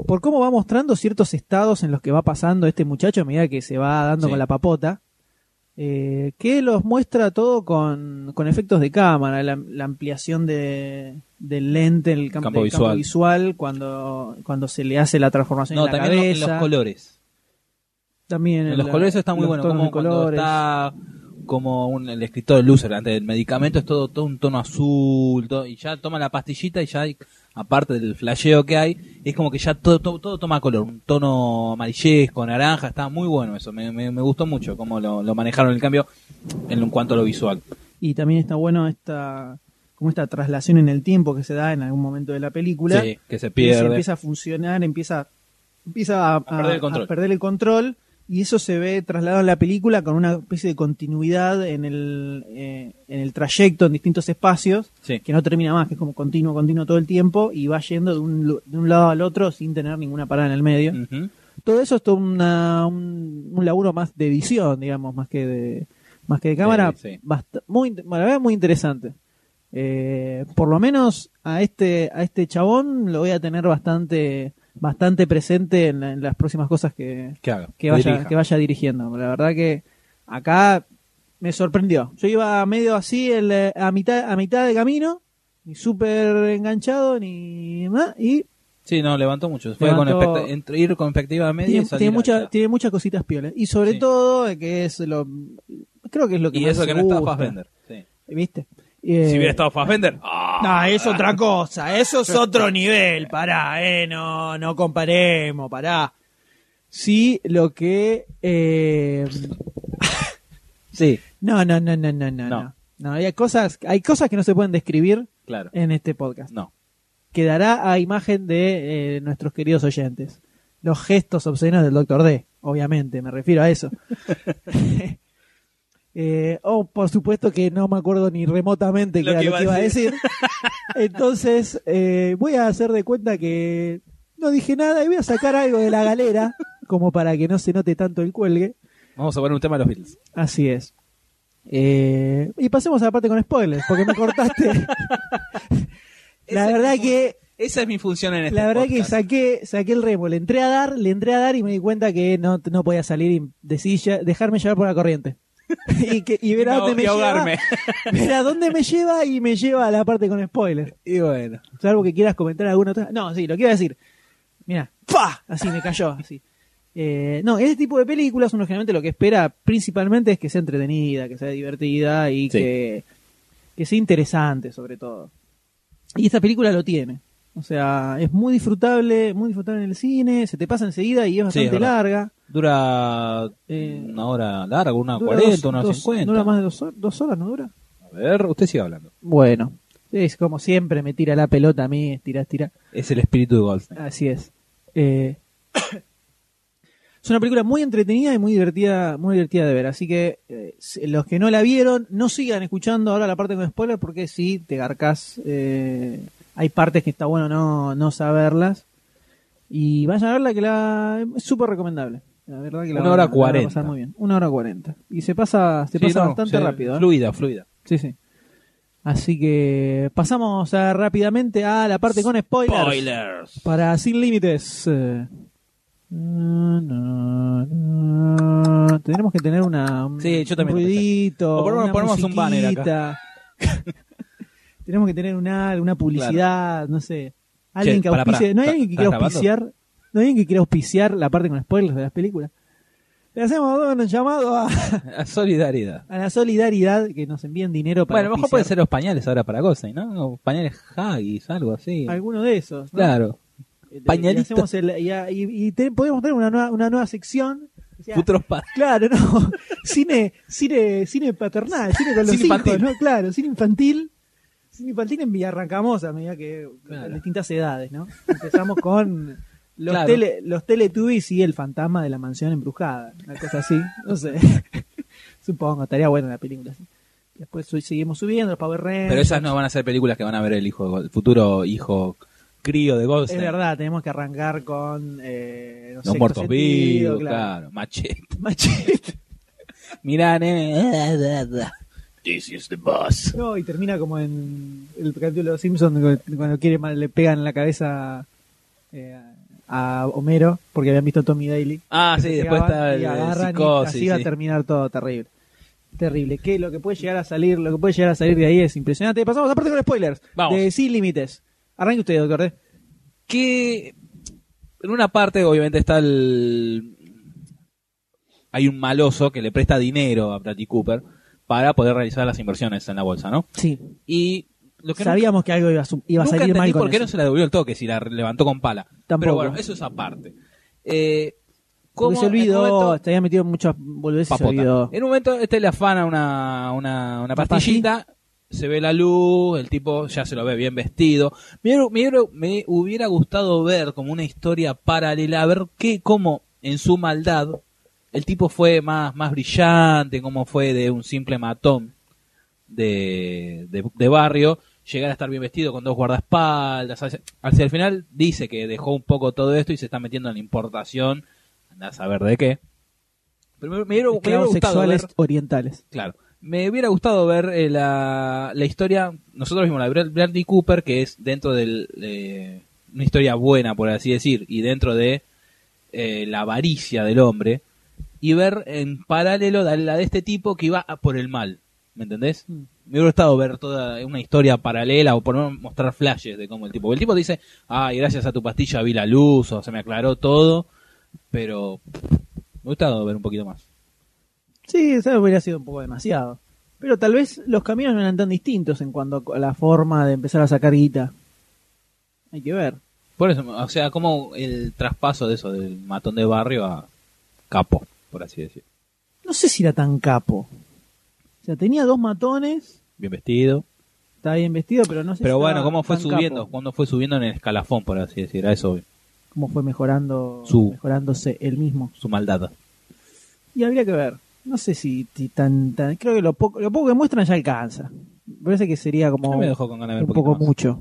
Speaker 1: Por cómo va mostrando ciertos estados en los que va pasando este muchacho a medida que se va dando
Speaker 2: Sí.
Speaker 1: con la papota. eh, que los muestra todo con, con efectos de cámara, la, la ampliación de, del lente, el campo,
Speaker 2: Campo
Speaker 1: del campo
Speaker 2: visual.
Speaker 1: visual, cuando, cuando se le hace la transformación
Speaker 2: No,
Speaker 1: en la
Speaker 2: también en
Speaker 1: cabeza.
Speaker 2: los colores.
Speaker 1: También
Speaker 2: En
Speaker 1: el-
Speaker 2: los colores eso está muy
Speaker 1: los
Speaker 2: bueno.
Speaker 1: tonos
Speaker 2: Como
Speaker 1: de
Speaker 2: cuando
Speaker 1: colores.
Speaker 2: está como un, el escritor Lucer antes del medicamento es todo, todo un tono azul todo- y ya toma la pastillita y ya hay- aparte del flasheo que hay es como que ya todo, todo, todo toma color un tono amarillesco naranja está muy bueno eso me, me- me gustó mucho cómo lo, lo manejaron el cambio en, lo- en cuanto a lo visual
Speaker 1: Y también está bueno esta como esta traslación en el tiempo que se da en algún momento de la película.
Speaker 2: Sí, que se
Speaker 1: Que se
Speaker 2: pierde
Speaker 1: empieza a funcionar, empieza, empieza a,
Speaker 2: perder el control.
Speaker 1: perder el control, Y eso se ve trasladado en la película con una especie de continuidad en el, eh, en el trayecto en distintos espacios
Speaker 2: Sí.
Speaker 1: que no termina más, que es como continuo, continuo todo el tiempo y va yendo de un, lu- de un lado al otro sin tener ninguna parada en el medio.
Speaker 2: Ujú.
Speaker 1: todo eso es todo una- un, un laburo más de edición, digamos, más que de, más que de cámara.
Speaker 2: sí.
Speaker 1: Bast- muy, int- la verdad, muy interesante. Eh, por lo menos a este, a este chabón lo voy a tener bastante, bastante presente en, la- en las próximas cosas que,
Speaker 2: que haga
Speaker 1: que vaya,
Speaker 2: dirija.
Speaker 1: que vaya dirigiendo. La verdad que acá me sorprendió. Yo iba medio así el, eh, a, mitad, a mitad de camino, ni súper enganchado, ni nada, y
Speaker 2: Sí, no, levantó mucho. Fue
Speaker 1: Levantó-
Speaker 2: con expecta- entre ir con expectativa media y
Speaker 1: Tiene,
Speaker 2: salir
Speaker 1: tiene mucha-
Speaker 2: alta.
Speaker 1: tiene muchas cositas piolas. Y sobre
Speaker 2: Sí.
Speaker 1: todo, eh, que es lo. Creo que es lo que
Speaker 2: Y
Speaker 1: más
Speaker 2: eso
Speaker 1: se
Speaker 2: que no está
Speaker 1: gusta.
Speaker 2: Fassbender. Sí.
Speaker 1: ¿Viste?
Speaker 2: Si
Speaker 1: Eh,
Speaker 2: hubiera estado Fassbender, ¡ah!
Speaker 1: No, es otra cosa, eso es otro nivel, pará, eh, no, no comparemos, pará. Sí, lo que... eh,
Speaker 2: sí,
Speaker 1: no, no, no, no, no, no,
Speaker 2: No.
Speaker 1: no. No, hay cosas, hay cosas que no se pueden describir
Speaker 2: claro.
Speaker 1: en este podcast.
Speaker 2: No.
Speaker 1: Quedará a imagen de eh, nuestros queridos oyentes. Los gestos obscenos del Doctor D, obviamente, me refiero a eso. Eh, oh, por supuesto que no me acuerdo ni remotamente qué
Speaker 2: Lo
Speaker 1: era
Speaker 2: que
Speaker 1: lo que iba a decir. Entonces, eh, voy a hacer de cuenta que no dije nada y voy a sacar algo de la galera, como para que no se note tanto el cuelgue.
Speaker 2: Vamos a poner un tema de los Beatles.
Speaker 1: Así es. Eh, y pasemos a la parte con spoilers, porque me cortaste. la
Speaker 2: Esa
Speaker 1: verdad
Speaker 2: es mi
Speaker 1: que,
Speaker 2: Esa es mi función en este
Speaker 1: la verdad que
Speaker 2: podcast.
Speaker 1: saqué, saqué el remo, le entré a dar, le entré a dar y me di cuenta que no, no podía salir y decidí lle- dejarme llevar por la corriente. y, que, y ver a
Speaker 2: Y no-
Speaker 1: dónde me
Speaker 2: y
Speaker 1: lleva.
Speaker 2: ahogarme.
Speaker 1: Ver a dónde me lleva y me lleva a la parte con spoilers.
Speaker 2: Y bueno.
Speaker 1: Salvo que quieras comentar alguna otra. No, sí, lo que iba a decir. Mira, ¡pa! Así me cayó, así. Eh, no, ese tipo de películas uno generalmente lo que espera principalmente es que sea entretenida, que sea divertida y
Speaker 2: Sí.
Speaker 1: que, que sea interesante sobre todo. Y esta película lo tiene. O sea, es muy disfrutable, muy disfrutable en el cine, se te pasa enseguida y es
Speaker 2: Sí, es
Speaker 1: bastante
Speaker 2: verdad.
Speaker 1: larga.
Speaker 2: Dura
Speaker 1: Eh,
Speaker 2: una hora larga, una
Speaker 1: Dura
Speaker 2: 40,
Speaker 1: dos-
Speaker 2: una
Speaker 1: dos-
Speaker 2: 50.
Speaker 1: Dura más de dos, hor- dos horas, ¿no dura?
Speaker 2: A ver, usted sigue hablando.
Speaker 1: Bueno, es como siempre, me tira la pelota a mí, estira, estira.
Speaker 2: Es el espíritu de Goldstein.
Speaker 1: Así es. Eh, es una película muy entretenida y muy divertida, muy divertida de ver. Así que eh, si- los que no la vieron, no sigan escuchando ahora la parte con spoilers porque si te garcas, hay partes que está bueno no, no saberlas. Y vayan a verla que la es súper recomendable. La verdad que
Speaker 2: Una
Speaker 1: la van a-
Speaker 2: hora
Speaker 1: la van a
Speaker 2: 40.
Speaker 1: pasar muy bien. Una hora cuarenta. Y se pasa, se
Speaker 2: Sí,
Speaker 1: pasa
Speaker 2: no,
Speaker 1: bastante
Speaker 2: sí,
Speaker 1: rápido. ¿eh?
Speaker 2: Fluida, fluida.
Speaker 1: Sí, sí. Así que pasamos a- rápidamente a la parte con spoilers.
Speaker 2: Spoilers.
Speaker 1: Para Sin Límites. eh, na, na, na. Tenemos que tener una, un,
Speaker 2: Sí, yo también
Speaker 1: un
Speaker 2: lo pensé.
Speaker 1: ruidito.
Speaker 2: O por lo menos
Speaker 1: una
Speaker 2: ponemos un banner acá.
Speaker 1: musiquita. Tenemos que tener una, una publicidad, no sé. Alguien que
Speaker 2: pará, pará.
Speaker 1: auspicie. ¿No hay alguien que quiera
Speaker 2: ¿Estás
Speaker 1: auspiciar? ¿No hay alguien que quiera auspiciar la parte con spoilers de las películas? Le hacemos un llamado a,
Speaker 2: Solidaridad.
Speaker 1: a la solidaridad que nos envíen dinero para.
Speaker 2: Bueno, a lo mejor pueden
Speaker 1: auspiciar
Speaker 2: ser los pañales ahora para Goldstein, ¿no? O pañales Haggis, algo así.
Speaker 1: Alguno de esos. ¿no?
Speaker 2: Claro.
Speaker 1: Eh,
Speaker 2: Pañalito.
Speaker 1: Y, hacemos el- y a- y- y te- podemos tener una nueva, una nueva sección. O sea,
Speaker 2: Futuros padres.
Speaker 1: Claro, no. Cine, cine, cine paternal, cine con los
Speaker 2: Cine
Speaker 1: hijos,
Speaker 2: infantil.
Speaker 1: ¿no? Claro, cine infantil. Cine infantil en Villa Arrancamos a medida que
Speaker 2: Claro.
Speaker 1: en distintas edades, ¿no? Empezamos con los,
Speaker 2: Claro.
Speaker 1: tele, los Teletubbies y el fantasma de la mansión embrujada, una cosa así, no sé. Supongo, estaría buena la película. sí. Después su- seguimos subiendo, los Power Rangers.
Speaker 2: Pero esas no van a ser películas que van a ver el hijo, de Gold- el futuro hijo crío de
Speaker 1: Es
Speaker 2: Goldstein.
Speaker 1: verdad, tenemos que arrancar con eh, no
Speaker 2: Los
Speaker 1: sé,
Speaker 2: muertos
Speaker 1: Sexto Sentido,
Speaker 2: vivos, claro. Machete.
Speaker 1: Machete.
Speaker 2: Mirá, nene.
Speaker 1: No, y termina como en el capítulo de los Simpsons cuando quiere mal- le pegan en la cabeza eh, a Homero porque habían visto Tommy Daly.
Speaker 2: Ah, sí,
Speaker 1: Se
Speaker 2: después
Speaker 1: pegaban
Speaker 2: está el,
Speaker 1: y
Speaker 2: el
Speaker 1: agarran y
Speaker 2: psicosis.
Speaker 1: así va a
Speaker 2: sí.
Speaker 1: terminar todo terrible. Terrible. Que lo que puede llegar a salir, lo que puede llegar a salir de ahí es impresionante. Pasamos aparte con spoilers.
Speaker 2: Vamos.
Speaker 1: De sin límites. Arranque usted, doctor ¿eh? D.
Speaker 2: que en una parte obviamente está el hay un maloso que le presta dinero a Bradley Cooper para poder realizar las inversiones en la bolsa, ¿no?
Speaker 1: Sí.
Speaker 2: Y lo que
Speaker 1: Sabíamos que algo iba a, su- iba a
Speaker 2: nunca
Speaker 1: salir mal
Speaker 2: entendí
Speaker 1: con
Speaker 2: por qué
Speaker 1: eso.
Speaker 2: no se la devolvió el toque si la re- levantó con pala. Pero
Speaker 1: Tampoco.
Speaker 2: bueno, eso es aparte. Eh,
Speaker 1: Porque
Speaker 2: ¿cómo
Speaker 1: se
Speaker 2: en un
Speaker 1: olvidó,
Speaker 2: momento-
Speaker 1: te había metido en muchas boludeces y se
Speaker 2: papota.
Speaker 1: olvidó.
Speaker 2: En un momento este le afana una, una, una
Speaker 1: pastilla.
Speaker 2: pastillita, se ve la luz, el tipo ya se lo ve bien vestido. Me, hubiera- me hubiera- me hubiera gustado ver como una historia paralela, a ver qué, cómo en su maldad el tipo fue más, más brillante, cómo fue de un simple matón de, de- de barrio, llegar a estar bien vestido con dos guardaespaldas. Hacia, hacia el final dice que dejó un poco todo esto y se está metiendo en la importación, andás a saber de qué. Pero me, me hubiera- me hubiera
Speaker 1: Esclavos
Speaker 2: gustado
Speaker 1: sexuales
Speaker 2: ver,
Speaker 1: orientales.
Speaker 2: claro, me hubiera gustado ver eh, la, la historia, nosotros vimos la de Brad- Bradley Cooper, que es dentro del... eh, una historia buena, por así decir, y dentro de eh, la avaricia del hombre, y ver en paralelo la la de este tipo que iba a por el mal. ¿me entendés? Me hubiera gustado ver toda una historia paralela o por lo menos mostrar flashes de cómo el tipo. El tipo dice, ay, gracias a tu pastilla vi la luz o se me aclaró todo, pero me hubiera gustado ver un poquito más.
Speaker 1: Sí, eso hubiera sido un poco demasiado. Pero tal vez los caminos no eran tan distintos en cuanto a la forma de empezar a sacar guita. Hay que ver.
Speaker 2: Por eso, o sea, como el traspaso de eso, del matón de barrio a capo, por así decir.
Speaker 1: No sé si era tan capo. O sea, tenía dos matones,
Speaker 2: Bien vestido.
Speaker 1: estaba bien vestido, pero no sé
Speaker 2: Pero
Speaker 1: si
Speaker 2: bueno,
Speaker 1: estaba
Speaker 2: ¿cómo fue
Speaker 1: tan
Speaker 2: subiendo?
Speaker 1: capo.
Speaker 2: ¿Cuándo fue subiendo en el escalafón, por así decir? A eso,
Speaker 1: Cómo fue mejorando,
Speaker 2: Su-
Speaker 1: mejorándose él mismo.
Speaker 2: su maldad.
Speaker 1: Y habría que ver. No sé si, si tan, tan- Creo que lo poco, lo poco que muestran ya alcanza. Me parece que sería como
Speaker 2: me dejó con ganas de ver
Speaker 1: un poco
Speaker 2: poquito más.
Speaker 1: mucho.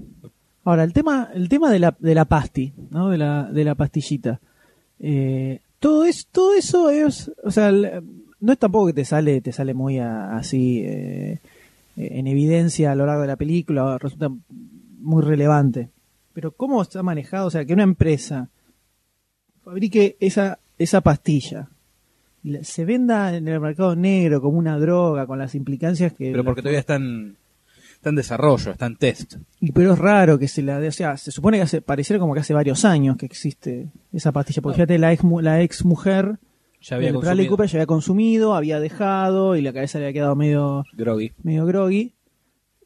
Speaker 1: Ahora, el tema, el tema de la, de la pasti, ¿no? De la, de la pastillita. Eh, todo, es, todo eso es. O sea, el- no es tampoco que te sale, te sale muy a- así eh, en evidencia a lo largo de la película, resulta muy relevante. Pero cómo está manejado, o sea, que una empresa fabrique esa, esa pastilla, y la- se venda en el mercado negro como una droga, con las implicancias que...
Speaker 2: Pero porque todavía está en, está en desarrollo, está en test.
Speaker 1: Y pero es raro que se la dé, o sea, se supone que hace, pareciera como que hace varios años que existe esa pastilla, porque fíjate, la ex, mu- la ex mujer
Speaker 2: Ya había
Speaker 1: del Bradley
Speaker 2: consumido.
Speaker 1: Cooper ya había consumido, había dejado y la cabeza le había quedado medio
Speaker 2: Groggy.
Speaker 1: medio groggy.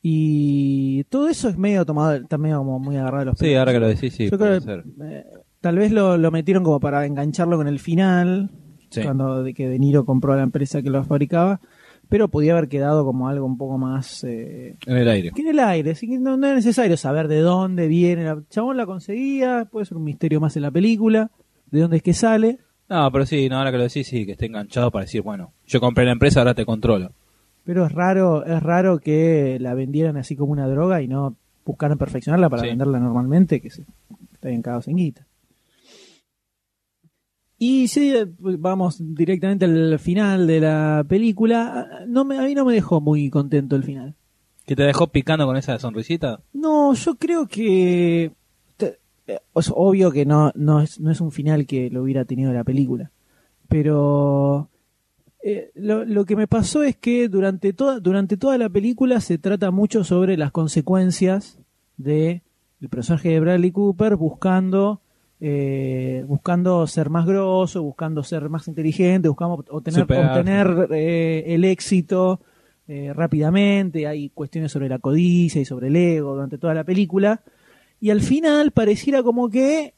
Speaker 1: Y todo eso es medio tomado, está medio como muy agarrado de los
Speaker 2: Sí, ah.
Speaker 1: pelos.
Speaker 2: ahora que lo decís, sí,
Speaker 1: Yo
Speaker 2: puede
Speaker 1: creo
Speaker 2: ser.
Speaker 1: que eh, tal vez lo, lo metieron como para engancharlo con el final,
Speaker 2: Sí.
Speaker 1: cuando de que De Niro compró la empresa que lo fabricaba, pero podía haber quedado como algo un poco más... eh,
Speaker 2: En el aire.
Speaker 1: que en el aire, así que no, no era necesario saber de dónde viene. La, chabón la conseguía, puede ser un misterio más en la película, de dónde es que sale.
Speaker 2: No, pero sí, no, ahora que lo decís, sí, que esté enganchado para decir, bueno, yo compré la empresa, ahora te controlo.
Speaker 1: Pero es raro, es raro que la vendieran así como una droga y no buscaran perfeccionarla para
Speaker 2: Sí.
Speaker 1: venderla normalmente, que se está bien cagados en guita. Y sí, eh, vamos directamente al final de la película. No me, a mí no me dejó muy contento el final.
Speaker 2: ¿Que te dejó picando con esa sonrisita?
Speaker 1: No, yo creo que. te- eh, Es obvio que no, no, es, no es un final que lo hubiera tenido la película. Pero. eh, lo, lo que me pasó es que durante toda, durante toda la película se trata mucho sobre las consecuencias de el personaje de Bradley Cooper buscando eh, buscando ser más grosso, buscando ser más inteligente, buscando obtener,
Speaker 2: Superarse.
Speaker 1: obtener eh, el éxito eh, rápidamente, hay cuestiones sobre la codicia y sobre el ego durante toda la película, y al final pareciera como que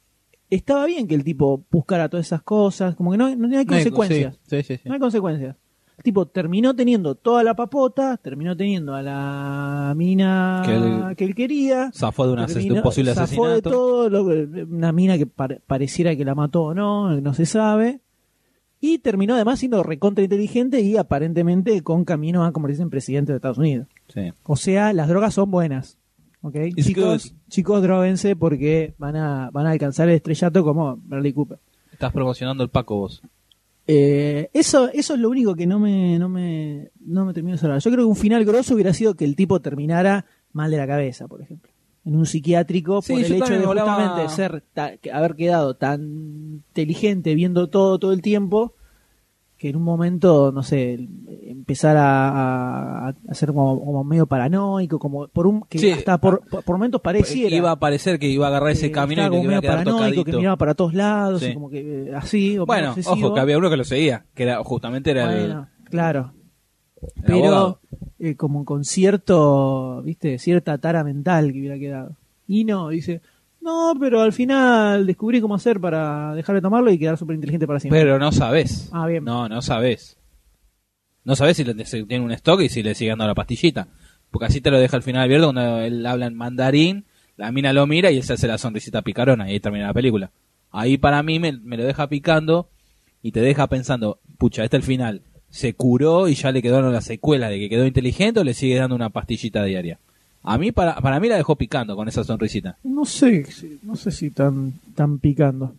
Speaker 1: estaba bien que el tipo buscara todas esas cosas, como que no, no hay consecuencias,
Speaker 2: Sí, sí, sí.
Speaker 1: no hay consecuencias. El tipo terminó teniendo toda la papota, terminó teniendo a la mina
Speaker 2: Que él-
Speaker 1: que él quería,
Speaker 2: Zafó de, un ases- de
Speaker 1: Terminó-
Speaker 2: un posible
Speaker 1: zafó
Speaker 2: asesinato.
Speaker 1: de todo, lo- una mina que pare- pareciera que la mató o no, no se sabe. Y terminó además siendo recontra inteligente y aparentemente con camino a convertirse en presidente de Estados Unidos.
Speaker 2: Sí.
Speaker 1: O sea, las drogas son buenas. ¿ok?
Speaker 2: It's
Speaker 1: Chicos, chicos, droguense porque van a, van a alcanzar el estrellato como Bradley Cooper.
Speaker 2: Estás promocionando el Paco vos.
Speaker 1: Eh, eso, eso es lo único que no me, no me, no me terminó de cerrar. Yo creo que un final grosso hubiera sido que el tipo terminara mal de la cabeza, por ejemplo. En un psiquiátrico,
Speaker 2: Sí,
Speaker 1: por
Speaker 2: yo
Speaker 1: el hecho
Speaker 2: también
Speaker 1: de
Speaker 2: volaba-
Speaker 1: justamente ser ta- que haber quedado tan inteligente viendo todo todo el tiempo, que en un momento, no sé, el- empezar a, a- a ser como, como medio paranoico, como por un que
Speaker 2: Sí.
Speaker 1: hasta por, por por momentos pareciera
Speaker 2: Iba a parecer que iba a agarrar ese
Speaker 1: que
Speaker 2: camino y
Speaker 1: estaba
Speaker 2: que
Speaker 1: como
Speaker 2: iba a
Speaker 1: medio
Speaker 2: quedar
Speaker 1: paranoico,
Speaker 2: tocadito.
Speaker 1: que miraba para todos lados,
Speaker 2: Sí.
Speaker 1: y como que eh, así, o
Speaker 2: Bueno, ojo,
Speaker 1: obsesivo.
Speaker 2: que había uno que lo seguía, que era justamente era el-
Speaker 1: Bueno, claro.
Speaker 2: el, abogado.
Speaker 1: Pero eh, como un concierto, viste, cierta tara mental que hubiera quedado. Y no, dice, no, pero al final descubrí cómo hacer para dejar de tomarlo y quedar súper inteligente para siempre.
Speaker 2: Pero no sabes.
Speaker 1: Ah, bien.
Speaker 2: No, no sabes. No sabes si, le- si tiene un stock y si le sigue dando la pastillita. Porque así te lo deja al final abierto cuando él habla en mandarín, la mina lo mira y él se hace la sonrisita picarona y ahí termina la película. Ahí para mí me, me lo deja picando y te deja pensando, pucha, este es el final. ¿Se curó y ya le quedaron las secuelas de que quedó inteligente o le sigue dando una pastillita diaria? A mí, para, para mí la dejó picando con esa sonrisita.
Speaker 1: No sé, si- no sé si tan, tan picando.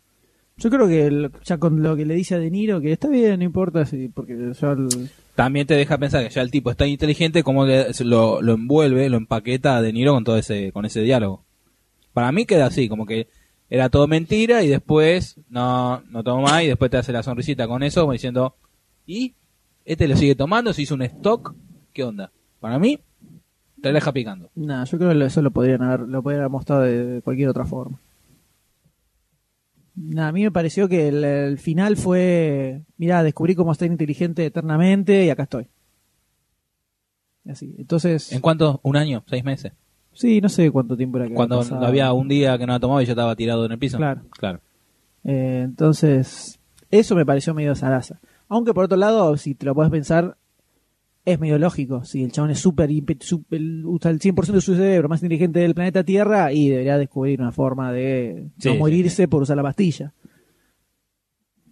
Speaker 1: Yo creo que el- ya con lo que le dice a De Niro, que está bien, no importa, si, porque ya el-
Speaker 2: también te deja pensar que ya el tipo es tan inteligente como que se lo, lo envuelve, lo empaqueta a De Niro con todo ese, con ese diálogo. Para mí queda así, como que era todo mentira y después no, no tomo más y después te hace la sonrisita con eso, como diciendo, ¿y? Este lo sigue tomando, se hizo un stock, ¿qué onda? Para mí, te la deja picando.
Speaker 1: Nah, yo creo que eso lo podrían haber, lo podrían haber mostrado de, de cualquier otra forma. Nah, a mí me pareció que el, el final fue, mirá, descubrí cómo estar inteligente eternamente y acá estoy. Así, entonces,
Speaker 2: ¿En cuánto? ¿Un año? ¿Seis meses?
Speaker 1: sí, no sé cuánto tiempo era que
Speaker 2: Cuando
Speaker 1: había pasado.
Speaker 2: había un día que no la tomaba y ya estaba tirado en el piso.
Speaker 1: Claro.
Speaker 2: Claro.
Speaker 1: Eh, entonces, eso me pareció medio zaraza. Aunque por otro lado, si te lo puedes pensar, es medio lógico. Si el chabón es súper, impe- sup- el- usa el 100% de su cerebro, más inteligente del planeta Tierra, y debería descubrir una forma de
Speaker 2: Sí,
Speaker 1: no
Speaker 2: sí,
Speaker 1: morirse por usar la pastilla.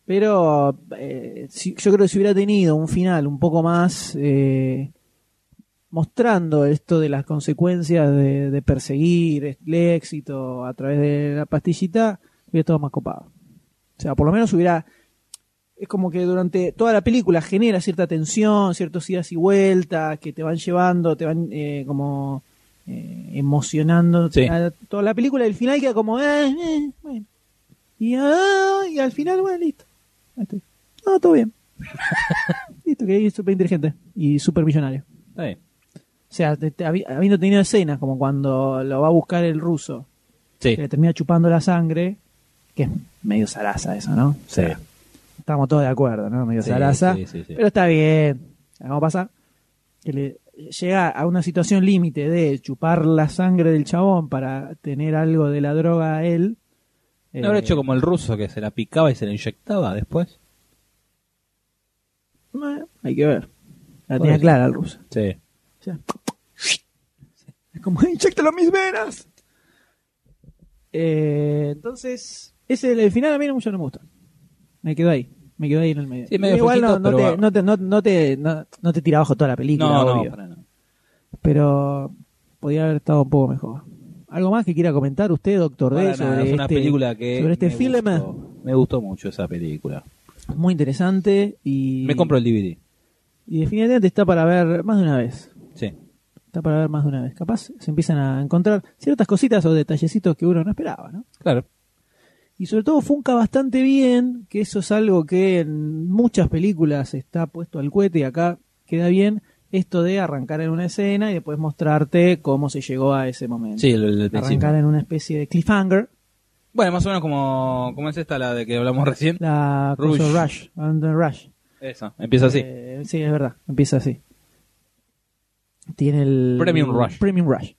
Speaker 1: Pero eh, si- yo creo que si hubiera tenido un final un poco más eh, mostrando esto de las consecuencias de, de perseguir el éxito a través de la pastillita, hubiera estado más copado. O sea, por lo menos hubiera. Es como que durante toda la película genera cierta tensión, ciertos idas y vueltas que te van llevando, te van eh, como eh, emocionando
Speaker 2: Sí.
Speaker 1: a toda la película. Y el final queda como. eh, eh, bueno. Y, ah, y al final, bueno, listo. Ahí estoy. Ah, todo bien. listo, que es súper inteligente y súper millonario.
Speaker 2: Está bien.
Speaker 1: O sea, te- te- habi- habiendo tenido escenas como cuando lo va a buscar el ruso,
Speaker 2: Sí.
Speaker 1: que le termina chupando la sangre, que es medio zaraza eso, ¿no? O sea, Estamos todos de acuerdo, ¿no? Medio
Speaker 2: Sí,
Speaker 1: zaraza.
Speaker 2: sí, sí, sí.
Speaker 1: Pero está bien. Vamos a pasar. Que le llega a una situación límite de chupar la sangre del chabón para tener algo de la droga a él.
Speaker 2: ¿No habrá
Speaker 1: Eh,
Speaker 2: hecho como el ruso que se la picaba y se la inyectaba después?
Speaker 1: bueno, hay que ver. La
Speaker 2: Por
Speaker 1: tenía
Speaker 2: eso.
Speaker 1: clara el ruso.
Speaker 2: Sí.
Speaker 1: O sea, es como, inyectalo mis venas. Eh, entonces, ese el final a mí no mucho no me gusta. Me quedó ahí. Me quedó ahí en el medio.
Speaker 2: Sí, medio
Speaker 1: Igual no,
Speaker 2: flojito,
Speaker 1: no
Speaker 2: pero
Speaker 1: te,
Speaker 2: bueno.
Speaker 1: no, te, no, no te, no, no te tira abajo toda la película,
Speaker 2: No, no,
Speaker 1: obvio.
Speaker 2: para nada.
Speaker 1: Pero podría haber estado un poco mejor. ¿Algo más que quiera comentar usted, doctor
Speaker 2: Para
Speaker 1: D,
Speaker 2: nada,
Speaker 1: sobre
Speaker 2: es una
Speaker 1: este,
Speaker 2: película que
Speaker 1: sobre este
Speaker 2: me
Speaker 1: film?
Speaker 2: gustó. me gustó mucho esa película.
Speaker 1: Muy interesante y,
Speaker 2: Me compro el DVD.
Speaker 1: y definitivamente está para ver más de una vez.
Speaker 2: Sí.
Speaker 1: Está para ver más de una vez. Capaz se empiezan a encontrar ciertas cositas o detallecitos que uno no esperaba, ¿no?
Speaker 2: Claro.
Speaker 1: Y sobre todo funca bastante bien, que eso es algo que en muchas películas está puesto al cohete y acá queda bien esto de arrancar en una escena y después mostrarte cómo se llegó a ese momento.
Speaker 2: Sí, el, el principio.
Speaker 1: arrancar en una especie de cliffhanger,
Speaker 2: Bueno, más o menos como. ¿Cómo es esta la de que hablamos recién?
Speaker 1: la
Speaker 2: Rush.
Speaker 1: cosa Rush, and the Rush.
Speaker 2: Esa. Empieza así.
Speaker 1: Eh, sí, es verdad. Empieza así. Tiene el
Speaker 2: Premium Rush.
Speaker 1: Premium Rush.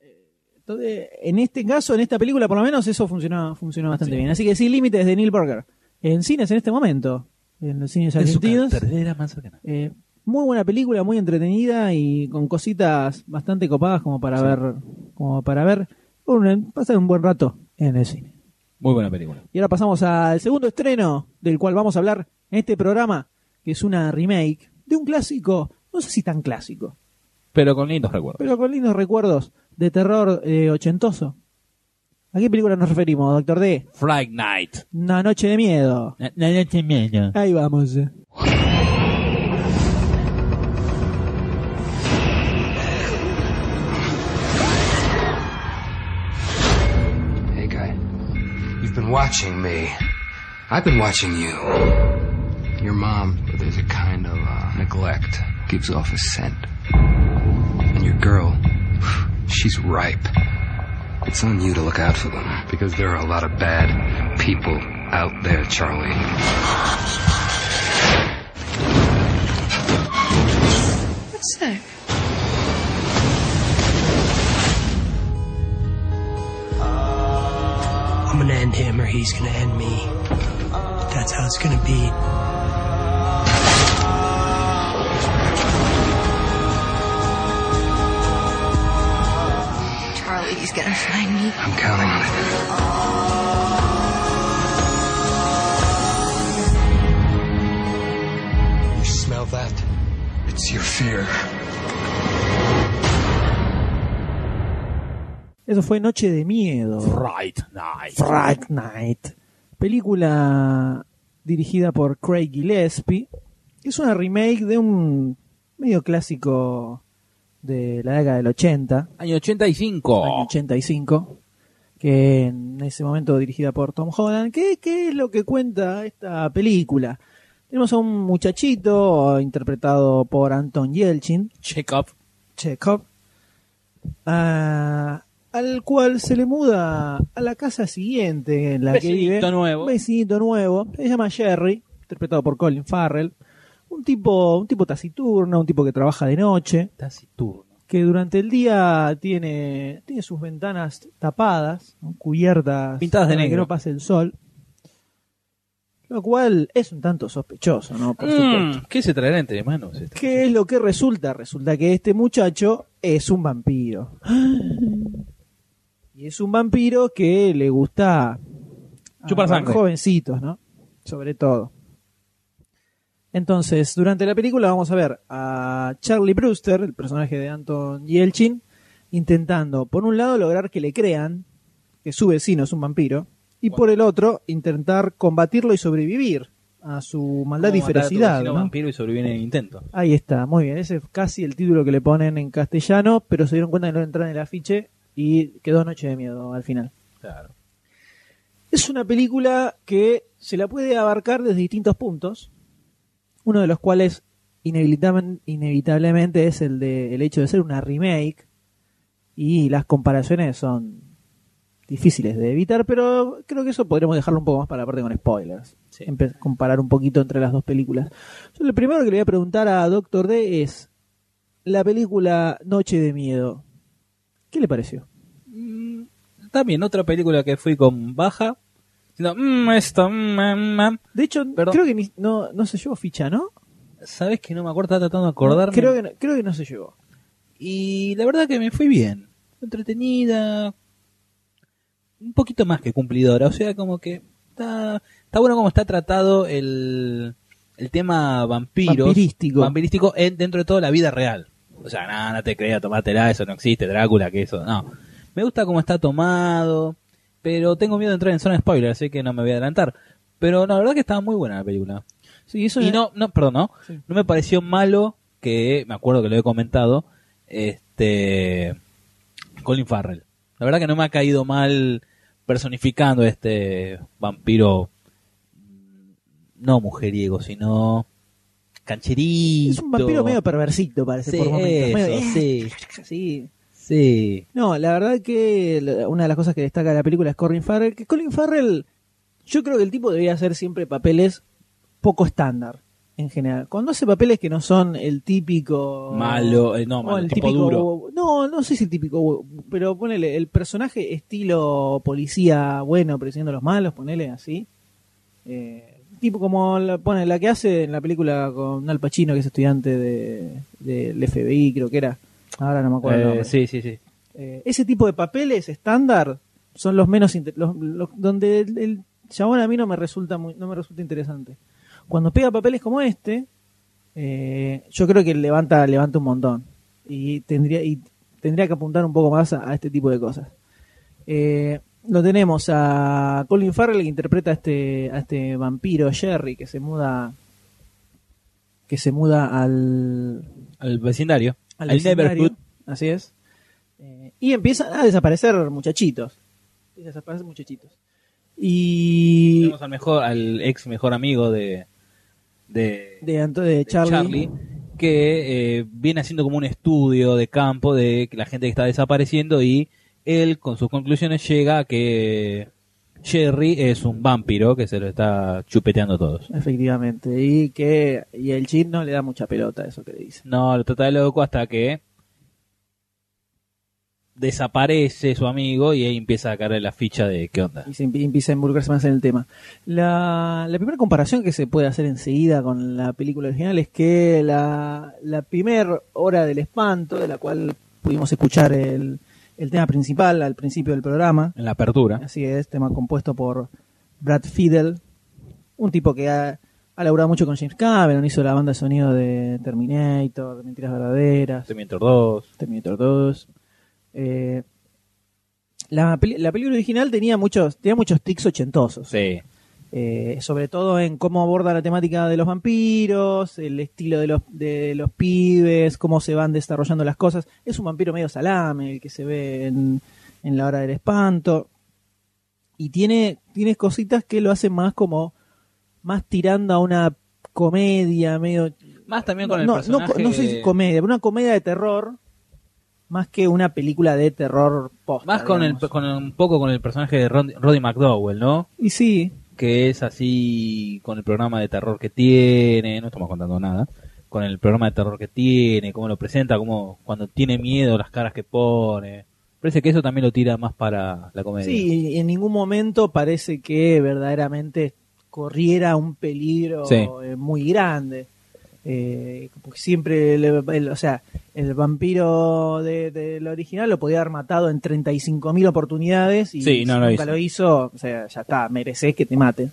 Speaker 1: Eh, Entonces, en este caso, en esta película, por lo menos, eso funcionó, funcionó bastante
Speaker 2: Sí.
Speaker 1: bien. Así que sin límites de Neil Burger. En cines en este momento, en los cines argentinos. Eh, muy buena película, muy entretenida y con cositas bastante copadas como para ver, como para ver, un- pasar un buen rato en el cine.
Speaker 2: Muy buena película.
Speaker 1: Y ahora pasamos al segundo estreno del cual vamos a hablar en este programa, que es una remake de un clásico, no sé si tan clásico,
Speaker 2: Pero con lindos recuerdos.
Speaker 1: pero con lindos recuerdos de terror eh, ochentoso. ¿A qué película nos referimos, Doctor D?
Speaker 2: Fright Night.
Speaker 1: Una noche de miedo.
Speaker 2: La noche mía.
Speaker 1: Ahí vamos. eh.
Speaker 8: Hey, guy. You've been watching me. I've been watching you. Your mom, there's a kind of uh, neglect, gives off a scent. And your girl, she's ripe. It's on you to look out for them, because there are a lot of bad people out there, Charlie.
Speaker 5: What's that?
Speaker 9: I'm gonna end him or he's gonna end me. That's how it's gonna be.
Speaker 5: Charlie, he's gonna find me.
Speaker 8: I'm counting on it. You smell that? It's your fear.
Speaker 1: Eso fue Noche de Miedo.
Speaker 2: Fright Night.
Speaker 1: Fright Night. Película dirigida por Craig Gillespie. que Es una remake de un medio clásico de la década del 80,
Speaker 2: Año 85.
Speaker 1: año 85, que en ese momento dirigida por Tom Holland. ¿Qué, ¿Qué es lo que cuenta esta película? Tenemos a un muchachito interpretado por Anton Yelchin,
Speaker 2: Check up.
Speaker 1: Chekhov, a- al cual se le muda a la casa siguiente en la que
Speaker 2: Vecinito
Speaker 1: vive.
Speaker 2: nuevo.
Speaker 1: Un vecinito nuevo. Se llama Jerry, interpretado por Colin Farrell. Un tipo, un tipo taciturno, un tipo que trabaja de noche,
Speaker 2: Taciturno.
Speaker 1: que durante el día tiene, tiene sus ventanas tapadas, ¿no? cubiertas
Speaker 2: Pintadas de
Speaker 1: para que
Speaker 2: negro.
Speaker 1: no pase el sol. Lo cual es un tanto sospechoso, ¿no?
Speaker 2: Mm.
Speaker 1: Por supuesto.
Speaker 2: ¿Qué se traerá entre manos? este?
Speaker 1: ¿Qué es lo que resulta? Resulta que este muchacho es un vampiro. Y es un vampiro que le gusta a
Speaker 2: Chupar
Speaker 1: los
Speaker 2: sangre.
Speaker 1: jovencitos, ¿no? Sobre todo. Entonces, durante la película vamos a ver a Charlie Brewster, el personaje de Anton Yelchin, intentando, por un lado, lograr que le crean que su vecino es un vampiro, y por el otro, intentar combatirlo y sobrevivir a su maldad
Speaker 2: ¿Cómo matar a
Speaker 1: y
Speaker 2: tu
Speaker 1: ferocidad.
Speaker 2: vecino
Speaker 1: ¿no?
Speaker 2: vampiro y sobrevivir en el intento.
Speaker 1: Ahí está, muy bien. Ese es casi el título que le ponen en castellano, pero se dieron cuenta que no entrar en el afiche y quedó Noche de Miedo al final.
Speaker 2: Claro.
Speaker 1: Es una película que se la puede abarcar desde distintos puntos, uno de los cuales inevitamen- inevitablemente es el de el hecho de ser una remake y las comparaciones son difíciles de evitar, pero creo que eso podríamos dejarlo un poco más para la parte con spoilers.
Speaker 2: Sí.
Speaker 1: Empe- comparar un poquito entre las dos películas. Yo lo primero que le voy a preguntar a Doctor D es la película Noche de Miedo. ¿Qué le pareció?
Speaker 2: Mm, También otra película que fui con baja. Diciendo, mmm, esto, mmm, mmm, mmm.
Speaker 1: De hecho,
Speaker 2: Perdón.
Speaker 1: creo que ni- no, no se llevó ficha, ¿no?
Speaker 2: Sabes que no me acuerdo, estaba tratando de acordarme.
Speaker 1: Creo que no, creo que no se llevó.
Speaker 2: Y la verdad que me fui bien. Entretenida. Un poquito más que cumplidora. O sea, como que está, está bueno como está tratado el, el tema vampiros.
Speaker 1: Vampirístico.
Speaker 2: Vampirístico en- dentro de toda la vida real. O sea, nada, no te creas, tomátela, eso no existe, Drácula, que eso, no. Me gusta cómo está tomado, pero tengo miedo de entrar en zona de spoiler, así que no me voy a adelantar. Pero no, la verdad que estaba muy buena la película.
Speaker 1: Sí, eso
Speaker 2: Y
Speaker 1: es-
Speaker 2: no, no, perdón, no.
Speaker 1: Sí.
Speaker 2: No me pareció malo que, me acuerdo que lo he comentado, este. Colin Farrell. La verdad que no me ha caído mal personificando este vampiro. No mujeriego, sino. Cancherito.
Speaker 1: es un vampiro medio perversito, parece,
Speaker 2: Sí,
Speaker 1: por momentos.
Speaker 2: eso,
Speaker 1: Medio- eh,
Speaker 2: sí.
Speaker 1: sí.
Speaker 2: Sí.
Speaker 1: No, la verdad que la- una de las cosas que destaca la película es Colin Farrell. Que Colin Farrell, yo creo que el tipo debería hacer siempre papeles poco estándar, en general. Cuando hace papeles que no son el típico...
Speaker 2: Malo, eh, no,
Speaker 1: o
Speaker 2: malo,
Speaker 1: el
Speaker 2: tipo
Speaker 1: típico-
Speaker 2: duro.
Speaker 1: No, no sé si el típico, bo- pero ponele, el personaje estilo policía bueno, persiguiendo a los malos, ponele así. Eh, tipo como la, pone, la que hace en la película con Al Pacino, que es estudiante de- del FBI, creo que era. Ahora no me acuerdo. el
Speaker 2: Eh,
Speaker 1: nombre.
Speaker 2: sí, sí, sí.
Speaker 1: Eh, ese tipo de papeles estándar son los menos inter- los- los- donde el, el chabón a mí no me resulta muy- no me resulta interesante cuando pega papeles como este eh, yo creo que levanta levanta un montón y tendría y tendría que apuntar un poco más a, a este tipo de cosas Eh, lo tenemos a Colin Farrell que interpreta a este a este vampiro Jerry que se muda que se muda al
Speaker 2: Al vecindario.
Speaker 1: al
Speaker 2: Al,
Speaker 1: vecindario,
Speaker 2: neighborhood.
Speaker 1: Así es. Eh, y empiezan a desaparecer muchachitos. Empiezan a desaparecer muchachitos. Y
Speaker 2: Tenemos al mejor, al ex mejor amigo de. De,
Speaker 1: de, Anto- de
Speaker 2: de Charlie,
Speaker 1: Charlie,
Speaker 2: que eh, viene haciendo como un estudio de campo de la gente que está desapareciendo y él con sus conclusiones llega a que Jerry es un vampiro que se lo está chupeteando a todos.
Speaker 1: efectivamente. Y que y el chin no le da mucha pelota a eso que le dice.
Speaker 2: No, lo trata de loco hasta que desaparece su amigo y ahí empieza a caer la ficha de qué onda.
Speaker 1: Y se empie- empieza a involucrarse más en el tema. La, la primera comparación que se puede hacer enseguida con la película original es que la, la primera hora del espanto, de la cual pudimos escuchar el, el tema principal al principio del programa,
Speaker 2: En la apertura.
Speaker 1: Así es, tema compuesto por Brad Fiddle, un tipo que ha, ha laburado mucho con James Cameron, hizo la banda de sonido de Terminator, de Mentiras Verdaderas,
Speaker 2: Terminator 2.
Speaker 1: Terminator 2. Eh, la, peli- la película original tenía muchos, tenía muchos tics ochentosos.
Speaker 2: Sí.
Speaker 1: Eh, sobre todo en cómo aborda la temática de los vampiros, el estilo de los, de los pibes, cómo se van desarrollando las cosas. Es un vampiro medio salame, el que se ve en, en la hora del espanto. Y tiene, tiene cositas que lo hacen más como, más tirando a una comedia, medio...
Speaker 2: Más también
Speaker 1: No,
Speaker 2: con el
Speaker 1: no, no,
Speaker 2: personaje.
Speaker 1: no sé si comedia, pero una comedia de terror más que una película de terror post.
Speaker 2: Más con el, con el- un poco con el personaje de Ron- Roddy McDowell, ¿no?
Speaker 1: Y sí,
Speaker 2: Que es así con el programa de terror que tiene, no estamos contando nada, con el programa de terror que tiene, cómo lo presenta, cómo cuando tiene miedo las caras que pone. Parece que eso también lo tira más para la comedia.
Speaker 1: sí, y en ningún momento parece que verdaderamente corriera un peligro
Speaker 2: Sí.
Speaker 1: eh, muy grande. Eh, porque siempre, el, el- o sea, el vampiro de- del original lo podía haber matado en 35.000 oportunidades y
Speaker 2: Sí, no
Speaker 1: si
Speaker 2: lo
Speaker 1: nunca
Speaker 2: hizo.
Speaker 1: lo hizo, o sea, ya está, mereces que te maten.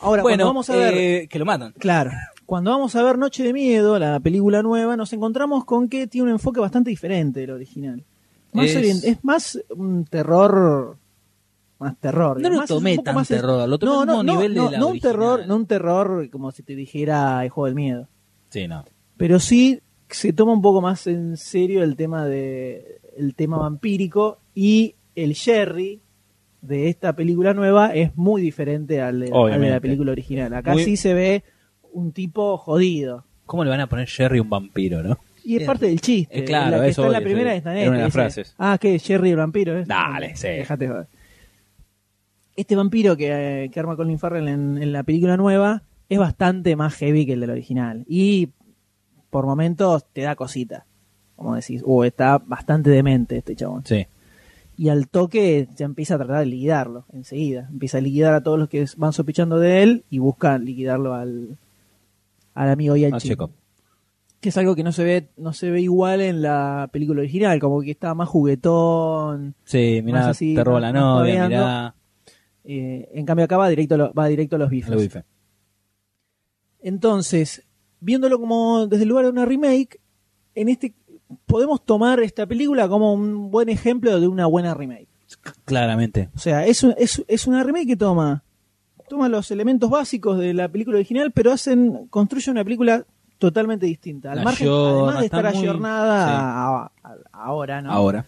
Speaker 1: Ahora, cuando
Speaker 2: bueno,
Speaker 1: vamos a ver...
Speaker 2: eh, que lo matan.
Speaker 1: Claro. Cuando vamos a ver Noche de Miedo, la película nueva, nos encontramos con que tiene un enfoque bastante diferente del original. Más orien-
Speaker 2: Es-
Speaker 1: es... más un terror. Más terror.
Speaker 2: No lo
Speaker 1: Más- es un
Speaker 2: tomé
Speaker 1: poco
Speaker 2: tan
Speaker 1: más es-
Speaker 2: terror, lo tomé al mismo nivel de
Speaker 1: no,
Speaker 2: la
Speaker 1: no un
Speaker 2: original.
Speaker 1: terror, no un terror como si te dijera el juego del miedo.
Speaker 2: Sí, no.
Speaker 1: Pero sí se toma un poco más en serio el tema de el tema vampírico y el Jerry de esta película nueva es muy diferente al de, al de
Speaker 2: Obviamente.
Speaker 1: la película original. Acá
Speaker 2: Muy-
Speaker 1: sí se ve un tipo jodido.
Speaker 2: ¿Cómo le van a poner Jerry un vampiro, no?
Speaker 1: Y es
Speaker 2: Bien.
Speaker 1: parte del chiste.
Speaker 2: Eh, claro,
Speaker 1: la que
Speaker 2: eso
Speaker 1: está en la
Speaker 2: voy,
Speaker 1: primera
Speaker 2: sí.
Speaker 1: está en
Speaker 2: Era una de
Speaker 1: esta,
Speaker 2: las
Speaker 1: dice,
Speaker 2: frases.
Speaker 1: Ah, que Jerry el vampiro, ¿eh?
Speaker 2: Dale, sí.
Speaker 1: Déjate joder. Este vampiro que, eh, que arma Colin Farrell en, en la película nueva es bastante más heavy que el del original. Y por momentos te da cosita. Como decís, uh, está bastante demente este chabón.
Speaker 2: Sí.
Speaker 1: Y al toque ya empieza a tratar de liquidarlo enseguida. Empieza a liquidar a todos los que van sospechando de él y busca liquidarlo al, al amigo y al
Speaker 2: Ah,
Speaker 1: chico
Speaker 2: chico.
Speaker 1: que es algo que no se ve no se ve igual en la película original como que está más juguetón
Speaker 2: Sí, mirá,
Speaker 1: Más así,
Speaker 2: te roba la
Speaker 1: más
Speaker 2: novia,
Speaker 1: paveando.
Speaker 2: mirá.
Speaker 1: eh, en cambio acá va directo a lo- va directo a los bifes
Speaker 2: Lo bife.
Speaker 1: entonces viéndolo como desde el lugar de una remake en este podemos tomar esta película como un buen ejemplo de una buena remake
Speaker 2: Claramente.
Speaker 1: o sea es un- es, es una remake que toma toma los elementos básicos de la película original pero hacen construye una película totalmente distinta al
Speaker 2: La
Speaker 1: margen
Speaker 2: llorna,
Speaker 1: además de
Speaker 2: está
Speaker 1: estar
Speaker 2: muy-
Speaker 1: ayornada
Speaker 2: sí.
Speaker 1: a- a- ahora no
Speaker 2: Ahora.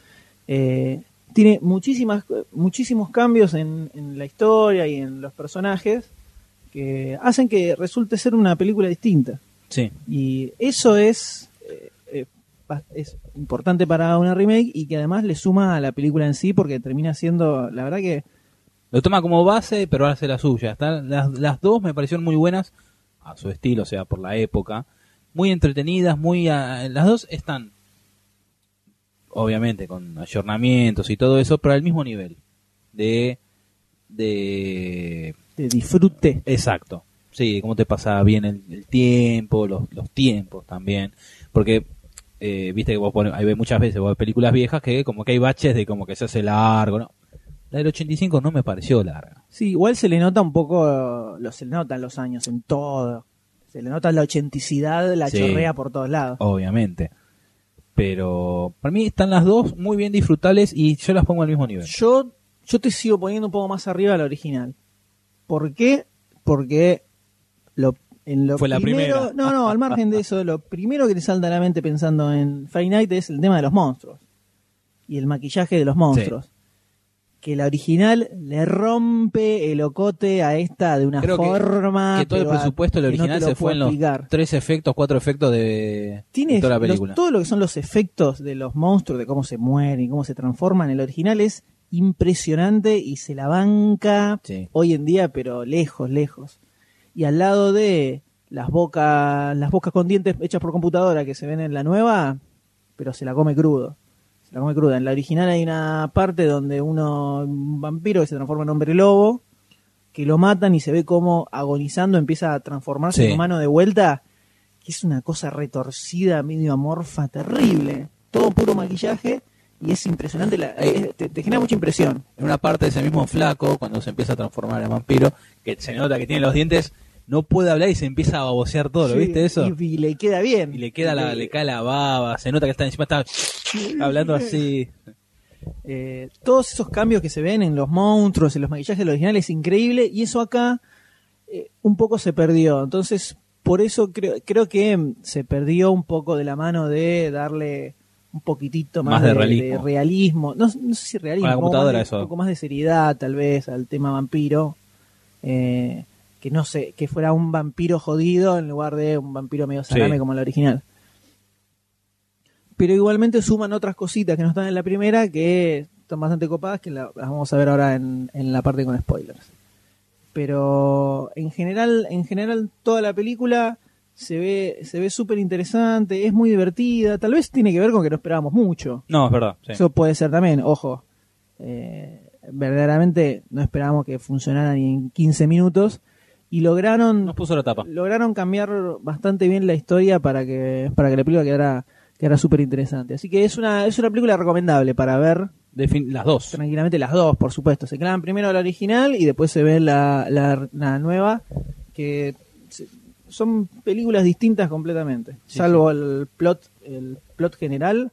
Speaker 1: Eh, tiene muchísimas, muchísimos cambios en, en la historia y en los personajes que hacen que resulte ser una película distinta.
Speaker 2: Sí.
Speaker 1: Y eso es, eh, eh, ba- es importante para una remake y que además le suma a la película en sí porque termina siendo, la verdad que
Speaker 2: Lo toma como base, pero hace la suya. Está- Las, las dos me parecieron muy buenas a su estilo, o sea, por la época. Muy entretenidas, muy... ah, las dos están, obviamente, con ayornamientos y todo eso, pero al mismo nivel. De... De...
Speaker 1: te disfrute.
Speaker 2: Exacto. Sí, cómo te pasa bien el, el tiempo, los, los tiempos también. Porque, eh, viste que vos pone- ahí ve muchas veces vos ves películas viejas que como que hay baches de como que se hace largo, ¿no? La del 85 no me pareció larga.
Speaker 1: Sí, igual se le nota un poco, lo, se le notan los años en todo. Se le nota la autenticidad, la
Speaker 2: Sí.
Speaker 1: chorrea por todos lados.
Speaker 2: obviamente. Pero para mí están las dos muy bien disfrutables y yo las pongo al mismo nivel.
Speaker 1: Yo, yo te sigo poniendo un poco más arriba a la original. ¿Por qué? Porque lo, en lo
Speaker 2: Fue la
Speaker 1: primero-
Speaker 2: primera.
Speaker 1: No, no, al margen de eso, lo primero que te salta a la mente pensando en Friday Night es el tema de los monstruos. Y el maquillaje de los monstruos. Que la original le rompe el ocote a esta de una
Speaker 2: Creo que-
Speaker 1: forma.
Speaker 2: que todo el
Speaker 1: Ah, pero a-
Speaker 2: presupuesto del
Speaker 1: que no te
Speaker 2: original
Speaker 1: lo
Speaker 2: se fue
Speaker 1: puedo
Speaker 2: en los
Speaker 1: explicar.
Speaker 2: tres efectos, cuatro efectos de,
Speaker 1: Tiene
Speaker 2: de toda la
Speaker 1: los-
Speaker 2: película.
Speaker 1: todo lo que son los efectos de los monstruos, de cómo se mueren y cómo se transforman. El original es impresionante y se la banca
Speaker 2: Sí.
Speaker 1: hoy en día, pero lejos, lejos. Y al lado de las bocas, las bocas con dientes hechas por computadora que se ven en la nueva, pero se la come crudo. Se la come cruda. En la original hay una parte donde uno, un vampiro que se transforma en hombre lobo, que lo matan y se ve como agonizando empieza a transformarse
Speaker 2: Sí.
Speaker 1: en humano de vuelta, que es una cosa retorcida, medio amorfa, terrible. Todo puro maquillaje y es impresionante, la- es- te- te genera mucha impresión.
Speaker 2: en una parte de ese mismo flaco, cuando se empieza a transformar en vampiro, que se nota que tiene los dientes, no puede hablar y se empieza a babosear todo, ¿lo
Speaker 1: Sí,
Speaker 2: viste eso?
Speaker 1: Y, y le queda bien.
Speaker 2: Y le queda la, le cae la baba, se nota que está encima, está hablando así.
Speaker 1: Eh, todos esos cambios que se ven en los monstruos, en los maquillajes de los originales, es increíble. Y eso acá eh, un poco se perdió. Entonces, por eso creo, creo que mm, se perdió un poco de la mano de darle un poquitito más,
Speaker 2: Más de realismo.
Speaker 1: realismo. No, no sé si realismo,
Speaker 2: Con la
Speaker 1: como más
Speaker 2: computadora,
Speaker 1: de-
Speaker 2: eso.
Speaker 1: un poco más de seriedad tal vez al tema vampiro. Eh, que no sé, que fuera un vampiro jodido en lugar de un vampiro medio salame
Speaker 2: Sí.
Speaker 1: como el original. pero igualmente suman otras cositas que no están en la primera que están bastante copadas, que la- las vamos a ver ahora en, en la parte con spoilers. Pero en general, en general toda la película se ve se ve súper interesante, es muy divertida, tal vez tiene que ver con que no esperábamos mucho.
Speaker 2: No, es verdad. sí.
Speaker 1: Eso puede ser también, ojo. Eh, verdaderamente no esperábamos que funcionara ni en 15 minutos y lograron
Speaker 2: Nos puso la tapa.
Speaker 1: lograron cambiar bastante bien la historia para que para que la película quedara quedara súper interesante. Así que es una es una película recomendable para ver
Speaker 2: Defin- las dos.
Speaker 1: tranquilamente las dos, por supuesto. Se clavan primero la original y después se ve la, la- la nueva, que se- son películas distintas completamente. salvo el plot el plot general,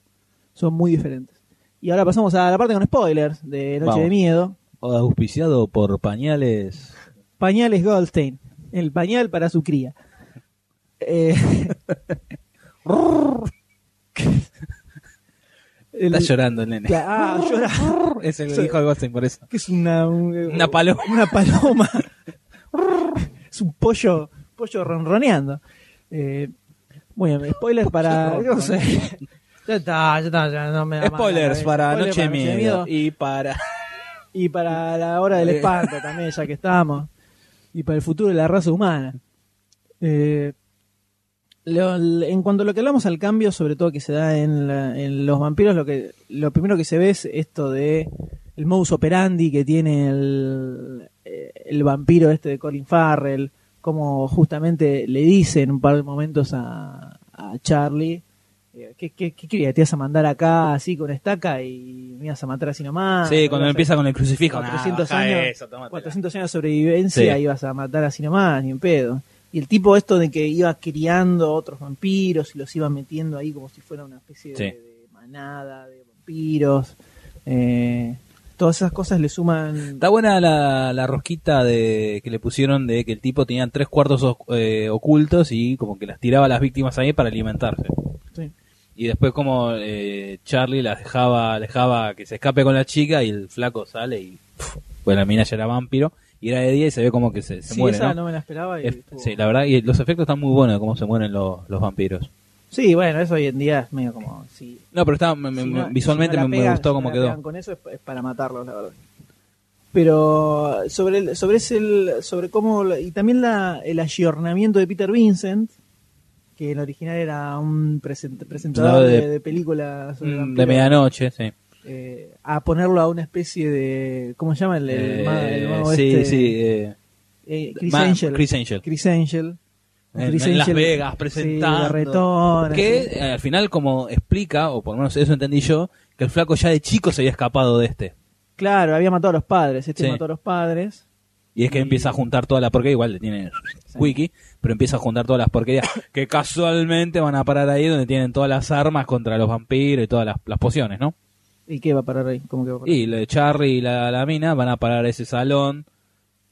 Speaker 1: son muy diferentes. Y ahora pasamos a la parte con spoilers de Noche
Speaker 2: Vamos.
Speaker 1: de Miedo.
Speaker 2: Auspiciado por pañales.
Speaker 1: Pañales Goldstein. El pañal para su cría. Eh, El-
Speaker 2: Está llorando el nene.
Speaker 1: Cla- Ah, llora.
Speaker 2: Es el
Speaker 1: Sí.
Speaker 2: hijo de Goldstein, por eso.
Speaker 1: Que es una, un-
Speaker 2: Una paloma.
Speaker 1: Una paloma. es un pollo, pollo ronroneando. Eh, bueno, spoilers para. no sé. Ya está, ya está, ya no me da más la
Speaker 2: Spoilers
Speaker 1: cabeza.
Speaker 2: para
Speaker 1: Spoilers
Speaker 2: Noche de Miedo. Y para.
Speaker 1: Y para la hora del
Speaker 2: Eh.
Speaker 1: espanto también, ya que estamos. Y para el futuro de la raza humana. Eh, lo- en cuanto a lo que hablamos al cambio, sobre todo que se da en, la- en los vampiros, lo que lo primero que se ve es esto de el modus operandi que tiene el, eh, el vampiro este de Colin Farrell, como justamente le dice en un par de momentos a, a Charlie, eh, ¿qué, qué, qué quería? ¿Te ibas a mandar acá así con estaca y me ibas a matar así nomás?
Speaker 2: sí, cuando
Speaker 1: Ibas a-
Speaker 2: empieza con el crucifijo.
Speaker 1: 400
Speaker 2: nah, baja
Speaker 1: años,
Speaker 2: eso, tómatela.
Speaker 1: 400 años de sobrevivencia
Speaker 2: Sí.
Speaker 1: ibas a matar así nomás, ni en pedo. Y el tipo esto de que iba criando otros vampiros y los iba metiendo ahí como si fuera una especie de,
Speaker 2: Sí.
Speaker 1: de manada de vampiros. eh, todas esas cosas le suman...
Speaker 2: Está buena la, la rosquita de que le pusieron de que el tipo tenía tres cuartos oc- eh, ocultos y como que las tiraba a las víctimas ahí para alimentarse.
Speaker 1: Sí.
Speaker 2: Y después como eh, Charlie las dejaba, dejaba que se escape con la chica y el flaco sale y pf, bueno, la mina ya era vampiro y era de día y se ve como que se, se
Speaker 1: Sí,
Speaker 2: muere.
Speaker 1: esa
Speaker 2: ¿no?
Speaker 1: ¿no? me la esperaba. y
Speaker 2: Es-
Speaker 1: estuvo-
Speaker 2: sí, la verdad, y los efectos están muy buenos de cómo se mueren los, los vampiros.
Speaker 1: Sí, bueno, eso hoy en día es medio como... sí,
Speaker 2: No, pero está, me- me-
Speaker 1: Si no-
Speaker 2: visualmente
Speaker 1: si no la
Speaker 2: me- me,
Speaker 1: pegan-
Speaker 2: gustó
Speaker 1: si no
Speaker 2: cómo
Speaker 1: la
Speaker 2: quedó.
Speaker 1: pegan Con eso es, pa- es para matarlos, la verdad. Pero sobre el, sobre ese el- sobre cómo la- y también la, el ayornamiento de Peter Vincent, que en original era un present- presentador
Speaker 2: Presentador de-
Speaker 1: de, de películas sobre
Speaker 2: Mm, De
Speaker 1: vampiros,
Speaker 2: medianoche, sí.
Speaker 1: eh, a ponerlo a una especie de ¿cómo se llama el, el, ma- el
Speaker 2: Eh,
Speaker 1: mago
Speaker 2: sí,
Speaker 1: este?
Speaker 2: sí. eh,
Speaker 1: Eh, Chris,
Speaker 2: Ma-
Speaker 1: Angel.
Speaker 2: Chris Angel.
Speaker 1: Chris Angel.
Speaker 2: En-
Speaker 1: Chris
Speaker 2: en Las
Speaker 1: Angel,
Speaker 2: Vegas
Speaker 1: sí,
Speaker 2: presentando.
Speaker 1: garretón,
Speaker 2: que
Speaker 1: así.
Speaker 2: eh, al final, como explica, o por lo menos eso entendí yo, que el flaco ya de chico se había escapado de este.
Speaker 1: Claro, había matado a los padres, este
Speaker 2: Sí.
Speaker 1: mató a los padres.
Speaker 2: Y
Speaker 1: Mm.
Speaker 2: es que empieza a juntar toda la porquería, igual le tiene wiki, pero empieza a juntar todas las porquerías que casualmente van a parar ahí donde tienen todas las armas contra los vampiros y todas las, las pociones, ¿no?
Speaker 1: ¿Y qué va a parar ahí? ¿Cómo que va a parar?
Speaker 2: Y lo de Charlie y la, la mina van a parar a ese salón,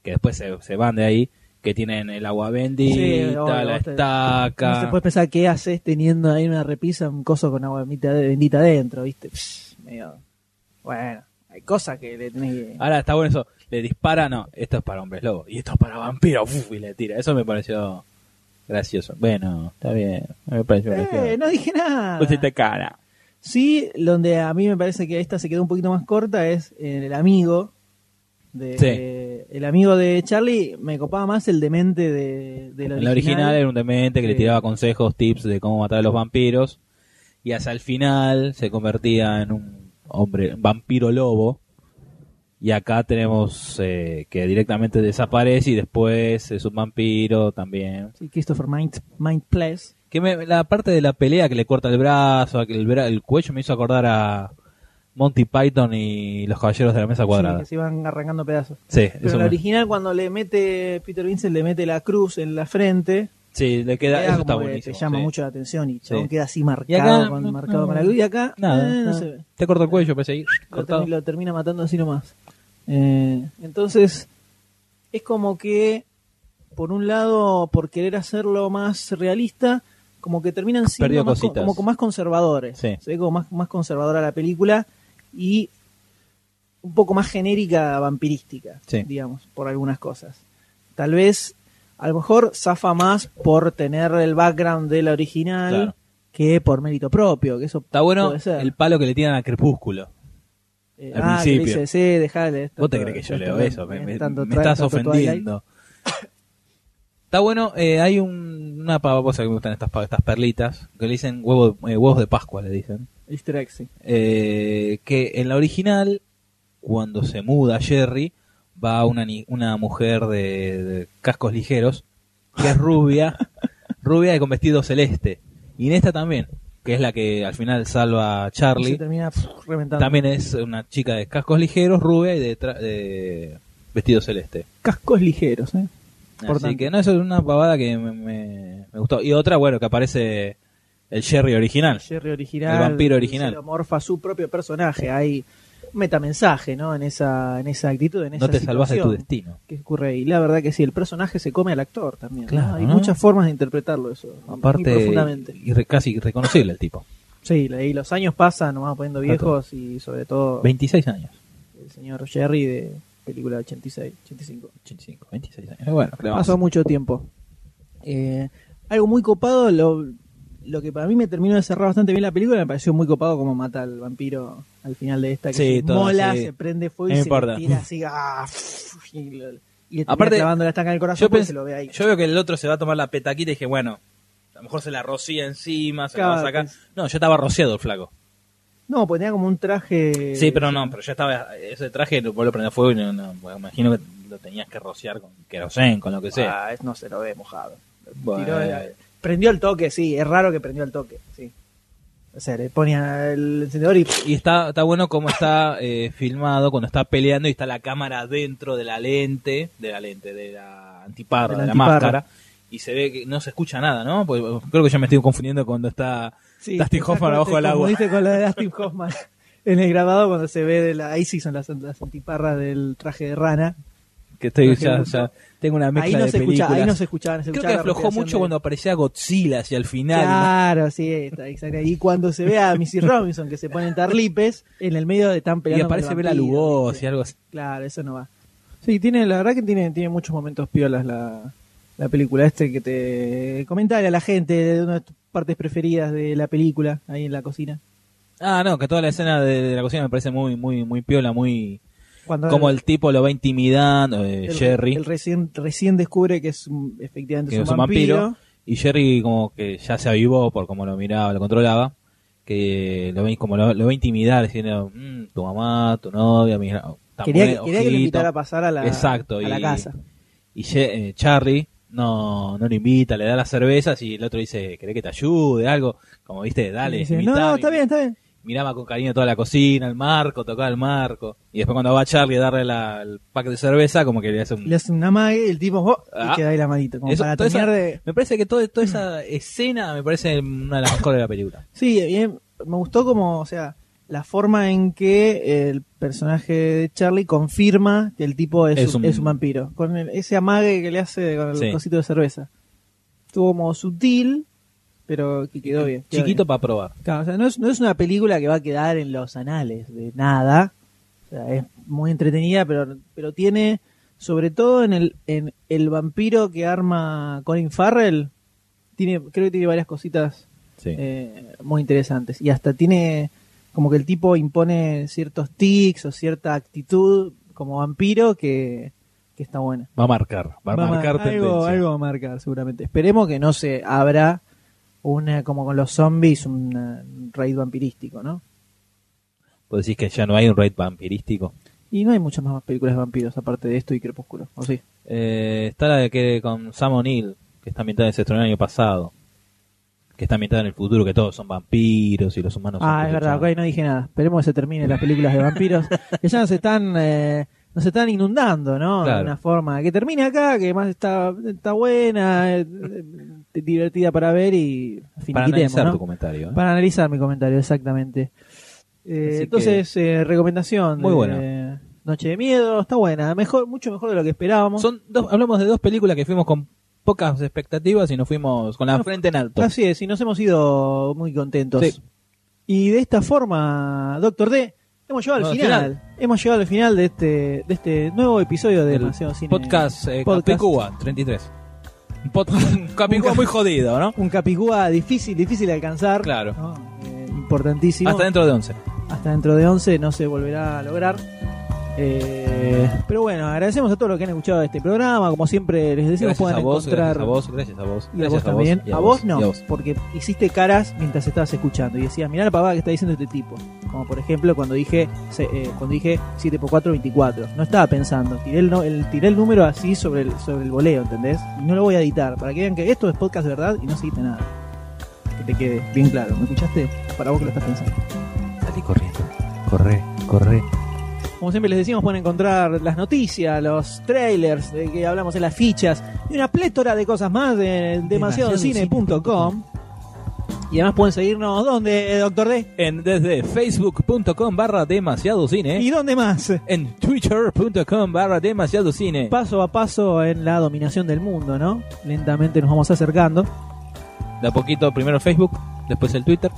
Speaker 2: que después se, se van de ahí, que tienen el agua bendita,
Speaker 1: Sí, obvio,
Speaker 2: la
Speaker 1: vos te-
Speaker 2: estaca.
Speaker 1: No se puede pensar qué haces teniendo ahí una repisa, un coso con agua bendita, bendita adentro, ¿viste? Psh, medio- Bueno, hay cosas que le tenés que.
Speaker 2: Ahora está bueno eso. Le dispara, no, esto es para hombres lobos. Y esto es para vampiros. uf, y le tira. Eso me pareció gracioso. Bueno, está bien. Me pareció
Speaker 1: Eh,
Speaker 2: gracioso.
Speaker 1: no dije nada.
Speaker 2: Pusiste cara.
Speaker 1: Sí, donde a mí me parece que esta se quedó un poquito más corta es en el amigo. De, el amigo de Charlie me copaba más el demente de, del
Speaker 2: En la original era un demente que le
Speaker 1: Sí.
Speaker 2: tiraba consejos, tips de cómo matar a los vampiros. Y hasta el final se convertía en un hombre, un vampiro lobo. Y acá tenemos eh, que directamente desaparece y después es un vampiro también.
Speaker 1: Sí, Christopher Mind, Mind Place.
Speaker 2: Que me- la parte de la pelea que le corta el brazo, que el, bra- el cuello me hizo acordar a Monty Python y los Caballeros de la Mesa
Speaker 1: Sí,
Speaker 2: Cuadrada.
Speaker 1: que se iban arrancando pedazos.
Speaker 2: Sí,
Speaker 1: Pero
Speaker 2: eso
Speaker 1: en la
Speaker 2: me-
Speaker 1: original, cuando le mete Peter Vincent, le mete la cruz en la frente.
Speaker 2: sí, le queda,
Speaker 1: Queda
Speaker 2: eso está
Speaker 1: como que
Speaker 2: buenísimo.
Speaker 1: Te llama
Speaker 2: sí.
Speaker 1: mucho la atención y chabón
Speaker 2: Sí.
Speaker 1: queda así
Speaker 2: Y
Speaker 1: marcado,
Speaker 2: acá,
Speaker 1: con,
Speaker 2: no,
Speaker 1: marcado
Speaker 2: no,
Speaker 1: con la cruz. Y acá,
Speaker 2: Nada,
Speaker 1: eh, no
Speaker 2: nada.
Speaker 1: se ve.
Speaker 2: Te corto el cuello, pensé ahí,
Speaker 1: Lo,
Speaker 2: cortado.
Speaker 1: termi- lo termina matando así nomás. Eh, entonces, es como que, por un lado, por querer hacerlo más realista, como que terminan siendo
Speaker 2: Perdió
Speaker 1: más, con-
Speaker 2: cositas.
Speaker 1: como con más conservadores.
Speaker 2: Sí.
Speaker 1: Se ve como más, más conservadora la película y un poco más genérica vampirística,
Speaker 2: Sí.
Speaker 1: digamos, por algunas cosas. Tal vez, a lo mejor, zafa más por tener el background de la original
Speaker 2: Claro.
Speaker 1: que por mérito propio, que eso
Speaker 2: Está bueno
Speaker 1: puede ser.
Speaker 2: el palo que le tiran a Crepúsculo.
Speaker 1: Eh,
Speaker 2: al
Speaker 1: ah, que
Speaker 2: principio.
Speaker 1: dice, sí, dejale esto,
Speaker 2: ¿Vos te crees que yo
Speaker 1: esto,
Speaker 2: leo
Speaker 1: eh,
Speaker 2: eso? Me, me-
Speaker 1: tanto
Speaker 2: me
Speaker 1: tra-
Speaker 2: estás
Speaker 1: tanto Twilight.
Speaker 2: ofendiendo. Está bueno, eh, hay un- una pavaposa que me gustan estas, pa- estas perlitas, que le dicen huevo, eh, huevos de Pascua, le dicen.
Speaker 1: Easter egg, sí.
Speaker 2: Eh, que en la original, cuando se muda Jerry, va una, ni- una mujer de, de cascos ligeros, que es rubia, rubia y con vestido celeste. Y en esta también, que es la que al final salva a
Speaker 1: Se
Speaker 2: Charlie.
Speaker 1: termina pff, reventando.
Speaker 2: También es una chica de cascos ligeros, rubia y de, tra- de vestido celeste.
Speaker 1: Cascos ligeros, ¿eh? Por
Speaker 2: Así
Speaker 1: tanto.
Speaker 2: que no, eso es una pavada que me, me- me gustó. Y otra, bueno, que aparece el Jerry original.
Speaker 1: Jerry original.
Speaker 2: El vampiro original.
Speaker 1: se lo morfa su propio personaje. Hay un metamensaje, ¿no? En esa, en esa actitud, en esa
Speaker 2: No te salvas de tu
Speaker 1: situación
Speaker 2: destino.
Speaker 1: que ocurre ahí. La verdad que sí, el personaje se come al actor también. ¿no?
Speaker 2: Claro,
Speaker 1: Hay
Speaker 2: ¿no?
Speaker 1: muchas formas de interpretarlo eso. muy
Speaker 2: Aparte,
Speaker 1: profundamente.
Speaker 2: irre- casi irreconocible el tipo.
Speaker 1: Sí, la- y los años pasan, nos vamos poniendo viejos y sobre todo
Speaker 2: 26 años.
Speaker 1: el señor Jerry de película 86, 85.
Speaker 2: 85, 26 años. Bueno, ¿qué le vamos a
Speaker 1: Pasó mucho tiempo. Eh, algo muy copado, lo, lo que para mí me terminó de cerrar bastante bien la película, me pareció muy copado como mata al vampiro al final de esta, que
Speaker 2: Sí,
Speaker 1: se
Speaker 2: todo,
Speaker 1: mola,
Speaker 2: sí.
Speaker 1: se prende fuego
Speaker 2: No
Speaker 1: y
Speaker 2: me
Speaker 1: se
Speaker 2: importa.
Speaker 1: le tira así, ah, y, lo- y le termina
Speaker 2: Aparte,
Speaker 1: clavando la estaca en el corazón
Speaker 2: yo,
Speaker 1: porque
Speaker 2: pens-
Speaker 1: se lo ve ahí.
Speaker 2: yo veo que el otro se va a tomar la petaquita y dije, bueno, a lo mejor se la rocía encima, se la va a
Speaker 1: Claro,
Speaker 2: sacar.
Speaker 1: pues.
Speaker 2: No, ya estaba rociado el flaco.
Speaker 1: No, pues tenía como un traje...
Speaker 2: Sí, pero no, pero ya estaba. Ese traje lo puedo prender fuego y no, no, me imagino que lo tenías que rociar con querosén, con lo que sea.
Speaker 1: Ah, es- no se lo ve mojado.
Speaker 2: Bueno. eh,
Speaker 1: Tiró la- prendió el toque, sí, es raro que prendió el toque, sí. O sea, le ponía el encendedor y...
Speaker 2: Y está, está bueno cómo está eh, filmado cuando está peleando y está la cámara dentro de la lente, de la lente, de la antiparra, de
Speaker 1: De
Speaker 2: la,
Speaker 1: la antiparra.
Speaker 2: máscara. Y se ve que no se escucha nada, ¿no? Porque creo que ya me estoy confundiendo cuando está Dustin
Speaker 1: te-
Speaker 2: Hoffman
Speaker 1: te-
Speaker 2: abajo
Speaker 1: te
Speaker 2: del agua.
Speaker 1: confundiste con la de Dustin Hoffman en el grabado cuando se ve de la. Ahí sí son las, las antiparras del traje de rana.
Speaker 2: Que estoy ya,
Speaker 1: Imagino.
Speaker 2: ya tengo una mezcla
Speaker 1: Ahí no,
Speaker 2: de
Speaker 1: se escucha, ahí
Speaker 2: películas.
Speaker 1: no se escuchaban. se
Speaker 2: Creo que
Speaker 1: escuchaba la
Speaker 2: aflojó
Speaker 1: respiración
Speaker 2: mucho
Speaker 1: de-
Speaker 2: cuando aparecía Godzilla hacia el final. ¿no?
Speaker 1: Claro, sí, está, exacto. Y cuando se ve a Missy Robinson que se pone en tarlipes, en el medio de tan
Speaker 2: Y
Speaker 1: peleando. con el
Speaker 2: aparece Bela
Speaker 1: vampiro,
Speaker 2: Lugosi
Speaker 1: ¿viste?
Speaker 2: y algo así.
Speaker 1: Claro, eso no va. Sí, tiene, la verdad que tiene, tiene muchos momentos piolas la, la película. Este que te comenta a la gente de una de tus partes preferidas de la película, ahí en la cocina.
Speaker 2: Ah, no, que toda la escena de, de la cocina me parece muy, muy, muy piola, muy.
Speaker 1: Cuando
Speaker 2: Como el tipo lo va intimidando, eh,
Speaker 1: el-
Speaker 2: Jerry.
Speaker 1: El recién, recién descubre que es un- efectivamente
Speaker 2: que
Speaker 1: es
Speaker 2: es un vampiro, y Jerry como que ya se avivó por cómo lo miraba, lo controlaba, que lo ve, como lo, lo ve intimidar, diciendo, "Mm, tu mamá, tu novia, mira, está
Speaker 1: Quería,
Speaker 2: muy
Speaker 1: que- quería que lo
Speaker 2: ojito".
Speaker 1: invitara a pasar a la,
Speaker 2: Exacto,
Speaker 1: a
Speaker 2: y-
Speaker 1: la casa.
Speaker 2: Y Ye- eh, Charlie no, no lo invita, le da las cervezas y el otro dice, ¿querés que te ayude? Algo, como viste, dale, Mm.
Speaker 1: Y dice, no,
Speaker 2: invitame".
Speaker 1: no, está bien, está bien.
Speaker 2: Miraba con cariño toda la cocina, el marco, tocaba el marco. Y después cuando va Charlie a darle la- el pack de cerveza, como que le hace un...
Speaker 1: Le hace una magia y el tipo oh,
Speaker 2: Ah.
Speaker 1: y queda ahí la manito. Como
Speaker 2: Eso-
Speaker 1: para
Speaker 2: toda esa-
Speaker 1: terminar de. Mm.
Speaker 2: Me parece que todo, toda esa escena me parece una de las mejores de la película.
Speaker 1: Sí, bien, me gustó como, o sea, la forma en que el personaje de Charlie confirma que el tipo es,
Speaker 2: Es
Speaker 1: un,
Speaker 2: un-
Speaker 1: es un vampiro. Con el- ese amague que le hace con el
Speaker 2: Sí.
Speaker 1: cosito de cerveza. Estuvo como sutil, pero que quedó bien. quedó bien.
Speaker 2: Eh, Chiquito para probar.
Speaker 1: Claro, o sea, no es, no es una película que va a quedar en los anales de nada. O sea, es muy entretenida, pero, pero tiene, sobre todo en el, en el vampiro que arma Colin Farrell, tiene, creo que tiene varias cositas eh, muy interesantes. Y hasta tiene como que el tipo impone ciertos tics o cierta actitud como vampiro que, que está buena.
Speaker 2: Va a marcar, va a
Speaker 1: Vamos,
Speaker 2: marcar
Speaker 1: algo,
Speaker 2: tendencia.
Speaker 1: algo va a marcar, seguramente. Esperemos que no se abra una, como con los zombies, una- un raid vampirístico, ¿no?
Speaker 2: Vos decís que ya no hay un raid vampirístico.
Speaker 1: Y no hay muchas más películas de vampiros aparte de esto y Crepúsculo, ¿o sí?
Speaker 2: Eh, está la de que con Sam O'Neill, que está ambientada en se estrenó el año pasado. Que está ambientada en el futuro, que todos son vampiros y los humanos son
Speaker 1: ah, es verdad,
Speaker 2: cosechados.
Speaker 1: ok, no dije nada. Esperemos que se terminen las películas de vampiros, que ya nos están, eh, nos están inundando, ¿no?
Speaker 2: Claro.
Speaker 1: De una forma. Que termine acá, que más está, está buena, eh, eh, divertida para ver y
Speaker 2: Para
Speaker 1: finiquitemos,
Speaker 2: analizar
Speaker 1: ¿no?
Speaker 2: tu comentario. ¿eh?
Speaker 1: Para analizar mi comentario, exactamente. Eh,
Speaker 2: Así
Speaker 1: entonces, eh, recomendación.
Speaker 2: Muy
Speaker 1: de
Speaker 2: buena.
Speaker 1: Noche de Miedo, está buena. mejor Mucho mejor de lo que esperábamos.
Speaker 2: Son dos, hablamos de dos películas que fuimos con pocas expectativas y nos fuimos con la
Speaker 1: No,
Speaker 2: frente en alto.
Speaker 1: Así es, y nos hemos ido muy contentos.
Speaker 2: Sí.
Speaker 1: Y de esta forma, Doctor D, hemos llegado al
Speaker 2: Bueno,
Speaker 1: final. Hemos llegado al final de este, de este nuevo episodio de
Speaker 2: El
Speaker 1: Demasiado Cine.
Speaker 2: podcast, eh,
Speaker 1: Podcast.
Speaker 2: Café Cuba 33. Un, pot- un capicúa muy jodido, ¿no?
Speaker 1: Un capicúa difícil, difícil de alcanzar.
Speaker 2: Claro.
Speaker 1: ¿no? Eh, importantísimo.
Speaker 2: Hasta dentro de 11.
Speaker 1: hasta dentro de 11 no se volverá a lograr. Eh, pero bueno, agradecemos a todos los que han escuchado este programa. Como siempre, les
Speaker 2: Gracias
Speaker 1: decimos, pueden
Speaker 2: a vos,
Speaker 1: encontrar.
Speaker 2: gracias a vos, gracias a vos.
Speaker 1: Y a
Speaker 2: gracias
Speaker 1: vos también.
Speaker 2: y
Speaker 1: a, vos, no,
Speaker 2: y a vos.
Speaker 1: porque hiciste caras mientras estabas escuchando y decías, mirá la pavada que está diciendo este tipo. Como por ejemplo cuando dije se- eh, cuando dije 7 por 4, 24. No estaba pensando, tiré el, no- el, tiré el número así sobre el, sobre el voleo, ¿entendés? Y no lo voy a editar, para que vean que esto es podcast de verdad y no seguiste nada. Que te quede bien claro, ¿me escuchaste? Para vos que lo estás pensando.
Speaker 2: Salí corriendo. Corre, corre.
Speaker 1: Como siempre les decimos, pueden encontrar las noticias, los trailers de que hablamos en las fichas y una plétora de cosas más en demasiadocine.com. Y además pueden seguirnos, ¿dónde, eh, Doctor D?
Speaker 2: En, desde facebook.com barra demasiado cine.
Speaker 1: ¿Y dónde más?
Speaker 2: en twitter.com barra demasiado cine.
Speaker 1: Paso a paso en la dominación del mundo, ¿no? Lentamente nos vamos acercando.
Speaker 2: De a poquito primero Facebook, después el Twitter,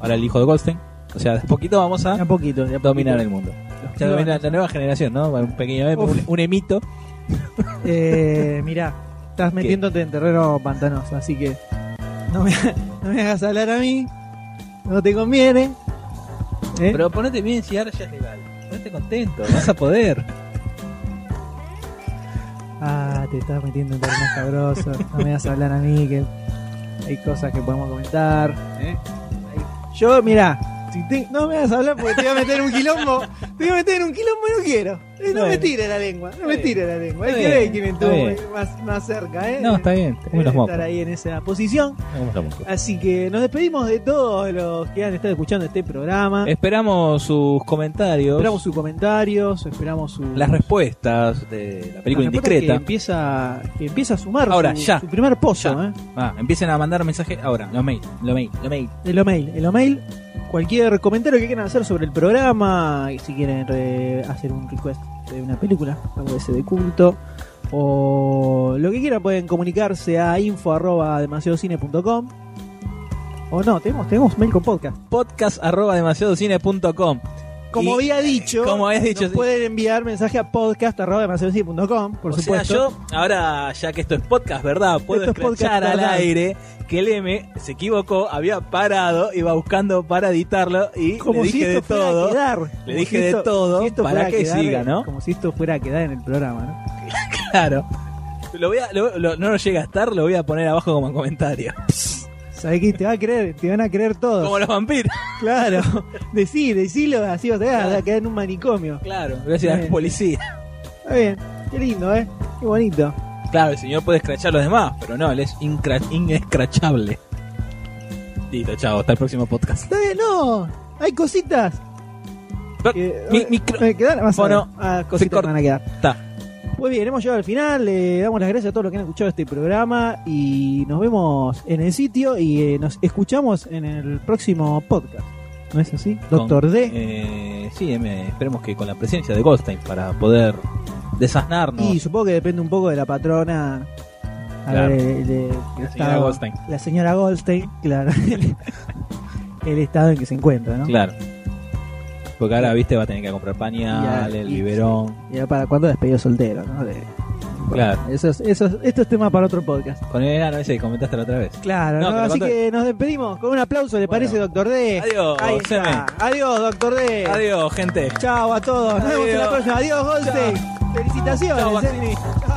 Speaker 2: ahora el hijo de Goldstein. O sea, de a poquito vamos
Speaker 1: De a
Speaker 2: a
Speaker 1: poquito, de a
Speaker 2: Ah.
Speaker 1: poquito.
Speaker 2: dominar el mundo.
Speaker 1: Los
Speaker 2: Ya domina
Speaker 1: pibes.
Speaker 2: la nueva generación, ¿no? Para Un pequeño emo,
Speaker 1: Uf.
Speaker 2: un, un emito.
Speaker 1: Eh, mirá, estás metiéndote en terreno pantanoso, así que no me, no me hagas hablar a mí. No te conviene. ¿eh?
Speaker 2: Pero ponete bien si ahora ya es legal. Ponete contento, vas a poder.
Speaker 1: Ah, te estás metiendo en terrenos cabrosos. No me vas a hablar a mí que hay cosas que podemos comentar. ¿eh? Hay- Yo, mira, si te- no me vas a hablar porque te voy a meter en un quilombo. Te voy a meter en un quilombo y no quiero. Eh, No
Speaker 2: Bueno.
Speaker 1: me tire la lengua, no me
Speaker 2: Está bien.
Speaker 1: tire la lengua. Hay
Speaker 2: Está
Speaker 1: que
Speaker 2: bien,
Speaker 1: ver quién
Speaker 2: está
Speaker 1: estuvo más, más cerca, ¿eh?
Speaker 2: No, está bien, te
Speaker 1: Eh,
Speaker 2: como los mocos.
Speaker 1: Estar ahí Ah. en esa posición.
Speaker 2: te como los mocos.
Speaker 1: Así que nos despedimos de todos los que han estado escuchando este programa.
Speaker 2: Esperamos sus comentarios,
Speaker 1: Esperamos sus comentarios, esperamos su,
Speaker 2: las respuestas de la película
Speaker 1: las respuestas
Speaker 2: indiscreta.
Speaker 1: Que empieza, que empieza a sumar
Speaker 2: Ahora,
Speaker 1: su,
Speaker 2: ya.
Speaker 1: su primer pozo,
Speaker 2: Ya.
Speaker 1: ¿eh?
Speaker 2: Ah, empiecen a mandar mensajes ahora, lo mail, lo mail, lo mail.
Speaker 1: El mail, el mail. Cualquier comentario que quieran hacer sobre el programa, y si quieren eh, hacer un request de una película, algo de ese de culto, o lo que quieran pueden comunicarse a info arroba demasiadocine.com. O no, tenemos, tenemos mail con podcast.
Speaker 2: Podcast arroba demasiadocine.com.
Speaker 1: Como
Speaker 2: Y-
Speaker 1: había dicho,
Speaker 2: como habías dicho,
Speaker 1: nos
Speaker 2: sí.
Speaker 1: pueden enviar mensaje a podcast arroba demasiadocine.com, por
Speaker 2: o
Speaker 1: supuesto.
Speaker 2: sea, yo, ahora ya que esto es podcast, ¿verdad? Puedo
Speaker 1: Esto es podcast,
Speaker 2: escuchar al
Speaker 1: ¿verdad?
Speaker 2: aire que el M se equivocó, había parado, iba buscando para editarlo y
Speaker 1: como
Speaker 2: le
Speaker 1: si
Speaker 2: dije
Speaker 1: esto
Speaker 2: de
Speaker 1: fuera a
Speaker 2: todo.
Speaker 1: quedar. Como
Speaker 2: dije de todo para
Speaker 1: fuera a
Speaker 2: que
Speaker 1: quedar,
Speaker 2: siga, ¿no?
Speaker 1: Como si esto fuera a quedar en el programa, ¿no?
Speaker 2: Claro. Lo voy a- lo- lo- no lo llega a estar, lo voy a poner abajo como en comentario.
Speaker 1: Sabés que te va a creer, te van a creer todos.
Speaker 2: Como los vampiros.
Speaker 1: Claro, decí, decilo, así vas a quedar, vas a quedar en un manicomio.
Speaker 2: Claro, gracias a
Speaker 1: Bien.
Speaker 2: la policía.
Speaker 1: Está bien, qué lindo, ¿eh? Qué bonito.
Speaker 2: Claro, el señor puede escrachar a los demás, pero no, él es incra- inescrachable. Listo, chao, hasta el próximo podcast.
Speaker 1: Está bien, no, hay cositas.
Speaker 2: Pero-
Speaker 1: que-
Speaker 2: mi- micro-
Speaker 1: eh, quedan más
Speaker 2: Bueno,
Speaker 1: o menos. Ah, cositas
Speaker 2: corta.
Speaker 1: van a quedar.
Speaker 2: Está.
Speaker 1: Muy bien, hemos llegado al final. Le damos las gracias a todos los que han escuchado este programa y nos vemos en el sitio y eh, nos escuchamos en el próximo podcast. ¿No es así? Doctor
Speaker 2: Con-
Speaker 1: D.
Speaker 2: Eh, sí, M, esperemos que con la presencia de Goldstein para poder desasnarnos.
Speaker 1: Y supongo que depende un poco de la patrona. a
Speaker 2: Claro.
Speaker 1: ver, de- de-
Speaker 2: señora
Speaker 1: estado-
Speaker 2: Goldstein.
Speaker 1: La señora Goldstein, claro. el, el estado en que se encuentra, ¿no?
Speaker 2: Claro. Porque ahora, viste, va a tener que comprar pañal,
Speaker 1: Y a-
Speaker 2: el
Speaker 1: y-
Speaker 2: biberón.
Speaker 1: Y ahora, para cuándo despedido soltero, ¿no? De-
Speaker 2: Claro.
Speaker 1: eso es- eso es- esto es tema para otro podcast.
Speaker 2: Con el enano ese que comentaste la otra vez.
Speaker 1: Claro,
Speaker 2: No,
Speaker 1: ¿no?
Speaker 2: que lo
Speaker 1: así
Speaker 2: conté.
Speaker 1: que nos despedimos con un aplauso, ¿le parece, doctor D?
Speaker 2: Adiós,
Speaker 1: Ahí está.
Speaker 2: Seme.
Speaker 1: Adiós, doctor D.
Speaker 2: Adiós, gente.
Speaker 1: Chao a todos. Nos vemos en la
Speaker 2: Adiós.
Speaker 1: próxima. Adiós, Goldstein. Felicitaciones.
Speaker 2: Chao,
Speaker 1: eh.
Speaker 2: Bassini.
Speaker 1: Chao.